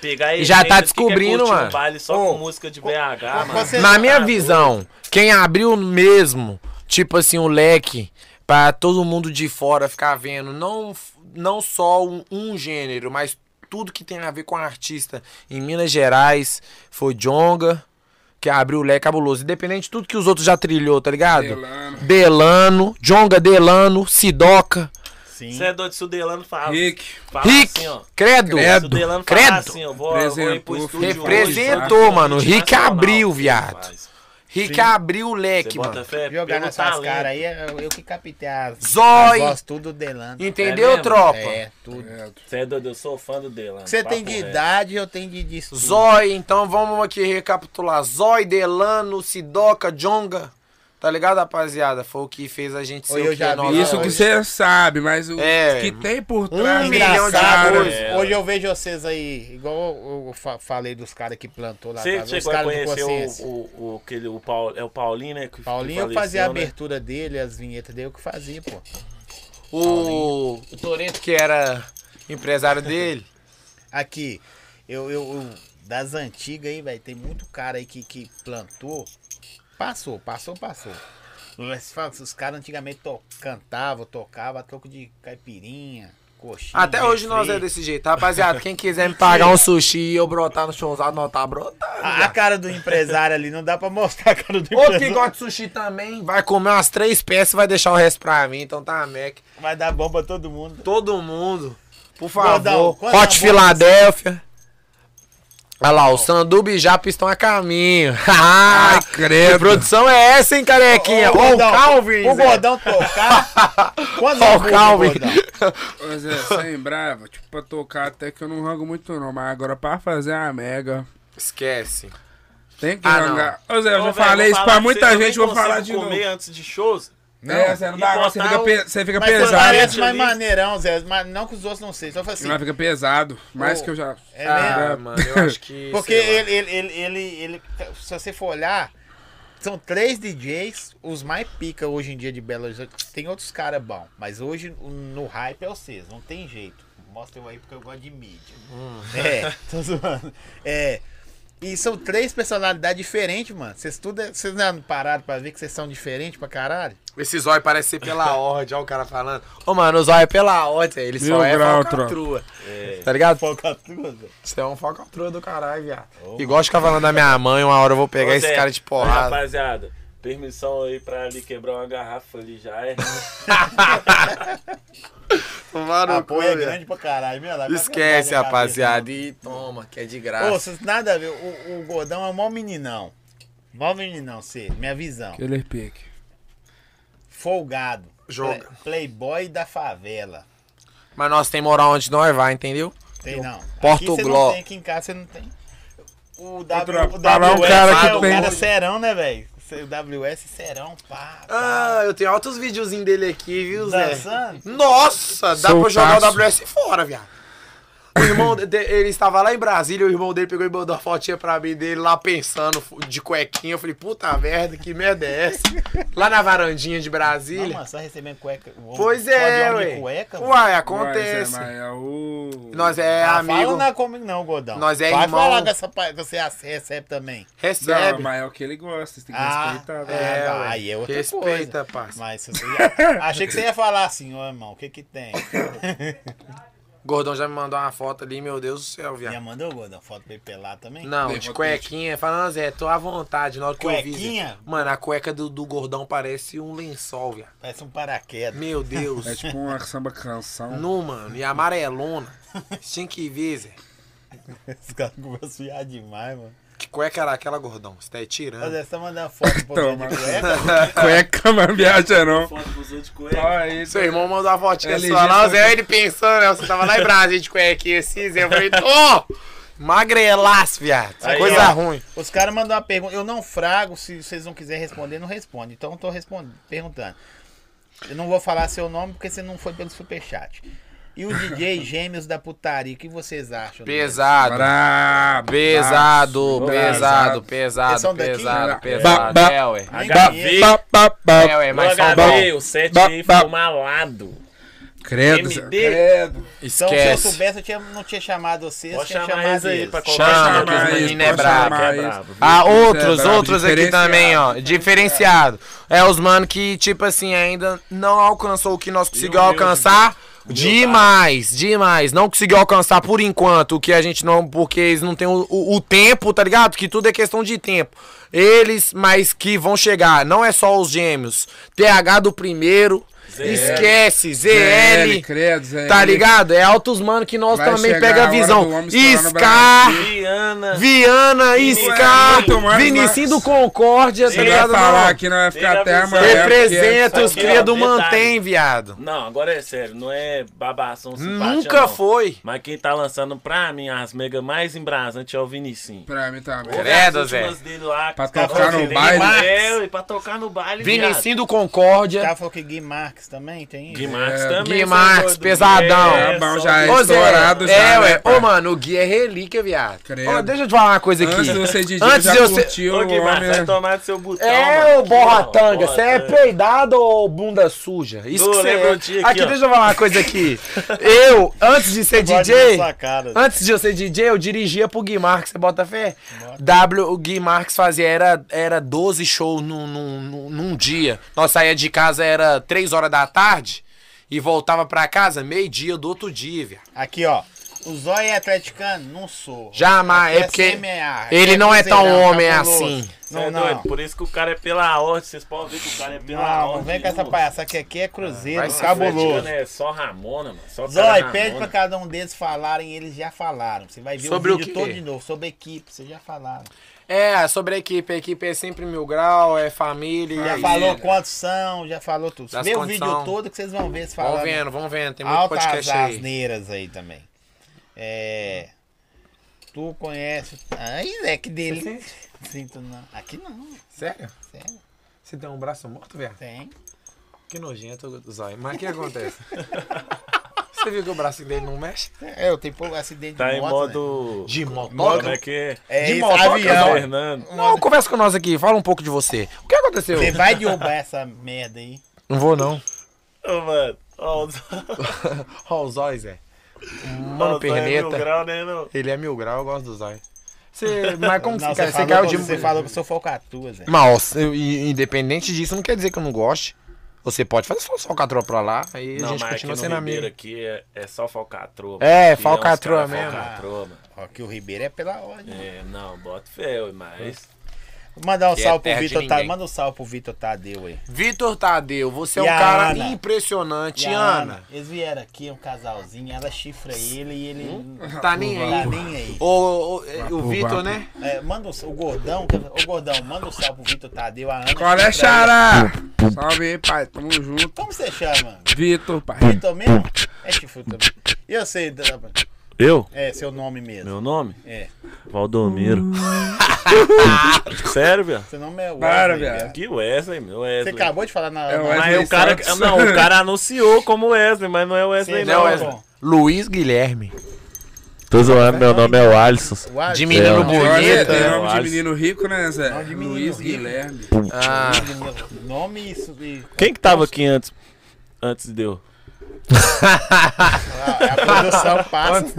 S4: Pegar
S2: E já tá
S4: evento, que quer
S2: descobrindo,
S4: curtir um
S2: mano.
S4: baile só com música de BH, mano.
S1: você-
S2: Na minha visão, quem abriu mesmo, tipo assim, o leque pra todo mundo de fora ficar vendo, não, não só um, um gênero, mas tudo que tem a ver com artista em Minas Gerais, foi Jonga, que abriu o leque cabuloso. Independente de tudo que os outros já trilhou, tá ligado?
S3: Delano.
S2: Delano, Jonga Delano, Sidoca,
S1: Sim.
S4: Você é doido, se o Delano fala,
S10: Rick,
S4: fala
S2: Rick,
S4: assim, ó.
S2: Credo,
S4: Se o
S2: Credo,
S4: Delano
S2: Credo.
S4: falar assim, ó, vou, vou ir pro
S10: Representou,
S4: estúdio hoje,
S2: representou,
S4: vai, Tipo
S2: mano.
S4: vai,
S2: Rick
S4: nacional,
S2: abriu,
S4: você
S2: viado.
S4: faz.
S2: Rick abriu o
S4: Você
S2: leque,
S4: bota
S2: mano.
S4: fé
S1: Jogar
S4: pelo
S1: nessas
S4: talento.
S1: caras aí, é eu, eu que captei as,
S2: Zói!
S1: as vozes tudo delando.
S2: Entendeu,
S4: É mesmo?
S2: tropa?
S1: É, tudo.
S4: Você é doido, eu sou fã do Delano.
S1: Você
S4: papo
S1: tem de
S4: reto.
S1: idade, eu tenho de de estudo.
S2: Zói, então vamos aqui recapitular. Zói, Delano, Sidoca, Jonga. Tá ligado, rapaziada? Foi o que fez a gente
S1: Oi,
S2: ser
S1: eu
S2: o que
S1: já
S2: é
S1: vi
S2: nós
S10: isso que
S2: hoje.
S10: você sabe, mas o
S2: É,
S10: que tem por
S2: um
S10: trás desses
S2: milhão de
S1: Engraçado,
S2: cara.
S1: hoje,
S4: É,
S1: hoje eu vejo vocês aí, igual eu, eu fa- falei dos caras que plantou lá,
S4: Você
S1: atrás, os
S4: chegou a
S1: caras do
S4: conhecer
S1: consciência.
S4: o, o, o, aquele, o Paul, é o Paulinho, né? que- que
S1: Paulinho, eu fazia a
S4: faleceu, né?
S1: abertura dele, as vinhetas dele, eu que fazia, pô.
S2: O, o Toreto, que era empresário dele.
S1: Aqui, eu, eu, eu- das antigas aí, velho, tem muito cara aí que, que plantou, passou, passou, passou. Mas fala, Os caras antigamente to, cantavam, tocavam a troco de caipirinha, coxinha.
S2: Até hoje
S1: refri.
S2: nós é desse jeito. Rapaziada, quem quiser me pagar um sushi e eu brotar no showzado, nós tá brotando.
S1: A, a cara do empresário ali, não dá pra mostrar a cara do
S2: Outro que
S1: empresário.
S2: gosta de sushi também vai comer umas três peças e vai deixar o resto pra mim. Então tá, Mac.
S1: Vai dar bom pra todo mundo.
S2: Todo mundo. Por
S1: Gordão,
S2: favor.
S1: quanto é a boa
S2: Hot
S1: assim.
S2: Filadélfia. Olha lá, o Sanduba e Japa estão a caminho.
S10: Ai,
S2: Ai, que
S10: credo.
S2: produção é essa, hein, carequinha? Ó, o Calvin.
S1: O
S2: Zé.
S1: Gordão tocar. Quando
S2: Ó,
S1: é
S2: o Calvin.
S10: Mas é, sem brava, tipo, pra tocar até que eu não rango muito não, mas agora pra fazer a mega,
S2: Esquece.
S10: tem que
S2: Ah,
S10: rangar. Ô Zé, eu
S4: Ô,
S10: já
S4: velho,
S10: falei
S4: vou
S10: isso
S4: falar
S10: pra
S4: que você,
S10: muita
S4: eu nem
S10: gente, vou falar
S4: consigo
S10: de
S4: comer
S10: novo.
S4: antes de shows.
S10: É, Zé, não dá
S4: E
S10: não, você
S4: botar
S10: fica,
S4: o-
S10: pe- você
S2: É
S10: fica
S1: Mas você
S10: pesado.
S1: parece mais
S4: Ali.
S1: maneirão, Zé. Mas não que os outros não sejam. Só fala assim.
S2: é
S10: Mas fica pesado, mais
S1: Ô,
S10: que eu já...
S1: É
S2: Ah,
S1: mesmo?
S2: mano, eu acho que.
S1: Porque
S2: sei lá.
S1: ele, ele, ele, ele, ele- se você for olhar, são três DJs, os mais pica hoje em dia de Belo Horizonte. Tem outros caras bons, mas hoje o- no hype é vocês, não tem jeito. Mostra eu aí porque eu gosto de mídia.
S2: Hum.
S1: É, tô zoando. É. E são três personalidades diferentes, mano. Vocês tudo. é- Vocês não pararam pra ver que vocês são diferentes pra caralho?
S2: Esse zóio parece ser pela ordem, olha o cara falando. Ô, mano, o zóio é pela ordem, ele
S10: Mil
S2: só é
S10: grau,
S2: falcatrua. Tá ligado?
S1: Falcatrua, Zé.
S2: Você é um falcatrua do caralho, viado. Igual de falando da minha mãe, uma hora eu vou pegar
S4: Ô,
S2: esse
S4: Zé,
S2: cara de porrada.
S4: Rapaziada, permissão aí pra ali quebrar uma garrafa ali já é.
S2: Mano,
S1: Apoio é grande pra caralho, minha lá. quase
S2: Esquece,
S1: rasga a cabeça.
S2: rapaziada. E é toma, que é de graça.
S1: Ô, vocês nada a ver. O, o Godão é o maior meninão. Mó meninão, você, minha visão.
S10: Killer pick.
S1: Folgado.
S2: Joga.
S1: Play- playboy da favela.
S2: Mas nós tem moral onde nós vai, entendeu?
S1: Tem não.
S2: Porto
S1: aqui você
S2: Gló.
S1: não tem, aqui em casa você não tem. O, w,
S10: Outra-
S1: o
S10: falar um
S1: WS
S10: cara
S1: é
S10: que
S1: o
S10: tem-
S1: cara serão, né, velho? O WS serão, pá. pá.
S2: Ah, eu tenho altos videozinhos dele aqui, viu, Zé?
S1: Dançando?
S2: Nossa, dá
S10: Sou
S2: pra jogar o
S10: fácil.
S2: WS fora, viado. O irmão de- ele estava lá em Brasília, o irmão dele pegou e mandou a fotinha pra mim dele lá pensando de cuequinha. Eu falei, puta merda, que merda é essa? Lá na varandinha de
S1: Não,
S2: Brasília.
S1: mano, só recebendo cueca. o homem-
S2: pois
S1: só de
S2: é,
S1: homem de
S2: ué.
S1: Cueca, mano.
S2: Uai,
S10: Mas
S2: acontece.
S10: é, mas é o...
S2: Nós é
S1: Ah,
S2: amigo,
S1: Fala não é comigo não, Godão.
S2: Nós é
S1: Vai
S2: irmão.
S1: falar dessa parte que você ace- recebe também.
S2: recebe.
S10: Não, mas é o que ele gosta, você tem que
S1: Ah,
S10: respeitar,
S1: é,
S10: velho.
S2: É, ué.
S1: aí é outra
S2: Respeita,
S1: coisa.
S2: parça.
S1: Mas se você já... achei que você ia falar assim, ô irmão, o que que tem?
S2: Gordão já me mandou uma foto ali, meu Deus do céu,
S1: Já
S2: viado.
S1: mandou, Godão, foto pra ele pelado também?
S2: Não,
S10: Tem
S2: de
S10: foto
S2: cuequinha. Falando, Zé, tô à vontade na hora que eu vi.
S1: Cuequinha?
S2: Zé. Mano, a cueca do, do gordão parece um lençol, viado.
S1: Parece um paraquedas.
S2: Meu Deus.
S10: É tipo uma samba canção.
S3: um
S2: Não, mano. E amarelona. Tinha que ver, Zé.
S1: Os caras começam a sujar demais, mano.
S2: Que cueca era aquela, gordão? Você tá aí
S1: Mas
S2: tirando.
S1: é só mandar foto pra
S10: Então,
S1: ele
S10: mas-
S1: de cueca.
S10: Cueca, mas viaja não.
S4: Foto dos outros com
S10: Só
S4: ele.
S10: aí,
S2: Seu irmão mandou a fotinha
S10: LG
S2: sua lá,
S10: tá-
S2: Zé, ele pensando, né? Você tava lá em Brasília de cuequinha assim, Zé. Eu falei, ô! magrelaço, viado. é
S4: Aí,
S2: Coisa
S4: ó.
S2: ruim.
S1: Os caras mandam uma pergunta. Eu não frago, se vocês não quiserem responder, não responde. Então eu tô respondendo, perguntando. Eu não vou falar seu nome porque você não foi pelo superchat. E o DJ Gêmeos da Putaria, o que vocês acham?
S2: Pesado.
S10: Brabo.
S2: é Pesado, pesado,
S10: Pesado.
S1: Eles
S2: pesado,
S1: são daqui?
S2: pesado,
S1: Ba-
S2: pesado.
S10: ba-
S2: É, ué.
S1: HV.
S4: HV.
S10: Pá, pá, pá.
S2: É, ué, mas são bom.
S4: HV, o 7
S10: Ba-
S4: aí
S10: ba-
S4: ficou malado.
S10: Credo, Zé.
S4: MD,
S3: Credo.
S1: Então, se eu
S2: Esquece.
S1: soubesse, eu tinha- não tinha chamado vocês,
S4: pode
S1: tinha
S4: chamar
S1: chamado
S4: eles aí
S1: eles.
S4: pra
S2: Chama,
S4: conversar.
S2: que os
S4: Chama
S2: meninos é
S4: eles,
S2: brabo.
S4: pode chamar
S10: É
S4: eles.
S10: brabo.
S2: Ah, outros,
S10: É brabo,
S2: outros aqui
S10: diferenciado.
S2: também, ó. Diferenciado. É os mano que, tipo assim, ainda não alcançou o que nós conseguimos
S4: humilde,
S2: alcançar. Demais, demais. Não conseguiu alcançar por enquanto o que a gente não. Porque eles não têm o, o- o tempo, tá ligado? Que tudo é questão de tempo. Eles, mas que vão chegar. Não é só os gêmeos. TH do primeiro. Esquece. ZL.
S10: ZL, credo, ZL.
S2: Tá ligado? É altos mano que nós
S10: Vai
S2: também
S10: chegar
S2: pega
S10: a
S2: a
S10: hora do
S2: visão.
S10: homem estourar no
S2: Scar,
S4: Viana.
S2: Viana, Scar,
S10: é, muito mais,
S2: Vinicinho do
S10: mas-
S2: Concórdia, tá
S10: Ele vai
S2: ligado?
S10: falar
S2: não?
S10: aqui, não vai ficar
S4: Ele
S10: até
S4: avisou.
S10: amanhã. porque- é
S2: Representa os
S4: Aqui, ó,
S2: cria do
S4: detalhe.
S2: Mantém, viado.
S4: Não, agora é sério, não é babação simpática,
S2: Nunca
S4: não.
S2: foi.
S4: Mas quem tá lançando pra mim as mega mais embrasantes é o Vinicinho.
S10: Pra mim também.
S4: Ouve
S2: Credo,
S4: as últimas dele lá,
S10: Pra
S4: que os caras
S10: tocar
S4: falam
S10: no
S4: que
S10: baile.
S4: ele É, e pra tocar no baile,
S2: Vinicinho do
S1: O
S4: Tá
S2: Concórdia.
S1: cara falou que Gui Marques também tem isso.
S4: Gui Marques
S10: É,
S4: também.
S2: Gui
S4: você
S2: Marques,
S4: é doido.
S2: pesadão.
S10: Tá bom, já
S4: só-
S2: Ô, Zé,
S10: Estourado já,
S2: é,
S10: né,
S2: ué.
S10: pai?
S2: Ô, mano, o Gui é relíquia, viado.
S10: Credo.
S2: Ó, deixa eu te falar uma coisa aqui.
S10: Antes de eu ser DJ,
S2: Antes
S10: já
S2: de eu ser-
S10: curtiu
S4: Ô,
S10: o
S4: Gui
S3: né?
S4: Marques, vai
S10: homem.
S4: tomar do seu botão.
S2: É,
S4: mano.
S2: ô borratanga,
S4: Ó,
S2: você é
S4: borratanga.
S2: peidado ou bunda suja? Isso
S4: Ô,
S2: que você
S4: lembra
S2: é.
S4: um dia
S2: Aqui,
S4: aqui, ó.
S2: deixa eu falar uma coisa aqui. Eu, antes de ser
S1: Pode ver
S2: DJ,
S1: sua cara.
S2: antes de eu ser DJ, eu dirigia pro Gui Marques, você bota fé? W, o Gui Marques fazia, era, era 12 shows num, num, num- num dia. Nós saía de casa, era 3 horas da tarde, e voltava pra casa meio-dia do outro dia, velho.
S1: Aqui, ó. O Zóia é atleticano? Não sou.
S2: Jamais,
S1: Aqui
S2: é porque
S1: CMA, aqui
S2: ele não é tão
S1: cruzeirão, tá
S2: homem
S1: cabuloso.
S2: assim.
S4: Você
S1: Não,
S4: é
S1: não.
S4: doido, por isso que o cara é pela ordem, vocês podem ver que o cara é pela
S1: Não,
S4: ordem.
S1: não vem com essa
S4: viu?
S1: palhaçada que aqui é Cruzeiro,
S2: Vai se
S1: cabuloso.
S4: Atleticano É só Ramona, mano. Só cara é
S1: Zói,
S4: Ramona.
S1: pede pra cada um deles falarem, eles já falaram. Você vai ver
S2: Sobre o
S1: o vídeo
S2: quê?
S1: todo de novo, sobre a equipe, vocês já falaram.
S2: É, sobre a equipe, a equipe é sempre mil grau, é família, e
S1: Já
S2: é
S1: Ah, falou
S2: isso.
S1: quantos são, já falou tudo.
S2: Das
S1: Vê o
S2: condição.
S1: vídeo todo que vocês vão ver se
S2: Vamos
S1: falaram.
S2: vendo, vamos vendo. Tem muito
S1: Altas né?
S2: podcast aí.
S1: asneiras aí também. É. Tu conhece. Aí é que dele. Sinto não. Aqui não,
S2: Sério?
S1: sério.
S2: Você tem um braço morto, velho?
S1: Tem.
S2: Que nojento, zóio. Mas o que acontece? Você viu que o braço dele não mexe?
S1: É, eu tenho pouco acidente
S4: Tá
S1: de
S4: em
S1: moto. né?
S4: modo.
S2: De
S4: Como
S2: motoca?
S4: é que é?
S1: É
S2: de
S1: isso,
S2: motoca,
S1: avião.
S2: Zóio?
S4: Fernando.
S2: Não, conversa com nós aqui. Fala um pouco de você. O que aconteceu?
S1: Você vai derrubar essa merda aí.
S2: Não vou, não.
S4: Ô, mano. Ó, o
S2: Ó o zóio, Zé.
S4: Ó,
S2: Mano,
S4: o Zóio é mil
S2: perneta.
S4: grau, né, não?
S2: Ele é mil grau, eu gosto do zóio. Você... Mas como que
S1: Não,
S2: você
S1: você,
S2: caiu? Você
S1: falou,
S2: caiu de...
S1: você falou que eu sou falcatrua, Zé.
S2: Mas, ó, se- e- independente disso, não quer dizer que eu não goste. Você pode fazer só o falcatrua pra lá, aí a
S4: Não,
S2: gente
S4: mas aqui no
S2: continua sendo
S4: Ribeiro
S2: amigo.
S4: aqui é, é só falcatrua. mano.
S2: É,
S4: Aqui uns
S2: falcatrua
S4: cara
S2: mesmo.
S4: Falcatrua, mano.
S1: Ó, que o Ribeiro é pela ordem.
S4: É, não, bota fé, ué, mas...
S1: Vou Mandar um
S2: Que é
S1: salve
S2: terra
S1: pro
S2: de
S1: Vitor Tadeu.
S2: ninguém.
S1: Manda um salve pro Vitor Tadeu aí.
S2: Vitor Tadeu, você é um
S1: E a
S2: cara
S1: Ana?
S2: impressionante,
S1: E a
S2: Ana.
S1: Eles vieram aqui, um casalzinho, ela chifra ele e ele.
S2: Tá nem
S1: Não tá
S2: aí.
S1: nem aí.
S2: O, o, é, o
S10: Vapo,
S2: Vitor,
S10: vapo.
S2: né?
S1: É, manda o, o Gordão, o Gordão, manda um salve pro Vitor Tadeu, a Ana.
S10: Qual é,
S1: chifra ela.
S10: Xará? Salve aí, pai. Tamo junto.
S1: Como você chama?
S10: Vitor, pai.
S1: Vitor mesmo? É chifra também. E eu sei, da-
S4: Eu?
S1: é seu nome mesmo.
S4: Meu nome?
S1: É.
S4: Valdomiro.
S12: Hum.
S4: Sério, velho?
S1: Seu nome é Wesley.
S10: Para,
S1: viado.
S10: viado.
S4: Que Wesley, meu
S1: Você
S4: Wesley.
S1: acabou de falar na.
S10: É
S1: na-
S10: Wesley.
S4: Mas o cara,
S10: Santos.
S4: não, o cara anunciou como Wesley, mas não é Wesley
S1: Sim,
S4: não.
S1: não é
S4: mano.
S1: Wesley.
S2: Luiz Guilherme.
S12: Tô zoando, meu nome é o Alisson.
S1: O Alisson.
S2: De menino
S12: É.
S10: Olha,
S2: bonito.
S10: tem nome de
S12: Alisson.
S10: menino rico, né, Zé?
S1: Nome de menino
S10: Luiz
S1: rico.
S10: Guilherme.
S2: Ah,
S1: Nome isso. E...
S12: Quem que tava aqui antes? Antes de eu.
S1: Ah, a produção passa.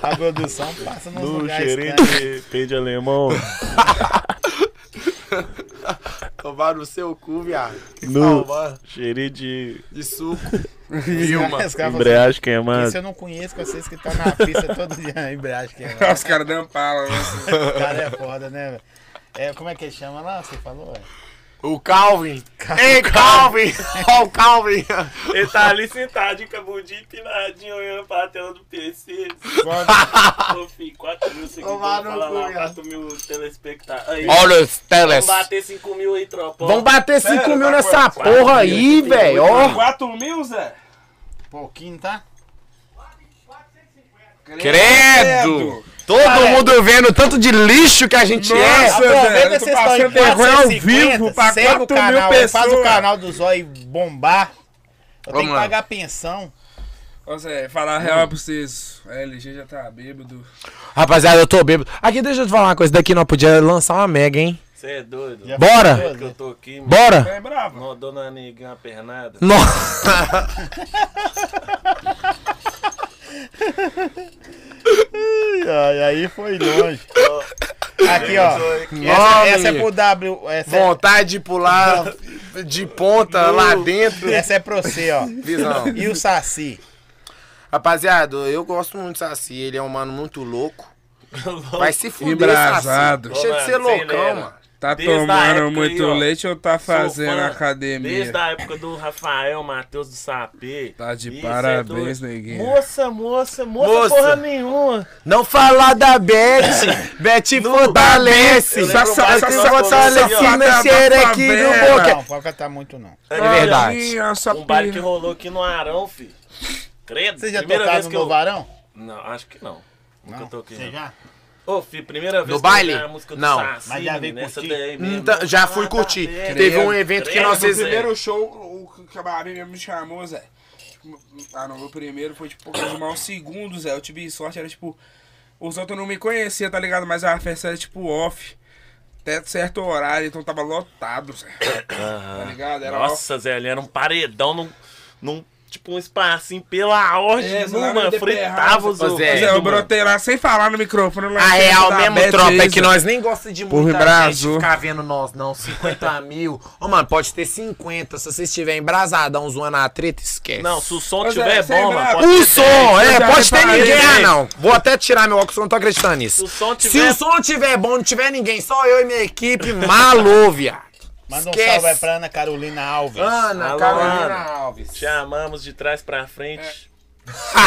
S1: a produção passa nos
S12: No
S1: lugares.
S12: cheirinho
S1: estranhos.
S12: de peito alemão.
S2: tomaram o seu cu, viado.
S12: No
S2: Salva
S12: cheirinho de
S2: de suco.
S1: Os caras falam assim,
S12: embreagem
S1: Esse
S12: queimada.
S1: eu não conheço, com vocês que estão na pista todo dia na embreagem. Que é,
S10: Ah, Os caras dão pala, né?
S1: o cara é foda, né? velho? É, como é que ele chama lá? Você falou? é? velho?
S2: O Calvin. Ei, Calvin! Ó, o Calvin!
S4: Ele tá ali sentado, com a bundinha piladinha, olhando pra tela do PC. Ô, filho, 4 mil seguidores,
S2: Tomar no
S4: fala
S2: cu,
S4: lá,
S2: cara.
S4: 4 mil telespectadores.
S2: Olha os teles.
S4: Vamos bater 5 mil aí, tropa.
S2: Vamos bater 5 mil nessa
S4: quatro,
S2: porra
S4: quatro
S2: aí,
S4: mil,
S2: velho. Ó.
S3: 4 mil, Zé?
S1: Pouquinho, tá?
S2: Credo! Todo
S1: Cara,
S2: mundo vendo o tanto de lixo que a gente
S10: Nossa,
S2: é.
S10: velho,
S1: Aproveita
S10: eu
S1: que
S10: tô
S1: vocês estão em
S2: um
S10: passando vergonha ao
S1: 450,
S10: vivo pra
S1: segue
S10: 4
S1: o canal,
S10: mil
S1: aí, faz o
S10: pessoas.
S1: canal do Zói bombar. Eu tenho
S2: Vamos
S1: que
S2: lá.
S1: pagar pensão.
S10: Ô, Zé, falar a real pra vocês. A LG já tá bêbado.
S2: Rapaziada, eu tô bêbado. Aqui, deixa eu te falar uma coisa. Daqui nós podia lançar uma mega, hein?
S4: Você é doido?
S1: Já
S2: Bora.
S1: foi
S4: É que eu
S1: doido.
S4: tô aqui, mano.
S2: Bora!
S10: É bravo.
S4: Não, dona Neguinha uma pernada.
S2: Nossa!
S1: Ih, ai, Aí foi longe. Aqui, ó. Essa,
S2: Nome.
S1: essa é pro W. Essa, é-
S2: Vontade de pular de ponta lá dentro.
S1: essa é pro C, ó.
S2: Visão.
S1: E o Saci?
S2: Rapaziada, eu gosto muito do Saci. Ele é um mano muito louco. Vai se fuder,
S10: Embrasado.
S2: Saci. Deixa de ser
S4: Ô, mano,
S2: loucão,
S4: acelera.
S2: mano.
S10: Tá
S4: Desde a época
S10: tomando
S4: aí,
S10: muito
S4: ó.
S10: leite ou tá
S4: Sou
S10: fazendo
S4: fã
S10: academia?
S4: Desde a época do Rafael, Matheus do Sapê.
S10: Tá de
S4: Ih, cê é
S10: parabéns,
S4: doido.
S10: neguinho.
S4: Moça, moça, moça,
S2: Moça.
S4: porra nenhuma.
S2: Não falar da Bet. Bet fortalece.
S4: Eu lembro
S10: Sa-
S4: mais
S10: sa-
S4: que
S10: sa-
S4: nós
S10: sa-
S4: falamos
S10: sa-
S4: aqui, ó.
S10: sa-
S2: Fortalecimento é aqui
S10: favela.
S2: no boca.
S1: Não, pode cantar muito não.
S2: É verdade.
S10: Olha, só
S4: Um baile que
S10: pira.
S4: rolou aqui no Arão, filho. Credo.
S1: Você já
S4: primeira
S1: tocaram
S4: vez
S1: no
S4: que eu...
S1: Varão?
S4: Não, acho que não. Nunca toquei.
S1: Você
S4: não.
S1: já?
S4: Ô, filho, primeira vez
S2: No
S4: que eu
S2: baile?
S4: ouvi a música do
S2: Não.
S4: Saci,
S1: Mas já veio
S4: nessa
S1: curtir?
S4: daí mesmo.
S2: Então, já fui
S4: Ah,
S2: curtir.
S4: tá vendo?
S2: Teve um evento que
S4: Credo.
S2: nós
S3: No
S4: Pois é.
S2: fizemos.
S3: primeiro show, o que o cabaré mesmo me chamou, Zé. Tipo, Ah, não, o primeiro foi tipo coisa de mal segundo, Zé. Eu tive sorte, era tipo. Os outros não me conheciam, tá ligado? Mas a festa era tipo off. Até certo horário, então tava lotado, Zé. Tá ligado? Era off.
S4: Nossa, Zé, ele era um paredão num. num tipo um espacinho pela ordem,
S3: É,
S4: é,
S3: Zé, lá no
S4: mano.
S3: DPR,
S4: Fritava os
S2: Ô, Zé,
S10: Mas
S4: ouvidos,
S10: é, eu
S4: mano.
S10: brotei lá sem falar no microfone. lá
S2: A
S10: em cima
S2: real
S10: da
S2: mesmo,
S10: Beth
S2: tropa, Ah, é
S10: aí,
S2: que
S10: Zé.
S2: nós nem gosta de
S10: Porra,
S2: muita
S10: embrasou.
S2: gente ficar vendo nós, não. 50 mil. Ô, mano, pode ter 50. Se vocês estiverem embrasadão zoando a treta, esquece.
S4: Não, se o som
S3: Ô, Zé,
S4: tiver
S3: você é
S4: bom, mano.
S3: brabo.
S4: pode
S2: O
S4: ter
S2: som,
S4: dez.
S2: é,
S10: já
S2: pode ter
S10: reparei,
S2: ninguém. Ah,
S10: gente.
S2: não. Vou até tirar meu óculos, eu não tô acreditando
S4: Se
S2: nisso.
S4: o som
S2: Se
S4: tiver.
S2: o som tiver bom, não tiver ninguém, só eu e minha equipe, malô, viado.
S1: Manda um
S2: Esquece.
S1: salve aí pra Ana Carolina Alves.
S2: Ana,
S4: Alô,
S2: Carolina
S4: Ana.
S2: Alves.
S4: Te amamos de trás pra frente.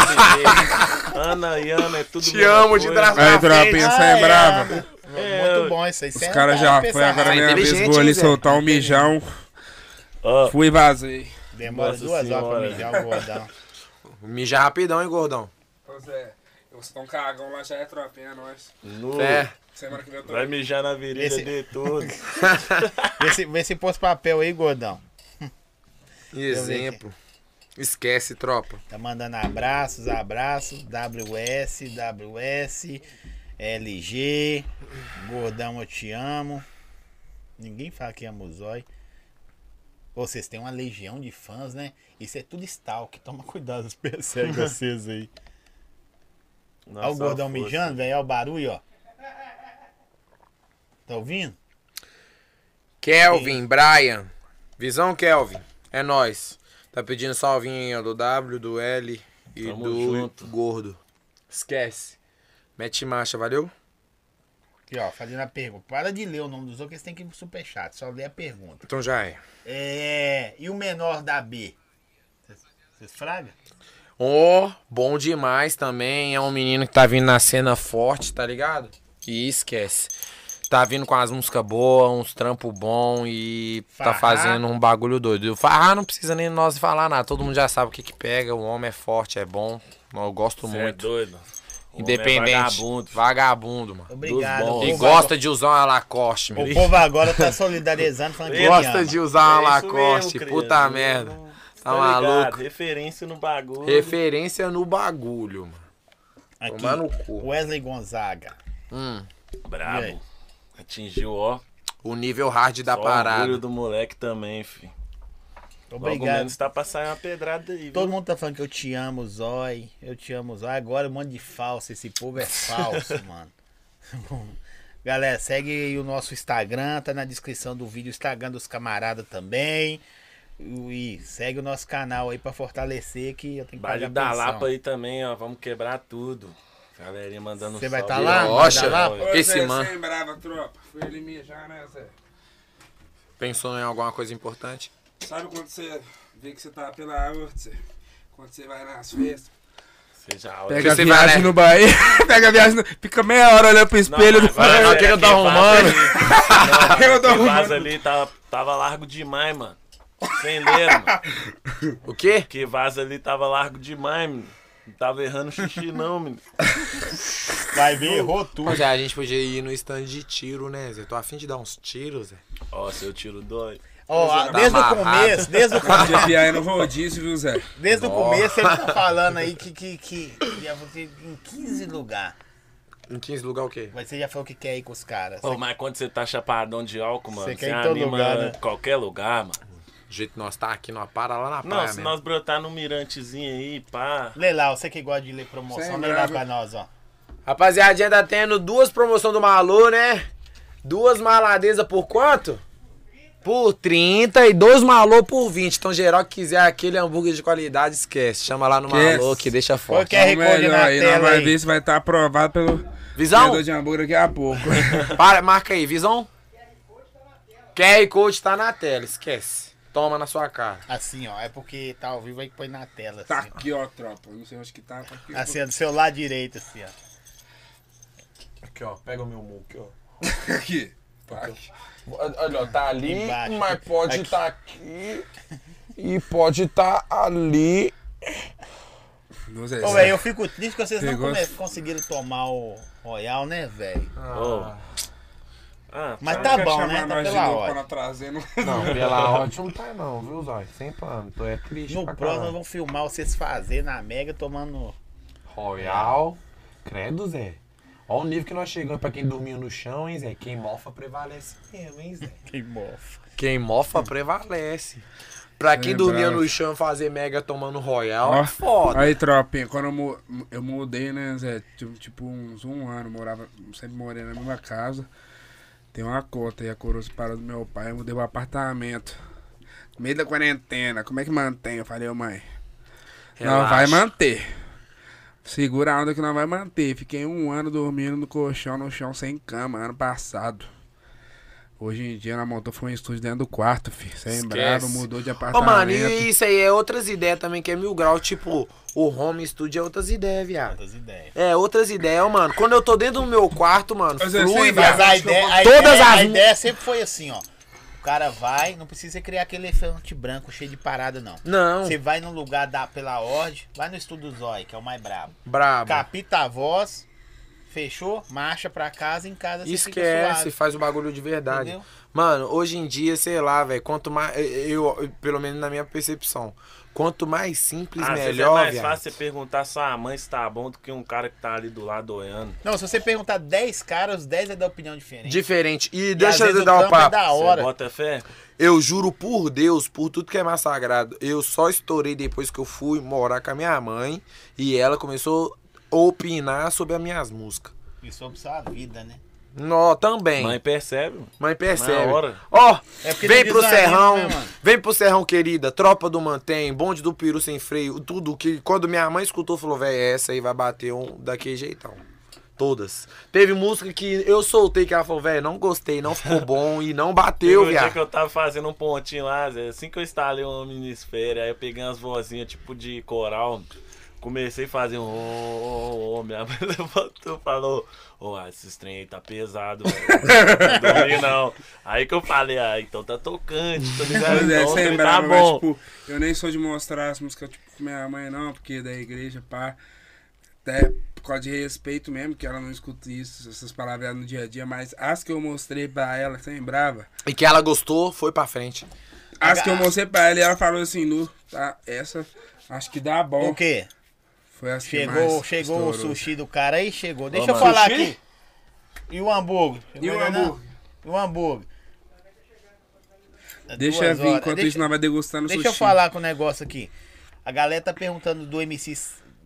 S4: Te beijo. Ana e Ana é tudo
S2: Te
S4: mesma
S2: amo de
S4: coisa.
S2: trás pra
S10: Aí,
S2: frente.
S10: tropinha, você é
S1: Ai,
S10: brava.
S4: É,
S1: Ana. Ah, Muito bom isso aí. é
S10: Os caras já foi, agora é
S2: Ah,
S10: minha vez
S2: inteligente,
S10: vou
S2: hein,
S10: ali
S2: Zé?
S10: soltar um mijão.
S4: Ó,
S10: Fui e vazei.
S1: Demora
S4: Nossa
S1: duas horas pra
S4: Senhora.
S1: mijar o gordão.
S2: Mija rapidão, hein, gordão.
S3: Ô, Zé, eu sou um cagão lá, já é tropinha, nós.
S4: nu.
S2: É.
S3: Semana que vem eu tô.
S4: Vai mijar na virilha
S1: Esse-
S4: de tudo.
S1: Vê se, vê se pôs papel aí, gordão.
S2: Exemplo. Esquece, tropa.
S1: Tá mandando abraços, abraços. WS, WS, LG, gordão, eu te amo. Ninguém fala que ama o Zói. Pô, Vocês têm uma legião de fãs, né? Isso é tudo stalk. Toma cuidado, eles perseguem vocês aí.
S4: Nossa, é
S1: Olha o gordão
S4: força.
S1: mijando, velho. Olha o barulho, ó. Tá ouvindo?
S2: Kelvin, Brian. Visão Kelvin. É nós. Tá pedindo salvinho aí, ó, do W, do L e
S4: Tamo
S2: do
S4: junto.
S2: gordo. Esquece. Mete marcha, valeu?
S1: Aqui, ó, fazendo a pergunta. Para de ler o nome dos outros, eles têm que ir pro superchat. Só lê a pergunta.
S2: Então já é.
S1: É. E o menor da B? Vocês- Vocês fraga?
S2: Ó, bom demais também. É um menino que tá vindo na cena forte, tá ligado? E esquece. Tá vindo com as músicas boas, uns trampos bons e
S1: Farrar.
S2: tá fazendo um bagulho doido. E O Farrar não precisa nem nós falar nada. Todo mundo já sabe o que que pega. O homem é forte, é bom. Eu gosto
S4: Você é
S2: muito.
S4: doido. O homem é
S2: Independente.
S4: vagabundo.
S2: Vagabundo, mano.
S1: Obrigado.
S4: Dos
S1: o
S4: bons.
S2: E
S1: povo
S2: gosta de usar uma Lacoste, meu
S1: agora- O povo agora tá solidarizando, falando que gosta
S2: Gosta
S1: de.
S2: de um. usar Tá uma
S4: É isso mesmo,
S2: Lacoste,
S4: criança.
S2: puta merda. Tá
S4: ligado?
S2: maluco?
S4: Referência no bagulho.
S2: Referência no bagulho, mano.
S1: Aqui,
S2: Tomar no cu.
S1: Wesley Gonzaga. E aí?
S4: Brabo. Atingiu, ó.
S2: O nível hard da
S4: só o orgulho
S2: parada.
S4: do moleque também, fi. Logo
S1: Obrigado.
S4: menos tá pra sair uma pedrada aí, viu?
S1: Todo mundo tá falando que eu te amo, Zói. Eu te amo, Zói. Agora um monte de falso. Esse povo é falso, mano. Bom, Galera, segue aí o nosso Instagram. Tá na descrição do vídeo. o Instagram dos camaradas também. E segue o nosso canal aí pra fortalecer que eu tenho que
S4: Baile
S1: pagar
S4: da
S1: pensão.
S4: Lapa aí também, ó. Vamos quebrar tudo. Galerinha mandando
S1: Você
S4: um
S1: vai
S4: salve
S1: tá
S4: aí.
S1: lá?
S2: Rocha.
S1: Vai
S4: lá?
S2: Esse
S3: Zé,
S2: man.
S3: Sem brava, é, tropa. Fui ele mijar, né, Zé?
S2: Pensou em alguma coisa importante?
S3: Sabe quando você vê que você tá pela água, Zé? Quando você vai nas festas.
S4: Seja a hora.
S10: Pega a
S2: Você
S10: viagem
S2: vai, né?
S10: no Bahia. Pega a viagem no... Fica meia hora olhando pro espelho.
S4: mas
S10: do-
S4: vai,
S2: Não,
S4: vai,
S2: que eu
S4: aquele
S2: tô arrumando.
S4: vaso ali-
S10: Eu tô
S4: aquele
S10: arrumando.
S4: vaso ali tava, tava largo demais, mano. Sem ler, mano.
S2: O quê?
S4: Que vaso ali tava largo demais, menino. Não tava errando xixi, não, menino.
S1: Vai ver, errou tudo.
S2: Mas é, a gente podia ir no stand de tiro, né, Zé? Tô afim de dar uns tiros, Zé.
S4: Ó, seu tiro doido.
S1: Ó, a- desde o
S2: amarrado.
S1: começo, desde o começo.
S3: é
S10: Podia viajar no rodízio, viu, Zé?
S1: Desde o começo ele tá falando aí que, que, que, que já vou ter em 15 lugar.
S2: Em 15 lugar o quê?
S1: Mas você já falou que quer ir com os caras.
S4: Pô, mas quando você tá chapadão de álcool, mano,
S1: Você
S4: você,
S1: quer ir em todo
S4: anima
S1: lugar, né?
S4: qualquer lugar, mano.
S2: O jeito que nós tá aqui numa para lá na praia né?
S4: Não, se
S2: mesmo.
S4: nós brotar no mirantezinho aí, pá.
S1: Lê lá, você que gosta de ler promoção,
S10: Sem
S1: lê lá
S10: brava.
S1: pra nós, ó.
S2: Rapaziadinha, tá tendo duas promoções do Malu, né? Duas maladezas por quanto? Por 30 e dois Malô por 20. Então, geral que quiser aquele hambúrguer de qualidade, esquece. Chama lá no
S10: Esquece.
S2: Malô que deixa
S1: Qual
S2: forte.
S1: que é
S10: Vamos
S1: recorde
S10: melhor
S1: na
S10: aí, nós
S1: tela
S10: vai ver
S1: aí?
S10: se vai
S3: tá
S10: estar aprovado pelo
S2: Visão,
S10: vendedor de hambúrguer daqui a pouco.
S2: para, marca aí, Visão. QR Code tá na tela, esquece. Toma na sua cara.
S1: Assim, ó, é porque tá ao vivo aí que põe na tela,
S3: Tá
S1: assim.
S3: aqui, ó, tropa. Não sei onde que tá. Tá aqui.
S1: Assim, ó, do seu lado direito, assim, ó.
S13: Aqui, ó. Pega o meu mu aqui, ó.
S3: aqui. Tá aqui.
S2: Olha, ó, tá ali,
S1: Embaixo.
S2: mas pode
S1: Aqui.
S2: estar tá aqui e pode estar tá ali.
S10: Não sei,
S1: Pô,
S10: Zé.
S1: velho, tá eu fico triste que vocês não
S10: Pegou.
S1: come- conseguiram tomar o Royal, né, velho?
S4: Ô. Ah,
S1: Mas
S4: pá.
S1: tá bom, né? Tá pela
S3: pra
S1: hora.
S3: nós trazer. Não...
S2: Não, pela ódio não tá não, viu, Zói? Sem plano. Tô é triste
S1: No
S2: pra
S1: próximo nós
S2: caralho.
S1: vamos filmar vocês fazer na Mega tomando.
S2: Royal. Credo, Zé. Olha o nível que nós chegamos pra quem dormiu no chão, hein, Zé? Quem mofa prevalece mesmo, hein, Zé?
S1: Que mofa.
S2: Quem mofa prevalece. Pra quem
S10: É,
S2: dormia
S10: bravo.
S2: no chão fazer mega tomando Royal,
S10: Ó,
S2: é foda.
S10: Aí, tropinha, quando eu, mu- eu mudei, né, Zé? Tipo, tipo, uns um ano, morava, sempre morei na mesma casa. Tem uma conta aí, a coroa separou do meu pai, eu mudei pro apartamento. No meio da quarentena, como é que mantém? Eu falei, ô mãe, nós
S2: Relaxa.
S10: vai manter. Segura a onda que nós vai manter. Fiquei um ano dormindo no colchão, no chão, sem cama, ano passado. Hoje em dia, nós montou foi um estúdio dentro do quarto, filho. Sem
S2: Esquece.
S10: brava, mudou de
S2: Ô,
S10: apartamento.
S2: mano, e isso aí é outras ideias também, que é mil grau. Tipo, o home studio é outras ideias, viado.
S1: Outras ideias.
S2: É, outras ideias, mano. Quando eu tô dentro do meu quarto, mano,
S10: Mas é
S2: flui,
S10: sem
S1: Mas
S2: viado.
S1: a ideia, a,
S2: Todas
S1: ideia,
S2: as-
S1: a ideia sempre foi assim, ó. O cara vai, não precisa criar aquele elefante branco cheio de parada, não.
S2: Não,
S1: Você vai num lugar da pela ordem, vai no estudo Zói, que é o mais brabo.
S2: brabo.
S1: Capita a voz, fechou, marcha pra casa, em casa você fica
S2: Esquece,
S1: suave.
S2: faz o bagulho de verdade.
S1: Entendeu?
S2: Mano, hoje em dia, sei lá, velho, quanto mais. Eu, eu- pelo menos na minha percepção, quanto mais simples,
S4: Às vezes é
S2: melhor,
S4: mais
S2: viado.
S4: fácil você perguntar só a mãe se tá bom do que um cara que tá ali do lado olhando.
S1: Não, se você perguntar 10 caras, os 10 é da opinião diferente.
S2: Diferente. E
S1: E
S2: deixa
S1: às vezes
S2: eu
S1: o
S2: dar um
S1: campo É
S2: papo.
S1: da
S4: Você
S1: hora.
S4: bota fé?
S2: Eu juro por Deus, por tudo que é mais sagrado. Eu só estourei depois que eu fui morar com a minha mãe e ela começou a opinar sobre as minhas músicas.
S1: E sobre sua vida, né?
S2: Nó, também.
S4: Mãe percebe, mano.
S2: Mãe percebe.
S4: Na hora.
S2: Ó,
S1: É porque
S2: vem
S1: não
S2: pro
S1: desanima,
S2: Serrão,
S1: né, mano?
S2: vem pro Serrão, querida, tropa do Mantém, bonde do peru sem freio, tudo que quando minha mãe escutou, falou, véi, essa aí vai bater um daquele jeitão. Todas. Teve música que eu soltei que ela falou, véi, não gostei, não ficou bom e não
S4: Teve
S2: bateu,
S4: um dia que
S2: viado.
S4: eu tava fazendo um pontinho lá, Zé, assim que eu instalei uma minisfera, aí eu peguei umas vozinhas tipo de coral, comecei a fazer um ô, ô, ô, minha mãe levantou e falou, ô, ah, esses trem aí tá pesado, velho. não dormi não. Aí que eu falei, ah, então tá tocante, tá ligado?
S10: Pois é,
S4: Então, o
S10: sem
S4: trem tá
S10: brava, mas,
S4: bom.
S10: tipo, eu nem sou de mostrar as músicas tipo, pra minha mãe, não, porque da igreja, pá. Até por causa de respeito mesmo, que ela não escuta isso, essas palavras no dia a dia, mas as que eu mostrei pra ela, sem brava,
S2: E que ela gostou, foi pra frente.
S10: as que eu mostrei pra ela e ela falou assim, Nu, tá, essa acho que dá bom.
S1: O quê?
S10: Foi assim
S1: Chegou, chegou o sushi do cara aí, chegou. Deixa eu
S12: mano.
S1: falar
S3: Sushi?
S1: aqui. E o hambúrguer?
S3: E o
S1: Não, não.
S3: hambúrguer?
S1: E o hambúrguer? É
S10: Deixa
S1: duas
S10: vir
S1: horas.
S10: enquanto
S1: Deixa-
S10: a gente não vai degustando
S1: Deixa
S10: sushi.
S1: eu falar com o negócio aqui. A galera tá perguntando do MC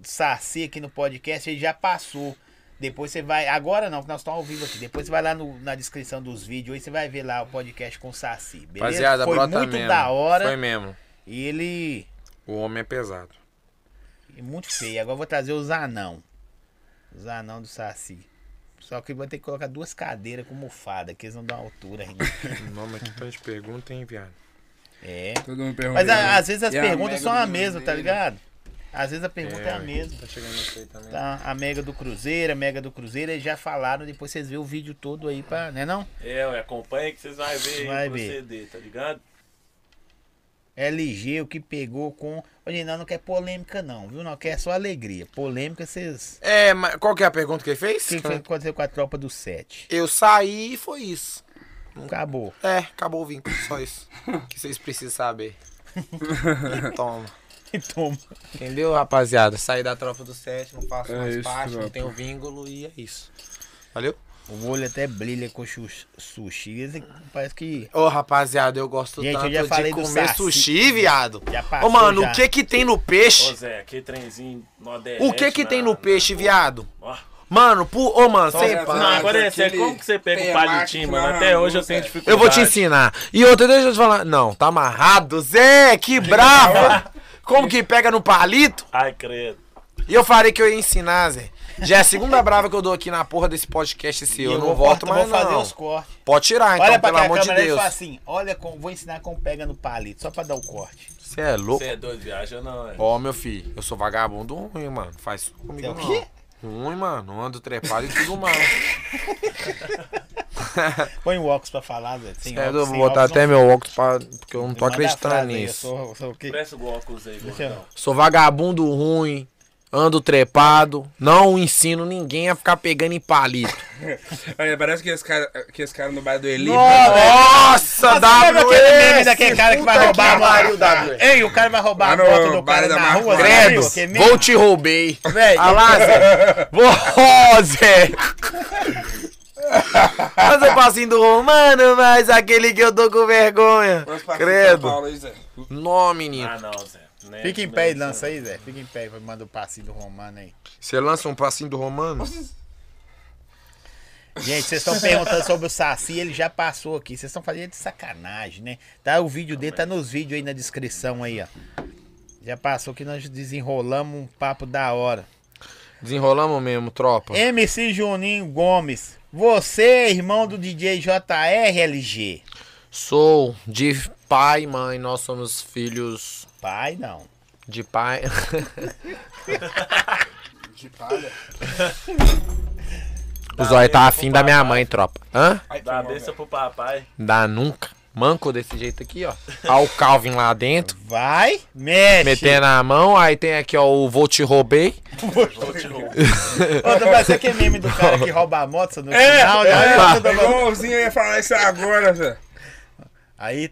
S1: Saci aqui no podcast, ele já passou. Depois você vai. Agora não, que nós estamos ao vivo aqui. Depois você vai lá no- na descrição dos vídeos aí, você vai ver lá o podcast com o Saci, beleza?
S2: Rapaziada,
S1: Foi
S2: brota
S1: muito
S2: mesmo.
S1: da hora.
S2: Foi mesmo.
S1: E ele.
S2: O homem é pesado.
S1: é Muito feio. Agora eu vou trazer os anão. Os anão do Saci. Só que vai ter que colocar duas cadeiras com mofada, que eles não dão altura ainda.
S2: O nome aqui tá de pergunta, hein, viado?
S1: É.
S10: Todo mundo pergunta.
S1: Mas a- às vezes as
S10: E a
S1: perguntas
S3: mega
S1: são
S3: do
S1: a
S3: menino
S1: mesma, tá
S3: dele?
S1: ligado? Às vezes a pergunta é, a
S2: ué.
S1: mesma.
S2: Tá chegando você também.
S1: Tá, a Mega do Cruzeiro, a Mega do Cruzeiro, eles já falaram, depois vocês vê o vídeo todo aí pra. Né não?
S4: É, ué, acompanha que vocês vão ver
S1: Vai
S4: aí o
S1: ver.
S4: proceder, tá ligado?
S1: LG, o que pegou com. Olha, não, não quer polêmica não, viu? Não quer só alegria. Polêmica vocês.
S2: É, mas qual que é a pergunta que ele
S1: O
S2: fez?
S1: que que foi que aconteceu com a tropa do 7?
S2: Eu saí e foi isso.
S1: Acabou.
S2: É, acabou o vínculo, só isso. que vocês precisam saber. Toma.
S1: Então,
S2: Entendeu, rapaziada? Saí da tropa do sete, não faço
S10: É
S2: mais
S10: isso,
S2: parte, não
S10: tropa.
S2: tenho vínculo e é isso. Valeu?
S1: o olho até brilha com chu- sushi. esse Parece que.
S2: Ô, rapaziada, eu gosto
S1: Gente, eu
S2: tanto
S1: já falei
S2: de
S1: do
S2: comer
S1: saci.
S2: sushi, viado.
S1: Já
S2: Ô,
S1: passou,
S2: mano,
S1: já.
S2: o que que tem no peixe?
S4: Ô Zé, que trenzinho nó
S2: O
S4: derrete
S2: que que
S4: na-
S2: tem no
S4: na-
S2: peixe, viado?
S4: Ó.
S2: Mano, pu... ô, mano, sem
S3: Zé,
S2: pá.
S4: Não, agora é
S3: aquele
S4: sério, como que você pega o
S3: temaki
S4: palitinho,
S3: que
S4: mano?
S3: nós
S4: Até hoje eu
S3: arrancamos,
S4: tenho
S3: Zé.
S4: dificuldade.
S2: é Eu vou te ensinar. E outra, deixa eu te falar. Não, tá amarrado, Zé, que brava. Como que pega no palito?
S4: Ai, credo.
S2: E eu falei que eu ia ensinar, Zé. Já é a segunda brava que eu dou aqui na porra desse podcast
S1: E
S2: seu. Eu, não
S1: vou
S2: volto
S1: cortar-
S2: mais,
S1: vou fazer
S2: não.
S1: os cortes.
S2: Pode tirar, então,
S1: olha pra
S2: pelo
S1: cá, a
S2: amor de
S1: câmera e
S2: Deus.
S1: fala assim: olha, como, vou ensinar como pega no palito, só pra dar o corte.
S2: Você é louco?
S4: Você é doido, viaja não, é.
S2: Ó, meu filho, eu sou vagabundo ruim, mano. Faz isso comigo,
S1: É o
S2: não.
S1: quê?
S2: Ruim, mano. Ando trepado e tudo mais.
S1: Põe o óculos pra falar, Zé. Sem
S2: É,
S1: óculos,
S2: eu
S1: sem
S2: vou botar
S1: óculos,
S2: até
S1: não-
S2: meu óculos pra... Porque eu não tô
S1: Manda a
S2: acreditando
S1: frase aí, eu
S2: nisso.
S1: sou- sou o quê?
S4: Presta o óculos aí,
S1: Deixa eu-
S4: gordão.
S2: Sou vagabundo ruim, ando trepado, não ensino ninguém a ficar pegando em palito.
S10: Olha, parece que esse cara, que esse cara no bairro do Eli. né?
S2: Nossa,
S1: Sabe aquele meme daquele
S2: WS!
S1: cara que vai roubar a
S2: pariu,
S1: moto?
S2: WS.
S1: Ei, o cara vai roubar a
S10: Lá no
S1: moto do
S10: baile
S1: cara
S10: da
S1: na
S10: Marco
S1: rua. você
S10: Aurélio.
S1: viu
S2: Credo,
S1: aquele meme?
S2: vou te roubei.
S1: Velho,
S2: Ah lá, Zé. Vou, Ô, Zé. Mas eu passinho do Romano, mas aquele que eu tô com vergonha.
S3: Vamos pra São
S2: Credo.
S3: Paulo, hein, Zé?
S2: Não, menino.
S4: Ah, não, Zé. Né?
S1: Fica em
S4: Né,
S1: pé e
S4: Zé?
S1: lança aí, Zé. Fica em pé e manda o passinho do Romano aí.
S2: Você lança um passinho do Romano?
S1: Gente, vocês estão perguntando sobre o Saci, ele já passou aqui. Vocês estão fazendo de sacanagem, né? Tá, o vídeo dele tá nos vídeos aí na descrição aí, ó. Já passou que nós desenrolamos um papo da hora.
S2: Desenrolamos mesmo, tropa.
S3: É.
S1: MC Juninho Gomes, você é irmão do DJ JRLG?
S2: Sou de pai e mãe, nós somos filhos
S1: Pai, não.
S2: de pai.
S3: De palha.
S2: O zóio tá afim da minha mãe, tropa. Hã?
S3: Aí,
S4: Dá
S3: foi
S4: a
S3: mal,
S4: benção pro papai.
S2: Dá nunca. Manco desse jeito aqui, ó. Ó o Calvin lá dentro,
S1: Vai, mexe.
S2: metendo a mão. Aí tem aqui, ó, o Vou Te Roubei.
S4: Vou te roubar.
S1: Ô, Dom, mas você que é meme do cara que rouba a moto no
S3: É,
S1: final, né?
S3: velho. É igualzinho, eu ia falar isso agora, Zé.
S1: Aí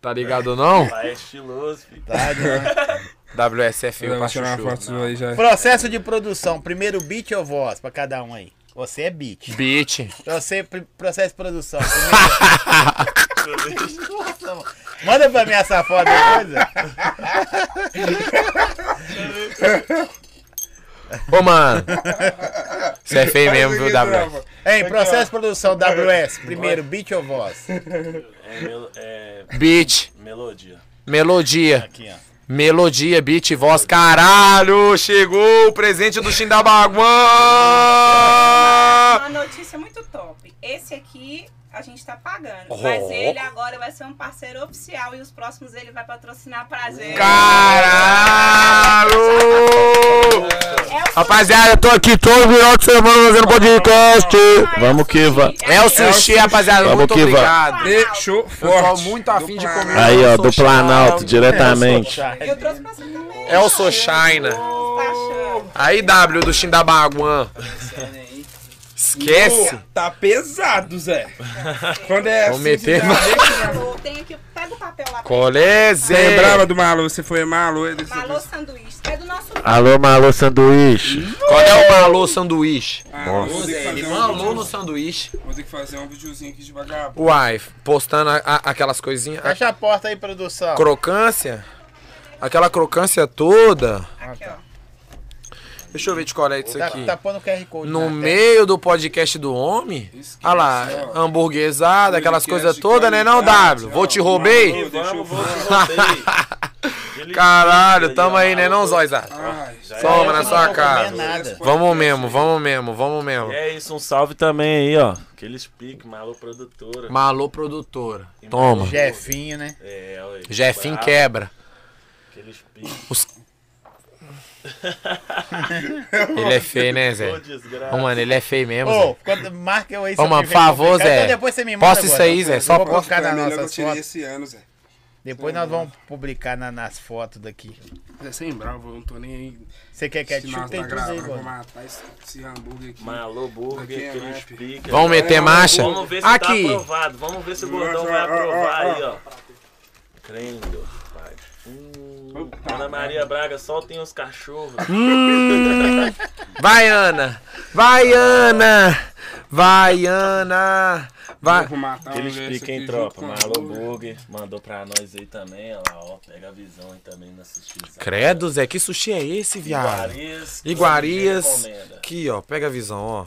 S2: Tá ligado não?
S4: Pai é estiloso, filho.
S1: tá, né?
S2: WSF
S10: Eu
S2: pra
S10: vou tirar uma
S2: chuchu.
S10: foto sua aí já.
S1: Processo de produção, primeiro beat ou voz pra cada um aí? Você é beat.
S2: né? Beat.
S1: Você, pr- processo de produção. primeiro- Nossa, mano. Manda pra mim essa foto depois. né? Zé.
S2: Ô, mano. Você é feio mesmo, viu,
S3: Aqui,
S2: WS?
S3: tropa.
S1: Hein, processo de produção WS, primeiro beat ou voz?
S4: É, mel- é
S2: Beat,
S4: melodia.
S2: melodia.
S1: Aqui, ó.
S2: Melodia, beat, voz. Caralho, chegou o presente do Xindabaguan!
S14: Uma notícia muito top. Esse aqui a gente tá pagando. Mas
S2: Oh.
S14: ele agora vai ser um parceiro oficial e os próximos ele vai patrocinar pra gente.
S2: Caralho!
S14: É o
S2: Rapaziada, eu tô aqui todo final de semana fazendo podcast.
S14: sushi,
S12: Vamos que va-
S2: É o sushi, rapaziada.
S12: Vamos
S2: Muito
S12: que va-
S2: obrigado.
S10: Deixou
S2: Eu tô
S10: forte.
S2: muito afim de comer.
S12: Aí, ó,
S2: o
S12: do
S2: sushi.
S12: Planalto, diretamente.
S14: Eu trouxe pra você também.
S2: É o Soshina.
S14: Tá achando?
S2: Aí, W do Xindabaguan. Esquece.
S3: Pô, Tá pesado, Zé. Quando é
S2: Vou
S3: assim,
S2: meter
S3: já
S2: mais.
S3: vê que já-
S14: Tem aqui, pega o papel lá. pra
S2: Colese.
S10: Lembrava do Malu, você foi Malu. ele-
S14: Malô sanduíche. É do nosso
S12: Alô, Malô Sanduíche.
S2: Qual é o alô sanduíche?
S3: Ah,
S12: Nossa.
S3: vou ter que fazer
S2: Ele
S3: um
S2: malou no
S3: videozinho-
S2: sanduíche.
S3: Vou ter que fazer um videozinho aqui devagar.
S2: Uai, postando a- a- aquelas coisinhas. a-
S1: Fecha a porta aí, produção.
S2: crocância. Aquela crocância toda.
S14: aqui, ó.
S2: Deixa eu ver de qual é isso
S1: Tá,
S2: aqui.
S1: tá pondo o QR Code.
S2: No
S1: na tela.
S2: meio do podcast do homem.
S3: Esquece,
S2: Olha lá,
S3: ó.
S2: hamburguesada, aquelas
S3: Podcast
S2: coisas
S3: de
S2: todas, né não,
S3: qualidade,
S2: W?
S3: ó.
S2: Vou te
S3: Mano,
S2: roubei?
S3: eu-
S4: E vamos,
S3: deixa eu
S4: vou te voltei. Ele-
S2: Caralho, tamo
S4: ó,
S2: aí, né não,
S4: maluco.
S2: Zóizada?
S3: Ai,
S4: Já
S2: Só
S4: é.
S2: Toma na
S1: Eu
S2: sua
S1: não vou
S2: cara.
S1: comer nada.
S2: Vamos mesmo, vamos mesmo, vamos mesmo.
S4: E é isso, um salve também aí, ó. Aqueles piques, Malô Produtora.
S2: Malô produtora. Toma.
S1: Jefinho, né?
S4: É, ué.
S2: Jefim
S4: Brabo,
S2: quebra.
S4: Aqueles piques.
S2: Ele é feio, né, Zé?
S4: Ô, desgraça.
S2: Ô, mano, ele é feio mesmo,
S1: Ô,
S2: Zé.
S1: quando marca eu aí. se
S2: Ô,
S1: eu
S2: mano,
S1: tiver que
S2: favor,
S1: publicar.
S2: Zé.
S1: Então depois você me manda.
S2: Posta isso
S1: agora.
S2: aí, Zé. Só
S1: vou
S2: posta.
S1: colocar
S3: Foi a
S1: nas
S3: melhor que eu
S1: nossas
S3: tirei
S1: fotos.
S3: esse ano, Zé.
S1: Depois nós vamos publicar na- nas fotos daqui.
S3: Zé, sem bravo, eu não tô nem aí.
S1: Você quer
S3: Se nós
S1: ketchup? Tem
S3: tá
S1: tudo aí,
S3: gravando, vou
S1: agora.
S3: matar esse, esse hambúrguer aqui.
S4: Malô
S3: Aqui é
S4: Burger, aqueles
S3: rap.
S4: piques.
S2: Vamos meter marcha?
S4: Vamos ver se
S2: Aqui.
S4: tá aprovado. Vamos ver se o gordão
S3: Ó,
S4: vai
S3: ó, ó,
S4: aprovar
S3: ó.
S4: aí, ó. Crendo, pai. Hum, Ana Maria Braga, soltem os cachorros.
S2: Hum. Vai, Ana. Vai, Ana. Vai, Ana. Vai.
S3: Vou matar um
S4: Eles
S3: desse
S4: piquem
S3: aqui junto
S4: tropa.
S3: com o
S4: Malô
S3: hambúrguer.
S4: Burger mandou pra nós aí também, ó. lá, ó pega a visão aí também na justiça.
S2: Credo, Zé, que sushi é esse, viado?
S4: Iguarias.
S2: Iguarias.
S4: Recomenda.
S2: Aqui, ó, pega a visão, ó.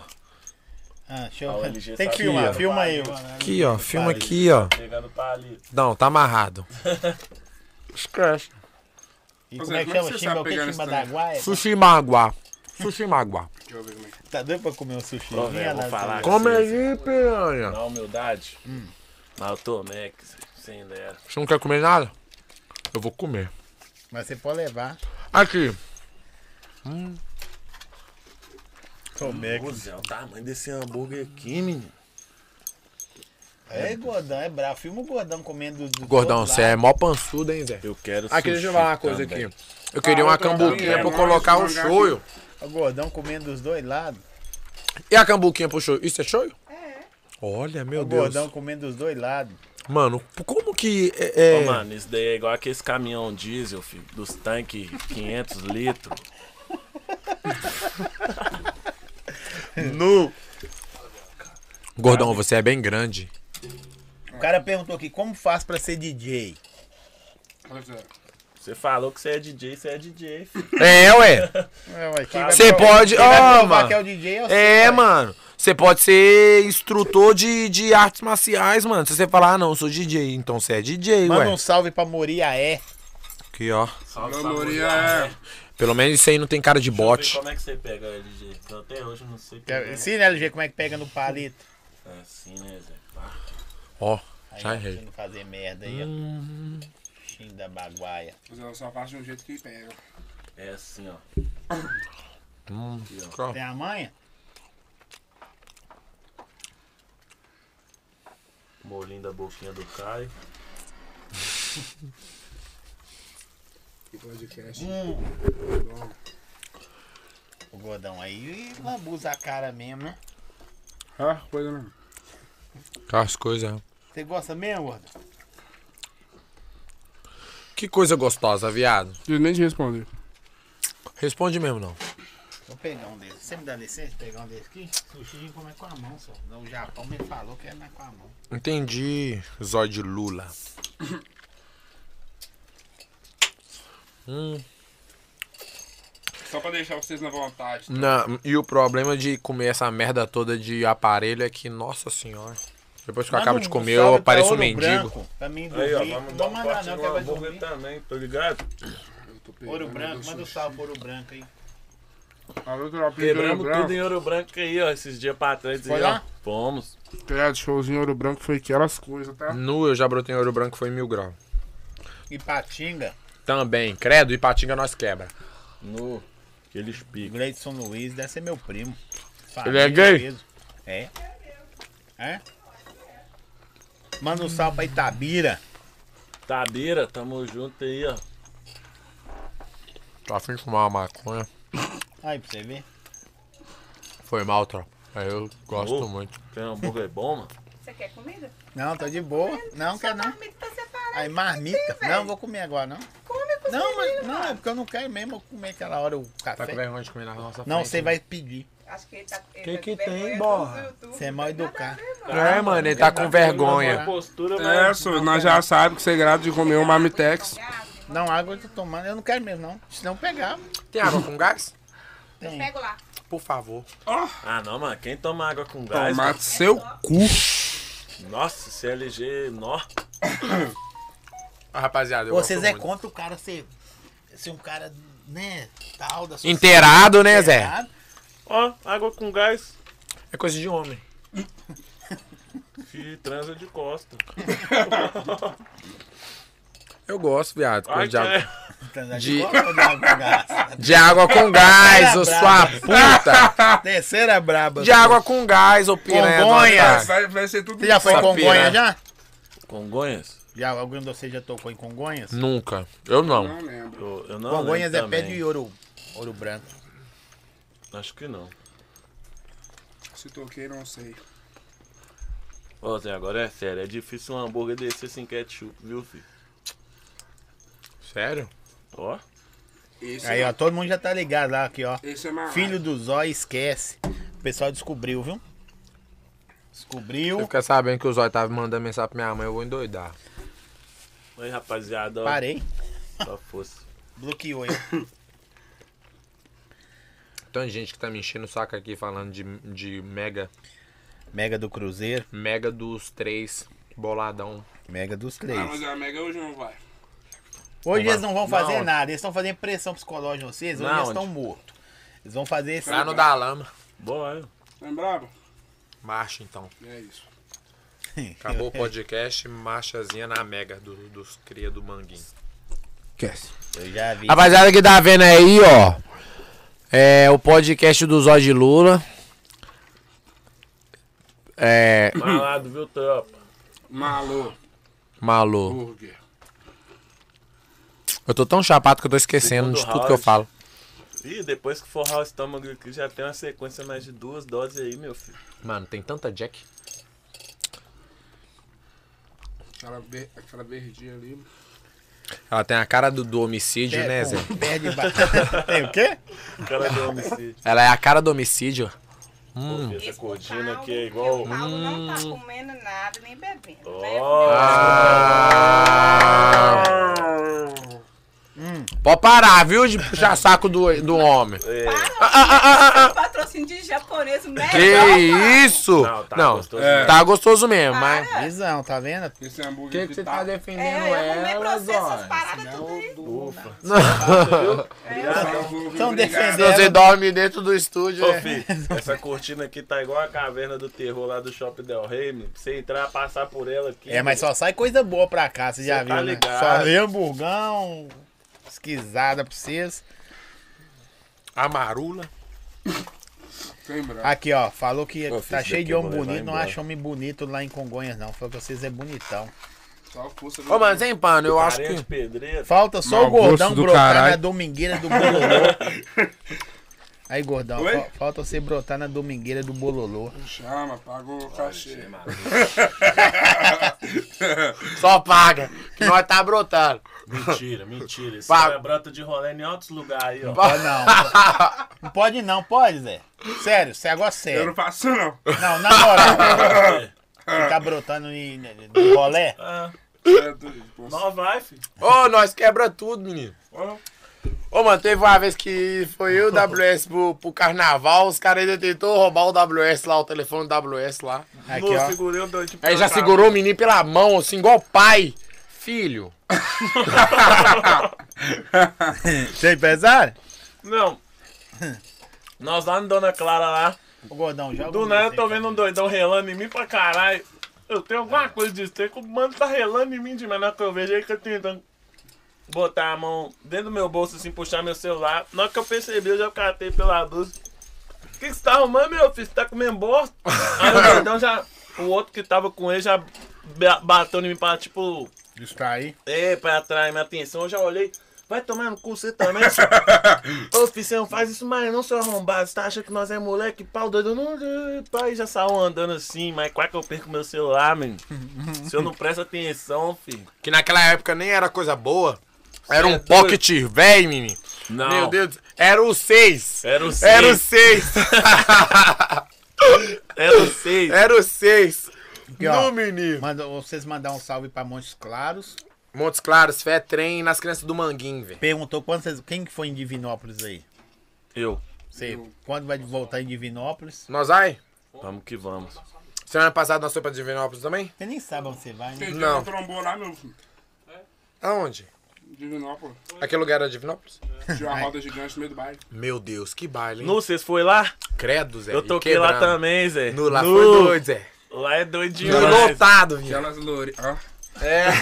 S1: Ah, deixa
S4: Ó, o
S1: eu...
S4: LG
S1: Tem que
S4: sabe.
S1: filmar,
S4: Aqui, ó.
S1: filma aí. mano.
S3: né?
S2: Aqui, ó, filma aqui, ó.
S4: Pegando palito.
S2: Não, tá amarrado. Esquece.
S1: E
S3: Ô,
S1: como
S3: Zé,
S1: é que
S3: como é
S1: chama?
S3: que você
S1: Chimba
S3: sabe
S1: o quê?
S3: pegar
S1: Chimba
S3: nesse
S1: da guaia?
S2: Sushi maguá. Sushi maguá.
S3: Deixa eu ver como é que
S1: Tá doido pra comer um sushi?
S4: Ô, velho, vou falar.
S2: Come aí, piranha.
S4: Na humildade.
S3: Hum.
S4: Mas eu tô Max, sem dera.
S2: Você não quer comer nada? Eu vou comer.
S1: Mas você pode levar.
S2: Aqui.
S1: Tomé.
S4: Ô, Zé, o tamanho desse hambúrguer aqui, menino.
S1: É gordão, é bravo. Filma o gordão comendo do.
S2: Gordão,
S1: do outro
S2: você é
S1: lado.
S2: mó pançudo, hein, Zé?
S4: Eu quero
S2: Aqui, deixa eu falar uma coisa aqui. Eu queria
S3: Ah,
S2: uma
S3: outra
S2: cambuquinha
S3: também,
S2: pra eu
S3: né?
S2: colocar um
S3: Vamos jogar
S2: shoyu.
S1: O gordão comendo dos dois lados.
S2: E a cambuquinha pro shoyu? Isso é shoyu? É. Olha, meu
S1: O
S2: Deus.
S1: gordão comendo dos dois lados.
S2: Mano, como que é...
S4: Ô,
S2: é-
S4: mano, isso daí é igual aqueles caminhão diesel, filho, dos tanques 500 litros.
S1: Nu.
S2: Gordão, você é bem grande.
S1: O cara perguntou aqui, como faz pra ser DJ?
S3: é. Ô, Zé,
S4: Você falou que você é DJ, você é DJ, filho.
S2: É, ué.
S1: É, ué, quem vai
S2: Você
S1: pro-
S2: pode-
S1: quem vai
S2: Ó,
S1: provar
S2: mano.
S1: que é o DJ o
S2: É,
S1: seu, ué.
S2: mano. Você pode ser instrutor de, de artes marciais, mano. Se você falar, ah, não, eu sou DJ, então você é DJ,
S1: Manda
S2: ué.
S1: um salve pra Moriaé.
S2: Aqui, ó.
S4: Salve,
S3: Alô,
S4: salve,
S3: Moria.
S1: é?
S4: Zé.
S2: Pelo menos isso aí não tem cara de
S4: Vê
S2: bote.
S4: Como é que você pega o LG? Eu até hoje não sei como
S1: Que-
S4: é.
S1: Sim, né, LG, como é que pega no palito?
S4: Assim, né, Zé?
S2: Ó,
S1: Aí,
S2: já
S1: ó,
S2: errei.
S1: pra não fazer merda aí, ó. Xim da baguaia.
S3: Ô, Zé, eu só faço de um jeito que pega.
S4: É assim, ó.
S2: Hum.
S1: Tem a manha?
S4: Molinho da boquinha do Caio.
S3: Que podcast.
S1: Hum. O gordão aí lambuza a cara mesmo, né?
S3: Ah, coisa não.
S2: Tá, As coisas.
S1: Você gosta mesmo, gordão?
S2: Que coisa gostosa, viado.
S10: Eu nem te respondi.
S2: Responde mesmo, não.
S1: Vou pegar um desse. Você me dá licença de pegar um desse aqui? Sushi a gente come com a mão só. O Japão me falou que é mais com a mão.
S2: Entendi, zóio de Lula.
S3: Só pra deixar vocês na vontade.
S2: Não, e o problema de comer essa merda toda de aparelho é que, nossa senhora. Depois que eu
S1: Manda
S2: acabo de
S1: um
S2: comer,
S1: salve
S2: eu
S1: pra
S2: pareço um
S1: Ouro
S2: mendigo.
S1: Branco, pra mim
S4: Aí, ó,
S1: dormir.
S4: vamos
S1: não
S4: dar
S1: vou
S4: um
S1: mandar
S4: corte
S1: não,
S4: no
S1: que vai
S4: hambúrguer
S1: dormir.
S4: também, tá ligado?
S3: Eu tô pegando
S1: Ouro branco,
S3: do
S1: manda um
S3: sushi.
S1: salve pro ouro branco aí.
S3: Alô, tropinha de Ah, Ouro
S4: Quebramos tudo
S3: Branco.
S4: em Ouro Branco aí, ó, esses dias pra trás.
S1: Foi
S4: aí,
S1: lá?
S4: ó. Fomos.
S3: Criado, É, showzinho Ouro Branco foi aquelas coisas, tá?
S2: Nu, eu já brotei em ouro branco, foi mil graus.
S1: E patinga.
S2: Também, credo, e patinga nós quebra.
S4: No. Aqueles picos.
S1: Gleidson Luiz deve ser meu primo.
S2: Ele é gay?
S1: mesmo. É. É? Manda um salve pra Itabira.
S4: Tabira, tamo junto aí, ó.
S2: Tô afim de fumar uma maconha.
S1: Aí pra você ver.
S2: Foi mal, tropa. Aí eu gosto
S4: Oh.
S2: muito.
S4: Tem hambúrguer bom, mano?
S14: Você quer comida?
S1: Não, tô de boa. Não,
S14: Sua
S1: quer não.
S14: marmita tá separada.
S1: Aí marmita.
S14: velho.
S1: Não, vou comer agora não.
S14: Come,
S1: Não, mas não, é porque eu não quero mesmo comer aquela hora o
S13: Tá com
S1: café.
S13: vergonha de comer na nossa
S1: Não,
S13: frente,
S1: você
S13: né?
S1: vai pedir.
S14: Acho que ele tá.
S13: Que
S14: ele tá
S13: que
S14: de vergonha
S13: tem,
S14: dos
S13: borra?
S14: youtubers.
S1: Você é mal educado.
S2: É, mano, ele tá com vergonha.
S4: Postura,
S10: É,
S4: mas.
S10: senhor, nós já sabemos que
S3: é
S10: você grado de comer um Mamitex.
S1: Não, água eu tô tomando, eu não quero mesmo, não. Se não pegar,
S2: Tem água com gás?
S14: Eu pego lá.
S2: Por favor.
S4: Ah, não, mano. Quem toma água com gás?
S10: Tomate seu cu.
S4: mano? Nossa, CLG, nó.
S2: Ah, rapaziada, eu
S1: Pô, vocês
S2: gosto
S1: é
S2: muito.
S1: contra o cara ser, ser um cara, né, tal, da sociedade,
S2: Inteirado, né, Zé?
S1: inteirado.
S4: Ó, água com gás.
S2: É coisa de homem.
S4: Fi, transa de costa.
S2: Eu gosto, viado. Coisa
S4: Ai,
S2: de, água.
S4: que-
S1: Transar
S2: De-
S1: Tá de costa ou de água com gás?
S2: de água com gás, ô sua puta.
S1: Terceira braba.
S2: De água com gás, ô piranha. do
S1: Congonhas.
S2: otário.
S10: Vai, vai ser tudo
S1: Você já foi em
S2: Sapira.
S1: Congonha já?
S4: Congonhas?
S1: Já, algum de vocês já tocou em Congonhas?
S2: Nunca. Eu não.
S3: Não lembro.
S4: Eu, eu não
S1: Congonhas é
S4: lembro
S1: pé
S4: também.
S1: de ouro, ouro branco.
S4: Acho que não.
S3: Se toquei, não sei.
S4: Ô, Zé, agora é sério. É difícil um hambúrguer descer sem ketchup, viu, filho?
S2: Sério?
S4: Ó.
S3: Esse, é
S1: Aí, ó, todo mundo já tá ligado lá aqui, ó.
S3: esse é maluco.
S1: Filho do Zói, esquece. O pessoal descobriu, viu?
S2: Você
S1: Descobriu.
S2: fica sabendo que o Zóio tava mandando mensagem pra minha mãe, eu vou endoidar.
S4: Aí, rapaziada, ó.
S1: Parei.
S4: Só fosse.
S1: Bloqueou ele.
S2: Tem gente que tá me enchendo o saco aqui falando de, de mega,
S1: Mega do Cruzeiro,
S2: mega dos três, boladão.
S1: Mega dos três.
S3: Ah, mas a Mega hoje não vai.
S1: Hoje eles não vão
S2: Não,
S1: fazer
S2: onde?
S1: nada, eles estão fazendo pressão psicológica em vocês, hoje
S2: Não,
S1: eles
S2: onde?
S1: estão mortos. Eles vão fazer esse.
S2: Lá no da lama.
S4: Bora.
S3: Lembrava?
S2: Marcha então.
S3: Tá É isso.
S2: Acabou o podcast, marchazinha na mega do- dos cria do manguinho.
S10: Esquece.
S1: Eu já vi.
S2: Rapaziada que tá vendo aí, ó. É o podcast do Zó de Lula. É.
S4: Malado, viu, tropa?
S3: Malu,
S2: Malu.
S3: burger.
S2: Eu tô tão chapado que eu tô esquecendo de tudo que eu falo.
S4: Ih, depois que forrar o estômago aqui, já tem uma sequência mais de duas doses aí, meu filho.
S2: Mano, tem tanta Jack.
S3: Aquela, ver, aquela verdinha ali.
S2: Ela tem a cara do, do homicídio, né, Zé?
S1: é com- perde ba- Tem o quê?
S4: O cara
S1: Hum.
S4: deu um homicídio.
S2: Ela é a cara do homicídio.
S4: Pô, filho,
S14: Esse
S4: essa cortina
S14: Paulo,
S4: aqui é
S14: porque
S4: igual.
S14: O Paulo não tá comendo nada nem bebendo. né?
S4: Ó.
S2: é. Ah, Pode parar, viu, de puxar saco do, do homem. ah,
S14: Para, patrocínio de japonês melhor.
S2: Que
S14: mano.
S2: isso?
S4: Não, tá
S2: Não,
S4: gostoso mesmo.
S2: tá gostoso mesmo, mas...
S4: É.
S1: Visão, tá vendo?
S3: Esse hambúrguer aqui tá...
S14: É,
S2: defendendo
S14: eu arrumei pra você essas paradas tudo aí.
S4: Ufa.
S1: Estão
S14: assim.
S1: defendendo.
S2: Você dorme dentro do estúdio,
S4: Ô,
S2: né?
S4: filho, essa cortina aqui tá igual a caverna do terror lá do Shopping Del Rey, meu. Pra você entrar, passar por ela aqui.
S1: É, mas
S4: meu.
S1: só sai coisa boa pra cá, você já
S4: Cê
S1: viu,
S4: tá
S1: né?
S4: ligado.
S1: Só vem hamburgão, esquisada pra vocês.
S2: A marula.
S3: Lembra?
S1: Aqui, ó, falou que
S4: Eu
S1: tá
S4: fiz
S1: cheio
S4: daqui,
S1: de homem
S4: vou levar
S1: bonito, não
S4: embora.
S1: acha homem bonito lá em Congonhas, não. Falou que vocês é bonitão.
S3: Só força do...
S2: Ô, mano, sem pano, eu acho
S4: Areia de
S2: que...
S4: pedreiro.
S1: Falta só
S10: Mau
S1: o gordão
S10: gosto do
S1: brotar na
S10: caralho.
S1: domingueira do Bololô. Aí, gordão,
S3: Oi?
S1: fa- falta você brotar na domingueira do Bololô.
S3: Chama, paga o cachê.
S2: Só paga, que nós tá brotando.
S4: Mentira, mentira. Esse
S2: Pá.
S4: cara brota de rolê em outros lugares aí, ó.
S1: Pode não. Não pode não, pode, Zé. Sério, você agora é
S3: Eu não
S1: sério.
S3: faço não.
S1: Não, na moral. Ficar brotando em, no rolé.
S4: Ah,
S3: É doido, pô.
S4: não vai, filho.
S2: Ô, nós quebra tudo, menino.
S3: Ó,
S2: Ô, mano, teve uma vez que foi eu e o WS pro, pro carnaval, os caras ainda tentou roubar o WS lá, o telefone do WS lá.
S1: Aqui,
S4: Pô,
S1: ó.
S4: segurei o doido de
S2: Aí já
S4: pancada.
S2: segurou o menino pela mão, assim, igual pai. Filho.
S1: Vocês pesaram?
S4: Não. Nós lá no Dona Clara lá.
S1: Ô, gordão, joga.
S4: Do
S1: um
S4: nada eu
S1: desse
S4: tô
S1: aí,
S4: vendo um doidão relando em mim pra caralho. Eu tenho alguma coisa de estranho, que o mano tá relando em mim demais. Na hora que eu vejo ele que eu tentando botar a mão dentro do meu bolso, assim, puxar meu celular. Na hora que eu percebi, eu já catei pela luz. O que que você tá arrumando, meu filho? Você tá comendo bosta? Aí o doidão já. O outro que tava com ele já ba- bateu em mim pra, tipo,
S1: cara. Está aí.
S4: é, pra atrair minha atenção, eu já olhei. Vai tomar no cu você também. Ô, filho, você não faz isso mais não, seu arrombado. Você tá achando que nós é moleque? Pau doido. Não, não, pai, já saiu andando assim, mas quase que eu perco meu celular, menino. Se eu não presto atenção, filho.
S2: Que naquela época nem era coisa boa. Era
S4: é
S2: um pocket velho, menino.
S4: Não.
S2: Meu Deus, era o 6.
S4: Era o seis.
S2: Era o 6.
S4: Era o seis.
S2: Era o 6.
S1: Aqui, ó.
S2: No menino.
S1: Manda, vocês mandar um salve pra Montes Claros.
S2: Montes Claros, Fé Trem, nas crianças do Manguinho, velho.
S1: Perguntou quando vocês, quem que foi em Divinópolis aí?
S4: Eu.
S1: Você, quando vai voltar em Divinópolis?
S2: Nós vai?
S4: Vamos que vamos.
S2: Semana passada nós foi pra Divinópolis também?
S1: Você nem sabe onde você vai, né?
S3: Aquele dia
S2: Não.
S3: que trombou lá, meu filho.
S2: Aonde?
S3: Divinópolis.
S2: Aquele lugar era Divinópolis?
S3: Tinha uma roda gigante no meio do baile.
S2: Meu Deus, que baile, hein?
S4: Nu, vocês foi lá?
S2: Credo, Zé.
S4: Eu
S2: É, e
S4: toquei lá
S2: quebrando.
S4: também, Zé.
S2: No lá
S4: Nu,
S2: foi doido, Zé.
S4: Lá é doido
S2: No
S4: demais.
S2: lotado, viu?
S3: Aquelas loures. Ó.
S1: Matheus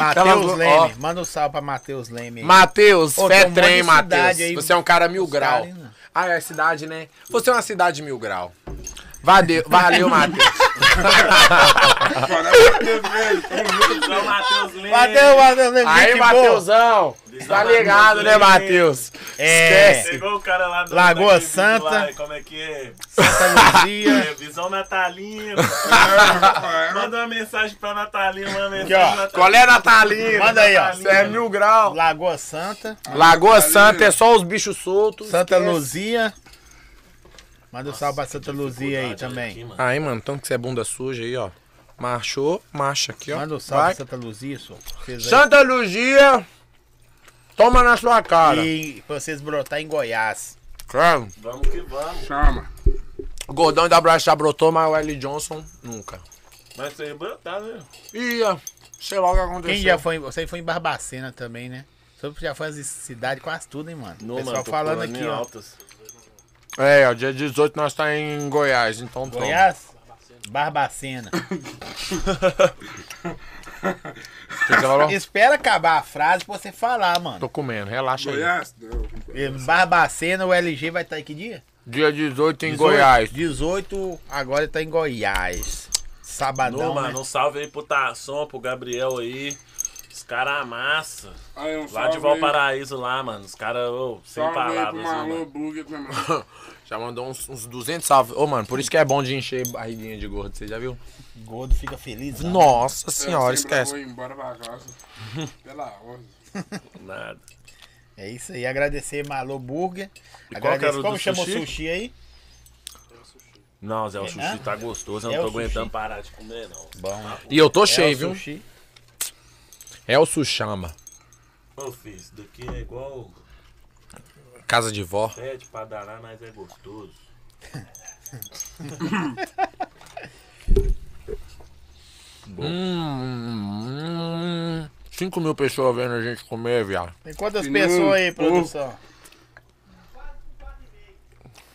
S2: Aquela-
S1: Leme.
S2: Tá ó.
S1: Manda um salve pra Matheus Leme. aí.
S2: Matheus,
S1: Ô, tem
S2: fé
S1: um monte de
S2: trem,
S1: cidade aí.
S2: Matheus. Você é um cara mil
S1: Os
S2: grau.
S1: caras, né?
S2: Ah, é a cidade, né? Você é uma cidade mil grau. Valeu, valeu Matheus.
S3: Mano, é o Matheus, velho.
S4: Só Matheus Leme.
S1: Matheus, Matheus Leme.
S2: Aí,
S1: gente boa.
S2: Matheusão. Tá ligado, né, Matheus?
S1: É.
S2: Esquece.
S4: Pegou o cara lá do
S1: Lagoa
S4: daquele vídeo
S1: Santa.
S4: lá, como é que é?
S1: Santa Luzia.
S4: É, Visão natalina. Manda uma mensagem pra Natalina, uma mensagem.
S1: ó.
S4: natalina.
S2: Qual é, Natalina?
S1: Manda aí, ó.
S2: Você é mil grau.
S1: Lagoa Santa.
S2: Lagoa Santa é só os bichos soltos.
S1: Santa
S2: Esquece.
S1: Luzia. Manda um salve pra Santa Luzia aí também.
S2: Aí, mano, tanto que você é bunda suja aí, ó. Marchou, marcha aqui, ó.
S1: Manda um salve
S2: Vai.
S1: pra Santa Luzia, só. Vocês aí.
S2: Santa Luzia, toma na sua cara.
S1: E pra vocês brotar em Goiás.
S2: Claro.
S4: Vamos que vamos.
S3: Chama.
S2: O Gordão da Brás já brotou, mas o L. Johnson nunca.
S4: Mas você brotar, né?
S2: Ia, sei lá o que aconteceu.
S1: Quem já foi, você foi em Barbacena também, né? Só que já foi as cidades quase tudo, hein, mano?
S4: Não,
S1: O Pessoal
S4: mano, tô
S1: falando
S4: pulando
S1: aqui,
S4: em
S1: ó.
S4: altas.
S2: É, ó, dia 18 nós tá em Goiás, então toma.
S1: Goiás? Barbacena.
S2: O que você falou?
S1: Espera acabar a frase pra você falar, mano.
S2: Tô comendo, relaxa aí.
S3: Goiás. não.
S1: E Barbacena, o LG vai estar tá em que dia?
S2: Dia 18 em
S1: 18?
S2: Goiás.
S1: 18, agora tá em Goiás.
S4: Não,
S1: Sabadão,
S4: mano,
S1: né?
S4: um salve aí pro Tasson, pro Gabriel aí. Os caras amassam.
S3: Aí, um
S4: Lá de
S3: salve aí.
S4: Valparaíso lá, mano. Os caras, ô, sem
S3: Salve aí pro
S4: palavras, né,
S3: Malu
S4: mano.
S3: Burger também.
S2: Já mandou uns, uns 200 salves. Ô, mano, por isso que é bom de encher barriguinha de gordo, você já viu?
S1: Gordo fica feliz.
S2: Tá.
S1: né?
S2: Nossa
S3: Eu
S2: senhora,
S3: sempre
S2: esquece.
S3: vou embora pra casa. Pela hora.
S4: Nada.
S1: É isso aí, agradecer Malô Burger.
S4: E qual que era
S1: Agradecer.
S4: o
S1: Como
S4: do
S1: chama o
S4: sushi?
S1: sushi aí?
S4: Não, Zé, o
S1: Hã?
S4: sushi tá gostoso. Eu
S1: É
S4: não tô
S1: o sushi?
S4: aguentando parar de comer, não.
S1: Bom, né?
S2: E eu tô
S1: É
S2: cheio,
S1: o
S2: viu?
S1: sushi.
S2: É o Sushama.
S4: Ô, filho, isso daqui é igual
S2: Casa de vó.
S4: pede pra danar, mas é gostoso.
S2: Hum, 5 mil pessoas vendo a gente comer, viado.
S1: Tem quantas
S3: Hum,
S1: pessoas aí,
S3: hum.
S1: produção?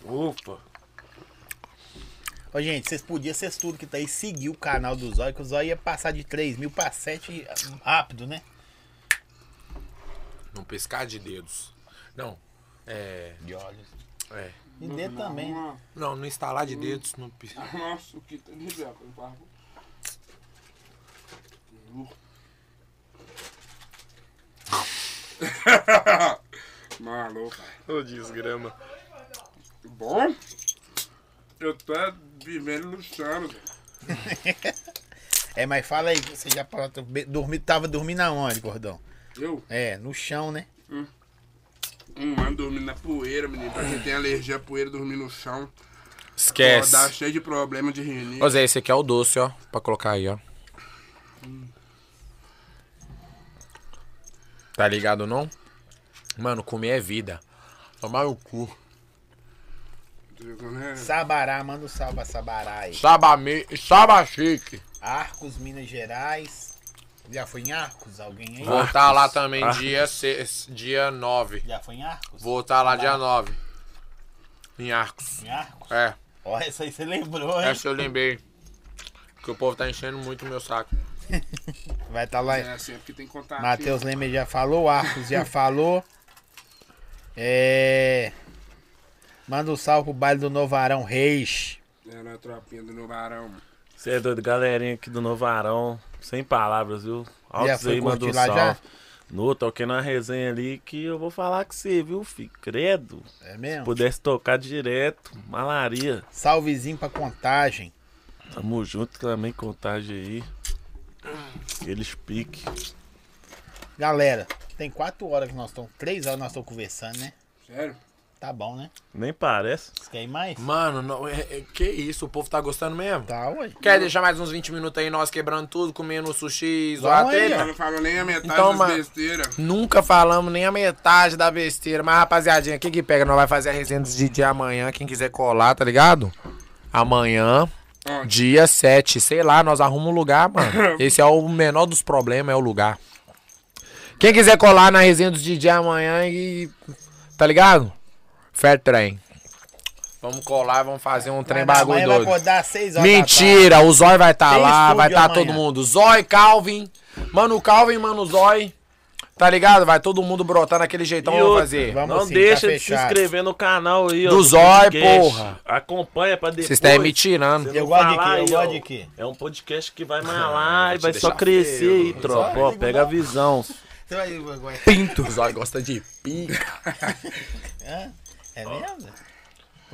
S4: Ufa.
S1: Ô, gente, vocês podiam, vocês tudo que tá aí, seguir o canal do Zóio, que o Zóio ia passar de 3 mil pra 7 rápido, né?
S2: Não pescar de dedos. Não, é.
S1: De olhos.
S2: é.
S1: E dentro também. né?
S3: Uma-
S2: Não, não instalar de dedos, não pescar.
S3: Nossa, o que tá de belo, por favor. Uhum. Maluco.
S2: Ô, desgrama.
S3: Bom, eu tô vivendo no chão. velho.
S1: É, mas fala aí, você já parou, tá be- dormi, tava dormindo aonde, gordão?
S3: Eu,
S1: É, no chão, né?
S3: um ano dormindo na poeira, menino. Pra quem tem alergia à poeira, dormir no chão.
S2: Esquece.
S3: Rodar cheio de problema de rinite.
S2: Ô, Zé, esse aqui é o doce, ó. Pra colocar aí, ó. Tá ligado, não? Mano, comer é vida. Tomar o cu.
S3: Digo, né?
S1: Sabará, manda um salve pra Sabará aí.
S2: Sabame... Saba chique.
S1: Arcos, Minas Gerais. Já foi em Arcos? Alguém aí?
S2: Vou estar lá também dia, seis, dia 9.
S1: Já foi em Arcos?
S2: Vou estar lá dia 9. Em Arcos.
S1: Em Arcos?
S2: É,
S1: Ó, essa aí você lembrou, hein?
S2: essa eu lembrei. Que o povo tá enchendo muito o meu saco.
S1: Vai tá lá.
S3: É assim, é porque tem que contar
S1: Matheus Leme já falou, Arcos já falou. É. Manda um salve pro baile do Novarão Reis.
S3: aqui. Era a É tropinha do Novarão.
S4: Você é doido, galerinha aqui do Novarão. Sem palavras, viu?
S1: Já
S4: Altos
S1: foi
S4: aí, mandou
S1: curtir
S4: um
S1: lá já?
S4: salve. No, toquei na resenha ali que eu vou falar com você, viu, fi? Credo.
S1: É mesmo?
S4: Pudesse tocar direto, malaria.
S1: Salvezinho pra contagem.
S4: Tamo junto também, contagem aí. Aqueles pique.
S1: Galera, tem quatro horas que nós estamos. Três horas que nós estamos conversando, né?
S3: Sério?
S1: Tá bom, né?
S4: Nem parece.
S1: Você quer ir mais?
S2: Mano, não, é- é- que isso, o povo tá gostando mesmo?
S1: Tá, ué.
S2: Quer deixar mais uns 20 minutos aí nós quebrando tudo, comendo sushi,
S1: Vamos
S2: zoar
S1: aí,
S2: ele?
S1: ó.
S3: Eu não falo nem a metade
S2: Então,
S3: das
S2: mano.
S3: besteiras.
S2: Nunca falamos nem a metade da besteira. Mas, rapaziadinha, quem que pega? Nós vai fazer a resenha dos DJ amanhã. Quem quiser colar, tá ligado? Amanhã,
S3: Onde?
S2: dia 7. Sei lá, nós arrumamos um lugar, mano. Esse é o menor dos problemas, é o lugar. Quem quiser colar na resenha dos DJ amanhã e. Tá ligado? Fair trem. Vamos colar, vamos fazer um trem
S1: Mas
S2: bagulho
S1: amanhã vai
S2: doido.
S1: acordar às seis horas. da tarde.
S2: Mentira, o Zói vai estar
S1: tá, Tem
S2: lá,
S1: estúdio
S2: vai estar
S1: amanhã.
S2: todo mundo. Zói, Calvin, mano Calvin, mano Zói. Tá ligado? Vai todo mundo brotar naquele jeitão
S4: E
S2: que eu vou
S4: outra,
S2: fazer.
S1: Então Vamos
S4: não
S1: sim, tá
S4: deixa de se
S1: fechado.
S4: inscrever no canal aí, ó.
S2: Do
S4: do
S2: Zói,
S4: podcast.
S2: porra.
S4: Acompanha pra depois.
S2: Vocês né? estão me tirando.
S4: Você não
S1: Eu gosto de
S4: falar
S1: quê? Eu
S4: aí,
S1: gosto
S4: ó,
S1: de quê?
S4: É um podcast que vai malar e vai
S2: te
S4: só
S2: deixar
S4: crescer
S2: feio,
S4: aí, tropa. Ó, pega a visão.
S1: Você vai- vai- vai-
S2: Pinto. O Zói gosta de pica.
S1: Hã? É mesmo? Zé?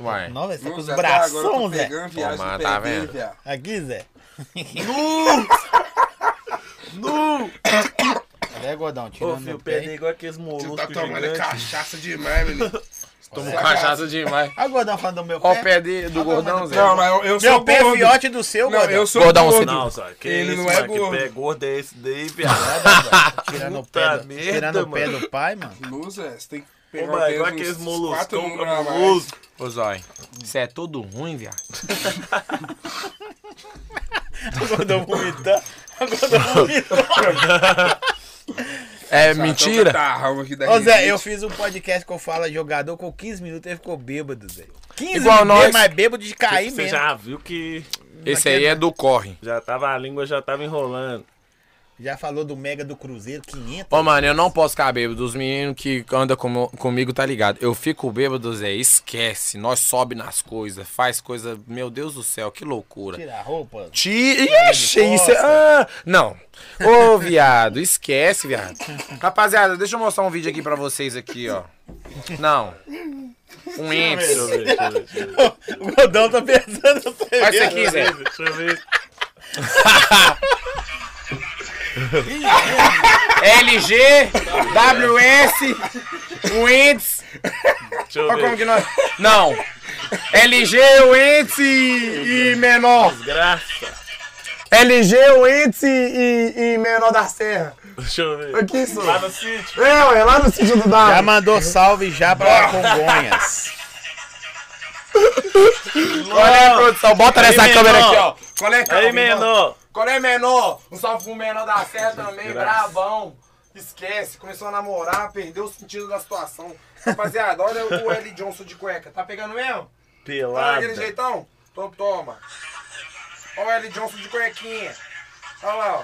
S2: Ué.
S1: Não, Zé, você tá com os
S3: Nossa, até agora eu tô
S1: bração, Zé.
S3: pegando viagem
S2: Ô, mano,
S3: do
S2: tá
S3: PV,
S2: vendo?
S3: viado.
S1: Aqui, Zé. Nu! nu! Cadê, gordão?
S4: Ô,
S1: Tirando
S4: filho,
S1: meu
S4: perdeu
S1: pé.
S4: igual aqueles moluscos
S3: Você tá tomando é
S4: gigantes.
S3: cachaça demais, menino.
S2: Tomou um cachaça demais.
S1: Olha o gordão tá falando do meu
S2: Ó o
S1: pé.
S2: pé de- do gordão, Zé.
S3: Não, mas eu, eu
S1: Meu
S3: sou
S1: pé é
S3: gordo.
S1: fiote do seu,
S3: Não,
S1: gordão.
S3: eu sou
S10: um
S2: Gordão,
S3: gordo.
S2: você
S4: Não, Zói, que
S3: Ele
S4: isso,
S3: não é
S4: mano,
S3: gordo.
S4: Que pé gordo é esse daí, viado?
S1: Tirando o
S4: Puta
S1: pé, do,
S4: merda,
S1: tirando o pé
S4: mano.
S1: do pai, mano.
S3: Não, Zé, é, você tem que
S4: Ô,
S3: pegar
S4: mano,
S3: pelo
S4: igual
S3: menos
S4: aqueles
S3: uns quatro
S4: moluscão
S3: números a mais.
S4: cabuloso.
S2: Ô, Zói. Isso é tudo ruim, viado.
S1: Gordão vomitar. Gordão vomitar.
S2: É
S3: Só
S2: mentira?
S3: tô com tarrão então tá, aqui da
S1: Ô, Zé,
S3: rinite.
S1: eu fiz um podcast que eu falo jogador com 15 minutos, ele ficou bêbado, Zé. 15
S2: Igual
S1: minutos,
S2: nós.
S1: mas bêbado de cair
S4: Você
S1: mesmo.
S4: já viu que
S2: Esse aí é do corre.
S4: já tava, a língua já tava enrolando.
S1: Já falou do Mega do Cruzeiro, 500.
S2: Ô, mano, eu não posso ficar bêbado. Os meninos que andam como- comigo tá ligado. Eu fico bêbado, Zé. Esquece. Nós sobe nas coisas, faz coisa. Meu Deus do céu, que loucura.
S1: Tira a roupa.
S2: Tira. Ixi, isso é. Ah, não. Ô, viado, esquece, viado. Rapaziada, deixa eu mostrar um vídeo aqui pra vocês aqui, ó. Não. Um
S4: Deixa
S2: índice.
S4: eu ver, deixa eu ver, deixa eu ver.
S1: O Godão tá pensando.
S2: Olha isso aqui, Zé.
S4: Deixa eu ver.
S2: LG, WS, o um índice.
S4: Deixa eu
S2: Olha como
S4: ver.
S2: que nós. Não. LG, o índice e e menor.
S4: Graça.
S2: LG, o índice e, e menor da serra.
S4: Deixa eu ver.
S2: Aqui, isso.
S4: Lá no sítio.
S2: É, ué, lá no sítio do
S1: Já
S2: Dado.
S1: mandou salve já pra Congonhas.
S2: Olha aí, produção, bota nessa
S4: Aí,
S2: câmera
S4: menor.
S2: aqui, ó. Qual é,
S4: Aí,
S2: Calvin, mano?
S4: menor.
S2: Qual é, menor? Um salve pro menor da serra também, brabão. Esquece, começou a namorar, perdeu o sentido da situação. Rapaziada, olha o L. Johnson de cueca. Tá pegando mesmo? Tá daquele
S4: Pelada.
S2: jeitão? Então toma. Olha o L. Johnson de cuequinha. Olha lá, ó.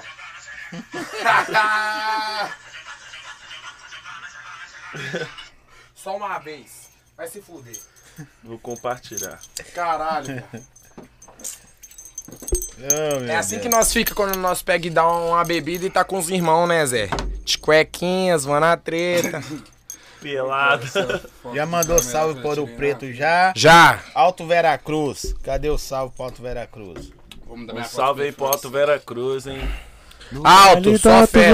S2: Só uma vez. Vai se fuder.
S4: Vou compartilhar.
S2: Caralho, velho.
S1: Oh, meu
S2: É assim
S1: Deus.
S2: que nós fica quando nós pega e dá uma bebida e tá com os irmãos, né, Zé? De cuequinhas, mano, a treta.
S4: Pelada.
S1: Já mandou salve pro
S3: né?
S1: Ouro Preto já.
S2: Já.
S1: Alto Veracruz. Cadê o salve pro Alto Veracruz?
S3: Vamos dar
S4: Um
S3: minha
S4: salve aí pro Alto Vera Cruz, hein? Tá
S2: Alto, só fé.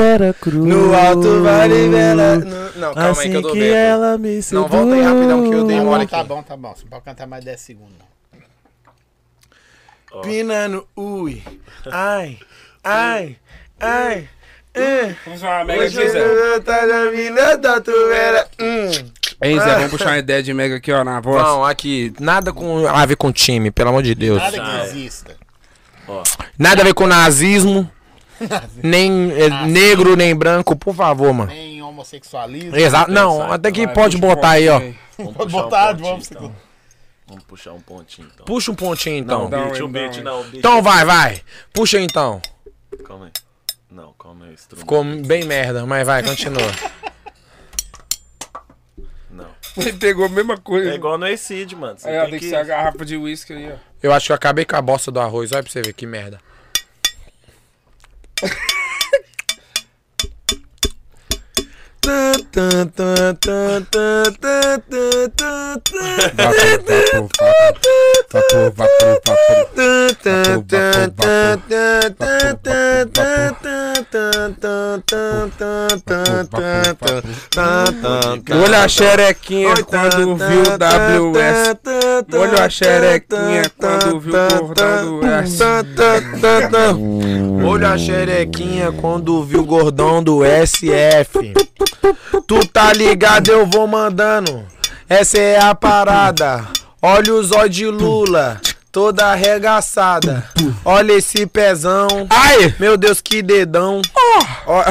S2: No alto
S12: Uh,
S2: vale vela. no- Não, calma
S12: assim
S4: Assim
S2: aí que eu tô vendo.
S12: me
S2: Não, volta aí rapidão que eu dei
S1: Tá
S2: mole
S1: bom,
S2: aqui.
S1: tá bom, tá bom. Você não pode cantar mais 10 segundos. não.
S12: Pinando, ui. Ai, ai, ai.
S3: Vamos fazer uma mega aqui, Zé.
S1: Hum.
S10: Hein, Zé, vamos puxar uma ideia de mega aqui, ó, na voz.
S2: Não, aqui, nada com, a ver com time, pelo amor de Deus.
S1: Nada
S4: Já é.
S1: que exista.
S2: Nada a ver com nazismo. nem eh, negro, nem branco, por favor, mano.
S1: Nem homossexualismo.
S2: Exato. Não,
S4: pensar,
S2: até que
S3: Vai,
S2: pode
S3: puxa o
S2: botar aí, ó.
S3: pontinho
S4: Vamos
S1: Pode
S4: puxar
S1: botar,
S4: um
S1: vamos.
S4: pontinho, então. Vamos puxar um pontinho, então.
S2: Puxa um pontinho
S10: Não,
S2: então.
S4: Beat,
S10: hein,
S4: um beat,
S10: não,
S4: não. beat.
S2: Então vai, vai. Puxa então.
S4: Calma aí. Não, calma aí. Instrumento.
S2: Ficou bem merda, mas vai, continua.
S4: Não.
S10: Ele pegou a mesma coisa.
S4: É igual no Acid, mano. Você
S3: É,
S10: Aí, ó,
S4: tem que...
S10: ser a garrafa de uísque aí, ó.
S2: Eu acho que eu acabei com a bosta do arroz, olha pra você ver que merda.
S3: Olha a xerequinha quando viu o WS.
S2: é
S3: Olha a xerequinha quando viu o cordão do S.
S2: Olha é a xerequinha quando viu o gordão do SF. Tu tá ligado, eu vou mandando. Essa é a parada. Olha os ó de Lula, toda arregaçada. Olha esse pezão.
S3: Ai!
S2: Meu Deus, que dedão. Ó-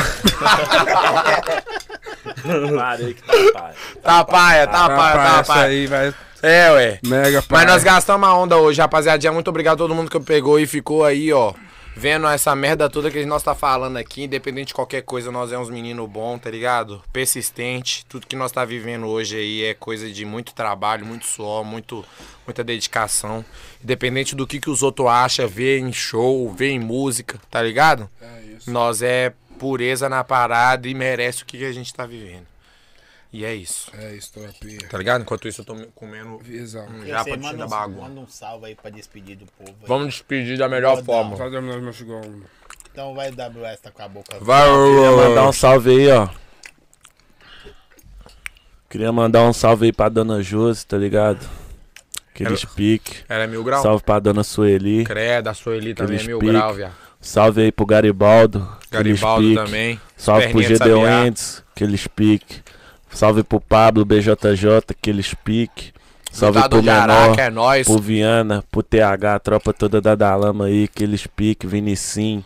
S4: Parei que tá pai.
S2: Tá paia, tá paia,
S3: Rapaz,
S2: tá
S3: essa
S2: paia.
S3: aí vai.
S2: É, ué.
S3: Mega pai.
S2: Mas nós gastamos a onda hoje, rapaziadinha. Muito obrigado a todo mundo que pegou e ficou aí, ó. Vendo essa merda toda que nós tá falando aqui, independente de qualquer coisa, nós é uns menino bom, tá ligado? Persistente. Tudo que nós tá vivendo hoje aí é coisa de muito trabalho, muito suor, muito, muita dedicação. Independente do que, que os outros acham, vê em show, vê em música, tá ligado?
S15: É isso.
S2: Nós é pureza na parada e merece o que, que a gente tá vivendo. E é isso,
S15: É isso, tropinha.
S2: tá ligado? Enquanto isso, eu tô me- comendo
S15: Visão.
S2: um
S1: Você
S2: japa de
S1: manda,
S2: da
S1: um,
S2: bagulho.
S1: manda um salve aí pra despedir do povo. aí.
S2: Vamos despedir da melhor
S1: Rodão.
S2: forma.
S3: Só terminar os meus chugão.
S1: Então vai WS tá com a boca.
S2: Vai,
S4: Queria
S2: ô,
S4: mandar um salve aí, ó. Queria mandar um salve aí pra dona Josi, tá ligado? Aqueles pique.
S2: Ela é mil grau?
S4: Salve pra dona Sueli.
S2: Credo, a Sueli também é
S4: Aqueles
S2: mil
S4: pique.
S2: grau, viado.
S4: Salve aí pro Garibaldo. aqueles
S2: Garibaldo
S4: pique.
S2: também.
S4: Salve pro
S2: Perninha de
S4: Gedeon
S2: Sabiá.
S4: Endes, aqueles pique. Salve pro Pablo BJJ, aqueles pique. Salve
S2: Lutado
S4: pro
S2: de
S4: Menor,
S2: Araca, é nóis.
S4: pro Viana, pro TH, a tropa toda da Dalama aí, aqueles pique, Vinicim,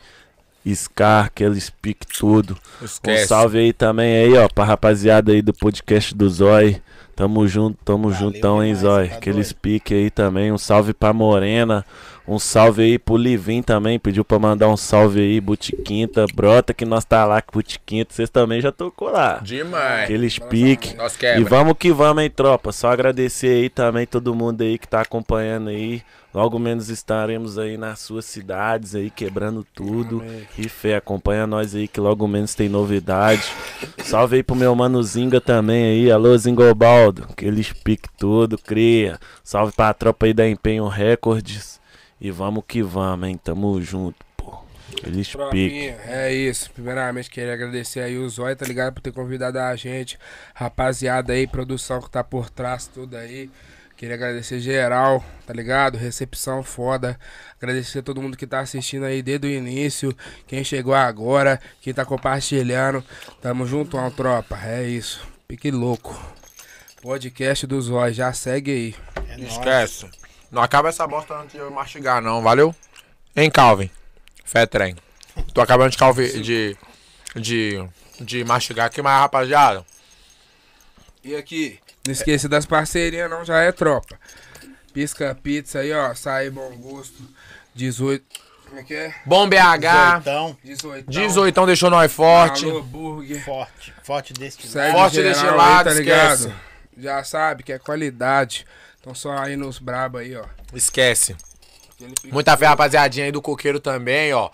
S4: Scar, aqueles pique tudo. Um
S2: Esquece.
S4: salve aí também aí, ó, pra rapaziada aí do podcast do Zói. Tamo junto, tamo juntão, hein,
S1: demais,
S4: Zói.
S1: tá
S4: Aqueles
S1: doido.
S4: pique aí também. Um salve pra Morena. Um salve aí pro Livim também. Pediu pra mandar um salve aí, Butiquinta. Brota que nós tá lá com Butiquinta. Vocês também já tocou lá.
S2: Demais.
S1: É.
S4: Aqueles pique.
S2: Nós
S4: E
S2: quebra.
S4: vamos que vamos, hein, tropa. Só agradecer aí também todo mundo aí que tá acompanhando aí. Logo menos estaremos aí nas suas cidades aí, quebrando tudo. E fé, acompanha nós aí que logo menos tem novidade. Salve aí pro meu mano Zinga também aí. Alô, Zingobaldo. Aqueles pique tudo, cria. Salve pra tropa aí da Empenho Records. E vamos que vamos, hein. Tamo junto, pô. Aqueles pique.
S3: Tropinha, É isso. Primeiramente, queria agradecer aí o Zóio, tá ligado? Por ter convidado a gente. Rapaziada aí, produção que tá por trás, tudo aí. Queria agradecer geral, tá ligado? Recepção foda. Agradecer a todo mundo que tá assistindo aí desde o início. Quem chegou agora, quem tá compartilhando. Tamo juntão, tropa. É isso. Pique louco. Podcast do Zóio, já segue aí.
S2: Esquece. Não acaba essa bosta antes de eu mastigar, não, valeu? Hein, Calvin? Fé trem. Tô acabando de Calvin. De. De. De mastigar aqui, mas rapaziada.
S15: E aqui?
S3: Não esqueça das parcerias, não, já é tropa. Pisca pizza aí, ó. Sai bom gosto. 18.
S15: Como é que é?
S2: Bom BH.
S1: Então,
S15: 18.
S2: 18 deixou nós forte.
S3: Alô, burger.
S1: forte. Forte deste
S3: Segue
S1: lado.
S2: Forte
S3: geral
S2: desse
S3: aí,
S2: lado,
S3: tá ligado?
S2: esquece.
S3: Já sabe que é qualidade. Então só aí nos brabo aí, ó.
S2: Esquece.
S3: Aquele pique-
S2: Muita fé, rapaziadinha aí do coqueiro também, ó.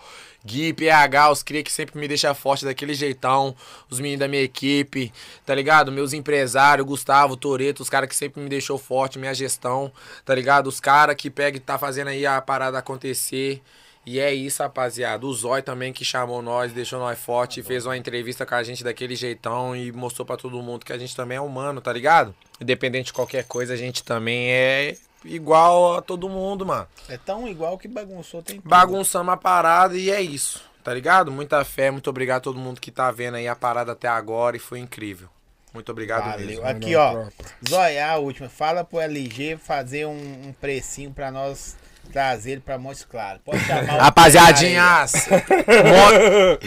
S2: Gui, PH, os cria que sempre me deixa forte daquele jeitão. Os meninos da minha equipe, tá ligado? Meus empresários, Gustavo, Toreto, os caras que sempre me deixou forte, minha gestão, tá ligado? Os caras que pega e tá fazendo aí a parada acontecer. E é isso, rapaziada. O Zói também que chamou nós, deixou nós forte, fez uma entrevista com a gente daquele jeitão e mostrou pra todo mundo que a gente também é humano, tá ligado? Independente de qualquer coisa, a gente também é igual a todo mundo, mano
S1: É tão igual que bagunçou tem tudo.
S2: bagunçamos a parada e é isso, tá ligado? Muita fé, muito obrigado a todo mundo que tá vendo aí a parada até agora e foi incrível. Muito obrigado mesmo.
S1: Valeu. Aqui, ó. Zóia, a última. Fala pro LG fazer um, um precinho pra nós trazer ele pra Montes Claros. Pode chamar o cara
S2: Rapaziadinhas, Mon-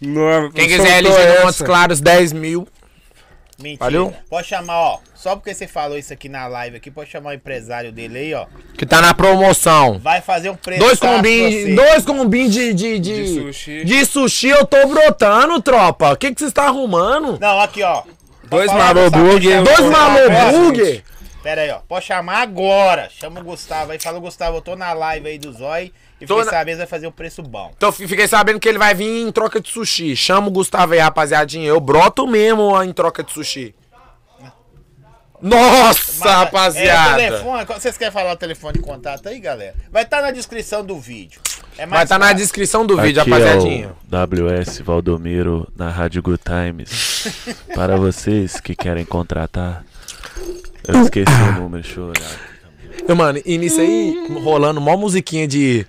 S3: Não,
S2: quem
S3: soltou
S2: quiser LG no
S3: essa.
S2: Montes Claros, 10 mil.
S1: aí. Mentira.
S2: Valeu.
S1: Pode chamar, ó. Só porque você falou isso aqui na live aqui, pode chamar o empresário dele aí, ó.
S2: Que tá na promoção.
S1: Vai fazer um preço.
S2: Dois
S1: assim.
S2: combins, dois combins de, de, de,
S3: De sushi.
S2: de sushi, eu tô brotando, tropa. O que que vocês tá arrumando?
S1: Não, aqui, ó.
S3: Dois
S1: Marobug.
S3: Marobug.
S2: Dois
S3: vou-
S1: Ah,
S2: maloburger.
S1: Pera aí, ó. Pode chamar agora. Chama o Gustavo aí. Fala, Gustavo, eu tô na live aí do Zói. E
S2: Tô
S1: fiquei
S2: na-
S1: sabendo que vai fazer um preço bom.
S2: Então fi- fiquei sabendo que ele vai vir em troca de sushi. Chama o Gustavo aí, rapaziadinha. Eu broto mesmo ó, em troca de sushi. Nossa,
S1: Mas, É, o
S2: rapaziada!
S1: telefone, qual- vocês querem falar o telefone de contato aí, galera? Vai estar na descrição do vídeo. É
S2: Vai
S1: mais
S2: estar tá na
S1: fácil.
S2: descrição do vídeo,
S4: Aqui
S2: rapaziadinha.
S4: É o WS Valdomiro na Rádio Good Times. Para vocês que querem contratar. Eu esqueci o número, deixa eu olhar.
S2: Eu, Mano, e nisso aí,
S1: Hum.
S2: rolando mó musiquinha de.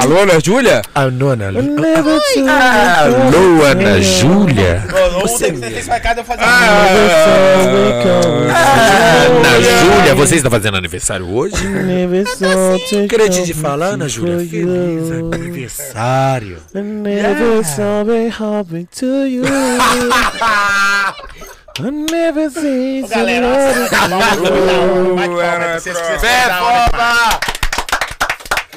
S2: Alô, Ana Júlia? Alô, Ana
S1: ah,
S2: Alô, Ana Júlia?
S1: Rolou um, tem que você tem que vai cada um fazer um.
S2: Ah, Ana Júlia, você está fazendo aniversário hoje? Queria te falar, Ana Júlia. Feliz aniversário.
S12: Never something happened to you. I never seen
S1: Ô, Galera, nossa, vai acabar o jogo, não. Vai que vai, vai, vocês- vocês
S2: Fé,
S1: vão dar aula pra-
S2: fofa!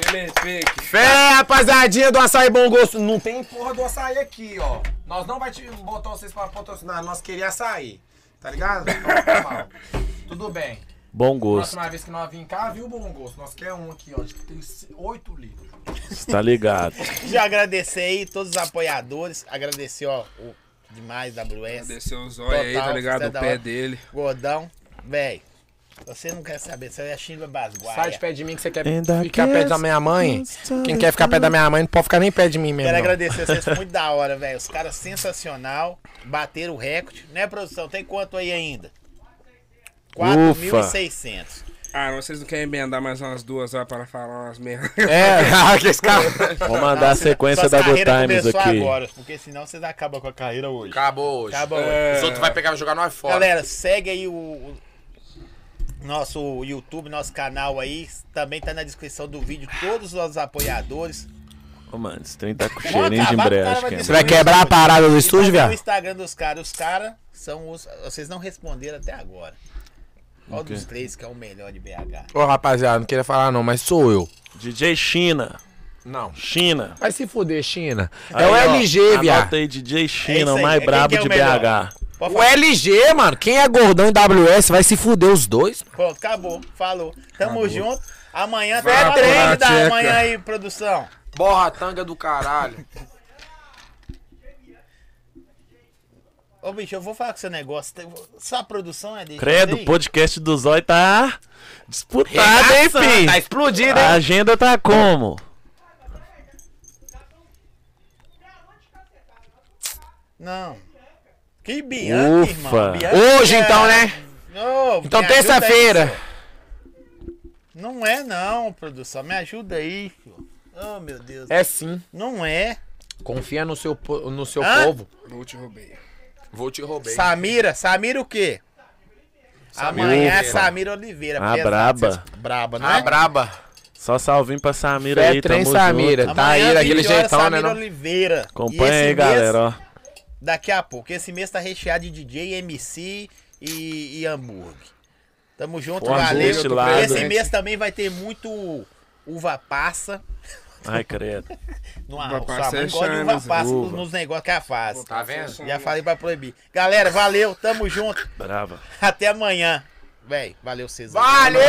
S3: Ele é fake.
S2: Fé, rapaziadinha do açaí bom gosto. Não tem porra do açaí aqui, ó. Nós não vai te botar vocês pra patrocinar. Nós queria açaí. Tá ligado? Então, tá bom. Tudo bem.
S4: Bom gosto,
S2: Próxima vez que nós vir cá, viu, bom gosto? Nós quer um aqui, ó. Tipo, tem 8 litros.
S4: tá ligado?
S1: Já agradecer aí todos os apoiadores. Agradecer, ó, o demais WS,
S3: Desceu os olhos aí, tá
S1: Total,
S3: ligado?
S1: isso é
S3: O
S1: da
S3: pé
S1: hora.
S3: dele.
S1: Gordão. Véi, você não quer saber, você é Chimba Basguaia.
S2: Sai de pé de mim que você quer
S12: Ainda
S2: ficar perto da minha mãe. Quem quer ficar perto da minha mãe não pode ficar nem perto de mim mesmo.
S1: Quero
S2: não.
S1: agradecer vocês, foi muito da hora, velho. Os caras sensacional, bateram o recorde, né, produção? Tem quanto aí ainda? 4.600.
S3: Ah, não, vocês não querem emendar mais umas duas horas para falar umas merdas.
S2: É, que esse cara.
S4: Vou mandar a sequência
S1: Suas
S4: da Good
S1: carreiras
S4: Times
S1: começou
S4: aqui.
S1: agora, porque senão vocês acabam com a carreira hoje.
S2: Acabou hoje. É.
S1: Acabou hoje.
S2: Os outros vai pegar e jogar nós fora.
S1: Galera, segue aí o, o nosso YouTube, nosso canal aí. Também tá na descrição do vídeo todos os apoiadores.
S4: Ô, mano, esse trem tá com
S1: Vou
S4: cheirinho de
S1: acabar, o cara
S4: embreagem.
S1: vai
S4: quem é?
S2: Você vai quebrar a parada do
S1: e
S2: estúdio,
S1: também o
S2: viado?
S1: Instagram dos caras. Os caras são os. Vocês não responderam até agora. Qual dos três que é o melhor de BH?
S2: Ô, rapaziada, não queria falar não, mas sou eu.
S4: DJ China,
S2: Não.
S4: China.
S2: Vai se fuder, China.
S4: Aí,
S2: é o
S4: ó,
S2: LG,
S4: Anota
S2: viado.
S4: aí, DJ
S1: É isso
S4: China, o
S1: aí, é
S4: mais
S1: quem que
S4: brabo
S1: é o
S4: de
S1: melhor?
S4: BH.
S1: Pode
S2: O
S1: falar.
S2: LG, mano. Quem é gordão em WS vai se fuder os dois.
S1: Pronto, acabou. Falou. Tamo junto. Amanhã
S2: Vai
S1: até
S2: pra
S1: três
S2: tcheca.
S1: da manhã aí, produção.
S2: Borra tanga do caralho.
S1: Ô, bicho, eu vou falar com seu negócio. Tem- Sua produção é de.
S4: Credo, o
S1: Tem?
S4: podcast do Zói tá disputado, hein,
S2: Regaçando, tá
S4: filho?
S2: explodido,
S4: A
S2: hein?
S4: agenda tá como?
S1: Não. Que Bianca,
S4: Ufa.
S1: irmão. Bianca
S2: Hoje,
S1: é-
S2: então, né?
S1: Ô,
S2: Então,
S1: me ajuda aí,
S2: terça-feira.
S1: senhor. Não é, não, produção. Me ajuda aí, filho. Oh, meu Deus.
S2: É sim.
S1: Não é.
S2: Confia no seu, po- no seu
S1: Hã?
S2: povo.
S3: Vou te roubei.
S2: Vou te roubar.
S1: Samira, Samira o quê? Amanhã é
S4: Oliveira.
S1: Samira Oliveira.
S4: A
S1: pesado,
S4: braba.
S1: vocês- Braba, né?
S2: A braba.
S4: Só salvinho pra Samira
S2: Fé,
S4: aí,
S2: trem,
S4: tamo
S2: Samira.
S4: junto.
S2: Tá aí,
S1: Amanhã,
S2: daquele
S1: 20 horas,
S2: jeitão, né,
S1: Samira
S2: não?
S1: Oliveira.
S4: Acompanha aí,
S1: mês,
S4: galera, ó.
S1: Daqui a pouco. Esse mês tá recheado de DJ, MC e, e hambúrguer. Tamo junto,
S4: Pô, hambúrguer
S1: valeu.
S4: destilado,
S1: Esse
S4: né?
S1: mês também vai ter muito uva passa.
S4: Ai, credo.
S1: No
S3: Uva
S1: arroz. Sua
S3: passa
S1: mãe
S3: é
S1: gosta de
S3: chana,
S1: uva passa
S4: uva.
S1: nos negócios que ela faz.
S2: Tá vendo?
S1: Já falei pra proibir. Galera, valeu. Tamo junto.
S4: Brava.
S1: Até amanhã. Véi, valeu, César.
S2: Valeu!